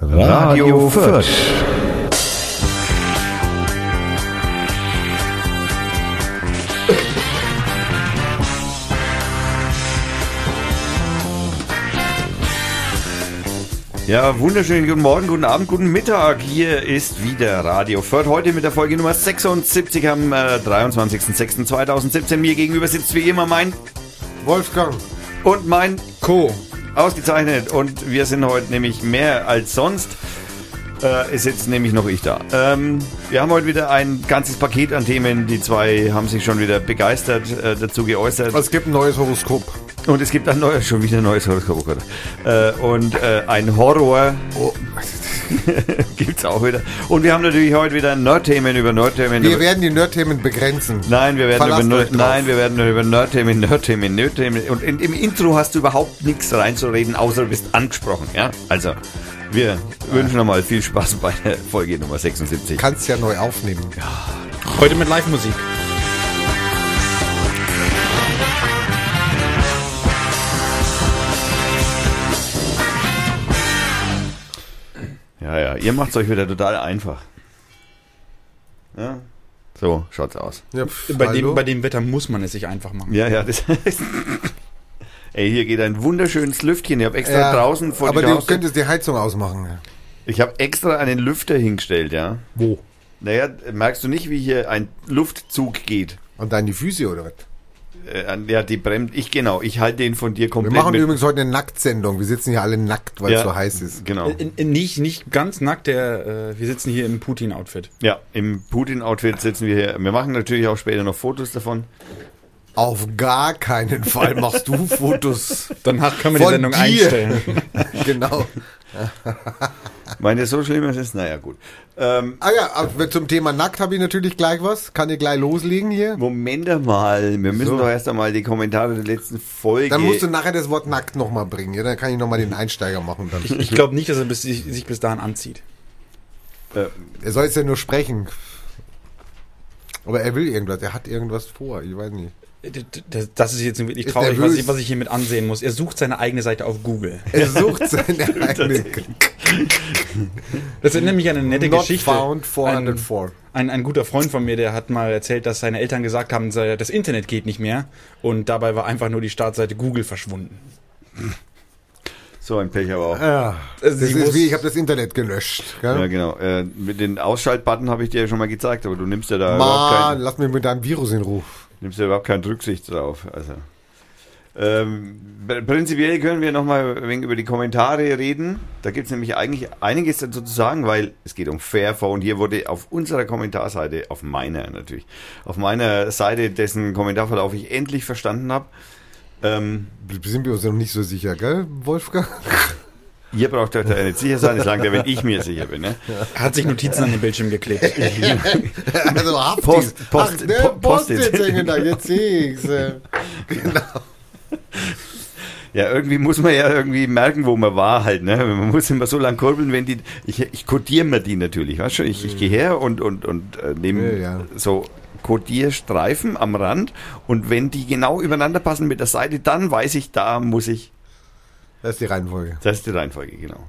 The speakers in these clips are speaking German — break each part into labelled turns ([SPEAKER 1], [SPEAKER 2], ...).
[SPEAKER 1] Radio Fürth. Ja, wunderschönen guten Morgen, guten Abend, guten Mittag. Hier ist wieder Radio Fürth. Heute mit der Folge Nummer 76 am äh, 23.06.2017. Mir gegenüber sitzt wie immer mein
[SPEAKER 2] Wolfgang.
[SPEAKER 1] und mein
[SPEAKER 2] Co.
[SPEAKER 1] Ausgezeichnet. Und wir sind heute nämlich mehr als sonst. Äh, ist jetzt nämlich noch ich da. Ähm, wir haben heute wieder ein ganzes Paket an Themen. Die zwei haben sich schon wieder begeistert äh, dazu geäußert.
[SPEAKER 2] Es gibt ein neues Horoskop.
[SPEAKER 1] Und es gibt ein neues, schon wieder ein neues Horoskop. Oh Gott. Äh, und äh, ein Horror Oh. gibt's auch wieder. Und wir haben natürlich heute wieder Nerdthemen über Nerdthemen.
[SPEAKER 2] Wir
[SPEAKER 1] über-
[SPEAKER 2] werden die Nerdthemen begrenzen.
[SPEAKER 1] Nein, wir werden
[SPEAKER 2] Verlasst
[SPEAKER 1] über
[SPEAKER 2] euch
[SPEAKER 1] Nerd,
[SPEAKER 2] drauf.
[SPEAKER 1] nein, wir werden über Nerdthemen, Nerdthemen, Nerdthemen. Und in, im Intro hast du überhaupt nichts reinzureden, außer du bist angesprochen. Ja, also wir wünschen nochmal viel Spaß bei der Folge Nummer 76.
[SPEAKER 2] Kannst ja neu aufnehmen.
[SPEAKER 3] Heute mit Live-Musik.
[SPEAKER 1] Ja, ja, ihr macht's euch wieder total einfach. Ja, so schaut's aus.
[SPEAKER 2] Ja, pff,
[SPEAKER 3] Bei
[SPEAKER 2] hallo?
[SPEAKER 3] dem, bei dem Wetter muss man es sich einfach machen.
[SPEAKER 1] Ja, ja, das Ey, hier geht ein wunderschönes Lüftchen. Ich habe extra
[SPEAKER 2] Ja,
[SPEAKER 1] draußen vor
[SPEAKER 2] Aber
[SPEAKER 1] die
[SPEAKER 2] du
[SPEAKER 1] Haustür.
[SPEAKER 2] könntest die Heizung ausmachen.
[SPEAKER 1] Ich habe extra einen Lüfter hingestellt, ja.
[SPEAKER 3] Wo?
[SPEAKER 1] Naja, merkst du nicht, wie hier ein Luftzug geht?
[SPEAKER 2] Und dann die Füße oder was?
[SPEAKER 1] Äh, an- ja, die Bremse. Ich genau, ich halte den von dir
[SPEAKER 2] Wir
[SPEAKER 1] komplett.
[SPEAKER 2] machen
[SPEAKER 1] mit.
[SPEAKER 2] übrigens heute eine Nacktsendung. Wir sitzen hier alle nackt, weil es
[SPEAKER 1] Ja.
[SPEAKER 2] so heiß ist.
[SPEAKER 1] Genau.
[SPEAKER 3] Äh, In, in, nicht, nicht ganz nackt, der, äh, wir sitzen hier im Putin-Outfit.
[SPEAKER 1] Ja, im Putin-Outfit sitzen wir hier. Wir machen natürlich auch später noch Fotos davon.
[SPEAKER 2] Auf gar keinen Fall machst du Fotos.
[SPEAKER 3] Danach können wir
[SPEAKER 2] Von
[SPEAKER 3] die Sendung
[SPEAKER 2] dir.
[SPEAKER 3] einstellen.
[SPEAKER 2] genau.
[SPEAKER 1] Meine, so schlimm ist es, naja, gut. Ähm,
[SPEAKER 2] Ah ja, aber zum Thema nackt habe ich natürlich gleich was. Kann ich gleich loslegen hier?
[SPEAKER 1] Moment mal, wir müssen
[SPEAKER 2] So.
[SPEAKER 1] doch erst einmal die Kommentare der letzten Folge.
[SPEAKER 2] Dann musst du nachher das Wort nackt nochmal bringen. Ja, dann kann ich nochmal den Einsteiger machen. Dann.
[SPEAKER 3] Ich glaube nicht, dass er bis, sich, sich bis dahin anzieht.
[SPEAKER 1] äh,
[SPEAKER 2] Er soll jetzt ja nur sprechen. Aber er will irgendwas, er hat irgendwas vor, ich weiß nicht.
[SPEAKER 3] Äh, D- d- Das das ist jetzt wirklich
[SPEAKER 2] Ist
[SPEAKER 3] traurig,
[SPEAKER 2] nervös.
[SPEAKER 3] was ich, was ich hier mit ansehen muss. Er sucht seine eigene Seite auf Google.
[SPEAKER 2] Er sucht seine eigene
[SPEAKER 3] Das erinnert mich an eine nette
[SPEAKER 2] Not
[SPEAKER 3] Geschichte.
[SPEAKER 2] found
[SPEAKER 3] ein,
[SPEAKER 2] 404.
[SPEAKER 3] ein, ein guter Freund von mir, der hat mal erzählt, dass seine Eltern gesagt haben, sei- das Internet geht nicht mehr. Und dabei war einfach nur die Startseite Google verschwunden.
[SPEAKER 1] so ein Pech aber auch.
[SPEAKER 2] Ja, das
[SPEAKER 3] Also sie
[SPEAKER 2] ist
[SPEAKER 3] muss-
[SPEAKER 2] wie, ich habe das Internet gelöscht.
[SPEAKER 1] Ja,
[SPEAKER 2] Gell?
[SPEAKER 1] genau. Äh, mit den Ausschaltbutton habe ich dir ja schon mal gezeigt, aber du nimmst ja da überhaupt,
[SPEAKER 2] Mann,
[SPEAKER 1] kein,
[SPEAKER 2] lass mich mit deinem Virus in Ruf.
[SPEAKER 1] nimmst ja überhaupt keinen Rücksicht drauf. Also. Ähm, pr- prinzipiell können wir nochmal ein wenig über die Kommentare reden. Da gibt es nämlich eigentlich einiges dazu zu sagen, weil es geht um Fairphone. Hier wurde auf unserer Kommentarseite, auf meiner natürlich, auf meiner Seite, dessen Kommentarverlauf ich endlich verstanden habe, ähm,
[SPEAKER 2] Sind wir uns noch nicht so sicher, gell, Wolfgang?
[SPEAKER 1] ihr braucht euch da nicht sicher sein, es langt ja, wenn ich mir sicher bin. Ne?
[SPEAKER 3] Er hat sich Notizen an den Bildschirm geklebt.
[SPEAKER 2] Also Haftis.
[SPEAKER 1] Post- Post-
[SPEAKER 2] Ach, ne,
[SPEAKER 1] Po-
[SPEAKER 2] Post-it.
[SPEAKER 1] Post-it.
[SPEAKER 2] hängen da, jetzt seh ich's. äh.
[SPEAKER 1] Ja, irgendwie muss man ja irgendwie merken, wo man war halt, ne? Man muss immer so lang kurbeln, wenn die. Ich, ich kodiere mir die natürlich, weißt du? Ich, ich gehe her und, und, und äh, nehme
[SPEAKER 2] Ja, ja.
[SPEAKER 1] so Kodierstreifen am Rand und wenn die genau übereinander passen mit der Seite, dann weiß ich, da muss ich.
[SPEAKER 2] Das ist die Reihenfolge.
[SPEAKER 1] Das ist die Reihenfolge, genau.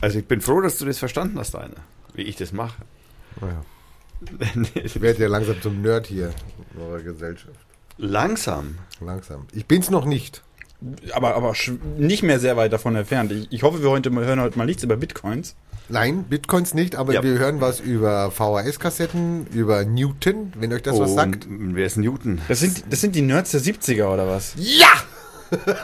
[SPEAKER 1] Also ich bin froh, dass du das verstanden hast, Rainer, wie ich das mache.
[SPEAKER 2] Naja. Ich werde ja langsam zum Nerd hier in eurer Gesellschaft.
[SPEAKER 1] Langsam.
[SPEAKER 2] Langsam. Ich bin's noch nicht.
[SPEAKER 3] aber, aber sch- nicht mehr sehr weit davon entfernt. Ich, ich hoffe, wir heute mal, hören heute mal nichts über Bitcoins.
[SPEAKER 2] Nein, Bitcoins nicht, aber
[SPEAKER 1] Ja.
[SPEAKER 2] wir hören was über VHS-Kassetten, über Newton, wenn euch das was sagt.
[SPEAKER 1] m- wer ist Newton?
[SPEAKER 3] Das sind, das sind die Nerds der 70er oder was?
[SPEAKER 2] Ja!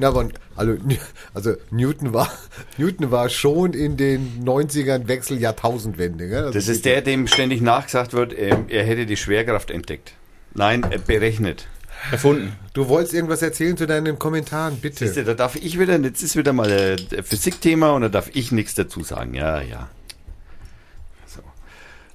[SPEAKER 2] Na, aber, also, N- also Newton war Newton war schon in den 90ern Wechsel Jahrtausendwende, gell? Also,
[SPEAKER 1] Das ist der, dem ständig nachgesagt wird, ähm, er hätte die Schwerkraft entdeckt. Nein, äh, berechnet.
[SPEAKER 3] Erfunden.
[SPEAKER 2] du wolltest irgendwas erzählen zu deinen Kommentaren, bitte.
[SPEAKER 1] Siehst du, da darf ich wieder, jetzt ist wieder mal äh, Physikthema und da darf ich nichts dazu sagen. Ja, ja. So.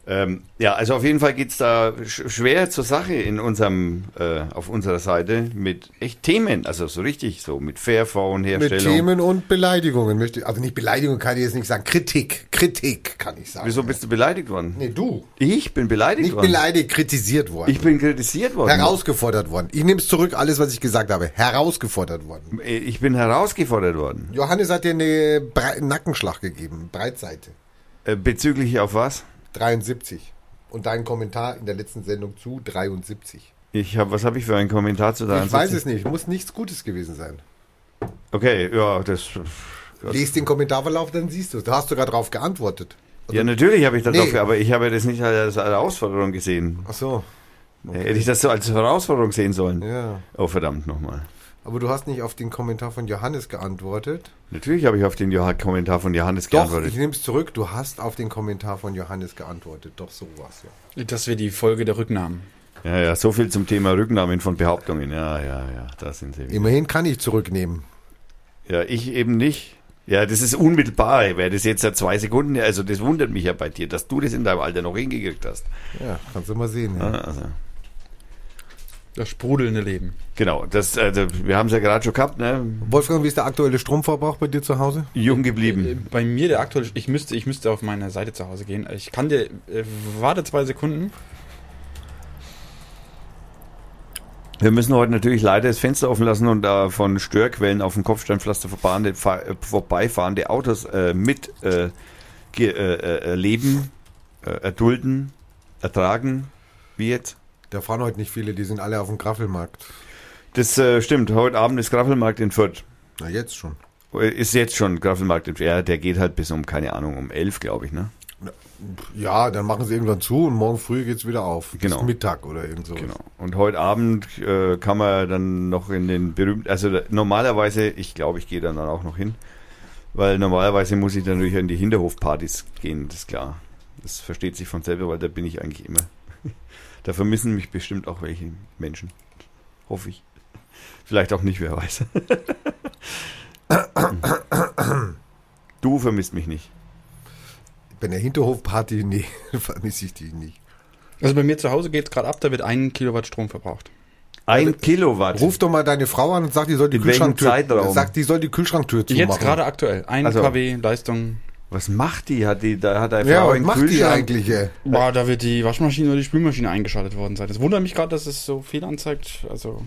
[SPEAKER 1] Ähm, ja, also auf jeden Fall geht's da sch schwer zur Sache in unserem, äh, auf unserer Seite mit echt Themen, also so richtig so mit
[SPEAKER 2] Mit
[SPEAKER 1] Fairphone-Herstellung.
[SPEAKER 2] Themen und Beleidigungen möchte ich, also nicht Beleidigung kann ich jetzt nicht sagen, Kritik, Kritik kann ich sagen.
[SPEAKER 1] Wieso bist du beleidigt worden?
[SPEAKER 2] Nee, du.
[SPEAKER 1] Ich bin beleidigt
[SPEAKER 2] Nicht
[SPEAKER 1] worden.
[SPEAKER 2] beleidigt, kritisiert worden.
[SPEAKER 1] ich bin kritisiert worden.
[SPEAKER 2] herausgefordert worden. Ich nehme es zurück, alles, was ich gesagt habe. Herausgefordert worden.
[SPEAKER 1] Äh, ich bin herausgefordert worden.
[SPEAKER 2] Johannes hat dir eine Bre Nackenschlag gegeben, Breitseite.
[SPEAKER 1] Äh, bezüglich auf was?
[SPEAKER 2] 73. Und deinen Kommentar in der letzten Sendung zu 73.
[SPEAKER 1] Ich hab, was habe ich für einen Kommentar zu deinem
[SPEAKER 2] Ich weiß es nicht, muss nichts Gutes gewesen sein.
[SPEAKER 1] Okay, ja, das.
[SPEAKER 2] Lies den Kommentarverlauf, dann siehst du es. Da hast du sogar drauf geantwortet.
[SPEAKER 1] Ja, natürlich habe ich das
[SPEAKER 2] Nee.
[SPEAKER 1] dafür, aber ich habe das nicht als Herausforderung gesehen.
[SPEAKER 2] Ach so,
[SPEAKER 1] Hätte ich das so als Herausforderung sehen sollen?
[SPEAKER 2] ja.
[SPEAKER 1] Oh, verdammt nochmal.
[SPEAKER 2] Aber du hast nicht auf den Kommentar von Johannes geantwortet.
[SPEAKER 1] Natürlich habe ich auf den Johann- Kommentar von Johannes
[SPEAKER 2] Doch,
[SPEAKER 1] geantwortet.
[SPEAKER 2] ich nehme es zurück. Du hast auf den Kommentar von Johannes geantwortet. Doch, so war's ja.
[SPEAKER 3] Dass wir die Folge der Rücknahmen.
[SPEAKER 1] Ja, ja, so viel zum Thema Rücknahmen von Behauptungen. Ja, ja, ja, da sind sie. wieder.
[SPEAKER 2] Immerhin kann ich zurücknehmen.
[SPEAKER 1] Ja, ich eben nicht. Ja, das ist unmittelbar. Wäre das jetzt ja zwei Sekunden, also das wundert mich ja bei dir, dass du das in deinem Alter noch hingekriegt hast.
[SPEAKER 2] Ja, kannst du mal sehen. Ja.
[SPEAKER 1] Ja, also.
[SPEAKER 3] Das sprudelnde Leben.
[SPEAKER 1] Genau, das, also, wir haben es ja gerade schon gehabt, ne?
[SPEAKER 2] Wolfgang, wie ist der aktuelle Stromverbrauch bei dir zu Hause?
[SPEAKER 1] Jung geblieben.
[SPEAKER 3] Äh, Bei mir der aktuelle. Ich müsste, ich müsste auf meine Seite zu Hause gehen. Ich kann dir. Äh, warte zwei Sekunden.
[SPEAKER 1] Wir müssen heute natürlich leider das Fenster offen lassen und da von Störquellen auf dem Kopfsteinpflaster vorbeifahrende, fa- äh, vorbeifahrende Autos äh, mit äh, ge- äh, äh, leben, äh, erdulden, ertragen, wie jetzt.
[SPEAKER 2] Da fahren heute nicht viele, die sind alle auf dem Graffelmarkt.
[SPEAKER 1] Das äh, stimmt, heute Abend ist Graffelmarkt in Fürth. Äh,
[SPEAKER 2] Na, jetzt schon.
[SPEAKER 1] Ist jetzt schon Graffelmarkt in Fürth. Ja, der geht halt bis um, keine Ahnung, um elf, glaube ich, ne?
[SPEAKER 2] Ja, dann machen sie irgendwann zu und morgen früh geht's wieder auf.
[SPEAKER 1] Genau.
[SPEAKER 2] Bis Mittag oder irgend so.
[SPEAKER 1] Genau. Und heute Abend äh, kann man dann noch in den berühmten, also da- normalerweise, ich glaube, ich gehe dann dann auch noch hin, weil normalerweise muss ich dann natürlich an die Hinterhofpartys gehen, das ist klar. Das versteht sich von selber, weil da bin ich eigentlich immer. Da vermissen mich bestimmt auch welche Menschen. Hoffe ich. Vielleicht auch nicht, wer weiß. du vermisst mich nicht.
[SPEAKER 2] Bei der Hinterhofparty, nee, vermisse ich die nicht.
[SPEAKER 3] Also bei mir zu Hause geht's gerade ab, da wird ein Kilowatt Strom verbraucht.
[SPEAKER 1] Ein Kilowatt.
[SPEAKER 2] Also Ruf doch mal deine Frau an und sag, die soll die
[SPEAKER 1] In welchem
[SPEAKER 2] Kühlschranktür.
[SPEAKER 1] Zeitraum?
[SPEAKER 2] Sag, die soll die Kühlschranktür zumachen.
[SPEAKER 3] Jetzt gerade aktuell. Ein
[SPEAKER 1] Also-
[SPEAKER 3] kW Leistung.
[SPEAKER 1] Was macht die? Hat die, da hat eine
[SPEAKER 2] Ja,
[SPEAKER 1] Frau
[SPEAKER 2] was
[SPEAKER 1] einen
[SPEAKER 2] macht die
[SPEAKER 1] Kühlschrank?
[SPEAKER 2] eigentlich? Ey?
[SPEAKER 3] Boah, da wird die Waschmaschine oder die Spülmaschine eingeschaltet worden sein. Das wundert mich gerade, dass es so viel anzeigt. Also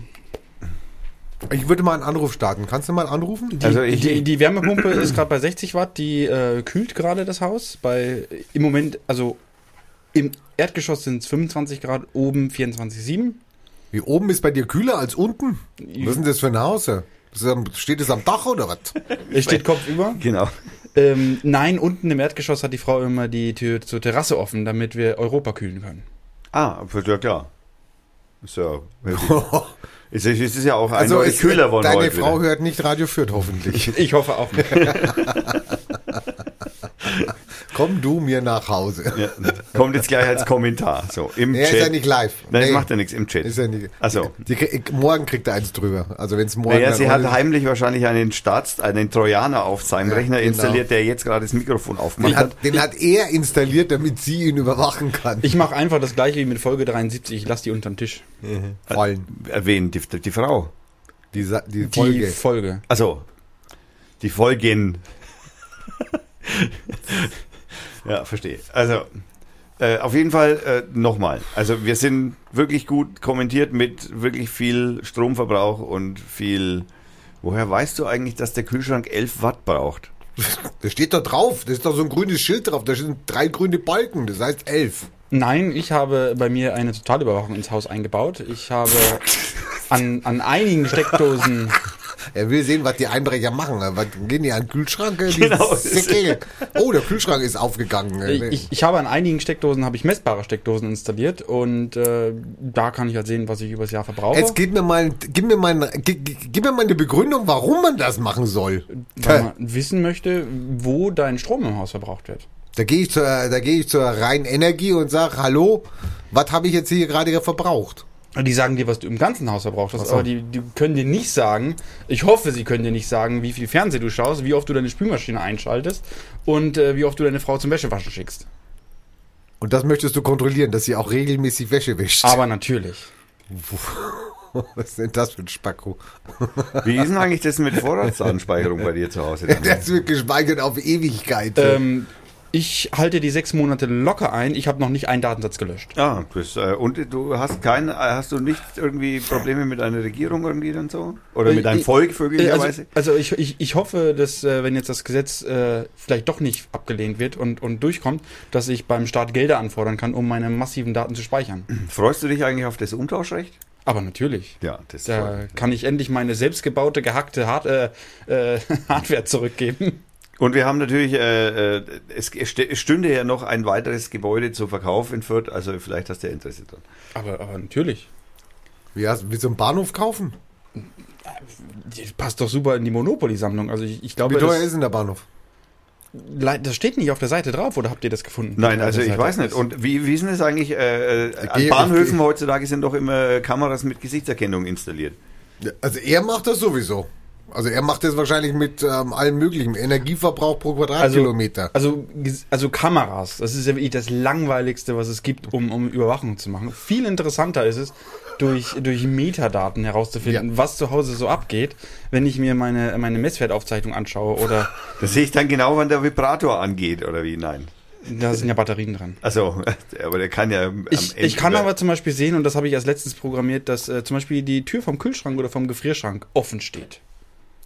[SPEAKER 2] Ich würde mal einen Anruf starten. Kannst du mal anrufen?
[SPEAKER 3] die,
[SPEAKER 1] Also ich-
[SPEAKER 3] die, die Wärmepumpe ist gerade bei 60 Watt, die äh, kühlt gerade das Haus. Bei im Moment, also im Erdgeschoss sind es 25 Grad, oben 24,7.
[SPEAKER 2] Wie oben ist bei dir kühler als unten? Was ist denn das für ein Haus? ey? Das ist am- Steht es am Dach oder was?
[SPEAKER 3] Es steht Kopf über.
[SPEAKER 1] Genau.
[SPEAKER 3] Ähm, nein, unten im Erdgeschoss hat die Frau immer die Tür zur Terrasse offen, damit wir Europa kühlen können.
[SPEAKER 1] Ah, für- ja klar. Ist ja. Es ist, es ist ja auch also eindeutig
[SPEAKER 2] es- äh,
[SPEAKER 1] kühler worden
[SPEAKER 2] deine
[SPEAKER 1] heute.
[SPEAKER 2] Frau
[SPEAKER 1] wieder.
[SPEAKER 2] hört nicht Radio Fürth hoffentlich.
[SPEAKER 3] Ich hoffe auch nicht.
[SPEAKER 2] Komm du mir nach Hause.
[SPEAKER 1] Ja, kommt jetzt gleich als Kommentar. So, im
[SPEAKER 2] Er
[SPEAKER 1] Chat.
[SPEAKER 2] ist ja nicht live.
[SPEAKER 1] Nein, das
[SPEAKER 2] Nee.
[SPEAKER 1] macht ja nichts im Chat.
[SPEAKER 2] Ist ja nicht.
[SPEAKER 1] Achso.
[SPEAKER 2] Die, krieg- morgen kriegt er eins drüber. Also wenn es morgen.
[SPEAKER 1] Naja,
[SPEAKER 2] dann
[SPEAKER 1] sie hat
[SPEAKER 2] online-
[SPEAKER 1] heimlich wahrscheinlich einen Staats, einen Trojaner auf seinem
[SPEAKER 2] Ja,
[SPEAKER 1] Rechner
[SPEAKER 2] genau.
[SPEAKER 1] installiert, der jetzt gerade das Mikrofon aufmacht.
[SPEAKER 2] den, hat, den hat er installiert, damit sie ihn überwachen kann.
[SPEAKER 3] Ich mache einfach das gleiche wie mit Folge 73. Ich lasse die unterm Tisch.
[SPEAKER 2] Fallen.
[SPEAKER 1] Erwähnt die, die Frau.
[SPEAKER 2] Die, Sa- die
[SPEAKER 3] Die
[SPEAKER 2] Folge.
[SPEAKER 3] Folge.
[SPEAKER 1] Also die Folgen. ja, verstehe. Also äh, auf jeden Fall äh, nochmal. Also wir sind wirklich gut kommentiert mit wirklich viel Stromverbrauch und viel. Woher weißt du eigentlich, dass der Kühlschrank 11 Watt braucht?
[SPEAKER 2] Das steht da drauf. Das ist doch so ein grünes Schild drauf. Da sind drei grüne Balken. Das heißt elf.
[SPEAKER 3] Nein, ich habe bei mir eine Totalüberwachung ins Haus eingebaut. Ich habe an, an einigen Steckdosen.
[SPEAKER 2] Er will sehen, was die Einbrecher machen. Was gehen die an den Kühlschrank? Die
[SPEAKER 1] Genau.
[SPEAKER 2] Säcke. Oh, der Kühlschrank ist aufgegangen.
[SPEAKER 3] Ich, Äh, ich, ich habe an einigen Steckdosen habe ich messbare Steckdosen installiert und äh, da kann ich halt sehen, was ich übers Jahr verbrauche.
[SPEAKER 2] Jetzt gib mir mal, gib mir mal, ein- gib, gib mir mal eine Begründung, warum man das machen soll.
[SPEAKER 3] Weil man wissen möchte, wo dein Strom im Haus verbraucht wird.
[SPEAKER 2] Da gehe ich zur, da gehe ich zur reinen Energie und sage, hallo, was habe ich jetzt hier gerade verbraucht?
[SPEAKER 3] Die sagen dir, was du im ganzen Haus verbraucht hast,
[SPEAKER 2] so.
[SPEAKER 3] aber die, die können dir nicht sagen, ich hoffe, sie können dir nicht sagen, wie viel Fernseh du schaust, wie oft du deine Spülmaschine einschaltest und äh, wie oft du deine Frau zum Wäschewaschen schickst.
[SPEAKER 2] Und das möchtest du kontrollieren, dass sie auch regelmäßig Wäsche wäscht.
[SPEAKER 3] Aber natürlich.
[SPEAKER 2] Was ist denn das für ein Spacko?
[SPEAKER 1] Wie ist denn eigentlich das mit Vorratsdatenspeicherung bei dir zu Hause? Daniel?
[SPEAKER 2] Das wird gespeichert auf Ewigkeit.
[SPEAKER 3] Ähm, ich halte die sechs Monate locker ein. Ich habe noch nicht einen Datensatz gelöscht.
[SPEAKER 1] Ah, Chris, äh, und du hast kein, äh, hast du nicht irgendwie Probleme mit einer Regierung irgendwie dann so? Oder mit einem
[SPEAKER 3] Äh,
[SPEAKER 1] Volk
[SPEAKER 3] Äh,
[SPEAKER 1] möglicherweise?
[SPEAKER 3] Also, also ich, ich, ich hoffe, dass äh, wenn jetzt das Gesetz äh, vielleicht doch nicht abgelehnt wird und, und durchkommt, dass ich beim Staat Gelder anfordern kann, um meine massiven Daten zu speichern.
[SPEAKER 1] Freust du dich eigentlich auf das Umtauschrecht?
[SPEAKER 3] Aber natürlich.
[SPEAKER 1] Ja, das ist toll.
[SPEAKER 3] Da kann ich endlich meine selbstgebaute, gehackte Hard äh, äh, Hardware zurückgeben.
[SPEAKER 1] Und wir haben natürlich, äh, äh, es st- stünde ja noch ein weiteres Gebäude zu Verkauf in Fürth, also vielleicht hast du ja Interesse dran.
[SPEAKER 3] Aber, aber natürlich.
[SPEAKER 2] Wie hast, willst du einen Bahnhof kaufen?
[SPEAKER 3] Die passt doch super in die Monopoly-Sammlung. Also ich, ich
[SPEAKER 2] Wie
[SPEAKER 3] glaube,
[SPEAKER 2] teuer
[SPEAKER 3] das,
[SPEAKER 2] ist denn der Bahnhof?
[SPEAKER 3] Le- das steht nicht auf der Seite drauf, oder habt ihr das gefunden?
[SPEAKER 1] Nein,
[SPEAKER 3] Auf
[SPEAKER 1] also
[SPEAKER 3] der
[SPEAKER 1] ich
[SPEAKER 3] Seite.
[SPEAKER 1] weiß nicht. Und wie, wie ist denn das eigentlich? Äh, äh, an
[SPEAKER 2] Geh-
[SPEAKER 1] Bahnhöfen heutzutage sind doch immer Kameras mit Gesichtserkennung installiert.
[SPEAKER 2] Ja, Also er macht das sowieso. Also er macht das wahrscheinlich mit ähm, allem möglichen. Energieverbrauch pro Quadratkilometer.
[SPEAKER 3] Also, ges- also Kameras, das ist ja wirklich das Langweiligste, was es gibt, um, um Überwachung zu machen. Viel interessanter ist es, durch, durch Metadaten herauszufinden,
[SPEAKER 2] Ja.
[SPEAKER 3] was zu Hause so abgeht, wenn ich mir meine, meine Messwertaufzeichnung anschaue oder
[SPEAKER 1] Da sehe ich dann genau, wann der Vibrator angeht oder wie. Nein.
[SPEAKER 3] da sind ja Batterien dran.
[SPEAKER 1] Also, aber der kann ja am
[SPEAKER 3] Ich, ich kann
[SPEAKER 1] über-
[SPEAKER 3] aber zum Beispiel sehen, und das habe ich erst letztens programmiert, dass äh, zum Beispiel die Tür vom Kühlschrank oder vom Gefrierschrank offen steht.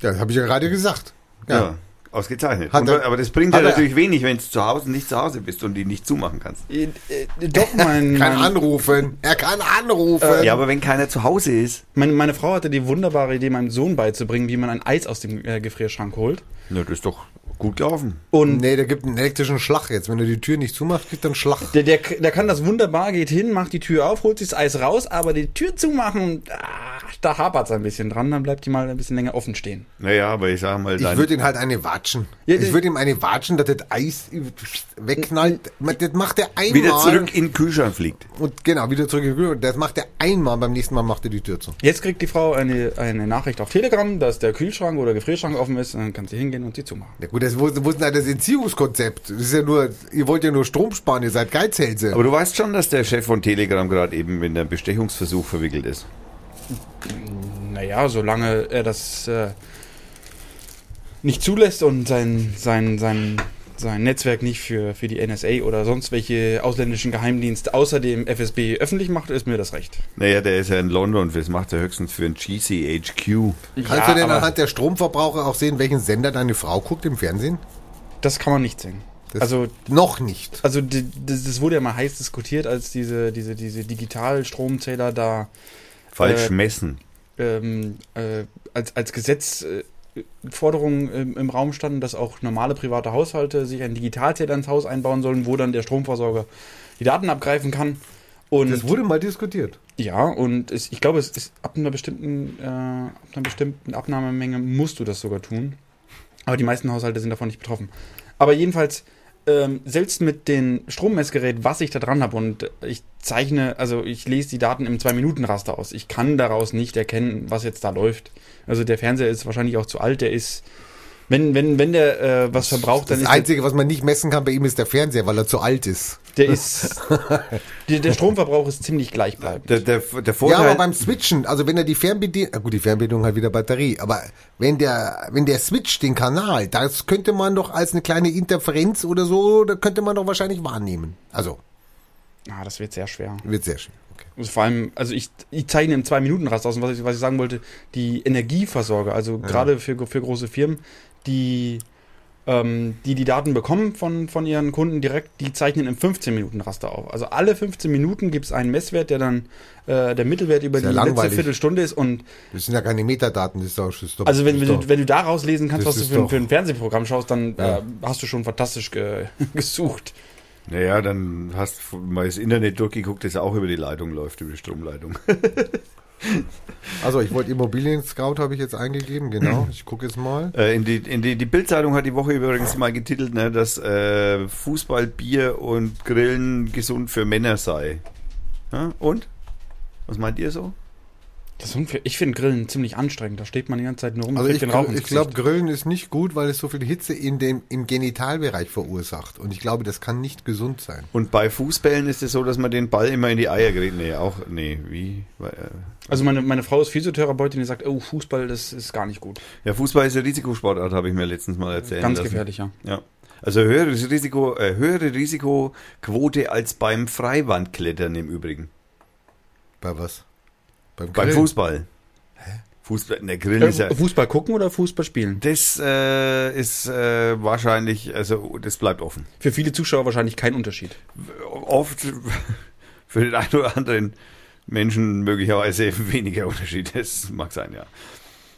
[SPEAKER 2] ja, das habe ich ja gerade gesagt.
[SPEAKER 1] Ja.
[SPEAKER 2] Ja.
[SPEAKER 1] Ausgezeichnet.
[SPEAKER 2] Hat
[SPEAKER 1] Und,
[SPEAKER 2] er-
[SPEAKER 1] aber das bringt ja
[SPEAKER 2] hat er-
[SPEAKER 1] natürlich wenig, wenn du zu Hause nicht zu Hause bist und die nicht zumachen kannst.
[SPEAKER 3] Äh, äh, doch, mein,
[SPEAKER 2] Kann
[SPEAKER 3] mein,
[SPEAKER 2] anrufen. Er kann anrufen.
[SPEAKER 1] Ja, aber wenn keiner zu Hause ist.
[SPEAKER 3] meine, meine Frau hatte die wunderbare Idee, meinem Sohn beizubringen, wie man ein Eis aus dem äh, Gefrierschrank holt.
[SPEAKER 1] Na, das ist doch gut gelaufen.
[SPEAKER 3] Und
[SPEAKER 2] Nee, der gibt einen elektrischen Schlag jetzt. Wenn er die Tür nicht zumacht, gibt er einen Schlag.
[SPEAKER 3] Der, der, der kann das wunderbar, geht hin, macht die Tür auf, holt sich das Eis raus, aber die Tür zumachen, ah, da hapert es ein bisschen dran, dann bleibt die mal ein bisschen länger offen stehen.
[SPEAKER 1] Naja, aber ich sag mal,
[SPEAKER 2] Ich
[SPEAKER 1] dein-
[SPEAKER 2] würde ihn halt eine watschen.
[SPEAKER 3] Ja,
[SPEAKER 2] ich
[SPEAKER 3] die-
[SPEAKER 2] würde ihm eine watschen, dass das Eis wegknallt. Das macht er einmal.
[SPEAKER 1] wieder zurück in den Kühlschrank fliegt.
[SPEAKER 2] Und genau, wieder zurück. in die Küche. Und das macht er einmal. Beim nächsten Mal macht er die Tür zu.
[SPEAKER 3] Jetzt kriegt die Frau eine, eine Nachricht auf Telegram, dass der Kühlschrank oder Gefrierschrank offen ist, dann kann sie hingehen und sie zumachen.
[SPEAKER 2] Ja gut, das wusste wusste halt das Entziehungskonzept. Das ist ja nur, ihr wollt ja nur Strom sparen, ihr seid Geizhälse.
[SPEAKER 1] Aber du weißt schon, dass der Chef von Telegram gerade eben in einem Bestechungsversuch verwickelt ist.
[SPEAKER 3] Naja, solange er das äh, nicht zulässt und sein, sein, sein, sein Netzwerk nicht für, für die NSA oder sonst welche ausländischen Geheimdienste außer dem FSB öffentlich macht, ist mir das recht.
[SPEAKER 1] Naja, der ist ja in London, das macht er höchstens für ein GCHQ.
[SPEAKER 2] Kannst du denn
[SPEAKER 3] aber-
[SPEAKER 2] anhand der Stromverbraucher auch sehen, welchen Sender deine Frau guckt im Fernsehen?
[SPEAKER 3] Das kann man nicht sehen.
[SPEAKER 2] Das-
[SPEAKER 3] also
[SPEAKER 2] Noch nicht.
[SPEAKER 3] Also d- das, das wurde ja mal heiß diskutiert, als diese, diese, diese Digitalstromzähler da
[SPEAKER 1] Falsch
[SPEAKER 3] Äh,
[SPEAKER 1] messen.
[SPEAKER 3] ähm, äh, als, als Gesetz äh, Forderungen im, im Raum standen, dass auch normale private Haushalte sich einen Digitalzähler ins Haus einbauen sollen, wo dann der Stromversorger die Daten abgreifen kann. Und
[SPEAKER 2] Das wurde mal diskutiert.
[SPEAKER 3] ja, und es, ich glaube, es ist ab einer bestimmten, äh, ab einer bestimmten Abnahmemenge musst du das sogar tun. Aber die meisten Haushalte sind davon nicht betroffen. Aber jedenfalls, ähm, selbst mit dem Strommessgerät, was ich da dran habe, und ich zeichne, also ich lese die Daten im Zwei-Minuten-Raster aus. Ich kann daraus nicht erkennen, was jetzt da läuft. Also der Fernseher ist wahrscheinlich auch zu alt, der ist. Wenn, wenn, wenn der äh, was verbraucht, dann
[SPEAKER 2] Das
[SPEAKER 3] ist der
[SPEAKER 2] Einzige, was man nicht messen kann bei ihm, ist der Fernseher, weil er zu alt ist.
[SPEAKER 3] der, ist, der, der Stromverbrauch ist ziemlich gleichbleibend.
[SPEAKER 1] Der, der, der
[SPEAKER 2] Ja,
[SPEAKER 1] Vorteil,
[SPEAKER 3] halt
[SPEAKER 2] aber beim Switchen, also wenn er die Fernbedienung, gut, die Fernbedienung hat wieder Batterie, aber wenn der, wenn der switcht den Kanal, das könnte man doch als eine kleine Interferenz oder so, da könnte man doch wahrscheinlich wahrnehmen. Also,
[SPEAKER 3] Ah, das wird sehr schwer.
[SPEAKER 2] wird sehr schön. Okay.
[SPEAKER 3] Also vor allem, also ich, ich zeichne im Zwei-Minuten-Rast aus und was ich, was ich sagen wollte, die Energieversorger, also gerade für, für große Firmen, die, ähm, die die Daten bekommen von, von ihren Kunden direkt, die zeichnen im 15-Minuten-Raster auf. Also alle 15 Minuten gibt es einen Messwert, der dann äh, der Mittelwert über
[SPEAKER 2] Ist ja
[SPEAKER 3] die
[SPEAKER 2] langweilig.
[SPEAKER 3] letzte Viertelstunde ist und
[SPEAKER 2] Das sind ja keine Metadaten, das ist doch, das ist doch
[SPEAKER 3] also wenn,
[SPEAKER 2] das
[SPEAKER 3] wenn,
[SPEAKER 2] ist
[SPEAKER 3] du, wenn du daraus lesen kannst,
[SPEAKER 2] das
[SPEAKER 3] was du
[SPEAKER 2] ist
[SPEAKER 3] für, ein-
[SPEAKER 2] doch-
[SPEAKER 3] für ein Fernsehprogramm schaust, dann äh,
[SPEAKER 2] Ja.
[SPEAKER 3] hast du schon fantastisch ge gesucht.
[SPEAKER 1] naja, dann hast du mal das Internet durchgeguckt, das auch über die Leitung läuft, über die Stromleitung.
[SPEAKER 2] Also ich wollte Immobilien-Scout habe ich jetzt eingegeben, genau. Ich gucke jetzt mal.
[SPEAKER 1] Äh, in die, in die, die Bildzeitung hat die Woche übrigens mal getitelt, ne, dass äh, Fußball, Bier und Grillen gesund für Männer sei. Ja, und? Was meint ihr so?
[SPEAKER 3] Das ist unfair. Ich finde Grillen ziemlich anstrengend. Da steht man die ganze Zeit nur rum
[SPEAKER 2] Also
[SPEAKER 3] kriegt
[SPEAKER 2] ich,
[SPEAKER 3] den Rauch
[SPEAKER 2] gl-
[SPEAKER 3] ins
[SPEAKER 2] ich glaube,
[SPEAKER 3] Gesicht.
[SPEAKER 2] Grillen ist nicht gut, weil es so viel Hitze in dem, im Genitalbereich verursacht. Und ich glaube, das kann nicht gesund sein.
[SPEAKER 1] Und bei Fußbällen ist es so, dass man den Ball immer in die Eier gerät. Nee, auch, nee, wie? Weil, äh,
[SPEAKER 3] Also meine, meine Frau ist Physiotherapeutin, die sagt, oh, Fußball, das ist gar nicht gut.
[SPEAKER 1] Ja, Fußball ist eine Risikosportart, habe ich mir letztens mal erzählt.
[SPEAKER 3] Ganz gefährlich, ja.
[SPEAKER 1] Ja. Also höheres Risiko, äh, höhere Risikoquote als beim Freiwandklettern im Übrigen.
[SPEAKER 2] Bei was? Beim,
[SPEAKER 1] Beim
[SPEAKER 2] Grillen?
[SPEAKER 1] Fußball. Fußball, in der Grill ist ja.
[SPEAKER 3] Äh, Fußball gucken oder Fußball spielen?
[SPEAKER 1] Das äh, ist äh, wahrscheinlich, also das bleibt offen.
[SPEAKER 3] Für viele Zuschauer wahrscheinlich kein Unterschied.
[SPEAKER 1] Oft für den einen oder anderen Menschen möglicherweise weniger Unterschied. Das mag sein, ja.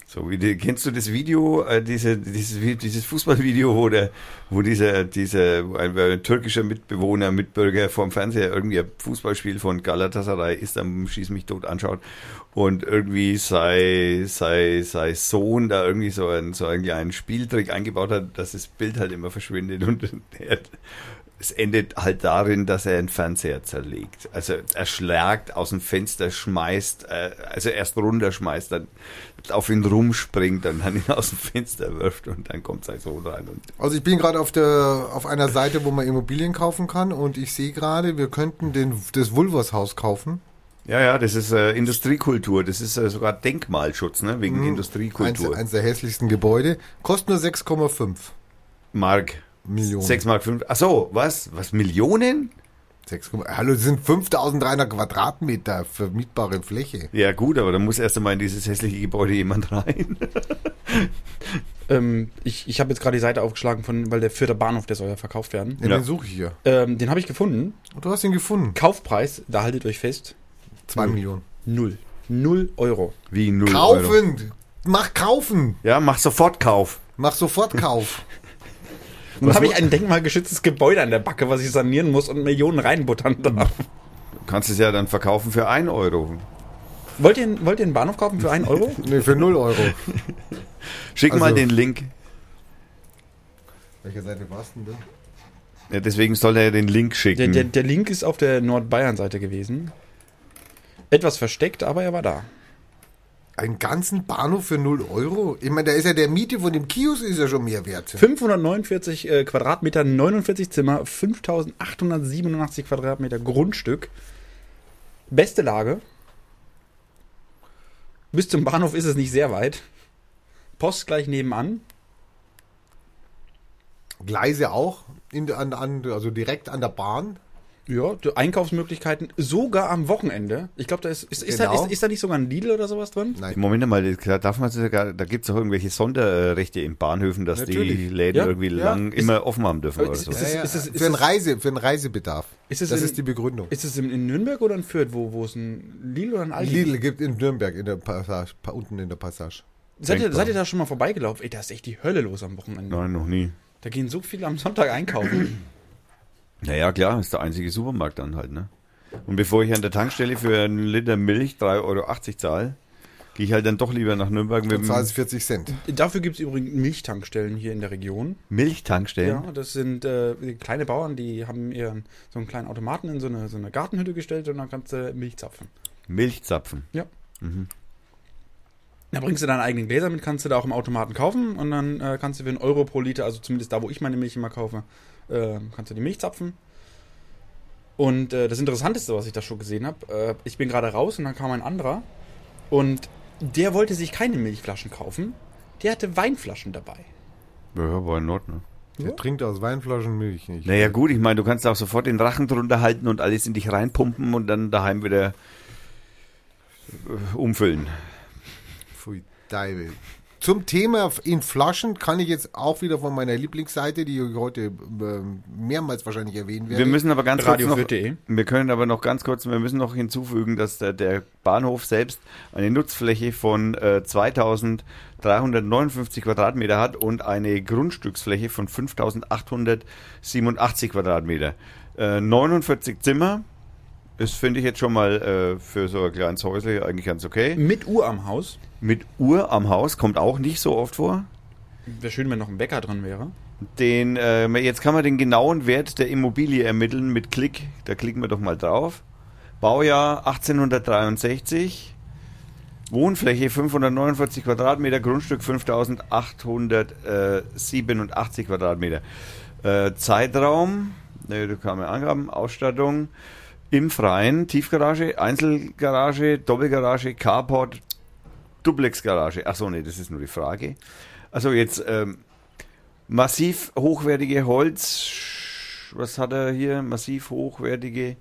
[SPEAKER 1] So, wie die, kennst du das Video, äh, diese, dieses, Vi- dieses Fußballvideo, wo, der, wo dieser, dieser wo ein, ein türkischer Mitbewohner, Mitbürger vom Fernseher irgendwie ein Fußballspiel von Galatasaray ist, dann schieß mich tot anschaut und irgendwie sei, sei, sei Sohn da irgendwie so einen, so einen kleinen Spieltrick eingebaut hat, dass das Bild halt immer verschwindet und er, es endet halt darin, dass er einen Fernseher zerlegt. Also er schlägt aus dem Fenster, schmeißt, äh, also erst runterschmeißt, dann auf ihn rumspringt und dann ihn aus dem Fenster wirft und dann kommt sein Sohn rein. Und
[SPEAKER 2] Also ich bin gerade auf der auf einer Seite, wo man Immobilien kaufen kann und ich sehe gerade, wir könnten den das Vulvers Haus kaufen.
[SPEAKER 1] ja, ja, das ist äh, Industriekultur, das ist äh, sogar Denkmalschutz, ne? Wegen
[SPEAKER 2] Mhm. Eins,
[SPEAKER 1] Industriekultur.
[SPEAKER 2] eins der hässlichsten Gebäude. Kostet nur 6,5
[SPEAKER 1] Mark.
[SPEAKER 2] Millionen.
[SPEAKER 1] 6 Mark 5. Ach so, was? Was, Millionen?
[SPEAKER 2] 6, hallo, das sind 5300 Quadratmeter vermietbare Fläche.
[SPEAKER 1] Ja gut, aber da muss erst einmal in dieses hässliche Gebäude jemand rein.
[SPEAKER 3] Ähm, ich ich habe jetzt gerade die Seite aufgeschlagen, von, weil der vierte Bahnhof, der soll ja verkauft werden.
[SPEAKER 2] Ja,
[SPEAKER 1] Ja.
[SPEAKER 2] Den suche ich hier.
[SPEAKER 3] Ähm, den habe ich gefunden.
[SPEAKER 2] Und du hast ihn gefunden.
[SPEAKER 3] Kaufpreis, da haltet euch fest,
[SPEAKER 2] 2 Millionen.
[SPEAKER 3] null. Null Euro.
[SPEAKER 1] Wie null Euro.
[SPEAKER 2] Kaufen! Mach kaufen!
[SPEAKER 1] Ja, mach sofort Kauf.
[SPEAKER 2] Mach sofort Kauf.
[SPEAKER 3] Und dann
[SPEAKER 1] Was
[SPEAKER 3] habe
[SPEAKER 1] mu-
[SPEAKER 3] ich ein denkmalgeschütztes Gebäude an der Backe, was ich sanieren muss und Millionen reinbuttern darf.
[SPEAKER 1] Du kannst es ja dann verkaufen für 1 Euro.
[SPEAKER 3] Wollt ihr, wollt ihr einen Bahnhof kaufen für einen Euro?
[SPEAKER 2] nee, für 0 Euro.
[SPEAKER 1] Schick mal
[SPEAKER 2] Also-
[SPEAKER 1] den Link.
[SPEAKER 2] Welche Seite warst denn da?
[SPEAKER 1] Ja, deswegen soll er den Link
[SPEAKER 3] Der,
[SPEAKER 1] schicken.
[SPEAKER 3] der, der Link ist auf der Nordbayern-Seite gewesen. Etwas versteckt, aber er war da.
[SPEAKER 2] Einen ganzen Bahnhof für 0 Euro? Ich meine, da ist ja der Miete von dem Kiosk ist ja schon mehr wert.
[SPEAKER 3] 549 äh, Quadratmeter, 49 Zimmer, 5887 Quadratmeter Grundstück. Beste Lage. Bis zum Bahnhof ist es nicht sehr weit. Post gleich nebenan.
[SPEAKER 2] Gleise auch, in, der- an, an, also direkt an der Bahn.
[SPEAKER 3] Ja, die Einkaufsmöglichkeiten sogar am Wochenende. Ich glaube, da ist, ist, ist,
[SPEAKER 2] Genau.
[SPEAKER 3] da, ist, ist da nicht sogar ein Lidl oder sowas drin?
[SPEAKER 2] Nein.
[SPEAKER 1] Moment mal, da darf man sogar, da gibt es auch irgendwelche Sonderrechte in Bahnhöfen, dass die
[SPEAKER 3] Natürlich.
[SPEAKER 1] Läden
[SPEAKER 3] Ja,
[SPEAKER 1] irgendwie
[SPEAKER 3] ja.
[SPEAKER 1] lang
[SPEAKER 3] Ist-
[SPEAKER 1] immer offen haben dürfen
[SPEAKER 3] Aber
[SPEAKER 1] oder
[SPEAKER 3] ist-
[SPEAKER 1] so.
[SPEAKER 3] ist-
[SPEAKER 2] Ja, ja,
[SPEAKER 3] es-
[SPEAKER 2] für, einen
[SPEAKER 3] es-
[SPEAKER 2] Reise, für einen Reisebedarf.
[SPEAKER 3] Ist es
[SPEAKER 2] das
[SPEAKER 3] in-
[SPEAKER 2] ist die Begründung.
[SPEAKER 3] Ist es in, in Nürnberg oder in Fürth, wo, wo es ein Lidl oder ein Aldi
[SPEAKER 2] Lidl gibt in Nürnberg in der Passage, pa- unten in der Passage.
[SPEAKER 3] Seid ihr,
[SPEAKER 1] Denkbar.
[SPEAKER 3] seid ihr da schon mal vorbeigelaufen? Ey, da ist echt die Hölle los am Wochenende.
[SPEAKER 1] Nein, noch nie.
[SPEAKER 3] Da gehen so viele am Sonntag einkaufen.
[SPEAKER 1] Naja, klar, ist der einzige Supermarkt dann halt, ne? Und bevor ich an der Tankstelle für einen Liter Milch 3,80 Euro zahle, gehe ich halt dann doch lieber nach Nürnberg mit
[SPEAKER 2] Und
[SPEAKER 3] Mhm.
[SPEAKER 1] dem
[SPEAKER 2] zwar ist 40 Cent.
[SPEAKER 3] Dafür gibt es übrigens Milchtankstellen hier in der Region.
[SPEAKER 1] Milchtankstellen.
[SPEAKER 3] Ja, das sind äh, kleine Bauern, die haben ihren so einen kleinen Automaten in so eine, so eine Gartenhütte gestellt und dann kannst du Milch zapfen.
[SPEAKER 1] Milchzapfen.
[SPEAKER 3] Ja. Da bringst du deine eigenen Gläser mit, kannst du da auch im Automaten kaufen und dann äh, kannst du für einen Euro pro Liter, also zumindest da, wo ich meine Milch immer kaufe, äh, kannst du die Milch zapfen. Und äh, das Interessanteste, was ich da schon gesehen habe, äh, ich bin gerade raus und dann kam ein anderer und der wollte sich keine Milchflaschen kaufen, der hatte Weinflaschen dabei.
[SPEAKER 1] Ja, ja, war in Ordnung.
[SPEAKER 2] Der trinkt aus Weinflaschen Milch nicht.
[SPEAKER 1] Naja, gut, ich meine, du kannst auch sofort den Rachen drunter halten und alles in dich reinpumpen und dann daheim wieder äh, umfüllen.
[SPEAKER 2] Pfui, Teufel. Zum Thema in Flaschen kann ich jetzt auch wieder von meiner Lieblingsseite, die ich heute ähm, mehrmals wahrscheinlich erwähnen werde.
[SPEAKER 1] Wir müssen aber ganz kurz noch,
[SPEAKER 3] Radio4.de.
[SPEAKER 1] wir können aber noch ganz kurz, wir müssen noch hinzufügen, dass der, der Bahnhof selbst eine Nutzfläche von äh, 2359 Quadratmeter hat und eine Grundstücksfläche von 5887 Quadratmeter. Äh, 49 Zimmer ist, finde ich jetzt schon mal äh, für so ein kleines Häusle eigentlich ganz okay.
[SPEAKER 3] Mit Uhr am Haus.
[SPEAKER 1] Mit Uhr am Haus kommt auch nicht so oft vor.
[SPEAKER 3] Wäre schön, wenn noch ein Bäcker drin wäre.
[SPEAKER 1] Den, äh, jetzt kann man den genauen Wert der Immobilie ermitteln mit Klick. Da klicken wir doch mal drauf. Baujahr 1863. Wohnfläche 549 Quadratmeter, Grundstück 5887 Quadratmeter. Äh, Zeitraum, ne, da kamen Angaben, Ausstattung im Freien, Tiefgarage, Einzelgarage, Doppelgarage, Carport, Duplexgarage. Achso, nee, das ist nur die Frage. Also jetzt ähm, massiv hochwertige Holz. Was hat er hier? Massiv hochwertige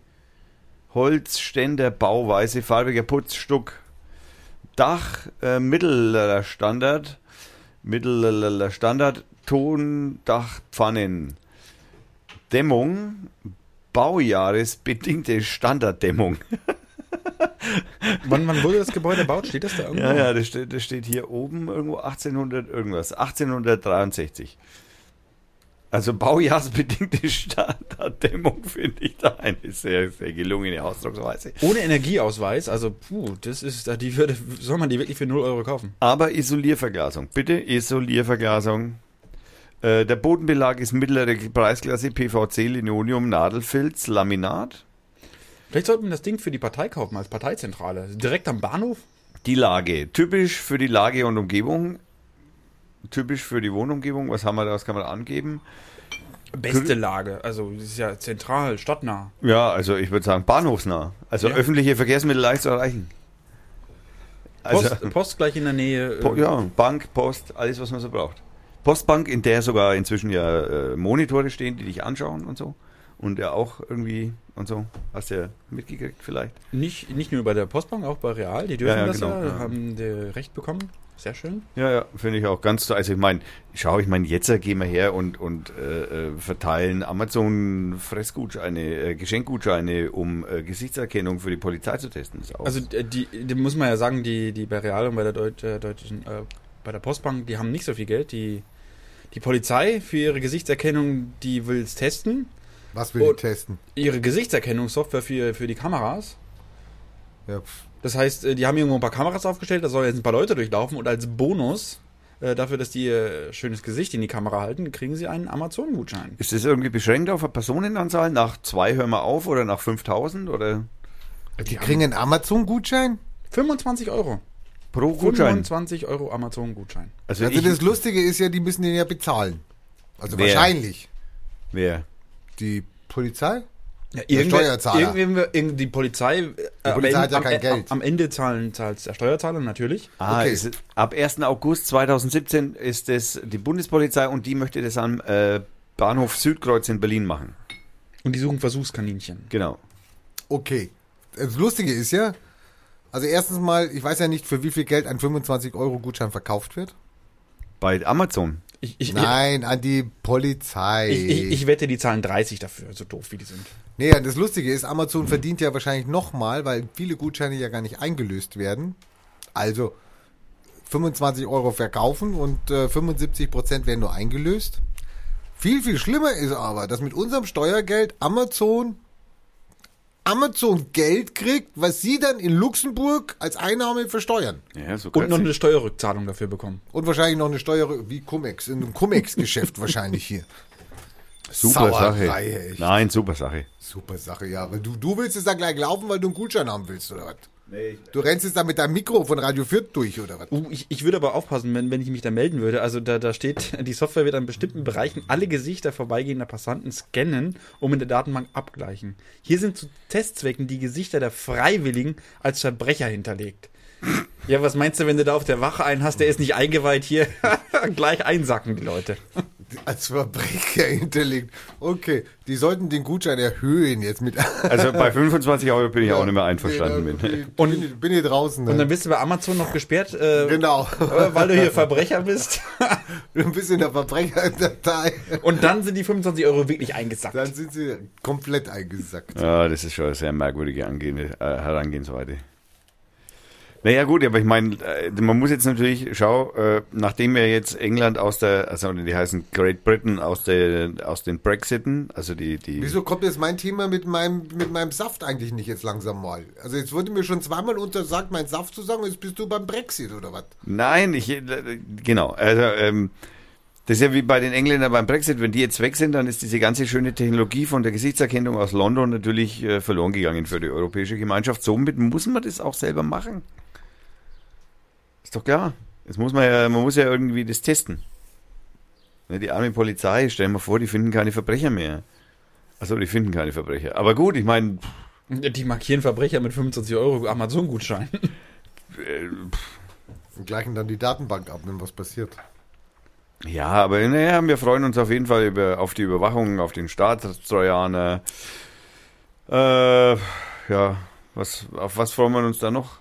[SPEAKER 1] Holzständer, Bauweise, farbiger Putzstuck, Dach, äh, mittlerer Standard, mittlerer Standard, Ton, Dach, Pfannen, Dämmung, baujahresbedingte Standarddämmung.
[SPEAKER 3] Wann, wann wurde das Gebäude gebaut? Steht das da irgendwo?
[SPEAKER 1] Ja, ja, das steht, das steht hier oben irgendwo 1800 irgendwas, 1863. Also baujahrsbedingte Standarddämmung finde ich da eine sehr, sehr gelungene Ausdrucksweise.
[SPEAKER 3] Ohne Energieausweis, also puh, das ist, die würde, soll man die wirklich für 0 Euro kaufen?
[SPEAKER 1] Aber Isolierverglasung, bitte Isolierverglasung. Äh, der Bodenbelag ist mittlere Preisklasse PVC, Linoleum, Nadelfilz, Laminat.
[SPEAKER 3] Vielleicht sollten wir das Ding für die Partei kaufen, als Parteizentrale. Direkt am Bahnhof?
[SPEAKER 1] Die Lage, typisch für die Lage und Umgebung. Typisch für die Wohnumgebung, was haben wir da, was kann man da angeben?
[SPEAKER 3] Beste Lage, also das ist ja zentral, stadtnah.
[SPEAKER 1] Ja, also ich würde sagen bahnhofsnah. Also
[SPEAKER 3] Ja.
[SPEAKER 1] öffentliche Verkehrsmittel leicht zu erreichen. Also,
[SPEAKER 3] Post, Post gleich in der Nähe. äh,
[SPEAKER 1] Po ja, Bank, Post, alles, was man so braucht. Postbank, in der sogar inzwischen ja äh, Monitore stehen, die dich anschauen und so. Und ja auch irgendwie und so. Hast du ja mitgekriegt vielleicht.
[SPEAKER 3] Nicht, nicht nur bei der Postbank, auch bei Real. Die dürfen
[SPEAKER 1] Ja, ja,
[SPEAKER 3] das
[SPEAKER 1] genau,
[SPEAKER 3] ja,
[SPEAKER 1] ja.
[SPEAKER 3] haben die Recht bekommen. Sehr schön.
[SPEAKER 1] Ja, ja, finde ich auch ganz so. Also ich meine, schau, ich meine, jetzt gehen wir her und, und äh, äh, verteilen Amazon-Fressgutscheine, äh, Geschenkgutscheine, um äh, Gesichtserkennung für die Polizei zu testen. Ist auch
[SPEAKER 3] Also äh, die, die muss man ja sagen, die, die bei Real und bei der Deut äh, deutschen, äh, bei der Postbank, die haben nicht so viel Geld. Die, die Polizei für ihre Gesichtserkennung, die will es testen.
[SPEAKER 2] Was will
[SPEAKER 3] Und-
[SPEAKER 2] ich testen?
[SPEAKER 3] Ihre Gesichtserkennungssoftware für, für die Kameras.
[SPEAKER 2] Ja, pff.
[SPEAKER 3] Das heißt, äh, die haben irgendwo ein paar Kameras aufgestellt, da sollen jetzt ein paar Leute durchlaufen und als Bonus äh, dafür, dass die ihr schönes Gesicht in die Kamera halten, kriegen sie einen Amazon-Gutschein.
[SPEAKER 1] ist das irgendwie beschränkt auf eine Personenanzahl? Nach zwei hören wir auf oder nach 5000 oder
[SPEAKER 2] Die kriegen einen Amazon-Gutschein?
[SPEAKER 3] 25 Euro.
[SPEAKER 1] pro Gutschein?
[SPEAKER 3] 25 Euro Amazon-Gutschein.
[SPEAKER 2] Also das Lustige ist ja, die müssen den ja bezahlen. Also
[SPEAKER 1] Wer?
[SPEAKER 2] wahrscheinlich.
[SPEAKER 1] Wer?
[SPEAKER 2] Die Polizei?
[SPEAKER 3] Ja,
[SPEAKER 2] Steuerzahler.
[SPEAKER 3] Irgendwer, irgend, die Polizei, äh, am
[SPEAKER 2] Polizei hat ja
[SPEAKER 3] am,
[SPEAKER 2] kein
[SPEAKER 3] am,
[SPEAKER 2] Geld.
[SPEAKER 3] Am Ende zahlen, zahlt der Steuerzahler natürlich.
[SPEAKER 1] Ah,
[SPEAKER 2] Okay.
[SPEAKER 1] es ist, ab 1. August 2017 ist es die Bundespolizei und die möchte das am äh, Bahnhof Südkreuz in Berlin machen.
[SPEAKER 3] Und die suchen Versuchskaninchen.
[SPEAKER 1] Genau.
[SPEAKER 2] Okay. Das Lustige ist ja, also erstens mal, ich weiß ja nicht, für wie viel Geld ein 25-Euro-Gutschein verkauft wird.
[SPEAKER 1] Bei Amazon.
[SPEAKER 3] Ich, ich,
[SPEAKER 2] Nein, an die Polizei.
[SPEAKER 3] ich, ich, ich wette, die zahlen 30 dafür, so doof wie die sind.
[SPEAKER 2] Nee, ja, das Lustige ist, Amazon verdient ja wahrscheinlich nochmal, weil viele Gutscheine ja gar nicht eingelöst werden. Also 25 Euro verkaufen und äh, 75 Prozent werden nur eingelöst. Viel, viel schlimmer ist aber, dass mit unserem Steuergeld Amazon Amazon Geld kriegt, was sie dann in Luxemburg als Einnahme versteuern.
[SPEAKER 1] Ja, so
[SPEAKER 3] Und noch eine Steuerrückzahlung dafür bekommen.
[SPEAKER 2] Und wahrscheinlich noch eine Steuer wie Cum-Ex, in einem Cum-Ex-Geschäft wahrscheinlich hier.
[SPEAKER 1] Super
[SPEAKER 2] Sauerei,
[SPEAKER 1] Sache.
[SPEAKER 2] echt.
[SPEAKER 1] Nein, super Sache.
[SPEAKER 2] Super Sache, ja. Aber du, du willst jetzt da gleich laufen, weil du einen Gutschein haben willst, oder was?
[SPEAKER 1] Nee, ich-
[SPEAKER 2] Du rennst jetzt da mit deinem Mikro von Radio Fürth durch, oder was?
[SPEAKER 3] Uh, ich, ich würde aber aufpassen, wenn, wenn ich mich da melden würde. Also da, da steht, die Software wird an bestimmten Bereichen alle Gesichter vorbeigehender Passanten scannen, um in der Datenbank abgleichen. Hier sind zu Testzwecken die Gesichter der Freiwilligen als Verbrecher hinterlegt. Ja, was meinst du, wenn du da auf der Wache einen hast, der ist nicht eingeweiht hier? Gleich einsacken die Leute.
[SPEAKER 2] Als Verbrecher hinterlegt. Okay, die sollten den Gutschein erhöhen jetzt mit.
[SPEAKER 1] Also bei 25 Euro bin ich auch nicht mehr einverstanden.
[SPEAKER 2] Nee, da
[SPEAKER 1] mit.
[SPEAKER 2] bin ich- bin, ich- bin hier draußen.
[SPEAKER 3] Und
[SPEAKER 2] ne?
[SPEAKER 3] dann bist du bei Amazon noch gesperrt, äh,
[SPEAKER 2] genau.
[SPEAKER 3] äh, weil du hier Verbrecher bist.
[SPEAKER 2] Du bist in der Verbrecherdatei.
[SPEAKER 3] Und dann sind die 25 Euro wirklich eingesackt.
[SPEAKER 2] Dann sind sie komplett eingesackt.
[SPEAKER 1] Ja, das ist schon eine sehr merkwürdige Angehende, äh, Herangehensweise. Naja gut, aber ich meine, äh, man muss jetzt natürlich, schau, äh, nachdem wir jetzt England aus der, also die heißen Great Britain aus der, aus den Brexiten, also die, die
[SPEAKER 2] Wieso kommt jetzt mein Thema mit meinem, mit meinem Saft eigentlich nicht jetzt langsam mal? Also jetzt wurde mir schon zweimal untersagt, meinen Saft zu sagen, jetzt bist du beim Brexit, oder was?
[SPEAKER 1] Nein, ich genau. Also ähm, das ist ja wie bei den Engländern beim Brexit. Wenn die jetzt weg sind, dann ist diese ganze schöne Technologie von der Gesichtserkennung aus London natürlich äh, verloren gegangen für die Europäische Gemeinschaft. Somit muss man das auch selber machen. Ist doch klar. Jetzt muss man ja, man muss ja irgendwie das testen. Ne, Die arme Polizei, stell dir mal vor, die finden keine Verbrecher mehr. Achso, die finden keine Verbrecher. Aber gut, ich meine,
[SPEAKER 3] Die markieren Verbrecher mit 25 Euro Amazon-Gutschein.
[SPEAKER 2] Und gleichen dann die Datenbank ab, wenn was passiert.
[SPEAKER 1] ja, aber naja, wir freuen uns auf jeden Fall über, auf die Überwachung, auf den Staatstrojaner. Äh, ja, was, auf was freuen wir uns da noch?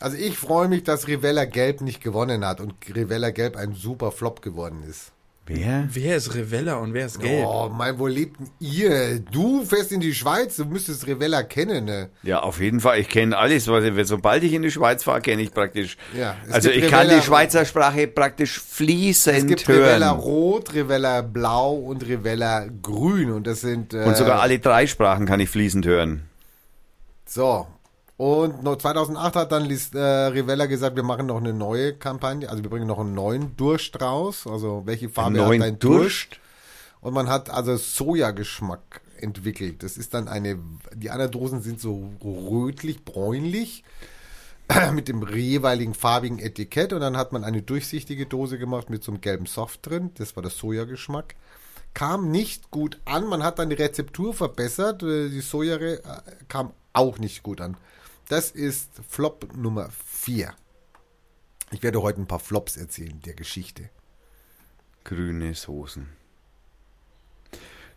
[SPEAKER 2] Also ich freue mich, dass Rivella Gelb nicht gewonnen hat und Rivella Gelb ein super Flop geworden ist.
[SPEAKER 1] Wer?
[SPEAKER 3] Wer ist Revella und wer ist Gelb?
[SPEAKER 2] Oh, mein, wo lebt denn ihr? Du fährst in die Schweiz, du müsstest Rivella kennen, ne?
[SPEAKER 1] Ja, auf jeden Fall. Ich kenne alles. Was, sobald ich in die Schweiz fahre, kenne ich praktisch.
[SPEAKER 2] Ja, es
[SPEAKER 1] also
[SPEAKER 2] gibt
[SPEAKER 1] ich kann
[SPEAKER 2] Rivella-
[SPEAKER 1] die Schweizer Sprache praktisch fließend
[SPEAKER 2] Es gibt
[SPEAKER 1] hören.
[SPEAKER 2] Rivella Rot, Rivella Blau und Rivella Grün und das sind... Äh,
[SPEAKER 1] Und sogar alle drei Sprachen kann ich fließend hören.
[SPEAKER 2] So. Und noch 2008 hat dann Lis- äh, Rivella gesagt, wir machen noch eine neue Kampagne. Also wir bringen noch einen neuen Durst raus. Also welche Farbe
[SPEAKER 1] neuen
[SPEAKER 2] hat dein Durst? Und man hat also Sojageschmack entwickelt. Das ist dann eine, die anderen Dosen sind so rötlich, bräunlich mit dem jeweiligen farbigen Etikett und dann hat man eine durchsichtige Dose gemacht mit so einem gelben Soft drin. Das war der Sojageschmack. Kam nicht gut an. Man hat dann die Rezeptur verbessert. Äh, Die Soja äh, kam auch nicht gut an. Das ist Flop Nummer 4. Ich werde heute ein paar Flops erzählen der Geschichte.
[SPEAKER 1] Grüne Soßen.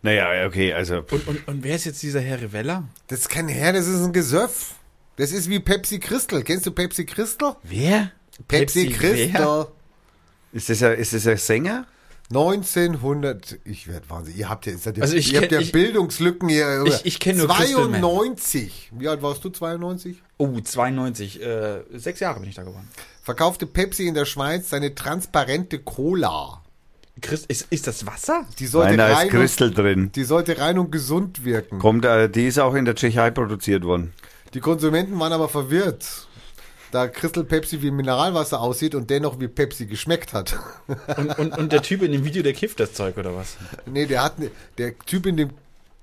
[SPEAKER 1] Naja, okay, also. pff,
[SPEAKER 3] Und, und, und wer ist jetzt dieser Herr Revella?
[SPEAKER 2] Das ist kein Herr, das ist ein Gesöff. Das ist wie Pepsi Crystal. Kennst du Pepsi Crystal?
[SPEAKER 1] Wer?
[SPEAKER 2] Pepsi,
[SPEAKER 3] Pepsi
[SPEAKER 2] Crystal.
[SPEAKER 1] Ist das, ein, ist das ein Sänger?
[SPEAKER 2] 1900, ich werde Wahnsinn, ihr habt ja, seid ihr,
[SPEAKER 3] Also ich
[SPEAKER 2] ihr
[SPEAKER 3] kenn-
[SPEAKER 2] habt ja
[SPEAKER 3] ich-
[SPEAKER 2] Bildungslücken hier.
[SPEAKER 3] Ich- ich kenn nur Crystal Man.
[SPEAKER 2] 92, wie alt warst du, 92?
[SPEAKER 3] Oh, 92. Äh, sechs Jahre bin ich da geworden.
[SPEAKER 2] Verkaufte Pepsi in der Schweiz seine transparente Cola.
[SPEAKER 3] Christ, ist, ist das Wasser?
[SPEAKER 2] Die sollte,
[SPEAKER 1] Nein, da
[SPEAKER 2] rein
[SPEAKER 1] ist Crystal drin.
[SPEAKER 2] Und, die sollte rein und gesund wirken.
[SPEAKER 1] Kommt, äh, die ist auch in der Tschechei produziert worden.
[SPEAKER 2] Die Konsumenten waren aber verwirrt, da Crystal Pepsi wie Mineralwasser aussieht und dennoch wie Pepsi geschmeckt hat.
[SPEAKER 3] Und, und, und der Typ in dem Video, der kifft das Zeug oder was?
[SPEAKER 2] Nee, der hat ne, der Typ in dem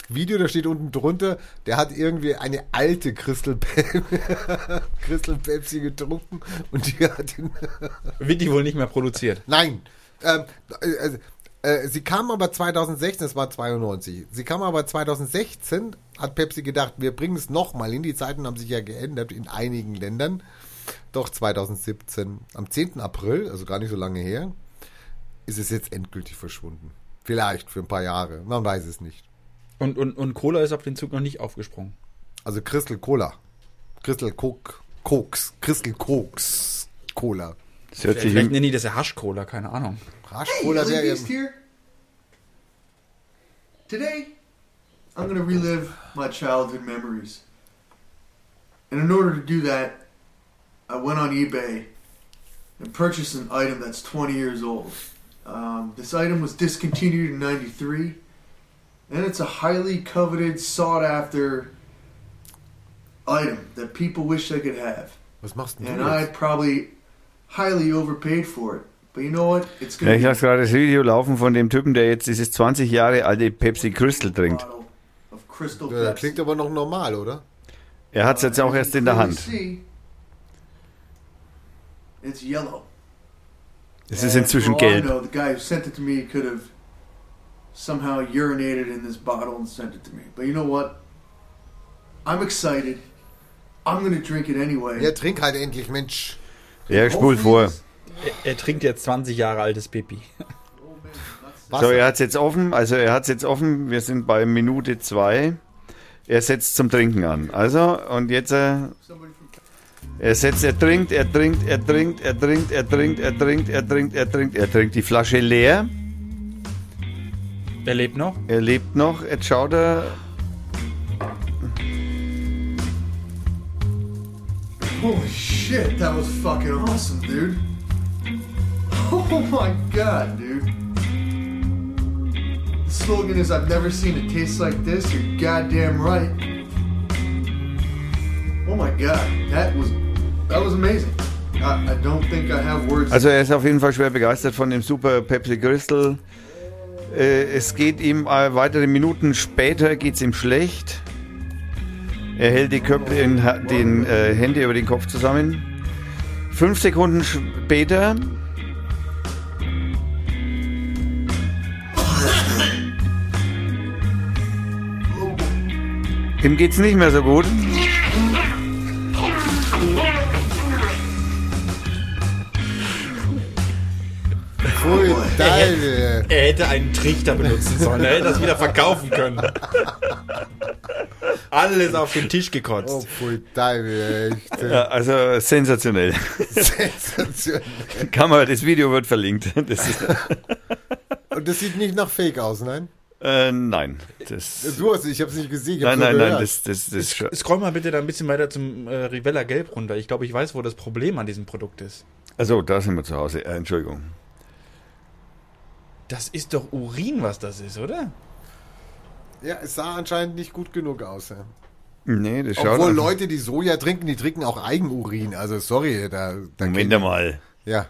[SPEAKER 2] Video, da steht unten drunter, der hat irgendwie eine alte Crystal, Pe Crystal Pepsi getrunken und die hat ihn.
[SPEAKER 3] Wird die wohl nicht mehr produziert?
[SPEAKER 2] Nein. Ähm, äh, äh, sie kam aber 2016, es war 92. Sie kam aber 2016, hat Pepsi gedacht, wir bringen es nochmal hin. Die Zeiten haben sich ja geändert in einigen Ländern. Doch 2017, am 10. April, also gar nicht so lange her, ist es jetzt endgültig verschwunden. Vielleicht für ein paar Jahre, man weiß es nicht.
[SPEAKER 3] Und, und, und Cola ist auf den Zug noch nicht aufgesprungen.
[SPEAKER 2] Also Crystal Cola. Crystal Coke. Koks. Crystal Koks. Cola.
[SPEAKER 1] Das hört sich
[SPEAKER 3] Vielleicht
[SPEAKER 1] im,
[SPEAKER 3] nennen die das ja Hasch-Cola, keine Ahnung.
[SPEAKER 2] Rasch
[SPEAKER 4] Hey,
[SPEAKER 2] Cola wäre
[SPEAKER 4] Ellie Beast
[SPEAKER 2] eben.
[SPEAKER 4] here. Today, I'm gonna relive my childhood memories. And in order to do that, I went on eBay and purchased an item that's 20 years old. Um, this item was discontinued in '93, and it's a highly coveted, sought-after item that people wish they could have.
[SPEAKER 2] Was machst denn
[SPEAKER 4] And
[SPEAKER 2] du
[SPEAKER 4] I
[SPEAKER 2] jetzt?
[SPEAKER 4] probably highly overpaid for it. But you know what? It's
[SPEAKER 1] ja,
[SPEAKER 4] gonna
[SPEAKER 1] ich
[SPEAKER 4] be
[SPEAKER 1] lasse gerade das Video laufen von dem Typen, der jetzt dieses 20 Jahre alte Pepsi Crystal trinkt.
[SPEAKER 4] bottle of Crystal
[SPEAKER 2] Ja, das
[SPEAKER 4] Pepsi.
[SPEAKER 2] klingt aber noch normal, oder?
[SPEAKER 1] Er hat es jetzt auch
[SPEAKER 4] As
[SPEAKER 1] erst
[SPEAKER 4] you
[SPEAKER 1] in der
[SPEAKER 4] clearly
[SPEAKER 1] Hand.
[SPEAKER 4] see, It's yellow.
[SPEAKER 1] Es ist
[SPEAKER 4] And
[SPEAKER 1] inzwischen
[SPEAKER 4] for all I
[SPEAKER 1] gelb.
[SPEAKER 4] know, the guy who sent it to me could have somehow urinated in this bottle and sent it to me. But you know what? I'm excited. I'm gonna drink it anyway.
[SPEAKER 2] Ja, trink halt endlich, Mensch.
[SPEAKER 1] Ja, spul
[SPEAKER 4] Hopefully
[SPEAKER 1] vor.
[SPEAKER 4] this-
[SPEAKER 3] Er, er trinkt jetzt 20 Jahre altes Pipi.
[SPEAKER 4] Oh, man, that's-
[SPEAKER 2] Wasser.
[SPEAKER 1] So, er hat es jetzt offen. Also er hat es jetzt offen. Wir sind bei Minute zwei. Er setzt zum Trinken an. Also, und jetzt, äh,
[SPEAKER 4] somebody from-
[SPEAKER 1] er setzt, er trinkt, er trinkt, er trinkt, er trinkt, er trinkt, er trinkt, er trinkt, er trinkt, er trinkt die Flasche leer.
[SPEAKER 3] Er lebt noch?
[SPEAKER 1] Er lebt noch. Jetzt schaut er.
[SPEAKER 4] Holy shit, that was fucking awesome, dude. Oh my god, dude. The slogan is I've never seen it taste like this. You're goddamn right. Oh my god, that was that was amazing. I, I don't think I have words.
[SPEAKER 1] Also er ist auf jeden Fall schwer begeistert von dem Super Pepsi Crystal. Äh, es geht ihm äh, weitere Minuten später geht's ihm schlecht. Er hält die Köpfe in, Ha- den äh, Hände über den Kopf zusammen. Fünf Sekunden später. Dem geht's nicht mehr so gut.
[SPEAKER 2] Pfui, deine.
[SPEAKER 3] Er hätte einen Trichter benutzen sollen. Er hätte das wieder verkaufen können. Alles auf den Tisch gekotzt.
[SPEAKER 2] Oh, pfui, deine. Echt. äh,
[SPEAKER 1] Ja, also sensationell.
[SPEAKER 2] Sensationell.
[SPEAKER 1] Kann man, das Video wird verlinkt. Das ist,
[SPEAKER 2] Und das sieht nicht nach Fake aus, nein?
[SPEAKER 1] äh, nein, das,
[SPEAKER 2] Du hast, ich hab's nicht gesehen. Ich hab's
[SPEAKER 1] nein,
[SPEAKER 2] nur
[SPEAKER 1] nein, nein,
[SPEAKER 2] gehört.
[SPEAKER 1] das, das, das,
[SPEAKER 3] Scroll mal bitte da ein bisschen weiter zum äh, Rivella Gelb runter. Ich glaube, ich weiß, wo das Problem an diesem Produkt ist.
[SPEAKER 1] also da sind wir zu Hause. Äh, Entschuldigung.
[SPEAKER 3] Das ist doch Urin, was das ist, oder?
[SPEAKER 2] Ja, es sah anscheinend nicht gut genug aus. Ja.
[SPEAKER 1] Nee, das schaut
[SPEAKER 2] Obwohl
[SPEAKER 1] einfach-
[SPEAKER 2] Leute, die Soja trinken, die trinken auch Eigenurin. Also sorry, da, da
[SPEAKER 1] Moment
[SPEAKER 2] geht-
[SPEAKER 1] mal.
[SPEAKER 2] Ja.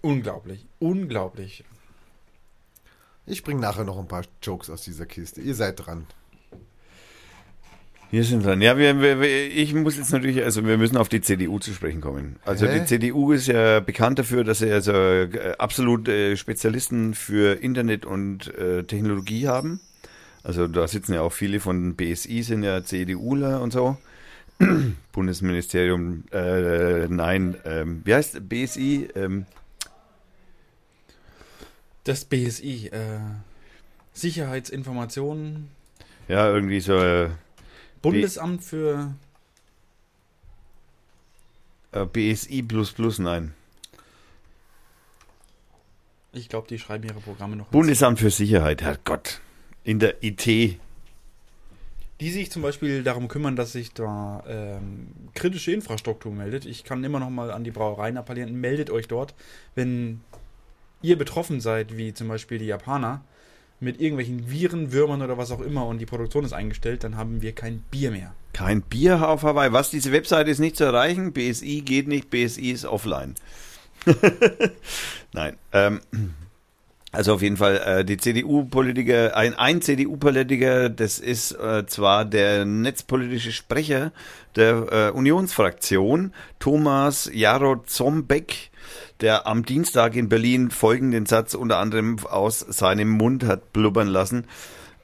[SPEAKER 3] Unglaublich. Unglaublich.
[SPEAKER 2] Ich bringe nachher noch ein paar Jokes aus dieser Kiste. Ihr seid dran.
[SPEAKER 1] Hier sind wir. Ja, wir, wir, wir, ich muss jetzt natürlich, also wir müssen auf die CDU zu sprechen kommen. Also
[SPEAKER 2] Hä?
[SPEAKER 1] die CDU ist ja bekannt dafür, dass sie also äh, absolut äh, Spezialisten für Internet und äh, Technologie haben. Also da sitzen ja auch viele von BSI, sind ja CDUler und so. Bundesministerium, äh, nein, ähm, wie heißt BSI? Ähm,
[SPEAKER 3] Das BSI, äh, Sicherheitsinformationen,
[SPEAKER 1] ja, irgendwie so äh,
[SPEAKER 3] Bundesamt für.
[SPEAKER 1] äh, BSI plus plus, nein.
[SPEAKER 3] Ich glaube, die schreiben ihre Programme noch. ins-
[SPEAKER 1] Bundesamt für Sicherheit, Herrgott. In der IT.
[SPEAKER 3] die sich zum Beispiel darum kümmern, dass sich da ähm, kritische Infrastruktur meldet. Ich kann immer noch mal an die Brauereien appellieren, meldet euch dort, wenn ihr betroffen seid, wie zum Beispiel die Japaner, mit irgendwelchen Viren, Würmern oder was auch immer und die Produktion ist eingestellt, dann haben wir kein Bier mehr.
[SPEAKER 1] Kein Bier auf Hawaii. Was, diese Webseite ist nicht zu erreichen? BSI geht nicht, BSI ist offline. Nein. Ähm, also auf jeden Fall, äh, die CDU-Politiker, ein, ein CDU-Politiker, das ist äh, zwar der netzpolitische Sprecher der äh, Unionsfraktion, Thomas Jarozombeck, der am Dienstag in Berlin folgenden Satz unter anderem aus seinem Mund hat blubbern lassen.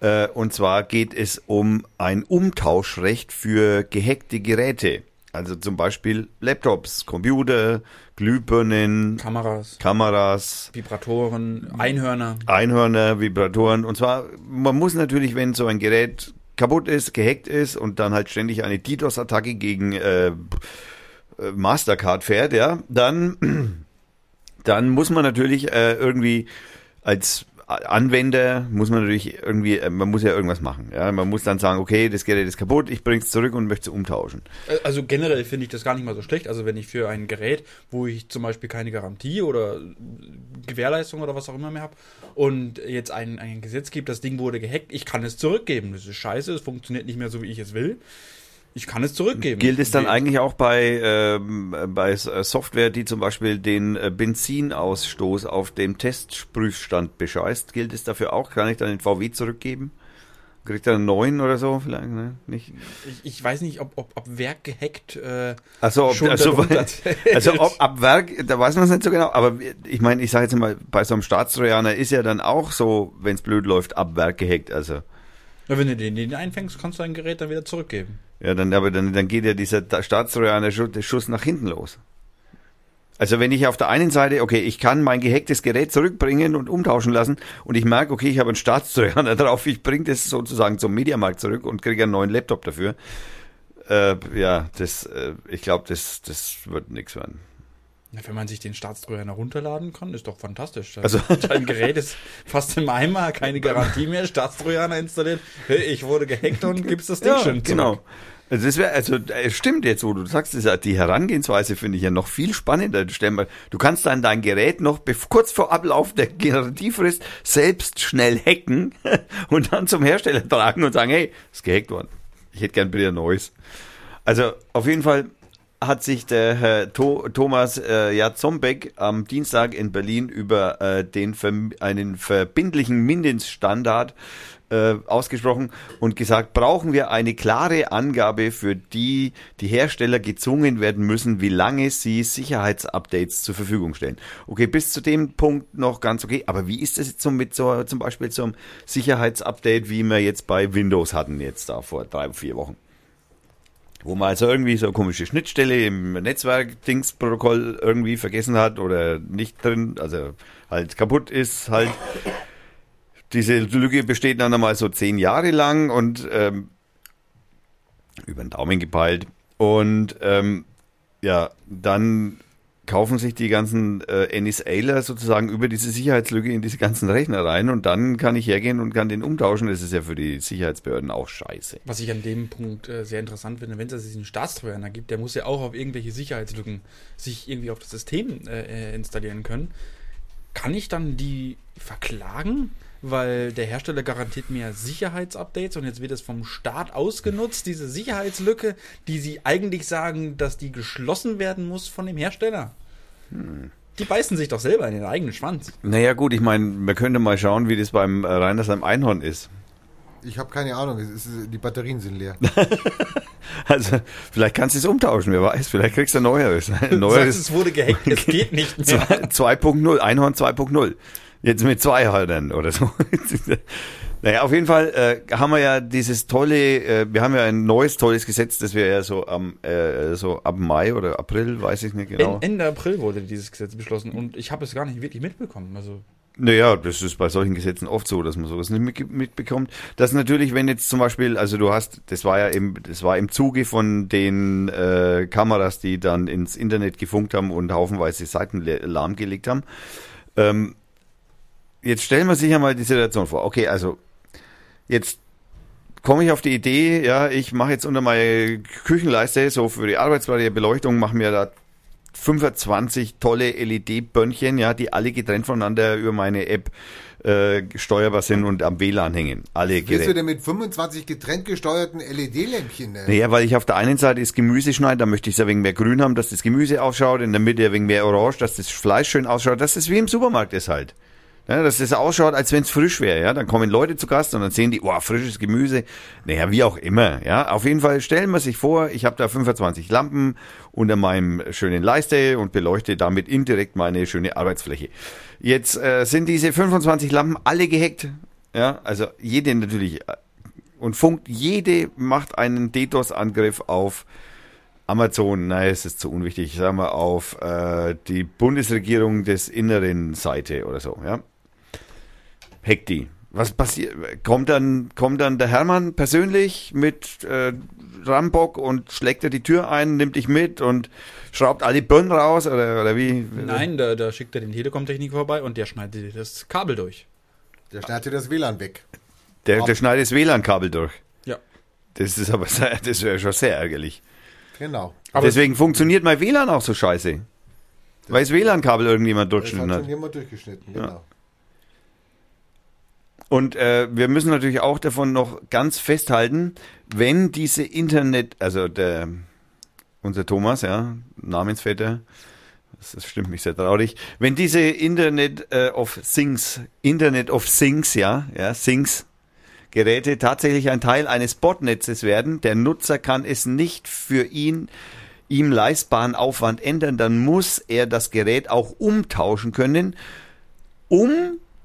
[SPEAKER 1] Äh, und zwar geht es um ein Umtauschrecht für gehackte Geräte. Also zum Beispiel Laptops, Computer, Glühbirnen,
[SPEAKER 3] Kameras,
[SPEAKER 1] Kameras,
[SPEAKER 3] Vibratoren, Einhörner.
[SPEAKER 1] Einhörner, Vibratoren. Und zwar, man muss natürlich, wenn so ein Gerät kaputt ist, gehackt ist und dann halt ständig eine DDoS-Attacke gegen äh, äh, Mastercard fährt, ja, dann, dann muss man natürlich äh, irgendwie als Anwender muss man natürlich irgendwie, äh, man muss ja irgendwas machen. Ja? Man muss dann sagen, okay, das Gerät ist kaputt, ich bring's zurück und möchte es umtauschen.
[SPEAKER 3] Also generell finde ich das gar nicht mal so schlecht. Also wenn ich für ein Gerät, wo ich zum Beispiel keine Garantie oder Gewährleistung oder was auch immer mehr habe und jetzt ein, ein Gesetz gibt, das Ding wurde gehackt, ich kann es zurückgeben. Das ist scheiße, es funktioniert nicht mehr so, wie ich es will. Ich kann es zurückgeben.
[SPEAKER 1] Gilt es dann
[SPEAKER 3] Die-
[SPEAKER 1] eigentlich auch bei, ähm, bei S- äh, Software, die zum Beispiel den äh, Benzinausstoß auf dem Testsprüfstand bescheißt? Gilt es dafür auch? Kann ich dann den VW zurückgeben? Kriegt er einen neuen oder so? Vielleicht, ne? Nicht?
[SPEAKER 3] Ich, ich weiß nicht, ob, ob, ob Werk gehackt äh,
[SPEAKER 1] Also, ob,
[SPEAKER 3] Schon
[SPEAKER 1] also,
[SPEAKER 3] darunter zählt.
[SPEAKER 1] also ob ab Werk, da weiß man es nicht so genau, aber ich meine, ich sage jetzt mal, bei so einem Staatstrojaner ist ja dann auch so, wenn es blöd läuft, ab Werk gehackt. Also,
[SPEAKER 3] Na, wenn du den, den einfängst, kannst du dein Gerät dann wieder zurückgeben.
[SPEAKER 1] ja, dann, aber dann, dann geht ja dieser Ta- Staatstrojaner Schuss, der Schuss nach hinten los. Also wenn ich auf der einen Seite, okay, ich kann mein gehacktes Gerät zurückbringen und umtauschen lassen und ich merke, okay, ich habe einen Staatstrojaner drauf, ich bringe das sozusagen zum Mediamarkt zurück und kriege einen neuen Laptop dafür. Äh, ja, das, äh, ich glaube, das, das wird nichts werden.
[SPEAKER 3] Na, wenn man sich den Staatstrojaner runterladen kann, ist doch fantastisch.
[SPEAKER 1] Also-
[SPEAKER 3] Also dein Gerät ist fast im Eimer, keine Garantie mehr, Staatstrojaner installiert. Hey, ich wurde gehackt und gibst das Ding schon. zurück.
[SPEAKER 1] genau. Also das wäre, also äh, stimmt jetzt, wo du sagst, das, die Herangehensweise finde ich ja noch viel spannender. Stell mal, Du kannst dann dein Gerät noch bev- kurz vor Ablauf der Garantiefrist selbst schnell hacken und dann zum Hersteller tragen und sagen, hey, ist gehackt worden. Ich hätte gern bitte ein neues. Also auf jeden Fall hat sich der Herr to Thomas äh, Jazombek am Dienstag in Berlin über äh, den verm- einen verbindlichen Mindeststandard äh, ausgesprochen und gesagt, brauchen wir eine klare Angabe, für die die Hersteller gezwungen werden müssen, wie lange sie Sicherheitsupdates zur Verfügung stellen. Okay, bis zu dem Punkt noch ganz okay, aber wie ist das jetzt so mit so, zum Beispiel zum Sicherheitsupdate, wie wir jetzt bei Windows hatten, jetzt da vor drei, vier Wochen? wo man also irgendwie so eine komische Schnittstelle im Netzwerk-Dings-Protokoll irgendwie vergessen hat oder nicht drin, also halt kaputt ist, halt. Diese Lücke besteht dann einmal so zehn Jahre lang und ähm, über den Daumen gepeilt. Und ähm, ja, dann kaufen sich die ganzen äh, NSAler sozusagen über diese Sicherheitslücke in diese ganzen Rechner rein und dann kann ich hergehen und kann den umtauschen. Das ist ja für die Sicherheitsbehörden auch scheiße.
[SPEAKER 3] Was ich an dem Punkt äh, sehr interessant finde, wenn es diesen Staatstrojaner gibt, der muss ja auch auf irgendwelche Sicherheitslücken sich irgendwie auf das System äh, äh, installieren können. Kann ich dann die verklagen? Weil der Hersteller garantiert mir Sicherheitsupdates und jetzt wird es vom Staat ausgenutzt, diese Sicherheitslücke, die sie eigentlich sagen, dass die geschlossen werden muss von dem Hersteller. Die beißen sich doch selber in den eigenen Schwanz.
[SPEAKER 1] Naja gut, ich meine, man könnte mal schauen, wie das beim äh, Reiners am Einhorn ist.
[SPEAKER 2] Ich habe keine Ahnung, es ist, die Batterien sind leer.
[SPEAKER 1] Also vielleicht kannst du es umtauschen, wer weiß, vielleicht kriegst du ein neueres. Ein
[SPEAKER 3] Sagst,
[SPEAKER 1] neueres
[SPEAKER 3] es wurde gehackt, es geht nicht mehr.
[SPEAKER 1] 2.0, Einhorn 2.0. Jetzt mit zwei Haltern oder so. Naja, auf jeden Fall äh, haben wir ja dieses tolle, äh, wir haben ja ein neues tolles Gesetz, das wir ja so am äh, so ab Mai oder April, weiß ich nicht genau.
[SPEAKER 3] En- Ende April wurde dieses Gesetz beschlossen und ich habe es gar nicht wirklich mitbekommen. Also
[SPEAKER 1] Naja, das ist bei solchen Gesetzen oft so, dass man sowas nicht mitge- mitbekommt. Das natürlich, wenn jetzt zum Beispiel, also du hast, das war ja im, das war im Zuge von den äh, Kameras, die dann ins Internet gefunkt haben und haufenweise Seiten le- lahmgelegt haben. Ähm, jetzt stellen wir sich ja mal die Situation vor. Okay, also jetzt komme ich auf die Idee, ja, ich mache jetzt unter meine Küchenleiste, so für die arbeitsbare Beleuchtung, mache mir da 25 tolle LED-Bönnchen, ja, die alle getrennt voneinander über meine App äh, steuerbar sind und am WLAN hängen. Alle
[SPEAKER 2] Bist du
[SPEAKER 1] Geräte.
[SPEAKER 2] denn mit 25 getrennt gesteuerten LED-Lämpchen? Ne?
[SPEAKER 1] Naja, weil ich auf der einen Seite das Gemüse schneide, da möchte ich es ja wegen mehr grün haben, dass das Gemüse ausschaut, in der Mitte wegen mehr orange, dass das Fleisch schön ausschaut, dass das wie im Supermarkt ist halt. Ja, dass das ausschaut, als wenn es frisch wäre, ja. Dann kommen Leute zu Gast und dann sehen die, oh, frisches Gemüse. Naja, wie auch immer, ja. Auf jeden Fall stellen wir sich vor, ich habe da 25 Lampen unter meinem schönen Leiste und beleuchte damit indirekt meine schöne Arbeitsfläche. Jetzt äh, sind diese 25 Lampen alle gehackt, ja. Also jede natürlich äh, und funkt, jede macht einen DDoS-Angriff auf Amazon, naja, es ist zu unwichtig, sagen wir auf äh, die Bundesregierung des Inneren Seite oder so, ja. Hackt die. Was passiert? Kommt dann, kommt dann der Hermann persönlich mit äh, Rambock und schlägt er die Tür ein, nimmt dich mit und schraubt alle Birnen raus oder, oder wie?
[SPEAKER 3] nein, da, da schickt er den Telekom-Techniker vorbei und der schneidet dir das Kabel durch.
[SPEAKER 2] Der schneidet dir das WLAN weg.
[SPEAKER 1] Der, der schneidet das WLAN-Kabel durch.
[SPEAKER 3] Ja.
[SPEAKER 1] Das ist aber, sehr- das wäre schon sehr ärgerlich.
[SPEAKER 2] Genau.
[SPEAKER 3] Aber-
[SPEAKER 1] Deswegen funktioniert mein WLAN auch so scheiße. Weil das WLAN-Kabel irgendjemand
[SPEAKER 2] Das hat
[SPEAKER 1] durchschnitten hat.
[SPEAKER 2] schon jemand durchgeschnitten, genau.
[SPEAKER 1] Und äh, wir müssen natürlich auch davon noch ganz festhalten, wenn diese Internet, also der, unser Thomas, ja, Namensvetter, das, das stimmt mich sehr traurig, wenn diese Internet äh, of Things, Internet of Things, ja, ja, Things, Geräte tatsächlich ein Teil eines Botnetzes werden, der Nutzer kann es nicht für ihn ihm leistbaren Aufwand ändern, dann muss er das Gerät auch umtauschen können, um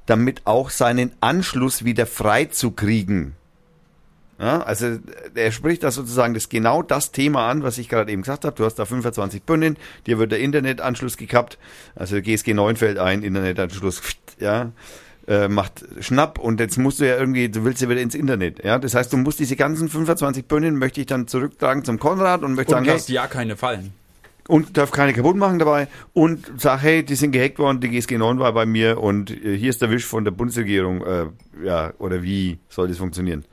[SPEAKER 1] damit auch seinen Anschluss wieder frei zu kriegen. Ja, also er spricht da sozusagen das genau das Thema an, was ich gerade eben gesagt habe. Du hast da 25 Bünden, dir wird der Internetanschluss gekappt. Also GSG 9 fällt ein, Internetanschluss, ja, äh, macht Schnapp und jetzt musst du ja irgendwie, du willst ja wieder ins Internet. Ja, das heißt, du musst diese ganzen 25 Bünden möchte ich dann zurücktragen zum Konrad und möchte
[SPEAKER 3] Und
[SPEAKER 1] sagen, hey,
[SPEAKER 3] lass ja keine fallen.
[SPEAKER 1] und darf keine kaputt machen dabei und sag, hey, die sind gehackt worden, die GSG 9 war bei mir und äh, hier ist der Wisch von der Bundesregierung. Äh, ja, oder wie soll das funktionieren?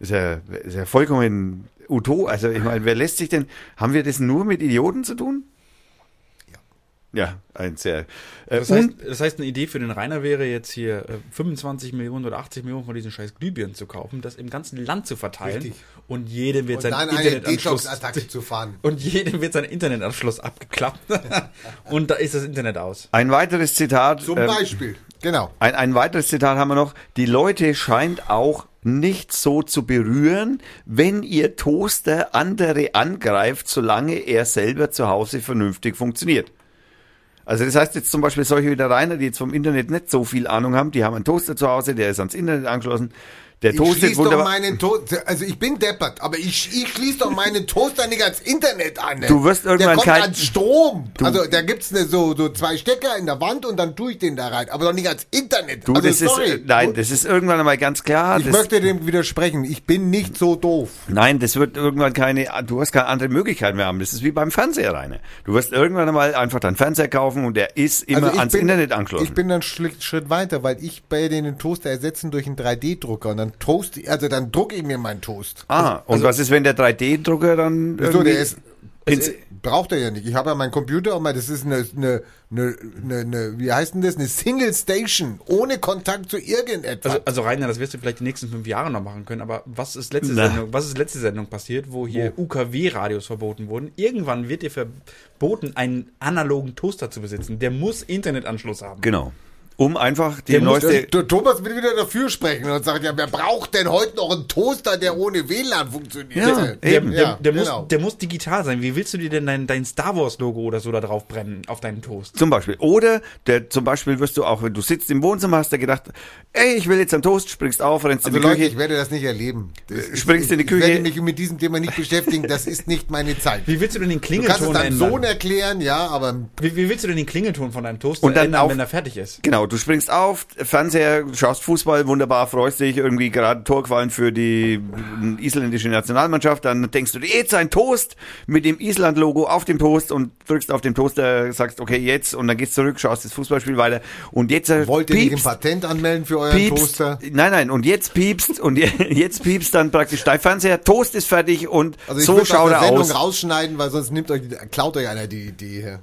[SPEAKER 1] Ist ja, ist ja vollkommen uto. Also ich meine, wer lässt sich denn, haben wir das nur mit Idioten zu tun? Ja, ein sehr. Äh,
[SPEAKER 3] Das heißt, das heißt, eine Idee für den Rainer wäre jetzt hier äh, 25 Millionen oder 80 Millionen von diesen scheiß Glühbirnen zu kaufen, das im ganzen Land zu verteilen
[SPEAKER 2] Richtig.
[SPEAKER 3] und jedem wird
[SPEAKER 2] Und
[SPEAKER 3] sein
[SPEAKER 2] dann eine
[SPEAKER 3] Internetanschluss
[SPEAKER 2] Detox-Attacke zu fahren.
[SPEAKER 3] und jedem wird sein Internetanschluss abgeklappt und da ist das Internet aus.
[SPEAKER 1] ein weiteres Zitat.
[SPEAKER 2] Zum
[SPEAKER 1] ähm,
[SPEAKER 2] Beispiel. Genau.
[SPEAKER 1] Ein, ein weiteres Zitat haben wir noch. Die Leute scheint auch nicht so zu berühren, wenn ihr Toaster andere angreift, solange er selber zu Hause vernünftig funktioniert. Also das heißt jetzt zum Beispiel solche wie der Rainer, die jetzt vom Internet nicht so viel Ahnung haben, die haben einen Toaster zu Hause, der ist ans Internet angeschlossen, der
[SPEAKER 2] Ich
[SPEAKER 1] toastet
[SPEAKER 2] schließe doch
[SPEAKER 1] wunderbar.
[SPEAKER 2] meinen Toaster, also ich bin deppert, aber ich, ich schließe doch meinen Toaster nicht ans Internet an. ne?
[SPEAKER 1] Du wirst irgendwann
[SPEAKER 2] der kommt
[SPEAKER 1] kein-
[SPEAKER 2] ans Strom.
[SPEAKER 1] Du-
[SPEAKER 2] also da gibt's ne so, so zwei Stecker in der Wand und dann tue ich den da rein, aber doch nicht ans Internet.
[SPEAKER 1] Du,
[SPEAKER 2] also,
[SPEAKER 1] das ist, äh, nein, das ist irgendwann einmal ganz klar.
[SPEAKER 2] ich
[SPEAKER 1] das,
[SPEAKER 2] möchte dem widersprechen. Ich bin nicht so doof.
[SPEAKER 1] Nein, das wird irgendwann keine, du wirst keine andere Möglichkeit mehr haben. Das ist wie beim Fernseher, Rainer. Du wirst irgendwann einmal einfach deinen Fernseher kaufen und der ist immer
[SPEAKER 2] Also ich
[SPEAKER 1] ans
[SPEAKER 2] bin, also
[SPEAKER 1] Internet angeschlossen.
[SPEAKER 2] Ich bin dann schlicht Schritt weiter, weil ich bei denen den Toaster ersetzen durch einen 3D-Drucker und dann toast, also dann drucke ich mir meinen Toast.
[SPEAKER 1] ah, und was ist, wenn der 3D-Drucker dann
[SPEAKER 2] also So,
[SPEAKER 1] irgendwie-
[SPEAKER 2] der ist, äh,
[SPEAKER 1] Pins-
[SPEAKER 2] braucht er ja nicht. Ich habe ja meinen Computer und mein, das ist eine, eine, eine, eine, eine, wie heißt denn das? Eine Single Station, ohne Kontakt zu irgendetwas.
[SPEAKER 3] Also, also Rainer, das wirst du vielleicht die nächsten fünf Jahre noch machen können, aber was ist letzte,
[SPEAKER 1] Na.
[SPEAKER 3] Sendung, was ist letzte Sendung passiert, wo hier UKW-Radios verboten wurden? Irgendwann wird dir verboten, einen analogen Toaster zu besitzen. Der muss Internetanschluss haben.
[SPEAKER 1] Genau. Um einfach die
[SPEAKER 3] Der muss
[SPEAKER 1] neueste.
[SPEAKER 2] Also, Der- der Thomas will wieder dafür sprechen und sagt, ja, wer braucht denn heute noch einen Toaster, der ohne WLAN funktioniert?
[SPEAKER 1] Ja,
[SPEAKER 3] Der,
[SPEAKER 1] eben.
[SPEAKER 3] der,
[SPEAKER 2] Ja,
[SPEAKER 3] der,
[SPEAKER 2] genau.
[SPEAKER 3] muss, der muss digital sein. Wie willst du dir denn dein, dein Star Wars-Logo oder so da drauf brennen auf deinen Toast?
[SPEAKER 1] Zum Beispiel. Oder der, zum Beispiel wirst du auch, wenn du sitzt im Wohnzimmer, hast du gedacht, ey, ich will jetzt einen Toast, springst auf, rennst
[SPEAKER 2] Also
[SPEAKER 1] in die
[SPEAKER 2] Leute, ich
[SPEAKER 1] Küche. Äh,
[SPEAKER 2] werde das nicht erleben. Das ist-
[SPEAKER 1] Springst in die
[SPEAKER 2] Ich werde
[SPEAKER 1] Küche.
[SPEAKER 2] mich mit diesem Thema nicht beschäftigen, das ist nicht meine Zeit.
[SPEAKER 3] Wie willst du denn den
[SPEAKER 2] Du kannst es ne-
[SPEAKER 3] Klingelton
[SPEAKER 2] deinem Sohn
[SPEAKER 3] ändern?
[SPEAKER 2] erklären, ja, aber
[SPEAKER 3] Wie, wie willst du denn den Klingelton von deinem Toaster
[SPEAKER 1] Und dann
[SPEAKER 3] ändern,
[SPEAKER 1] auf-
[SPEAKER 3] wenn er fertig ist?
[SPEAKER 1] Genau, du springst auf, Fernseher, schaust Fußball, wunderbar, freust dich, irgendwie gerade Tor gefallen für die isländische Nationalmannschaft, dann denkst du, dir, jetzt ein Toast mit dem Island-Logo auf dem Toast und drückst auf den Toaster, sagst, okay, jetzt, und dann gehst zurück, schaust das Fußballspiel weiter und jetzt äh,
[SPEAKER 2] wollt ihr nicht ein
[SPEAKER 1] piepst,
[SPEAKER 2] Patent anmelden für euren
[SPEAKER 1] piepst,
[SPEAKER 2] Toaster?
[SPEAKER 1] nein, nein, und jetzt piepst und je- jetzt piepst dann praktisch dein Fernseher, Toast ist fertig und
[SPEAKER 2] Also ich
[SPEAKER 1] so
[SPEAKER 2] würde aus
[SPEAKER 1] schaut
[SPEAKER 2] der
[SPEAKER 1] er
[SPEAKER 2] Sendung
[SPEAKER 1] aus.
[SPEAKER 2] rausschneiden, weil sonst nimmt euch, klaut euch einer die Idee her.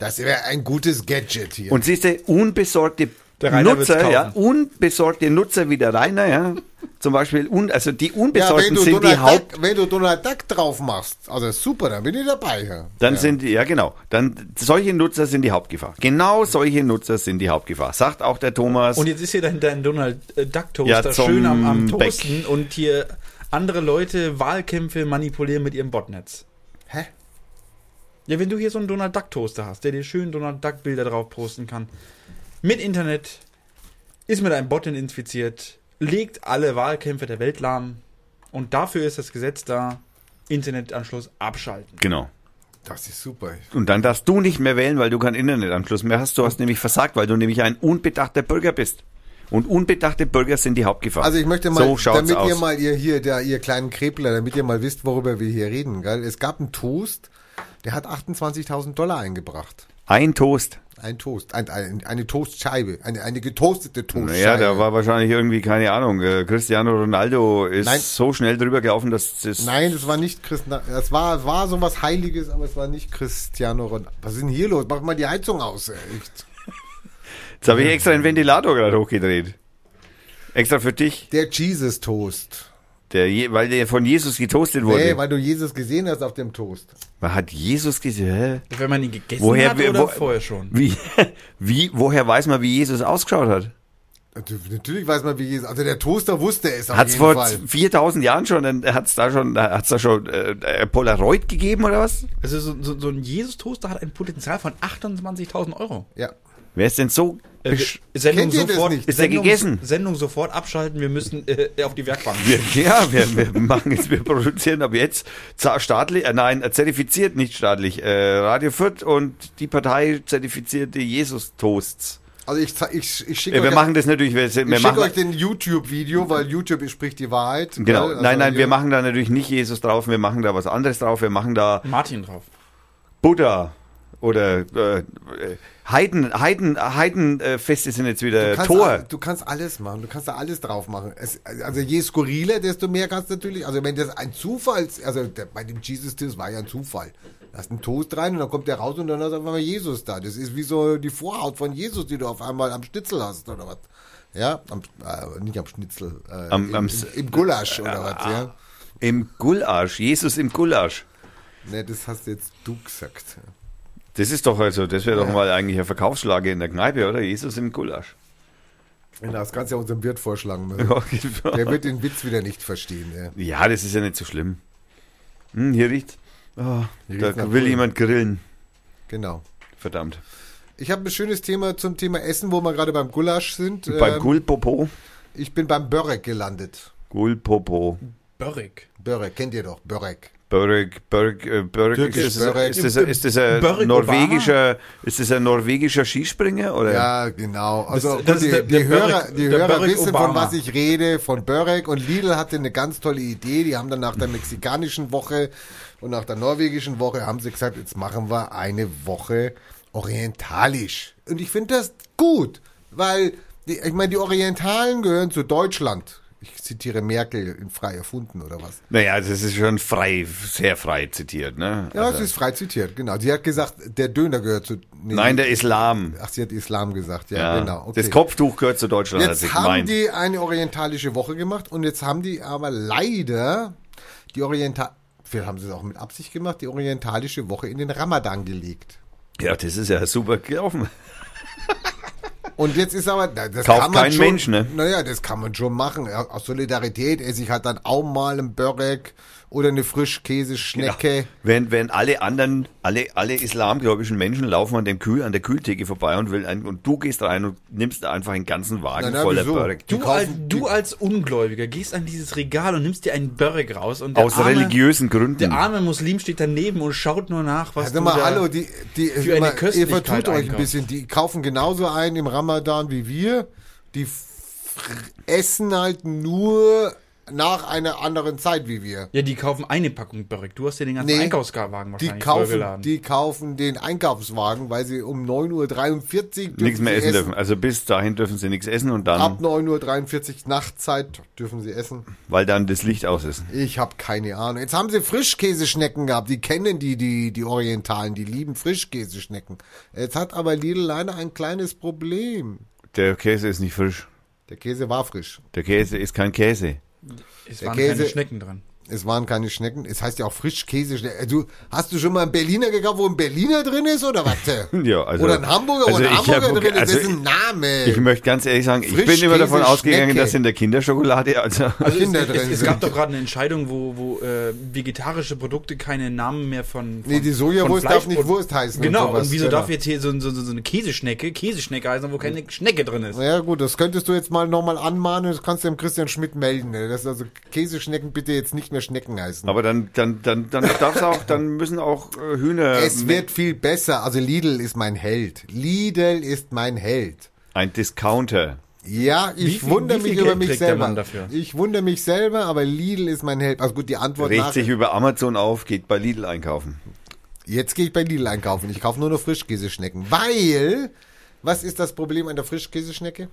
[SPEAKER 2] Das wäre ein gutes Gadget hier.
[SPEAKER 1] Und siehst du, unbesorgte
[SPEAKER 3] Der Rainer wird's
[SPEAKER 1] Nutzer, ja,
[SPEAKER 3] kaufen.
[SPEAKER 1] unbesorgte Nutzer wie der Rainer, ja, zum Beispiel, un, also die
[SPEAKER 2] ja, wenn
[SPEAKER 1] Unbesorgten
[SPEAKER 2] du,
[SPEAKER 1] sind die
[SPEAKER 2] Donald
[SPEAKER 1] Haupt,
[SPEAKER 2] Duck, wenn du Donald Duck drauf machst, also super, dann bin ich dabei. Ja.
[SPEAKER 1] dann
[SPEAKER 2] ja.
[SPEAKER 1] sind die, ja genau, dann solche Nutzer sind die Hauptgefahr. Genau solche Nutzer sind die Hauptgefahr, sagt auch der Thomas.
[SPEAKER 3] Und jetzt ist hier dein, dein Donald äh, Duck
[SPEAKER 1] Ja,
[SPEAKER 3] Toaster
[SPEAKER 1] zum
[SPEAKER 3] schön am, am
[SPEAKER 1] Beck.
[SPEAKER 3] Toasten und hier andere Leute Wahlkämpfe manipulieren mit ihrem Botnetz.
[SPEAKER 2] Hä?
[SPEAKER 3] Ja, wenn du hier so einen Donald Duck Toaster hast, der dir schön Donald Duck Bilder drauf posten kann, mit Internet, ist mit einem Botnet infiziert, legt alle Wahlkämpfe der Welt lahm und dafür ist das Gesetz da, Internetanschluss abschalten.
[SPEAKER 1] genau.
[SPEAKER 2] Das ist super.
[SPEAKER 1] Und dann darfst du nicht mehr wählen, weil du keinen Internetanschluss mehr hast. Du hast nämlich versagt, weil du nämlich ein unbedachter Bürger bist. Und unbedachte Bürger sind die Hauptgefahr.
[SPEAKER 2] Also ich möchte mal,
[SPEAKER 1] so schaut's
[SPEAKER 2] damit
[SPEAKER 1] aus.
[SPEAKER 2] ihr mal ihr hier, der, ihr kleinen Krebler, damit ihr mal wisst, worüber wir hier reden. Gell? Es gab einen Toast, der hat 28.000 Dollar eingebracht.
[SPEAKER 1] ein Toast.
[SPEAKER 2] Ein Toast, ein, ein, eine Toastscheibe, eine, eine getoastete Toastscheibe.
[SPEAKER 1] Naja, da war wahrscheinlich irgendwie, keine Ahnung, äh, Cristiano Ronaldo ist
[SPEAKER 2] Nein.
[SPEAKER 1] so schnell drüber gelaufen, dass das
[SPEAKER 2] Nein, das war nicht Christian. Das war, war so was Heiliges, aber es war nicht Cristiano Ronaldo. Was ist denn hier los? Mach mal die Heizung aus. ey. Echt.
[SPEAKER 1] Jetzt habe ich extra den Ventilator gerade hochgedreht. Extra für dich,
[SPEAKER 2] Der Jesus Toast.
[SPEAKER 1] der je, weil der von Jesus getoastet wurde.
[SPEAKER 2] Nee, weil du Jesus gesehen hast auf dem Toast.
[SPEAKER 1] Man hat Jesus gesehen.
[SPEAKER 3] Wenn man ihn gegessen
[SPEAKER 1] Woher
[SPEAKER 3] hat
[SPEAKER 1] wir-
[SPEAKER 3] oder
[SPEAKER 1] wo-
[SPEAKER 3] vorher schon?
[SPEAKER 1] Wie, wie, woher weiß man, wie Jesus ausgeschaut hat?
[SPEAKER 2] Also, Natürlich weiß man, wie Jesus. Also der Toaster wusste es auf
[SPEAKER 1] Hat es
[SPEAKER 2] jeden
[SPEAKER 1] vor
[SPEAKER 2] Fall.
[SPEAKER 1] 4000 Jahren schon, hat es da schon, hat's da schon äh, äh, Polaroid gegeben oder was?
[SPEAKER 3] Also so, so, so ein Jesus-Toaster hat ein Potenzial von 28.000 Euro.
[SPEAKER 2] Ja.
[SPEAKER 1] Wer ist denn so?
[SPEAKER 3] Äh,
[SPEAKER 1] besch-
[SPEAKER 3] Sendung
[SPEAKER 2] Kennt ihr das
[SPEAKER 3] sofort,
[SPEAKER 2] nicht?
[SPEAKER 1] Ist der
[SPEAKER 3] Sendung,
[SPEAKER 1] gegessen?
[SPEAKER 3] Sendung sofort abschalten, wir müssen äh, auf die Werkbank.
[SPEAKER 1] Wir, ja, wir, wir machen jetzt, wir produzieren ab jetzt za- staatlich, äh, nein, zertifiziert, nicht staatlich, äh, Radio Fürth und die Partei zertifizierte Jesus-Toasts.
[SPEAKER 2] Also ich, zei- ich, ich schicke
[SPEAKER 1] Äh, wir
[SPEAKER 2] euch,
[SPEAKER 1] machen das natürlich, wir, sind- wir
[SPEAKER 2] ich schick
[SPEAKER 1] machen,
[SPEAKER 2] euch den YouTube-Video, weil YouTube spricht die Wahrheit.
[SPEAKER 1] Genau,
[SPEAKER 2] Gell? Also
[SPEAKER 1] nein, nein,
[SPEAKER 2] ihr-
[SPEAKER 1] wir machen da natürlich nicht Jesus drauf, wir machen da was anderes drauf, wir machen da
[SPEAKER 3] Martin drauf.
[SPEAKER 1] Buddha oder äh, äh, Heiden, Heiden, Heidenfeste sind jetzt wieder
[SPEAKER 2] Du kannst,
[SPEAKER 1] äh, Tor.
[SPEAKER 2] al- du kannst alles machen, du kannst da alles drauf machen. Es, also je skurriler, desto mehr kannst du natürlich. Also wenn das ein Zufall, also der, bei dem Jesus Tips war ja ein Zufall. Lass einen Toast rein und dann kommt der raus und dann ist auf einmal Jesus da. Das ist wie so die Vorhaut von Jesus, die du auf einmal am Schnitzel hast oder was. Ja, am, äh, nicht am Schnitzel, äh,
[SPEAKER 1] Am-
[SPEAKER 2] im,
[SPEAKER 1] am
[SPEAKER 2] im,
[SPEAKER 1] S- Äh,
[SPEAKER 2] im Gulasch oder was, ja.
[SPEAKER 1] Im Gulasch, Jesus im Gulasch.
[SPEAKER 2] Ne, das hast jetzt du gesagt.
[SPEAKER 1] Das ist doch also, das wäre doch mal eigentlich eine Verkaufsschlage in der Kneipe, oder? Jesus im Gulasch.
[SPEAKER 2] Das kannst du ja unserem Wirt vorschlagen müssen.
[SPEAKER 1] Ja, genau.
[SPEAKER 2] Der wird den Witz wieder nicht verstehen. Ja.
[SPEAKER 1] Ja, das ist ja nicht so schlimm. Hm, hier riecht. Oh,
[SPEAKER 2] Hier
[SPEAKER 1] da
[SPEAKER 2] riecht's nach
[SPEAKER 1] will
[SPEAKER 2] Bullen.
[SPEAKER 1] jemand grillen.
[SPEAKER 2] Genau.
[SPEAKER 1] Verdammt.
[SPEAKER 2] Ich habe ein schönes Thema zum Thema Essen, wo wir gerade beim Gulasch sind.
[SPEAKER 1] Beim
[SPEAKER 2] Ähm,
[SPEAKER 1] Gulpopo.
[SPEAKER 2] ich bin beim Börek gelandet.
[SPEAKER 1] Gulpopo.
[SPEAKER 3] Börrig.
[SPEAKER 2] Börek, kennt ihr doch, Börek.
[SPEAKER 1] Börek, Börek, äh, Börek,
[SPEAKER 2] Türkisch
[SPEAKER 1] ist
[SPEAKER 2] Börek.
[SPEAKER 1] das, ist das, ist das ein
[SPEAKER 3] Börek
[SPEAKER 1] norwegischer, ist das ein norwegischer Skispringer oder?
[SPEAKER 2] Ja, genau. Also
[SPEAKER 3] Das- das
[SPEAKER 2] die,
[SPEAKER 3] ist der-
[SPEAKER 2] die
[SPEAKER 3] der
[SPEAKER 2] Hörer,
[SPEAKER 3] Börek-
[SPEAKER 2] die
[SPEAKER 3] der
[SPEAKER 2] Hörer
[SPEAKER 3] Börek
[SPEAKER 2] wissen, von
[SPEAKER 3] Obama.
[SPEAKER 2] was ich rede, von Börek. Und Lidl hatte eine ganz tolle Idee. Die haben dann nach der mexikanischen Woche und nach der norwegischen Woche haben sie gesagt, jetzt machen wir eine Woche orientalisch. Und ich finde das gut, weil die, ich meine, die Orientalen gehören zu Deutschland. Ich zitiere Merkel in frei erfunden oder was.
[SPEAKER 1] Naja, das ist schon frei, sehr frei zitiert, ne?
[SPEAKER 2] Ja,
[SPEAKER 1] Also-
[SPEAKER 2] es ist frei zitiert, genau. Sie hat gesagt, der Döner gehört zu. nee,
[SPEAKER 1] Nein, der Islam.
[SPEAKER 2] Ach, sie hat Islam gesagt, ja,
[SPEAKER 1] Ja.
[SPEAKER 2] genau.
[SPEAKER 1] Das Kopftuch gehört zu Deutschland, hat Äh, sie
[SPEAKER 2] Jetzt haben
[SPEAKER 1] gemeint.
[SPEAKER 2] die eine orientalische Woche gemacht und jetzt haben die aber leider die Oriental... Vielleicht haben sie es auch mit Absicht gemacht, die orientalische Woche in den Ramadan gelegt.
[SPEAKER 1] Ja, das ist ja super gelaufen.
[SPEAKER 2] Und jetzt ist aber, na, das
[SPEAKER 1] Kauft
[SPEAKER 2] kann man
[SPEAKER 1] kein
[SPEAKER 2] schon,
[SPEAKER 1] Mensch, ne?
[SPEAKER 2] Naja, das kann man schon machen. Ja, Aus Solidarität esse ich halt dann auch mal einen Börek oder eine Frischkäseschnecke.
[SPEAKER 1] Genau. Wenn, wenn alle anderen, alle, alle islamgläubischen Menschen laufen an dem Kühl, an der Kühltheke vorbei und will ein, und du gehst rein und nimmst einfach einen ganzen Wagen
[SPEAKER 2] Na, na,
[SPEAKER 1] voller
[SPEAKER 2] wieso?
[SPEAKER 1] Börek.
[SPEAKER 2] Die
[SPEAKER 3] Du,
[SPEAKER 2] kaufen-
[SPEAKER 3] als, du als Ungläubiger gehst an dieses Regal und nimmst dir einen Börrig raus und der
[SPEAKER 1] Aus
[SPEAKER 3] arme,
[SPEAKER 1] religiösen Gründen.
[SPEAKER 3] Der arme Muslim steht daneben und schaut nur nach, was
[SPEAKER 2] Also mal,
[SPEAKER 3] du da...
[SPEAKER 2] hallo, die, die,
[SPEAKER 3] eine
[SPEAKER 2] mal, ihr
[SPEAKER 3] Köstlichkeit
[SPEAKER 2] vertut euch ein
[SPEAKER 3] einkauft.
[SPEAKER 2] bisschen. Die kaufen genauso ein im Ramadan wie wir. Die f- essen halt nur nach einer anderen Zeit wie wir.
[SPEAKER 3] Ja, die kaufen eine Packung Börrig. Du hast dir den ganzen
[SPEAKER 2] Nee,
[SPEAKER 3] Einkaufswagen
[SPEAKER 2] Die
[SPEAKER 3] wahrscheinlich
[SPEAKER 2] kaufen,
[SPEAKER 3] vollgeladen.
[SPEAKER 2] die kaufen den Einkaufswagen, weil sie um 9.43 Uhr
[SPEAKER 1] nichts mehr
[SPEAKER 2] sie
[SPEAKER 1] essen dürfen. Also bis dahin dürfen sie nichts essen und dann,
[SPEAKER 2] Ab 9.43 Uhr Nachtzeit dürfen sie essen.
[SPEAKER 1] weil dann das Licht aus ist.
[SPEAKER 2] Ich habe keine Ahnung. Jetzt haben sie Frischkäseschnecken gehabt. Die kennen die, die, die Orientalen. Die lieben Frischkäseschnecken. Jetzt hat aber Lidl leider ein kleines Problem.
[SPEAKER 1] Der Käse ist nicht frisch.
[SPEAKER 2] Der Käse war frisch.
[SPEAKER 1] Der Käse ist kein Käse.
[SPEAKER 3] es
[SPEAKER 2] der
[SPEAKER 3] waren
[SPEAKER 2] Käse-
[SPEAKER 3] keine Schnecken dran.
[SPEAKER 2] Es waren keine Schnecken. Es heißt ja auch Frischkäseschnecken. äh, Du, hast du schon mal einen Berliner gekauft, wo ein Berliner drin ist oder was?
[SPEAKER 1] Ja, also-
[SPEAKER 2] oder ein Hamburger, wo
[SPEAKER 1] also
[SPEAKER 2] ein
[SPEAKER 1] ich
[SPEAKER 2] Hamburger
[SPEAKER 1] hab-
[SPEAKER 2] drin ist.
[SPEAKER 1] also
[SPEAKER 2] das ist ein Name.
[SPEAKER 1] Ich möchte ganz ehrlich sagen, ich bin
[SPEAKER 2] Frischkäse,
[SPEAKER 1] immer davon ausgegangen,
[SPEAKER 2] Äh, Schnecke.
[SPEAKER 1] dass in der Kinderschokolade, also,
[SPEAKER 3] Also es,
[SPEAKER 2] Kinder
[SPEAKER 3] es,
[SPEAKER 2] drin
[SPEAKER 3] es,
[SPEAKER 2] sind.
[SPEAKER 3] gab doch gerade eine Entscheidung, wo, wo äh, vegetarische Produkte keine Namen mehr von. von
[SPEAKER 2] Nee, die Sojawurst
[SPEAKER 3] von Fleisch-
[SPEAKER 2] darf nicht Wurst heißen und
[SPEAKER 3] Genau, und,
[SPEAKER 2] sowas,
[SPEAKER 3] wieso
[SPEAKER 2] genau.
[SPEAKER 3] darf jetzt hier so, so, so so eine Käseschnecke Käseschnecke heißen, wo keine Schnecke drin ist?
[SPEAKER 2] ja gut, das könntest du jetzt mal nochmal anmahnen. Das kannst du dem Christian Schmidt melden. ne? Das ist also Käseschnecken bitte jetzt nicht mehr Schnecken heißen.
[SPEAKER 1] aber dann, dann, dann, dann darf's auch, dann müssen auch äh, Hühner.
[SPEAKER 2] Es wird viel besser. Also Lidl ist mein Held. Lidl ist mein Held.
[SPEAKER 1] Ein Discounter.
[SPEAKER 2] Ja, ich
[SPEAKER 3] viel-
[SPEAKER 2] wundere
[SPEAKER 3] wie viel
[SPEAKER 2] mich
[SPEAKER 3] Geld
[SPEAKER 2] über mich
[SPEAKER 3] kriegt der
[SPEAKER 2] selber.
[SPEAKER 3] Mann dafür?
[SPEAKER 2] Ich wundere mich selber, aber Lidl ist mein Held. Also gut, die Antwort
[SPEAKER 1] Regt
[SPEAKER 2] nach.
[SPEAKER 1] sich über Amazon auf, geht bei Lidl einkaufen.
[SPEAKER 2] Jetzt gehe ich bei Lidl einkaufen. Ich kaufe nur noch Frischkäseschnecken, weil was ist das Problem an der Frischkäseschnecke?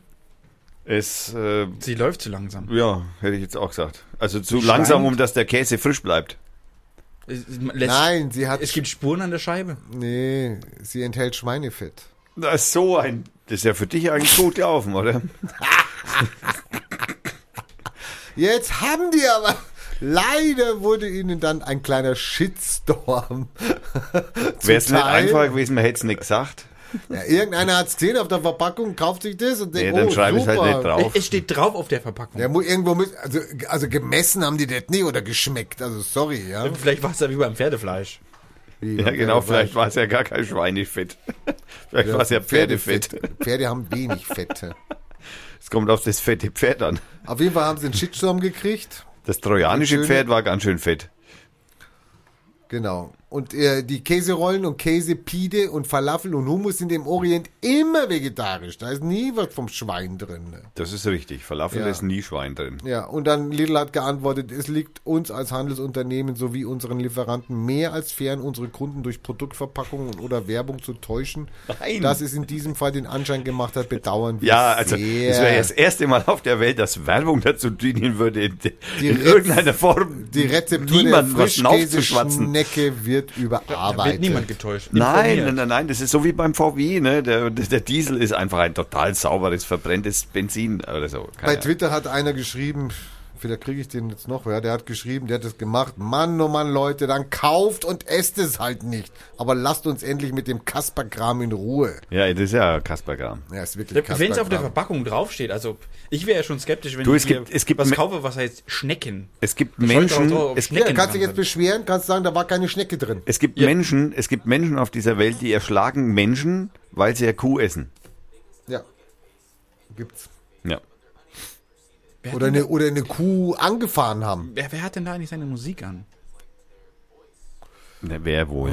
[SPEAKER 1] Es, äh,
[SPEAKER 3] Sie läuft zu langsam.
[SPEAKER 1] ja, hätte ich jetzt auch gesagt. Also zu
[SPEAKER 3] Schleimend?
[SPEAKER 1] langsam, um dass der Käse frisch bleibt.
[SPEAKER 3] Es, es- lässt-
[SPEAKER 2] Nein, sie hat
[SPEAKER 3] Es gibt Spuren an der Scheibe.
[SPEAKER 2] nee, sie enthält Schweinefett.
[SPEAKER 1] Das ist so ein, das ist ja für dich eigentlich gut gelaufen, oder?
[SPEAKER 2] Jetzt haben die aber. Leider wurde ihnen dann ein kleiner Shitstorm.
[SPEAKER 1] Wäre es nicht
[SPEAKER 2] Teil-
[SPEAKER 1] einfach gewesen, man hätte es nicht gesagt.
[SPEAKER 2] Ja, irgendeiner hat's gesehen auf der Verpackung, kauft sich das und
[SPEAKER 1] Nee,
[SPEAKER 2] denkt,
[SPEAKER 1] dann
[SPEAKER 2] oh,
[SPEAKER 1] schreibe ich
[SPEAKER 2] super.
[SPEAKER 1] halt nicht drauf.
[SPEAKER 3] Es, es steht drauf auf der Verpackung.
[SPEAKER 2] Der muss irgendwo mit, also, also gemessen haben die das nie oder geschmeckt. Also sorry, ja.
[SPEAKER 3] Vielleicht war es ja wie beim Pferdefleisch.
[SPEAKER 1] Ja, genau, vielleicht war es ja gar kein Schweinefett. vielleicht war es ja Pferdefett.
[SPEAKER 2] Pferde haben wenig Fette.
[SPEAKER 1] Es kommt auf das fette Pferd an.
[SPEAKER 2] Auf jeden Fall haben sie einen Shitstorm gekriegt.
[SPEAKER 1] Das trojanische
[SPEAKER 2] Schöne-
[SPEAKER 1] Pferd war ganz schön fett.
[SPEAKER 2] Genau. Und äh, die Käserollen und Käse, Pide und Falafel und Hummus sind im Orient immer vegetarisch. Da ist nie was vom Schwein drin. Ne?
[SPEAKER 1] Das ist richtig. Falafel
[SPEAKER 2] Ja.
[SPEAKER 1] ist nie Schwein drin.
[SPEAKER 2] Ja, und dann Lidl hat geantwortet, es liegt uns als Handelsunternehmen sowie unseren Lieferanten mehr als fern, unsere Kunden durch Produktverpackungen oder Werbung zu täuschen.
[SPEAKER 1] Nein.
[SPEAKER 2] Dass es in diesem Fall den Anschein gemacht hat, bedauern wir
[SPEAKER 1] Ja, also
[SPEAKER 2] sehr.
[SPEAKER 1] es wäre ja das erste Mal auf der Welt, dass Werbung dazu dienen würde, in, in
[SPEAKER 2] Rez-
[SPEAKER 1] irgendeiner Form
[SPEAKER 2] die Rezeptur
[SPEAKER 1] niemandem
[SPEAKER 2] der
[SPEAKER 1] was nachzuschwatzen.
[SPEAKER 2] Frischkäseschnecke wird wird überarbeitet.
[SPEAKER 3] Da wird niemand getäuscht.
[SPEAKER 1] Nein, nein,
[SPEAKER 3] Informiert.
[SPEAKER 1] nein, nein, das ist so wie beim VW, ne? Der, der Diesel ist einfach ein total sauberes, verbrenntes Benzin oder so.
[SPEAKER 2] Bei
[SPEAKER 1] Keine Ahnung.
[SPEAKER 2] Twitter hat einer geschrieben, vielleicht kriege ich den jetzt noch, ja, der hat geschrieben, der hat es gemacht. Mann, oh Mann, Leute, dann kauft und esst es halt nicht. Aber lasst uns endlich mit dem Kasper-Kram in Ruhe.
[SPEAKER 1] Ja, das ist ja Kasper Gram.
[SPEAKER 2] Ja, ist wirklich
[SPEAKER 3] Wenn es auf der
[SPEAKER 2] Kasper-Kram.
[SPEAKER 3] Verpackung draufsteht, also ich wäre ja schon skeptisch, wenn
[SPEAKER 1] Du,
[SPEAKER 3] ich
[SPEAKER 1] es gibt-
[SPEAKER 3] mir
[SPEAKER 1] es gibt
[SPEAKER 3] was
[SPEAKER 1] Me-
[SPEAKER 3] kaufe, was heißt Schnecken.
[SPEAKER 1] Es gibt
[SPEAKER 3] wollte
[SPEAKER 1] Menschen,
[SPEAKER 3] auch drauf-
[SPEAKER 1] es,
[SPEAKER 3] Schnecken
[SPEAKER 2] ja, kannst du
[SPEAKER 3] dran
[SPEAKER 2] jetzt
[SPEAKER 3] sind.
[SPEAKER 2] beschweren, kannst sagen, da war keine Schnecke drin.
[SPEAKER 1] es gibt Menschen, es gibt Menschen auf dieser Welt, die erschlagen Menschen, weil sie ja Kuh essen.
[SPEAKER 2] Ja. Gibt's.
[SPEAKER 1] Ja.
[SPEAKER 3] Wer,
[SPEAKER 2] Oder
[SPEAKER 3] hat denn,
[SPEAKER 2] eine, oder eine Kuh angefahren haben.
[SPEAKER 3] wer, wer hat denn da eigentlich seine Musik an?
[SPEAKER 1] Na, ne, wer wohl?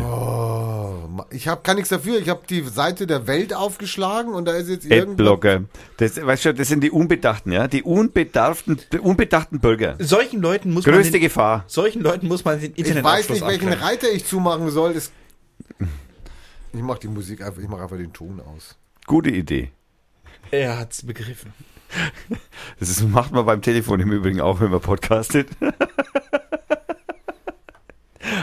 [SPEAKER 2] Ich hab, kann nichts dafür. Ich habe die Seite der Welt aufgeschlagen und da ist jetzt irgendwas.
[SPEAKER 1] Adblocker. Das, weißt du, das sind die Unbedachten, ja? Die unbedarften, unbedachten Bürger.
[SPEAKER 3] Solchen Leuten muss man
[SPEAKER 1] Größte
[SPEAKER 3] den,
[SPEAKER 1] Gefahr.
[SPEAKER 3] solchen Leuten muss man den
[SPEAKER 2] Ich weiß
[SPEAKER 3] Internetanschluss
[SPEAKER 2] nicht, welchen
[SPEAKER 3] abklemmen.
[SPEAKER 2] Reiter ich zumachen soll. Das ich mach die Musik einfach, ich mach einfach den Ton aus.
[SPEAKER 1] Gute Idee.
[SPEAKER 3] Er hat's begriffen.
[SPEAKER 1] Das ist, macht man beim Telefon im Übrigen auch, wenn man podcastet.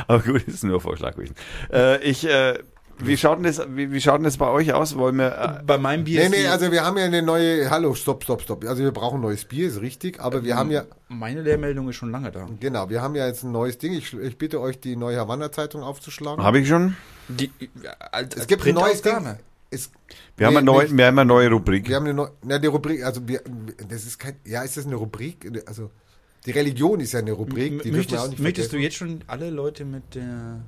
[SPEAKER 1] Aber gut, das ist nur ein Vorschlag gewesen. Äh, ich, äh, wie, schaut denn das, wie, wie schaut denn das bei euch aus? Wollen wir.
[SPEAKER 3] Bei meinem Bier
[SPEAKER 2] Nee,
[SPEAKER 3] ist
[SPEAKER 2] nee,
[SPEAKER 3] die-
[SPEAKER 2] also wir haben ja eine neue. Hallo, stopp, stopp, stopp. Also wir brauchen ein neues Bier, ist richtig, aber wir haben ja.
[SPEAKER 3] meine Lehrmeldung ist schon lange da.
[SPEAKER 2] Genau, wir haben ja jetzt ein neues Ding. Ich, ich bitte euch, die neue Havanna-Zeitung
[SPEAKER 1] Äh,
[SPEAKER 2] aufzuschlagen.
[SPEAKER 1] Habe ich schon?
[SPEAKER 3] Die, also, als,
[SPEAKER 2] es gibt ein neues Ding. Es,
[SPEAKER 1] Wir, haben
[SPEAKER 2] Nee,
[SPEAKER 1] eine neue,
[SPEAKER 2] nicht.
[SPEAKER 1] wir haben eine neue Rubrik.
[SPEAKER 2] Wir haben eine neue, na, die Rubrik, also wir, das ist kein, ja, ist das eine Rubrik? Also, die Religion ist ja eine Rubrik, die dürfen wir auch
[SPEAKER 3] möchtest,
[SPEAKER 2] nicht
[SPEAKER 3] möchtest du
[SPEAKER 2] vergessen.
[SPEAKER 3] jetzt schon alle Leute mit der,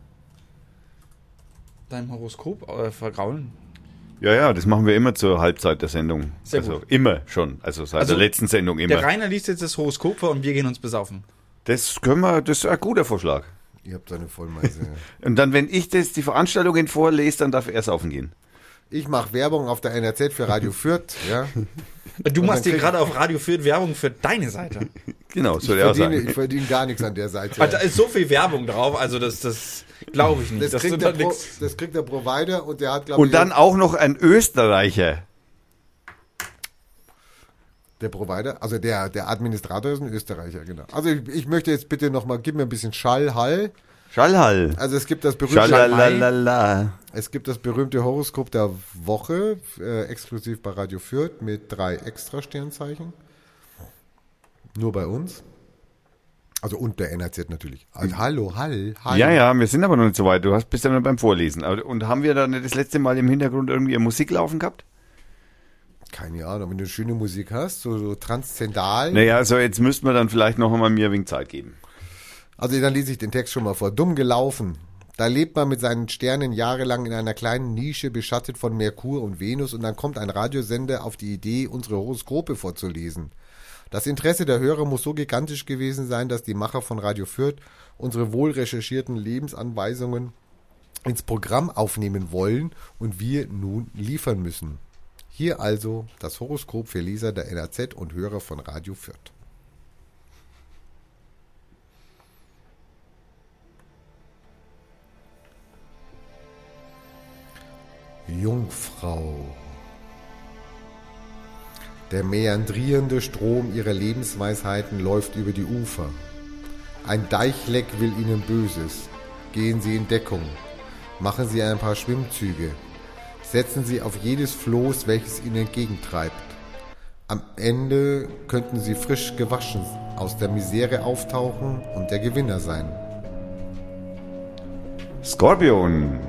[SPEAKER 3] deinem Horoskop äh, vergraulen?
[SPEAKER 1] Ja, ja, das machen wir immer zur Halbzeit der Sendung.
[SPEAKER 3] Sehr
[SPEAKER 1] also
[SPEAKER 3] gut.
[SPEAKER 1] immer schon. Also seit
[SPEAKER 3] Also,
[SPEAKER 1] der letzten Sendung
[SPEAKER 3] Der
[SPEAKER 1] immer.
[SPEAKER 3] Rainer liest jetzt das Horoskop vor und wir gehen uns besaufen.
[SPEAKER 1] Das können wir, das ist ein guter Vorschlag.
[SPEAKER 2] Ihr habt eine Vollmeise. ja.
[SPEAKER 1] Und dann, wenn ich das, die Veranstaltungen vorlese, dann darf er saufen gehen.
[SPEAKER 2] ich mache Werbung auf der NRZ für Radio Fürth, ja.
[SPEAKER 3] Du machst dir
[SPEAKER 2] krieg-
[SPEAKER 3] gerade auf Radio Fürth Werbung für deine Seite.
[SPEAKER 1] Genau,
[SPEAKER 2] Ich
[SPEAKER 1] soll er auch
[SPEAKER 2] verdiene,
[SPEAKER 1] sagen.
[SPEAKER 2] ich verdiene gar nichts an der Seite.
[SPEAKER 3] Da ist so viel Werbung drauf, also das, das glaube ich nicht.
[SPEAKER 2] das,
[SPEAKER 3] Das,
[SPEAKER 2] kriegt
[SPEAKER 3] sind
[SPEAKER 2] der
[SPEAKER 3] doch
[SPEAKER 2] Pro,
[SPEAKER 3] nix.
[SPEAKER 2] das kriegt der Provider und der hat, glaube ich,
[SPEAKER 1] Und dann auch noch ein Österreicher.
[SPEAKER 2] der Provider, also der, der Administrator ist ein Österreicher, genau. Also ich, ich möchte jetzt bitte nochmal, gib mir ein bisschen Schall, Hall.
[SPEAKER 1] Schallhall.
[SPEAKER 2] Also es gibt das berühmte
[SPEAKER 1] Schalalala.
[SPEAKER 2] Es gibt das berühmte Horoskop der Woche, äh, exklusiv bei Radio Fürth mit drei extra Sternzeichen. Nur bei uns. Also und der NRZ natürlich. Also, hallo, hall, hall.
[SPEAKER 1] Hm. Ja, ja, wir sind aber noch nicht so weit. Du hast, bist ja noch beim Vorlesen. Aber- Und haben wir da nicht das letzte Mal im Hintergrund irgendwie Musik laufen gehabt?
[SPEAKER 2] Keine Ahnung, wenn du schöne Musik hast, so, so transzendal.
[SPEAKER 1] Naja, also jetzt müssten wir dann vielleicht noch einmal mir ein wenig Zeit geben.
[SPEAKER 2] Also dann lese ich den Text schon mal vor. Dumm gelaufen. Da lebt man mit seinen Sternen jahrelang in einer kleinen Nische, beschattet von Merkur und Venus, und dann kommt ein Radiosender auf die Idee, unsere Horoskope vorzulesen. Das Interesse der Hörer muss so gigantisch gewesen sein, dass die Macher von Radio Fürth unsere wohl recherchierten Lebensanweisungen ins Programm aufnehmen wollen und wir nun liefern müssen. Hier also das Horoskop für Leser der NRZ und Hörer von Radio Fürth. Jungfrau. Der meandrierende Strom ihrer Lebensweisheiten läuft über die Ufer. Ein Deichleck will ihnen Böses. Gehen Sie in Deckung. Machen Sie ein paar Schwimmzüge. Setzen Sie auf jedes Floß, welches Ihnen entgegentreibt. Am Ende könnten Sie frisch gewaschen aus der Misere auftauchen und der Gewinner sein.
[SPEAKER 1] Skorpion.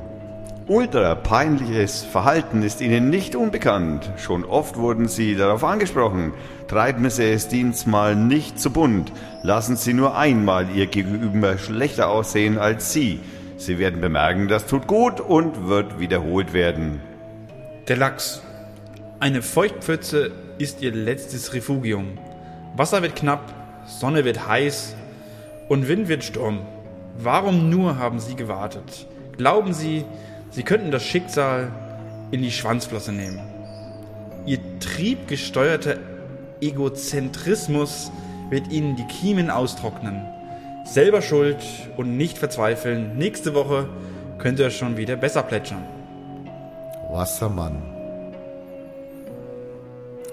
[SPEAKER 1] Ultra peinliches Verhalten ist ihnen nicht unbekannt. Schon oft wurden sie darauf angesprochen. Treiben sie es diesmal nicht zu bunt. Lassen sie nur einmal ihr Gegenüber schlechter aussehen als sie. Sie werden bemerken, das tut gut und wird wiederholt werden.
[SPEAKER 3] Der Lachs. Eine Feuchtpfütze ist ihr letztes Refugium. Wasser wird knapp, Sonne wird heiß und Wind wird Sturm. Warum nur haben Sie gewartet? Glauben Sie, Sie könnten das Schicksal in die Schwanzflosse nehmen? Ihr triebgesteuerter Egozentrismus wird Ihnen die Kiemen austrocknen. Selber schuld und nicht verzweifeln. Nächste Woche könnt ihr schon wieder besser plätschern.
[SPEAKER 2] Wassermann.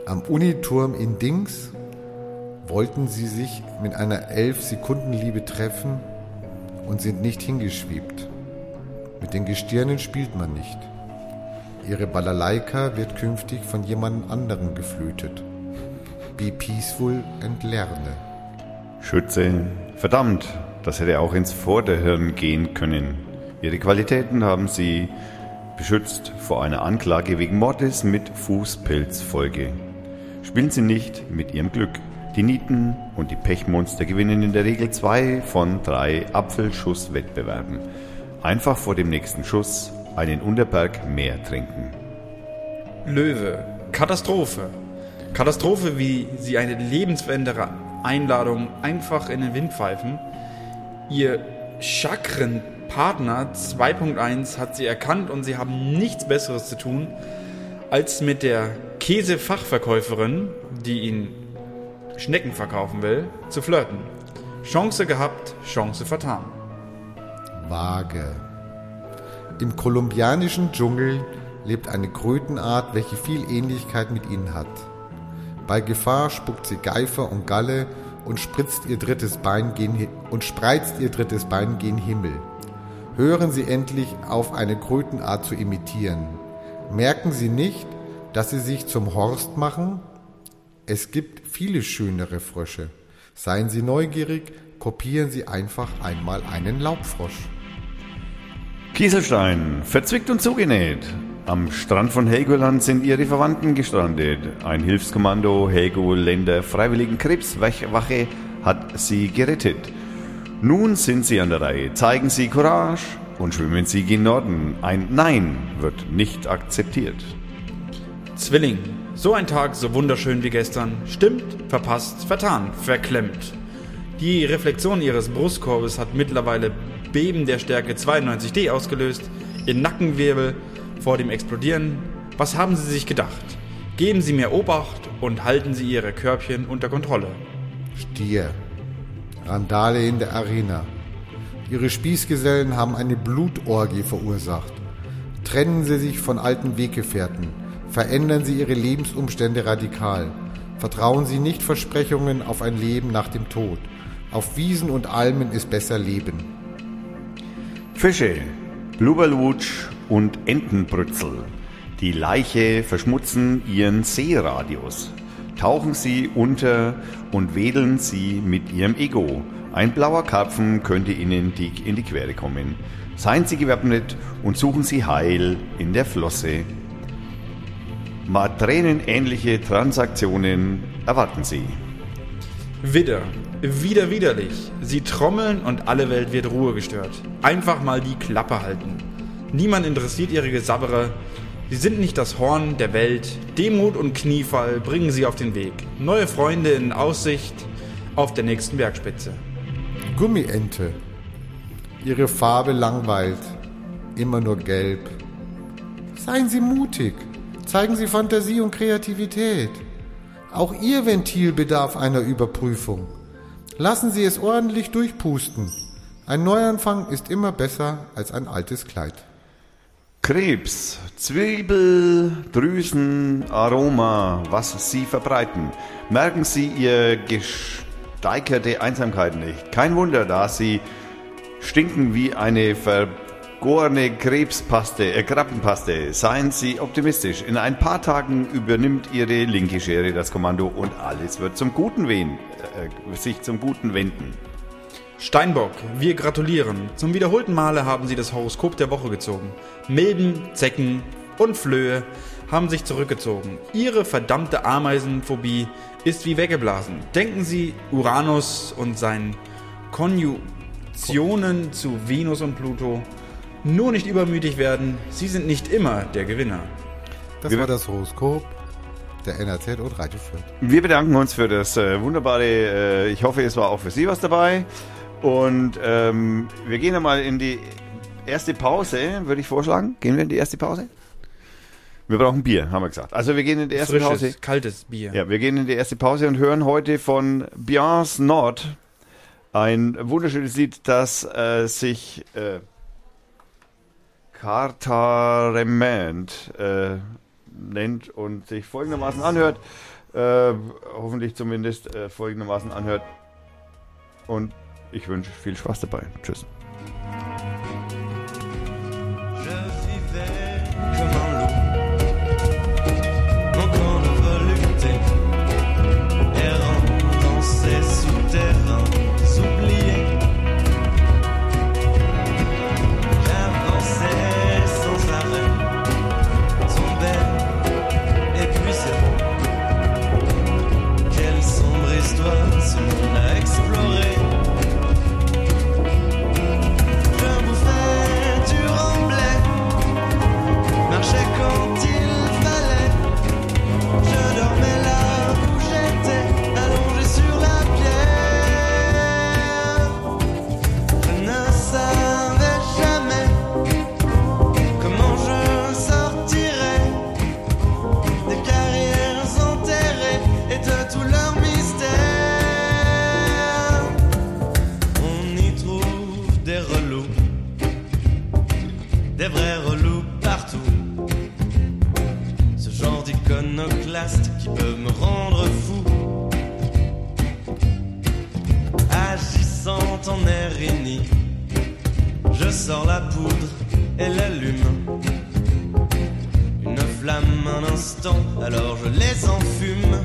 [SPEAKER 2] Am Uniturm in Dings wollten sie sich mit einer 11 Sekunden Liebe treffen und sind nicht hingeschwebt. Mit den Gestirnen spielt man nicht. Ihre Balalaika wird künftig von jemand anderem geflötet. Be peaceful and lerne.
[SPEAKER 1] Schütze. Verdammt, das hätte auch ins Vorderhirn gehen können. Ihre Qualitäten haben sie beschützt vor einer Anklage wegen Mordes mit Fußpilzfolge. Spielen Sie nicht mit Ihrem Glück. Die Nieten und die Pechmonster gewinnen in der Regel zwei von drei Apfelschusswettbewerben. Einfach vor dem nächsten Schuss einen Unterberg mehr trinken.
[SPEAKER 3] Löwe. Katastrophe. Katastrophe, wie sie eine lebensverändernde Einladung einfach in den Wind pfeifen. Ihr Chakrenpartner 2.1 hat sie erkannt und sie haben nichts Besseres zu tun, als mit der Käsefachverkäuferin, die ihnen Schnecken verkaufen will, zu flirten. Chance gehabt, Chance vertan.
[SPEAKER 2] Waage. Im kolumbianischen Dschungel lebt eine Krötenart, welche viel Ähnlichkeit mit ihnen hat. Bei Gefahr spuckt sie Geifer und Galle und spritzt ihr drittes Bein gen Hi- und spreizt ihr drittes Bein gen Himmel. Hören Sie endlich auf, eine Krötenart zu imitieren. Merken Sie nicht, dass Sie sich zum Horst machen? Es gibt viele schönere Frösche. Seien Sie neugierig, kopieren Sie einfach einmal einen Laubfrosch.
[SPEAKER 1] Kieselstein, verzwickt und zugenäht. Am Strand von Helgoland sind ihre Verwandten gestrandet. Ein Hilfskommando Helgoländer Freiwilligen Krebswache hat sie gerettet. Nun sind sie an der Reihe. Zeigen sie Courage und schwimmen sie gen Norden. Ein Nein wird nicht akzeptiert.
[SPEAKER 3] Zwilling. So ein Tag, so wunderschön wie gestern. Stimmt, verpasst, vertan, verklemmt. Die Reflexion ihres Brustkorbes hat mittlerweile Beben der Stärke 92D ausgelöst. Ihr Nackenwirbel vor dem Explodieren. Was haben Sie sich gedacht? Geben Sie mir Obacht und halten Sie Ihre Körbchen unter Kontrolle.
[SPEAKER 2] Stier. Randale in der Arena. Ihre Spießgesellen haben eine Blutorgie verursacht. Trennen Sie sich von alten Weggefährten. Verändern Sie Ihre Lebensumstände radikal. Vertrauen Sie nicht Versprechungen auf ein Leben nach dem Tod. Auf Wiesen und Almen ist besser Leben.
[SPEAKER 1] Fische, Blubberlutsch und Entenbrützel. Die Leiche verschmutzen ihren Seeradius. Tauchen sie unter und wedeln sie mit ihrem Ego. Ein blauer Karpfen könnte ihnen dick in die Quere kommen. Seien sie gewappnet und suchen sie heil in der Flosse. Matränenähnliche Transaktionen erwarten sie.
[SPEAKER 3] Widder. Wieder widerlich. Sie trommeln und alle Welt wird Ruhe gestört. Einfach mal die Klappe halten. Niemand interessiert ihre Gesabbere. Sie sind nicht das Horn der Welt. Demut und Kniefall bringen sie auf den Weg. Neue Freunde in Aussicht auf der nächsten Bergspitze.
[SPEAKER 2] Gummiente. Ihre Farbe langweilt. Immer nur gelb. Seien Sie mutig. Zeigen Sie Fantasie und Kreativität. Auch Ihr Ventil bedarf einer Überprüfung. Lassen Sie es ordentlich durchpusten. Ein Neuanfang ist immer besser als ein altes Kleid.
[SPEAKER 1] Krebs, Zwiebel, Drüsen, Aroma, was sie verbreiten. Merken sie ihr gesteigerte Einsamkeit nicht. Kein Wunder, da sie stinken wie eine vergorene Krebspaste, äh, Krabbenpaste. Seien sie optimistisch. In ein paar Tagen übernimmt ihre linke Schere das Kommando und alles wird zum Guten wehen, äh, sich zum Guten wenden.
[SPEAKER 3] Steinbock, wir gratulieren. Zum wiederholten Male haben Sie das Horoskop der Woche gezogen. Milben, Zecken und Flöhe haben sich zurückgezogen. Ihre verdammte Ameisenphobie ist wie weggeblasen. Denken Sie Uranus und seinen Konjunktionen zu Venus und Pluto. Nur nicht übermütig werden, Sie sind nicht immer der Gewinner.
[SPEAKER 2] Das
[SPEAKER 1] Wir-
[SPEAKER 2] war das Horoskop der NRZ und Radio Fürth.
[SPEAKER 1] Wir bedanken uns für das äh, wunderbare, äh, ich hoffe, es war auch für Sie was dabei. Und ähm, wir gehen einmal in die erste Pause, würde ich vorschlagen. Gehen wir in die erste Pause? Wir brauchen Bier, haben wir gesagt. Also wir gehen in die erste Pause.
[SPEAKER 3] Frisches, kaltes Bier.
[SPEAKER 1] Ja, wir gehen in die erste Pause und hören heute von Björns Nord ein wunderschönes Lied, das äh, sich äh, Cartarement äh, nennt und sich folgendermaßen anhört. Äh, hoffentlich zumindest äh, folgendermaßen anhört. Und ich wünsche viel Spaß dabei. Tschüss.
[SPEAKER 5] rendre fou. Agissant en air unique, je sors la poudre et l'allume. Une flamme, un instant, alors je les enfume.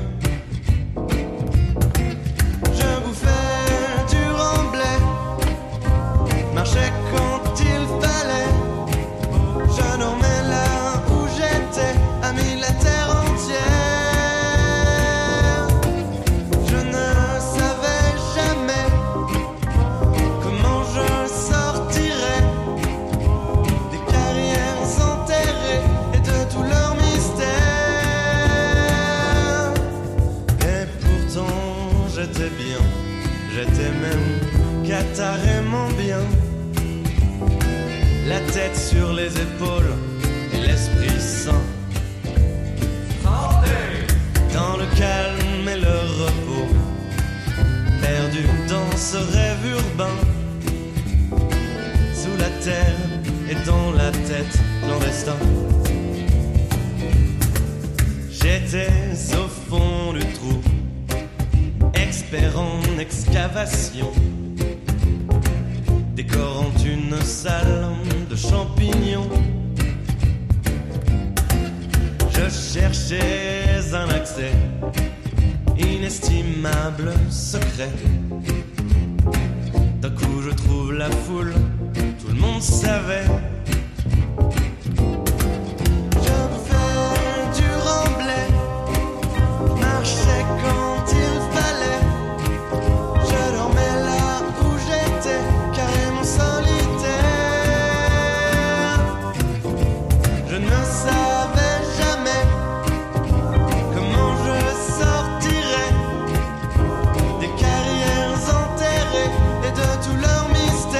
[SPEAKER 5] Je bouffais du remblai, marchais quand il fallait. Je dormais là où j'étais, ami la terre entière. Je ne savais jamais comment je sortirais des carrières enterrées et de tout leur mystère. Et pourtant j'étais bien, j'étais même catarément bien la tête sur les épaules et l'esprit sain. Dans le calme et le repos, perdu dans ce rêve urbain, sous la terre et dans la tête clandestin. J'étais au fond du trou, expert en excavation décorant une salle de champignons. Je cherchais un accès inestimable, secret. D'un coup, je trouve la foule, tout le monde savait. Je bouffais du remblai, marchais quand il fallait. Je dormais là où j'étais, carrément solitaire. Je ne savais jamais comment je sortirais des carrières enterrées et de tout leur mystère.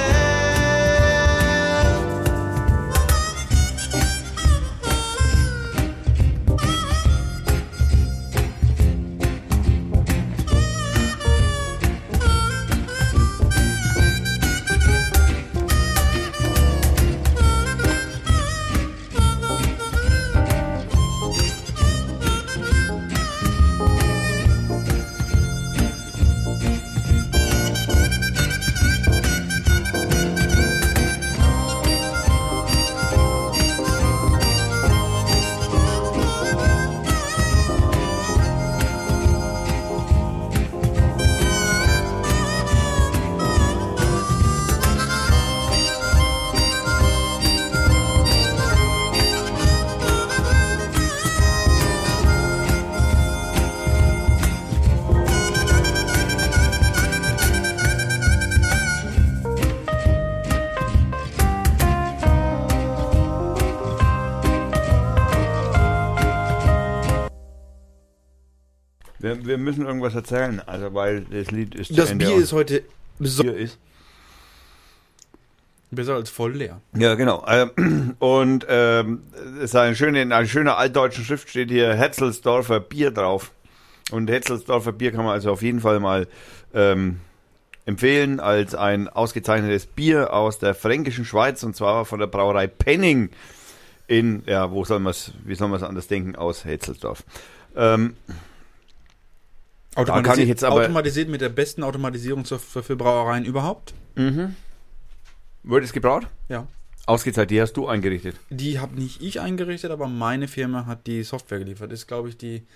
[SPEAKER 1] Wir, wir müssen irgendwas erzählen, also weil das Lied ist zu
[SPEAKER 3] Das
[SPEAKER 1] Ende
[SPEAKER 3] Bier
[SPEAKER 1] und
[SPEAKER 3] ist heute beso-
[SPEAKER 1] Bier ist.
[SPEAKER 3] besser als voll leer.
[SPEAKER 1] Ja, genau. Ähm, Und ähm, es ist eine schöne, in einer schönen altdeutschen Schrift steht hier Hetzelsdorfer Bier drauf. Und Hetzelsdorfer Bier kann man also auf jeden Fall mal ähm, empfehlen als ein ausgezeichnetes Bier aus der fränkischen Schweiz und zwar von der Brauerei Penning in, ja, wo soll man es, wie soll man es anders denken, aus Hetzelsdorf. Ähm, kann ich jetzt aber-
[SPEAKER 3] automatisiert mit der besten Automatisierungssoftware für Brauereien überhaupt.
[SPEAKER 1] wird es gebraut?
[SPEAKER 3] Ja.
[SPEAKER 1] Ausgezeichnet, die hast du eingerichtet.
[SPEAKER 3] Die habe nicht ich eingerichtet, aber meine Firma hat die Software geliefert. Ist, glaube ich, die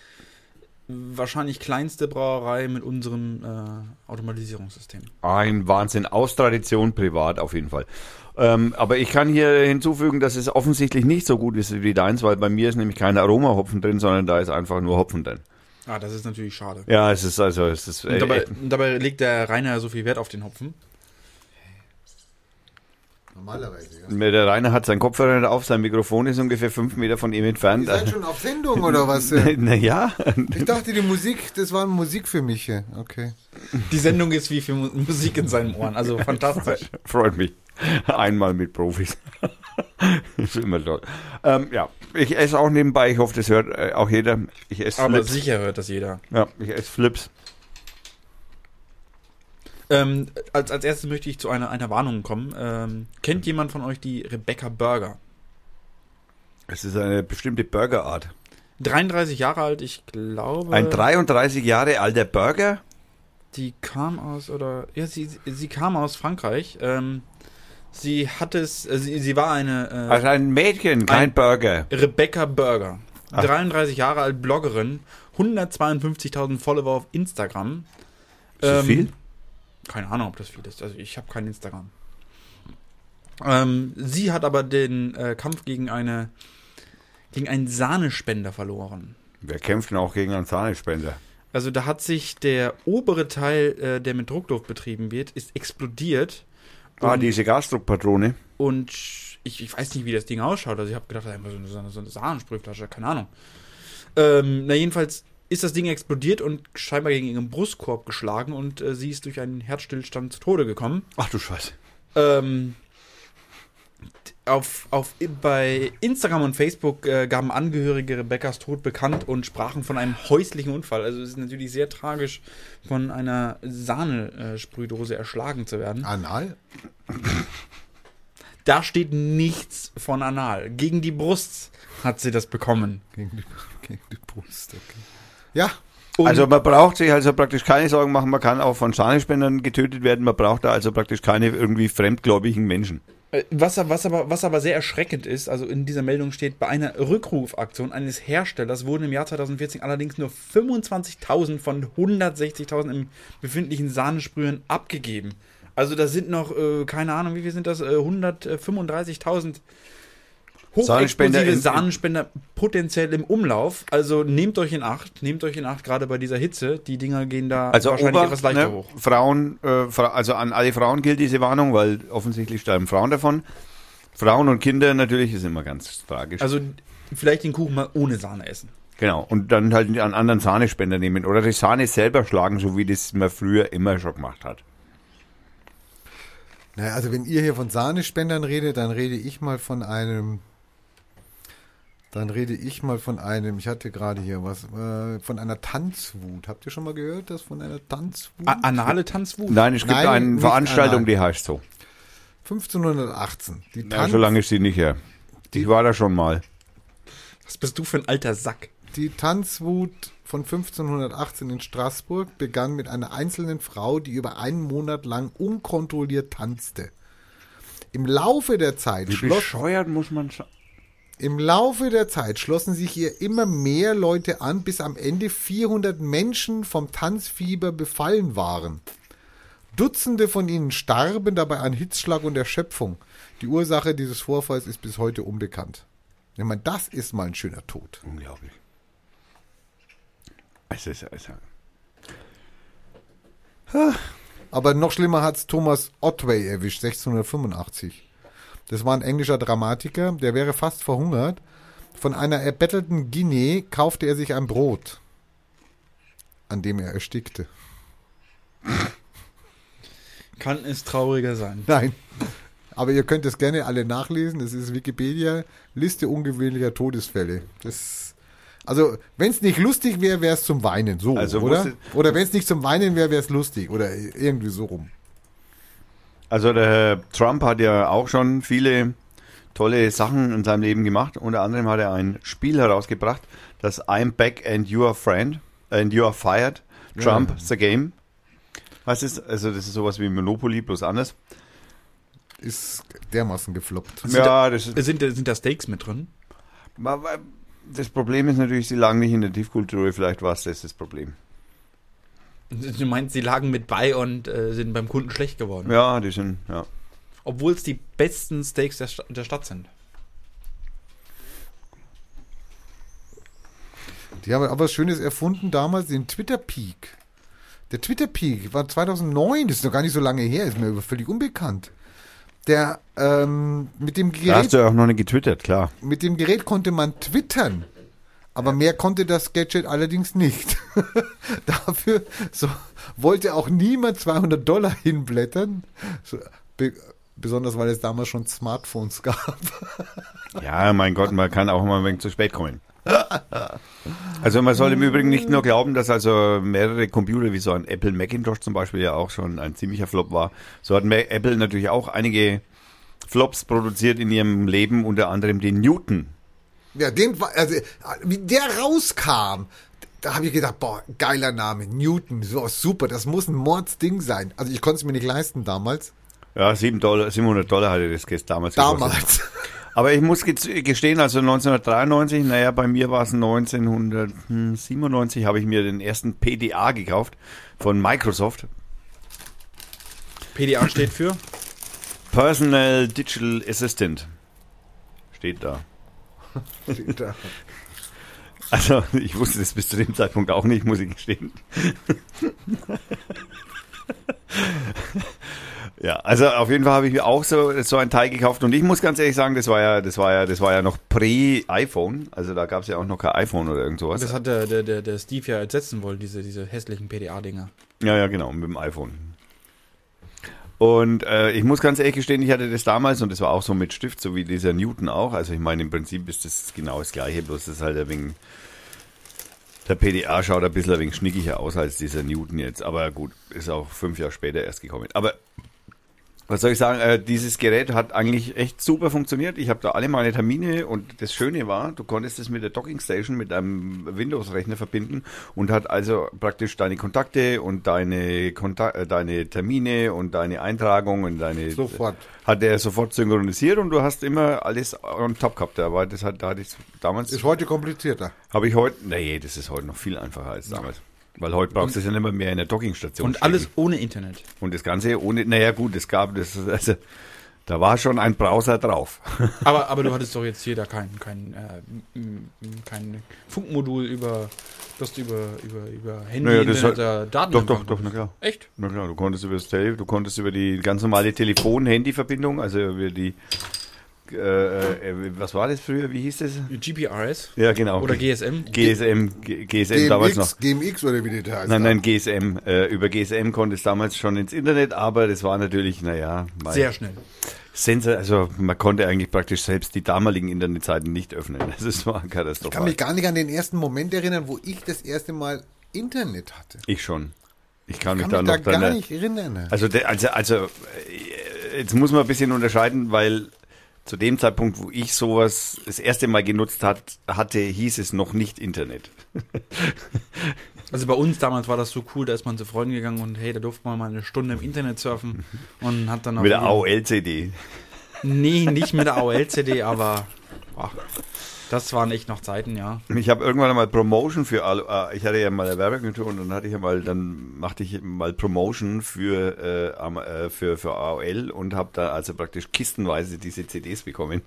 [SPEAKER 3] wahrscheinlich kleinste Brauerei mit unserem äh, Automatisierungssystem.
[SPEAKER 1] Ein Wahnsinn. Aus Tradition privat auf jeden Fall. Ähm, aber ich kann hier hinzufügen, dass es offensichtlich nicht so gut ist wie deins, weil bei mir ist nämlich kein Aromahopfen drin, sondern da ist einfach nur Hopfen drin.
[SPEAKER 3] Ah, das ist natürlich schade.
[SPEAKER 1] Ja, es ist also, es ist. Äh,
[SPEAKER 3] Und dabei,
[SPEAKER 1] äh,
[SPEAKER 3] und dabei legt der Rainer so viel Wert auf den Hopfen.
[SPEAKER 2] Normalerweise, ja.
[SPEAKER 1] äh, der Rainer hat seinen Kopfhörer nicht auf, sein Mikrofon ist ungefähr fünf Meter von ihm entfernt.
[SPEAKER 2] Ihr seid schon auf Sendung oder was? äh?
[SPEAKER 1] naja,
[SPEAKER 2] Ich dachte, die Musik, das war Musik für mich. äh. Okay.
[SPEAKER 3] Die Sendung ist wie viel Mu- Musik in seinen Ohren. Also fantastisch.
[SPEAKER 1] freut mich. Einmal mit Profis. ist immer toll. Ähm, ja, ich esse auch nebenbei, ich hoffe, das hört äh, auch jeder. Ich esse
[SPEAKER 3] Aber
[SPEAKER 1] Flips.
[SPEAKER 3] sicher hört das jeder.
[SPEAKER 1] Ja, ich esse Flips.
[SPEAKER 3] Ähm, als, als erstes möchte ich zu einer, einer Warnung kommen. Ähm, kennt jemand von euch die Rebecca Burger?
[SPEAKER 1] Es ist eine bestimmte Burgerart.
[SPEAKER 3] 33 Jahre alt, ich glaube.
[SPEAKER 1] Ein 33 Jahre alter Burger?
[SPEAKER 3] Die kam aus oder ja, sie, sie kam aus Frankreich. Ähm, sie hatte es, äh, sie, sie war eine
[SPEAKER 1] Also ein Mädchen, kein
[SPEAKER 3] Ein-
[SPEAKER 1] Burger.
[SPEAKER 3] äh, Rebecca Burger,
[SPEAKER 1] Ach.
[SPEAKER 3] 33 Jahre alt, Bloggerin, 152.000 Follower auf Instagram.
[SPEAKER 1] Ist das
[SPEAKER 3] Ähm,
[SPEAKER 1] viel?
[SPEAKER 3] Keine Ahnung, ob das viel ist. Also ich habe kein Instagram. Ähm, sie hat aber den äh, Kampf gegen eine gegen einen Sahnespender verloren.
[SPEAKER 1] Wir kämpfen auch gegen einen Zahnspender.
[SPEAKER 3] Also da hat sich der obere Teil, äh, der mit Druckluft betrieben wird, ist explodiert.
[SPEAKER 1] Ah,
[SPEAKER 3] Und-
[SPEAKER 1] diese Gasdruckpatrone.
[SPEAKER 3] Und ich, ich weiß nicht, wie das Ding ausschaut. Also ich habe gedacht, das ist einfach so eine, so eine- so eine Sahnensprühflasche, keine Ahnung. Ähm, na jedenfalls ist das Ding explodiert und scheinbar gegen ihren Brustkorb geschlagen und äh, sie ist durch einen Herzstillstand zu Tode gekommen.
[SPEAKER 1] Ach du Scheiße.
[SPEAKER 3] Ähm, auf, auf, bei Instagram und Facebook äh, gaben Angehörige Rebeccas Tod bekannt und sprachen von einem häuslichen Unfall. Also es ist natürlich sehr tragisch, von einer Sahnesprühdose erschlagen zu werden.
[SPEAKER 2] Anal?
[SPEAKER 3] Da steht nichts von anal. Gegen die Brust hat sie das bekommen.
[SPEAKER 2] Gegen die, gegen die Brust, okay. Ja,
[SPEAKER 3] Und
[SPEAKER 1] Also man braucht sich also praktisch keine Sorgen machen, man kann auch von Zahnspendern getötet werden, man braucht da also praktisch keine irgendwie fremdgläubigen Menschen.
[SPEAKER 3] Äh, Was, was, aber, was aber sehr erschreckend ist, also in dieser Meldung steht, bei einer Rückrufaktion eines Herstellers wurden im Jahr 2014 allerdings nur 25.000 von 160.000 im befindlichen Sahnensprühen abgegeben. Also da sind noch, äh, keine Ahnung, wie viel sind das, äh, 135.000
[SPEAKER 1] Sahnenspender in-
[SPEAKER 3] hochexplosive
[SPEAKER 1] in-
[SPEAKER 3] Sahnenspender potenziell im Umlauf. Also nehmt euch in Acht, nehmt euch in Acht, gerade bei dieser Hitze. Die Dinger gehen da
[SPEAKER 1] Also
[SPEAKER 3] wahrscheinlich
[SPEAKER 1] Obacht,
[SPEAKER 3] etwas leichter
[SPEAKER 1] ne,
[SPEAKER 3] hoch.
[SPEAKER 1] Frauen, äh, Fra also an alle Frauen gilt diese Warnung, weil offensichtlich sterben Frauen davon. Frauen und Kinder natürlich ist immer ganz tragisch.
[SPEAKER 3] Also vielleicht den Kuchen mal ohne Sahne essen.
[SPEAKER 1] genau. Und dann halt einen anderen Zahnspender nehmen oder die Sahne selber schlagen, so wie das man früher immer schon gemacht hat.
[SPEAKER 2] naja, also wenn ihr hier von Sahnespendern redet, dann rede ich mal von einem. Dann rede ich mal von einem, ich hatte gerade hier was, äh, von einer Tanzwut. Habt ihr schon mal gehört, dass von einer Tanzwut?
[SPEAKER 1] Ah,
[SPEAKER 3] A anale Tanzwut.
[SPEAKER 1] Nein, es gibt
[SPEAKER 2] Nein,
[SPEAKER 1] eine
[SPEAKER 2] nicht
[SPEAKER 1] Veranstaltung,
[SPEAKER 2] anal.
[SPEAKER 1] die heißt so.
[SPEAKER 2] 1518. Die
[SPEAKER 1] Na, so lange ist sie nicht her. Ich war da schon mal.
[SPEAKER 3] Was bist du für ein alter Sack?
[SPEAKER 2] Die Tanzwut von 1518 in Straßburg begann mit einer einzelnen Frau, die über einen Monat lang unkontrolliert tanzte. Im Laufe der Zeit, schloss,
[SPEAKER 1] bescheuert muss man sein?
[SPEAKER 2] im Laufe der Zeit schlossen sich ihr immer mehr Leute an, bis am Ende 400 Menschen vom Tanzfieber befallen waren. Dutzende von ihnen starben dabei an Hitzschlag und Erschöpfung. Die Ursache dieses Vorfalls ist bis heute unbekannt. Ich meine, das ist mal ein schöner Tod.
[SPEAKER 1] Unglaublich. Es ist, also,
[SPEAKER 2] Aber noch schlimmer hat's Thomas Otway erwischt, 1685. Das war ein englischer Dramatiker, der wäre fast verhungert. Von einer erbettelten Guinea kaufte er sich ein Brot, an dem er erstickte.
[SPEAKER 3] Kann es trauriger sein.
[SPEAKER 2] Nein. Aber ihr könnt das gerne alle nachlesen. Es ist Wikipedia, Liste ungewöhnlicher Todesfälle. Das, also, wenn es nicht lustig wäre, wäre es zum Weinen. So,
[SPEAKER 1] Also
[SPEAKER 2] oder?
[SPEAKER 1] wusste-
[SPEAKER 2] Oder wenn es nicht zum Weinen wäre, wäre es lustig. Oder irgendwie so rum.
[SPEAKER 1] also der Herr Trump hat ja auch schon viele tolle Sachen in seinem Leben gemacht. Unter anderem hat er ein Spiel herausgebracht, das I'm Back and You Are Friend and You Are Fired. Trump the Game. Was ist also das ist sowas wie Monopoly bloß anders.
[SPEAKER 2] Ist dermaßen gefloppt.
[SPEAKER 1] Ja, das ist,
[SPEAKER 3] Sind, sind da Steaks mit drin?
[SPEAKER 1] aber das Problem ist natürlich, sie lagen nicht in der Tiefkultur. Vielleicht war es das das Problem.
[SPEAKER 3] Du meinst, sie lagen mit bei und äh, sind beim Kunden schlecht geworden.
[SPEAKER 1] Ja, die sind ja.
[SPEAKER 3] Obwohl es die besten Steaks der, Sta der Stadt sind.
[SPEAKER 2] Die haben aber was Schönes erfunden damals, den Twitter-Peak. Der Twitter-Peak war 2009, das ist noch gar nicht so lange her, ist mir über- völlig unbekannt. Der, ähm, mit dem
[SPEAKER 1] Da hast
[SPEAKER 2] Gerät,
[SPEAKER 1] du ja auch noch nicht getwittert, klar.
[SPEAKER 2] mit dem Gerät konnte man twittern. Aber mehr konnte das Gadget allerdings nicht. Dafür so, wollte auch niemand 200 Dollar hinblättern. So, be, besonders, weil es damals schon Smartphones gab.
[SPEAKER 1] Ja, mein Gott, man kann auch mal ein wenig zu spät kommen. Also man soll im Übrigen nicht nur glauben, dass also mehrere Computer, wie so ein Apple Macintosh zum Beispiel ja auch schon ein ziemlicher Flop war. So hat Ma- Apple natürlich auch einige Flops produziert in ihrem Leben, unter anderem den Newton.
[SPEAKER 2] Ja, den war, also, wie der rauskam, da habe ich gedacht, boah, geiler Name, Newton, so super, das muss ein Mordsding sein. Also ich konnte es mir nicht leisten damals.
[SPEAKER 1] Ja, 7 Dollar, 700 Dollar hatte das Geld damals. gekostet.
[SPEAKER 2] Damals.
[SPEAKER 1] Aber ich muss ge- gestehen, also 1993, naja, bei mir war es 1997, habe ich mir den ersten PDA gekauft von Microsoft.
[SPEAKER 3] PDA steht für?
[SPEAKER 1] Personal Digital Assistant. Steht da. Also, ich wusste das bis zu dem Zeitpunkt auch nicht, muss ich gestehen. ja, also auf jeden Fall habe ich mir auch so, so ein Teil gekauft und ich muss ganz ehrlich sagen, das war ja, das war ja, das war ja noch pre-iPhone. Also da gab es ja auch noch kein iPhone oder irgend sowas.
[SPEAKER 3] Das hat der, der, der, der Steve ja ersetzen wollen, diese, diese hässlichen PDA-Dinger.
[SPEAKER 1] Ja, ja, genau, mit dem iPhone. Und äh, ich muss ganz ehrlich gestehen, ich hatte das damals und das war auch so mit Stift, so wie dieser Newton auch. Also ich meine, im Prinzip ist das genau das gleiche, bloß das ist halt ein wenig, der PDA schaut ein bisschen ein wenig schnickiger aus als dieser Newton jetzt. Aber gut, ist auch fünf Jahre später erst gekommen. Aber was soll ich sagen, äh, dieses Gerät hat eigentlich echt super funktioniert. Ich habe da alle meine Termine und das Schöne war, du konntest es mit der Docking Station mit einem Windows-Rechner verbinden und hat also praktisch deine Kontakte und deine, Kontak äh, deine Termine und deine Eintragung und deine...
[SPEAKER 2] Sofort.
[SPEAKER 1] Hat er sofort synchronisiert und du hast immer alles on top gehabt. Aber das hat, da hatte ich damals...
[SPEAKER 2] Ist heute komplizierter.
[SPEAKER 1] Habe ich heute... Nee, das ist heute noch viel einfacher als damals. Weil heute brauchst du es ja nicht mehr, mehr in der Dockingstation.
[SPEAKER 3] Und
[SPEAKER 1] stecken.
[SPEAKER 3] alles ohne Internet.
[SPEAKER 1] Und das Ganze ohne, naja gut, es gab das, also, da war schon ein Browser drauf.
[SPEAKER 3] Aber, aber du hattest doch jetzt hier da kein, kein, äh, m- m- kein Funkmodul über, das du über, über, über Handy,
[SPEAKER 1] Naja, das
[SPEAKER 3] Internet,
[SPEAKER 1] hat-
[SPEAKER 3] äh, Daten
[SPEAKER 1] doch, doch,
[SPEAKER 3] empfangen
[SPEAKER 1] doch, na
[SPEAKER 3] konntest.
[SPEAKER 1] klar.
[SPEAKER 3] Echt?
[SPEAKER 1] Na klar, du konntest über das Tele, du konntest über die ganz normale Telefon-Handy-Verbindung, also über die, äh, äh, was war das früher, wie hieß das?
[SPEAKER 3] GPRS?
[SPEAKER 1] Ja, genau.
[SPEAKER 3] Oder GSM?
[SPEAKER 1] GSM, G- GSM damals noch.
[SPEAKER 2] GMX, GMX oder wie die heißt.
[SPEAKER 1] Nein, nein, GSM. Äh, über GSM konntest damals schon ins Internet, aber das war natürlich, naja, mein-
[SPEAKER 3] Sehr schnell.
[SPEAKER 1] Sensor, also man konnte eigentlich praktisch selbst die damaligen Internetseiten nicht öffnen. Das war katastrophal.
[SPEAKER 2] Ich kann mich gar nicht an den ersten Moment erinnern, wo ich das erste Mal Internet hatte.
[SPEAKER 1] Ich schon. Ich kann,
[SPEAKER 2] Ich kann
[SPEAKER 1] mich da
[SPEAKER 2] mich
[SPEAKER 1] noch
[SPEAKER 2] da
[SPEAKER 1] dran
[SPEAKER 2] gar
[SPEAKER 1] er-
[SPEAKER 2] nicht erinnern.
[SPEAKER 1] Also, der- also, also, äh, jetzt muss man ein bisschen unterscheiden, weil zu dem Zeitpunkt, wo ich sowas das erste Mal genutzt hat, hatte, hieß es noch nicht Internet.
[SPEAKER 3] Also bei uns damals war das so cool, da ist man zu Freunden gegangen und hey, da durfte man mal eine Stunde im Internet surfen und hat
[SPEAKER 2] Ah,
[SPEAKER 3] dann auch.
[SPEAKER 1] Mit der AOL-CD.
[SPEAKER 3] Nee, nicht mit der AOL-CD, aber boah, das waren echt noch Zeiten, ja.
[SPEAKER 1] Ich habe irgendwann einmal Promotion für, Alu- äh, ich hatte ja mal eine Werbeagentur und dann hatte ich ja mal, dann machte ich mal Promotion für, äh, am- äh, für, für AOL und habe da also praktisch kistenweise diese CDs bekommen,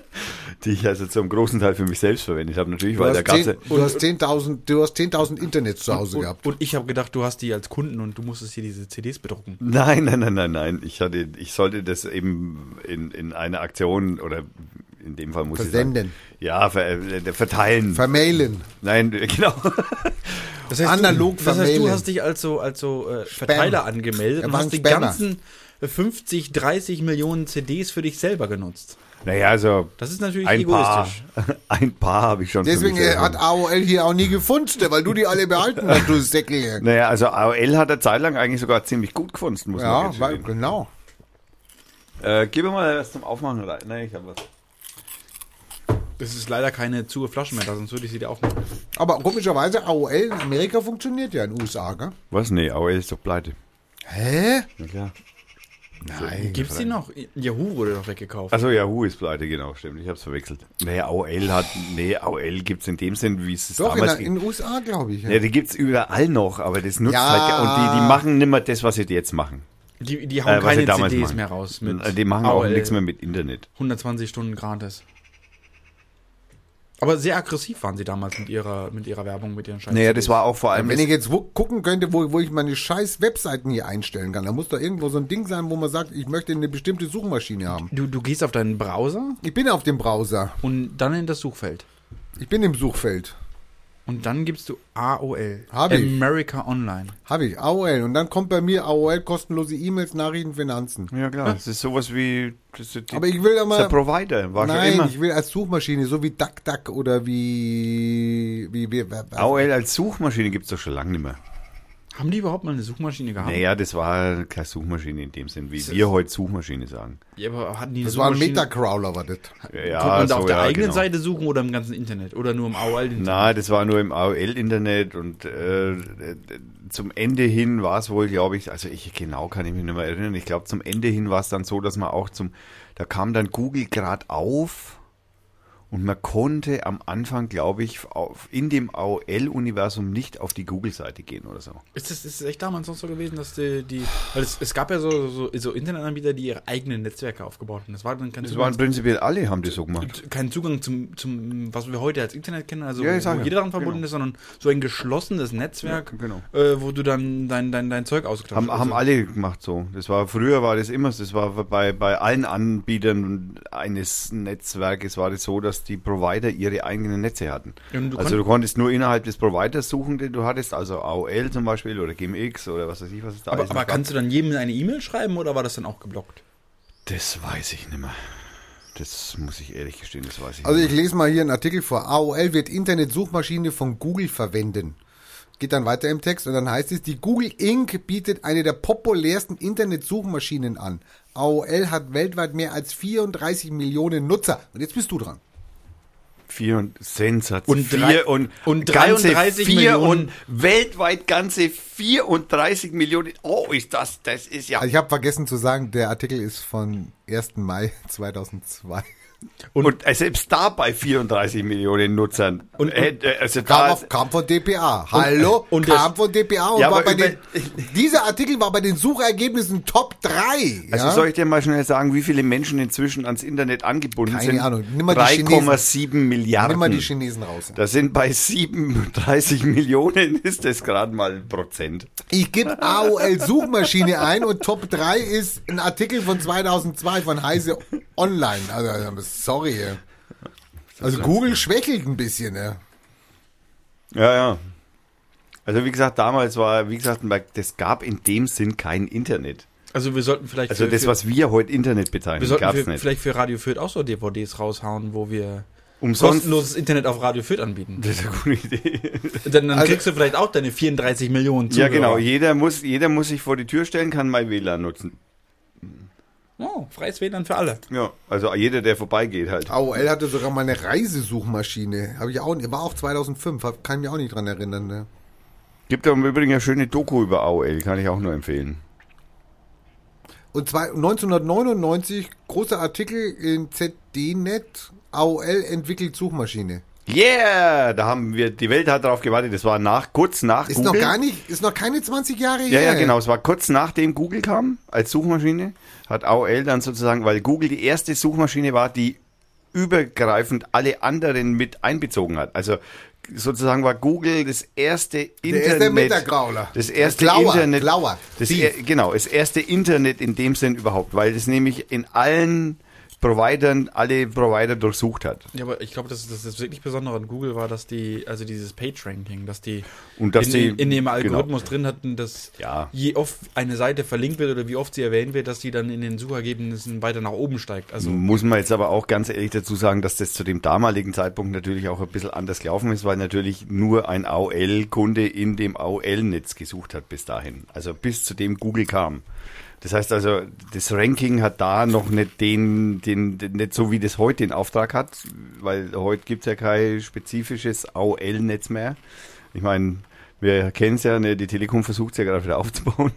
[SPEAKER 1] die ich also zum großen Teil für mich selbst verwendet habe. Natürlich,
[SPEAKER 2] du
[SPEAKER 1] weil
[SPEAKER 2] hast
[SPEAKER 1] da gab's ja-
[SPEAKER 2] 10 du hast 10.000 du hast 10.000 Internets zu Hause gehabt.
[SPEAKER 3] Und, und ich habe gedacht, du hast die als Kunden und du musstest hier diese CDs bedrucken.
[SPEAKER 1] Nein, nein, nein, nein, nein. Ich hatte, ich sollte das eben in, in einer Aktion oder in dem Fall muss
[SPEAKER 2] Versenden.
[SPEAKER 1] ich sagen. Ja, ver, äh, verteilen.
[SPEAKER 2] Vermailen.
[SPEAKER 1] nein, genau.
[SPEAKER 3] Das heißt,
[SPEAKER 2] Analog
[SPEAKER 3] du, Das heißt, du
[SPEAKER 2] vermailen.
[SPEAKER 3] hast dich als so, als so äh, Verteiler angemeldet
[SPEAKER 2] Er
[SPEAKER 3] und
[SPEAKER 2] war
[SPEAKER 3] hast
[SPEAKER 2] ein
[SPEAKER 3] die
[SPEAKER 2] Spammer.
[SPEAKER 3] ganzen 50, 30 Millionen CDs für dich selber genutzt.
[SPEAKER 1] Naja, also
[SPEAKER 3] Das ist natürlich
[SPEAKER 1] ein paar,
[SPEAKER 3] egoistisch.
[SPEAKER 1] ein paar habe ich schon. für
[SPEAKER 2] Deswegen äh,
[SPEAKER 1] mich selber.
[SPEAKER 2] hat AOL hier auch nie gefunden, weil du die alle behalten hast, du Säckel.
[SPEAKER 1] Naja, also AOL hat eine Zeit lang eigentlich sogar ziemlich gut gefunden, muss man
[SPEAKER 2] Ja,
[SPEAKER 1] jetzt
[SPEAKER 2] weil,
[SPEAKER 1] sehen.
[SPEAKER 2] genau.
[SPEAKER 1] Äh, gib mir mal was zum Aufmachen rein. Nein, ich habe was.
[SPEAKER 3] Das ist leider keine zuge Flaschen mehr da, sonst würde ich sie dir aufmachen.
[SPEAKER 2] Aber komischerweise, AOL in Amerika funktioniert ja in den USA, gell?
[SPEAKER 1] Was? Nee, AOL ist doch pleite.
[SPEAKER 2] Hä?
[SPEAKER 1] Na klar.
[SPEAKER 2] Nein.
[SPEAKER 3] Gibt's die noch? Yahoo wurde doch weggekauft.
[SPEAKER 1] Achso, Yahoo ist pleite, genau, stimmt. Ich hab's verwechselt. Naja, AOL hat. Nee, AOL gibt's in dem Sinn, wie es es
[SPEAKER 2] Doch, in,
[SPEAKER 1] damals
[SPEAKER 2] der- in den USA, glaube ich.
[SPEAKER 1] Ja, die gibt's überall noch, aber das nutzt
[SPEAKER 2] Ja.
[SPEAKER 1] halt. Und die, die machen nimmer das, was sie jetzt machen.
[SPEAKER 3] Die, die
[SPEAKER 1] Äh,
[SPEAKER 3] hauen
[SPEAKER 1] was sie
[SPEAKER 3] keine
[SPEAKER 1] damals
[SPEAKER 3] CDs
[SPEAKER 1] machen. Äh,
[SPEAKER 3] mehr raus.
[SPEAKER 1] die machen auch
[SPEAKER 3] AOL.
[SPEAKER 1] nichts mehr mit Internet.
[SPEAKER 3] 120 Stunden gratis. Aber sehr aggressiv waren sie damals mit ihrer, mit ihrer Werbung, mit ihren Scheiß.
[SPEAKER 1] Naja, das war auch vor allem.
[SPEAKER 2] Wenn ich jetzt wo, gucken könnte, wo, wo ich meine scheiß Webseiten hier einstellen kann, da muss doch irgendwo so ein Ding sein, wo man sagt, ich möchte eine bestimmte Suchmaschine haben.
[SPEAKER 3] Du, du gehst auf deinen Browser
[SPEAKER 2] Ich bin auf dem Browser.
[SPEAKER 3] und dann in das Suchfeld.
[SPEAKER 2] Ich bin im Suchfeld.
[SPEAKER 3] Und dann gibst du AOL.
[SPEAKER 2] Hab ich.
[SPEAKER 3] America Online.
[SPEAKER 2] Habe ich AOL. Und dann kommt bei mir AOL kostenlose E-Mails, Nachrichten, Finanzen.
[SPEAKER 1] ja, klar. Das ist sowas wie. Das ist die,
[SPEAKER 2] Aber ich will
[SPEAKER 1] der
[SPEAKER 2] aber.
[SPEAKER 1] Provider, war schon
[SPEAKER 2] Nein,
[SPEAKER 1] immer.
[SPEAKER 2] ich will als Suchmaschine, so wie DuckDuck oder wie. wie, wie, wie
[SPEAKER 1] AOL als Suchmaschine gibt's doch schon lange nicht mehr.
[SPEAKER 3] Haben die überhaupt mal eine Suchmaschine gehabt?
[SPEAKER 1] Naja, das war keine Suchmaschine in dem Sinn, wie wir heute Suchmaschine sagen.
[SPEAKER 3] Ja, aber hatten die eine
[SPEAKER 2] Das war ein
[SPEAKER 3] Suchmaschine?
[SPEAKER 2] Metacrawler, war das.
[SPEAKER 1] Ja,
[SPEAKER 3] Konnte man da
[SPEAKER 1] so,
[SPEAKER 3] auf der
[SPEAKER 1] ja,
[SPEAKER 3] eigenen
[SPEAKER 1] genau.
[SPEAKER 3] Seite suchen oder im ganzen Internet? Oder nur im AOL-Internet?
[SPEAKER 1] Na, das war nur im AOL-Internet und äh, äh, zum Ende hin war es wohl, glaube ich, also ich genau kann ich mich nicht mehr erinnern. Ich glaube, zum Ende hin war es dann so, dass man auch zum, da kam dann Google gerade auf und man konnte am Anfang, glaube ich, auf, in dem AOL-Universum nicht auf die Google-Seite gehen oder so.
[SPEAKER 3] Ist das, ist das echt damals noch so gewesen, dass die, die weil es, es gab ja so, so, so Internetanbieter, die ihre eigenen Netzwerke aufgebaut haben. Das war dann kein
[SPEAKER 1] Das waren
[SPEAKER 3] Zugang,
[SPEAKER 1] prinzipiell alle, haben das so gemacht.
[SPEAKER 3] kein Zugang zum, zum, was wir heute als Internet kennen, also
[SPEAKER 1] Ja, ich
[SPEAKER 3] wo
[SPEAKER 1] sag ja.
[SPEAKER 3] jeder daran verbunden
[SPEAKER 1] Genau.
[SPEAKER 3] ist, sondern so ein geschlossenes Netzwerk,
[SPEAKER 1] Ja, genau.
[SPEAKER 3] äh, wo du dann dein, dein, dein Zeug ausgetauscht
[SPEAKER 1] Haben,
[SPEAKER 3] hast. Also,
[SPEAKER 1] haben alle gemacht so. Das war früher war das immer, so. das war bei, bei allen Anbietern eines Netzwerkes war das so, dass die Provider ihre eigenen Netze hatten.
[SPEAKER 3] Ja, und du
[SPEAKER 1] also du konntest nur innerhalb des Providers suchen, den du hattest, also AOL zum Beispiel oder GMX oder was weiß ich, was es da
[SPEAKER 3] aber
[SPEAKER 1] alles
[SPEAKER 3] aber
[SPEAKER 1] noch gab.
[SPEAKER 3] kannst du dann jedem eine E-Mail schreiben oder war das dann auch geblockt?
[SPEAKER 1] Das weiß ich nicht mehr. Das muss ich ehrlich gestehen, das weiß ich
[SPEAKER 2] Also
[SPEAKER 1] nicht
[SPEAKER 2] ich lese mal hier einen Artikel vor. AOL wird Internetsuchmaschine von Google verwenden. Geht dann weiter im Text und dann heißt es, die Google Inc. bietet eine der populärsten Internetsuchmaschinen an. AOL hat weltweit mehr als 34 Millionen Nutzer. Und jetzt bist du dran.
[SPEAKER 1] Vier und Sensation.
[SPEAKER 3] Und drei-
[SPEAKER 1] vier und,
[SPEAKER 3] und
[SPEAKER 1] ganze
[SPEAKER 3] 33
[SPEAKER 1] vier
[SPEAKER 3] Millionen.
[SPEAKER 1] und weltweit ganze 34 Millionen. Oh, ist das, das ist ja
[SPEAKER 2] Also ich habe vergessen zu sagen, der Artikel ist von 1. Mai 2002.
[SPEAKER 1] Und, äh, selbst da bei 34 Millionen Nutzern.
[SPEAKER 3] Und-
[SPEAKER 1] äh, äh, also
[SPEAKER 2] Kam,
[SPEAKER 1] da,
[SPEAKER 2] auf, kam von DPA. Hallo?
[SPEAKER 3] und
[SPEAKER 2] kam
[SPEAKER 3] das-
[SPEAKER 2] von DPA und
[SPEAKER 1] Ja,
[SPEAKER 2] war
[SPEAKER 1] aber
[SPEAKER 2] bei
[SPEAKER 1] über-
[SPEAKER 2] den, dieser Artikel war bei den Suchergebnissen Top 3.
[SPEAKER 1] also soll ich dir mal schnell sagen, wie viele Menschen inzwischen ans Internet angebunden
[SPEAKER 2] Keine
[SPEAKER 1] sind?
[SPEAKER 2] Ahnung. Nimm mal die
[SPEAKER 1] 3,7 Milliarden.
[SPEAKER 2] Nimm mal die Chinesen raus.
[SPEAKER 1] Hm. das sind bei 37 Millionen, ist das gerade mal ein Prozent.
[SPEAKER 2] Ich gebe AOL-Suchmaschine ein und Top 3 ist ein Artikel von 2002 von Heise Online. Also, also, sorry. ey. Also Google schwächelt ein bisschen. Ne?
[SPEAKER 1] Ja, ja. Also wie gesagt, damals war, wie gesagt, das gab in dem Sinn kein Internet.
[SPEAKER 3] Also wir sollten vielleicht
[SPEAKER 1] Also
[SPEAKER 3] für,
[SPEAKER 1] das,
[SPEAKER 3] für,
[SPEAKER 1] was wir heute Internet
[SPEAKER 3] wir
[SPEAKER 1] bezeichnen,
[SPEAKER 3] sollten
[SPEAKER 1] gab es
[SPEAKER 3] für,
[SPEAKER 1] nicht.
[SPEAKER 3] vielleicht für Radio Fürth auch so DVDs raushauen, wo wir
[SPEAKER 1] Umsonst.
[SPEAKER 3] kostenloses Internet auf Radio Fürth anbieten.
[SPEAKER 1] Das ist eine gute Idee.
[SPEAKER 3] Dann, dann
[SPEAKER 2] Also-
[SPEAKER 3] kriegst du vielleicht auch deine 34 Millionen
[SPEAKER 1] Ja,
[SPEAKER 3] Zuhörer.
[SPEAKER 1] genau. Jeder muss, jeder muss sich vor die Tür stellen, kann mein WLAN nutzen.
[SPEAKER 3] Oh, freies WLAN für alle.
[SPEAKER 1] Ja, also jeder, der vorbeigeht halt.
[SPEAKER 2] AOL hatte sogar mal eine Reisesuchmaschine. Habe ich auch, war auch 2005, hab- kann mich auch nicht dran erinnern. Ne?
[SPEAKER 1] Gibt da im Übrigen eine schöne Doku über AOL, kann ich auch nur empfehlen.
[SPEAKER 2] Und zwei, 1999, großer Artikel in ZDNet, AOL entwickelt Suchmaschine.
[SPEAKER 1] Yeah! Da haben wir, die Welt hat darauf gewartet, das war nach, kurz nach
[SPEAKER 2] Ist
[SPEAKER 1] Google.
[SPEAKER 2] noch gar nicht, ist noch keine 20 Jahre
[SPEAKER 1] ja,
[SPEAKER 2] her.
[SPEAKER 1] ja, genau. Es war kurz nachdem Google kam als Suchmaschine, hat AOL dann sozusagen, weil Google die erste Suchmaschine war, die übergreifend alle anderen mit einbezogen hat. Also sozusagen war Google das erste
[SPEAKER 2] Der
[SPEAKER 1] Internet.
[SPEAKER 2] ist der Metacrawler.
[SPEAKER 1] Das erste
[SPEAKER 2] Klauer,
[SPEAKER 1] Internet.
[SPEAKER 2] Klauer.
[SPEAKER 1] Das
[SPEAKER 2] Thief.
[SPEAKER 1] er, genau, das erste Internet in dem Sinn überhaupt, weil das nämlich in allen Providern alle Provider durchsucht hat.
[SPEAKER 3] Ja, aber ich glaube, das, das, das wirklich Besondere an Google war, dass die, also dieses Page-Ranking, dass die
[SPEAKER 1] Und dass
[SPEAKER 3] in,
[SPEAKER 1] die-
[SPEAKER 3] in dem
[SPEAKER 1] genau.
[SPEAKER 3] Algorithmus drin hatten, dass
[SPEAKER 1] Ja.
[SPEAKER 3] je oft eine Seite verlinkt wird oder wie oft sie erwähnt wird, dass die dann in den Suchergebnissen weiter nach oben steigt. Also
[SPEAKER 1] Muss man jetzt aber auch ganz ehrlich dazu sagen, dass das zu dem damaligen Zeitpunkt natürlich auch ein bisschen anders gelaufen ist, weil natürlich nur ein AOL-Kunde in dem AOL-Netz gesucht hat bis dahin. Also bis zu dem Google kam. Das heißt also, das Ranking hat da noch nicht den, den, den nicht so wie das heute den Auftrag hat, weil heute gibt's ja kein spezifisches AOL-Netz mehr. Ich meine, wir kennen's ja, ne, die Telekom versucht's ja gerade wieder aufzubauen.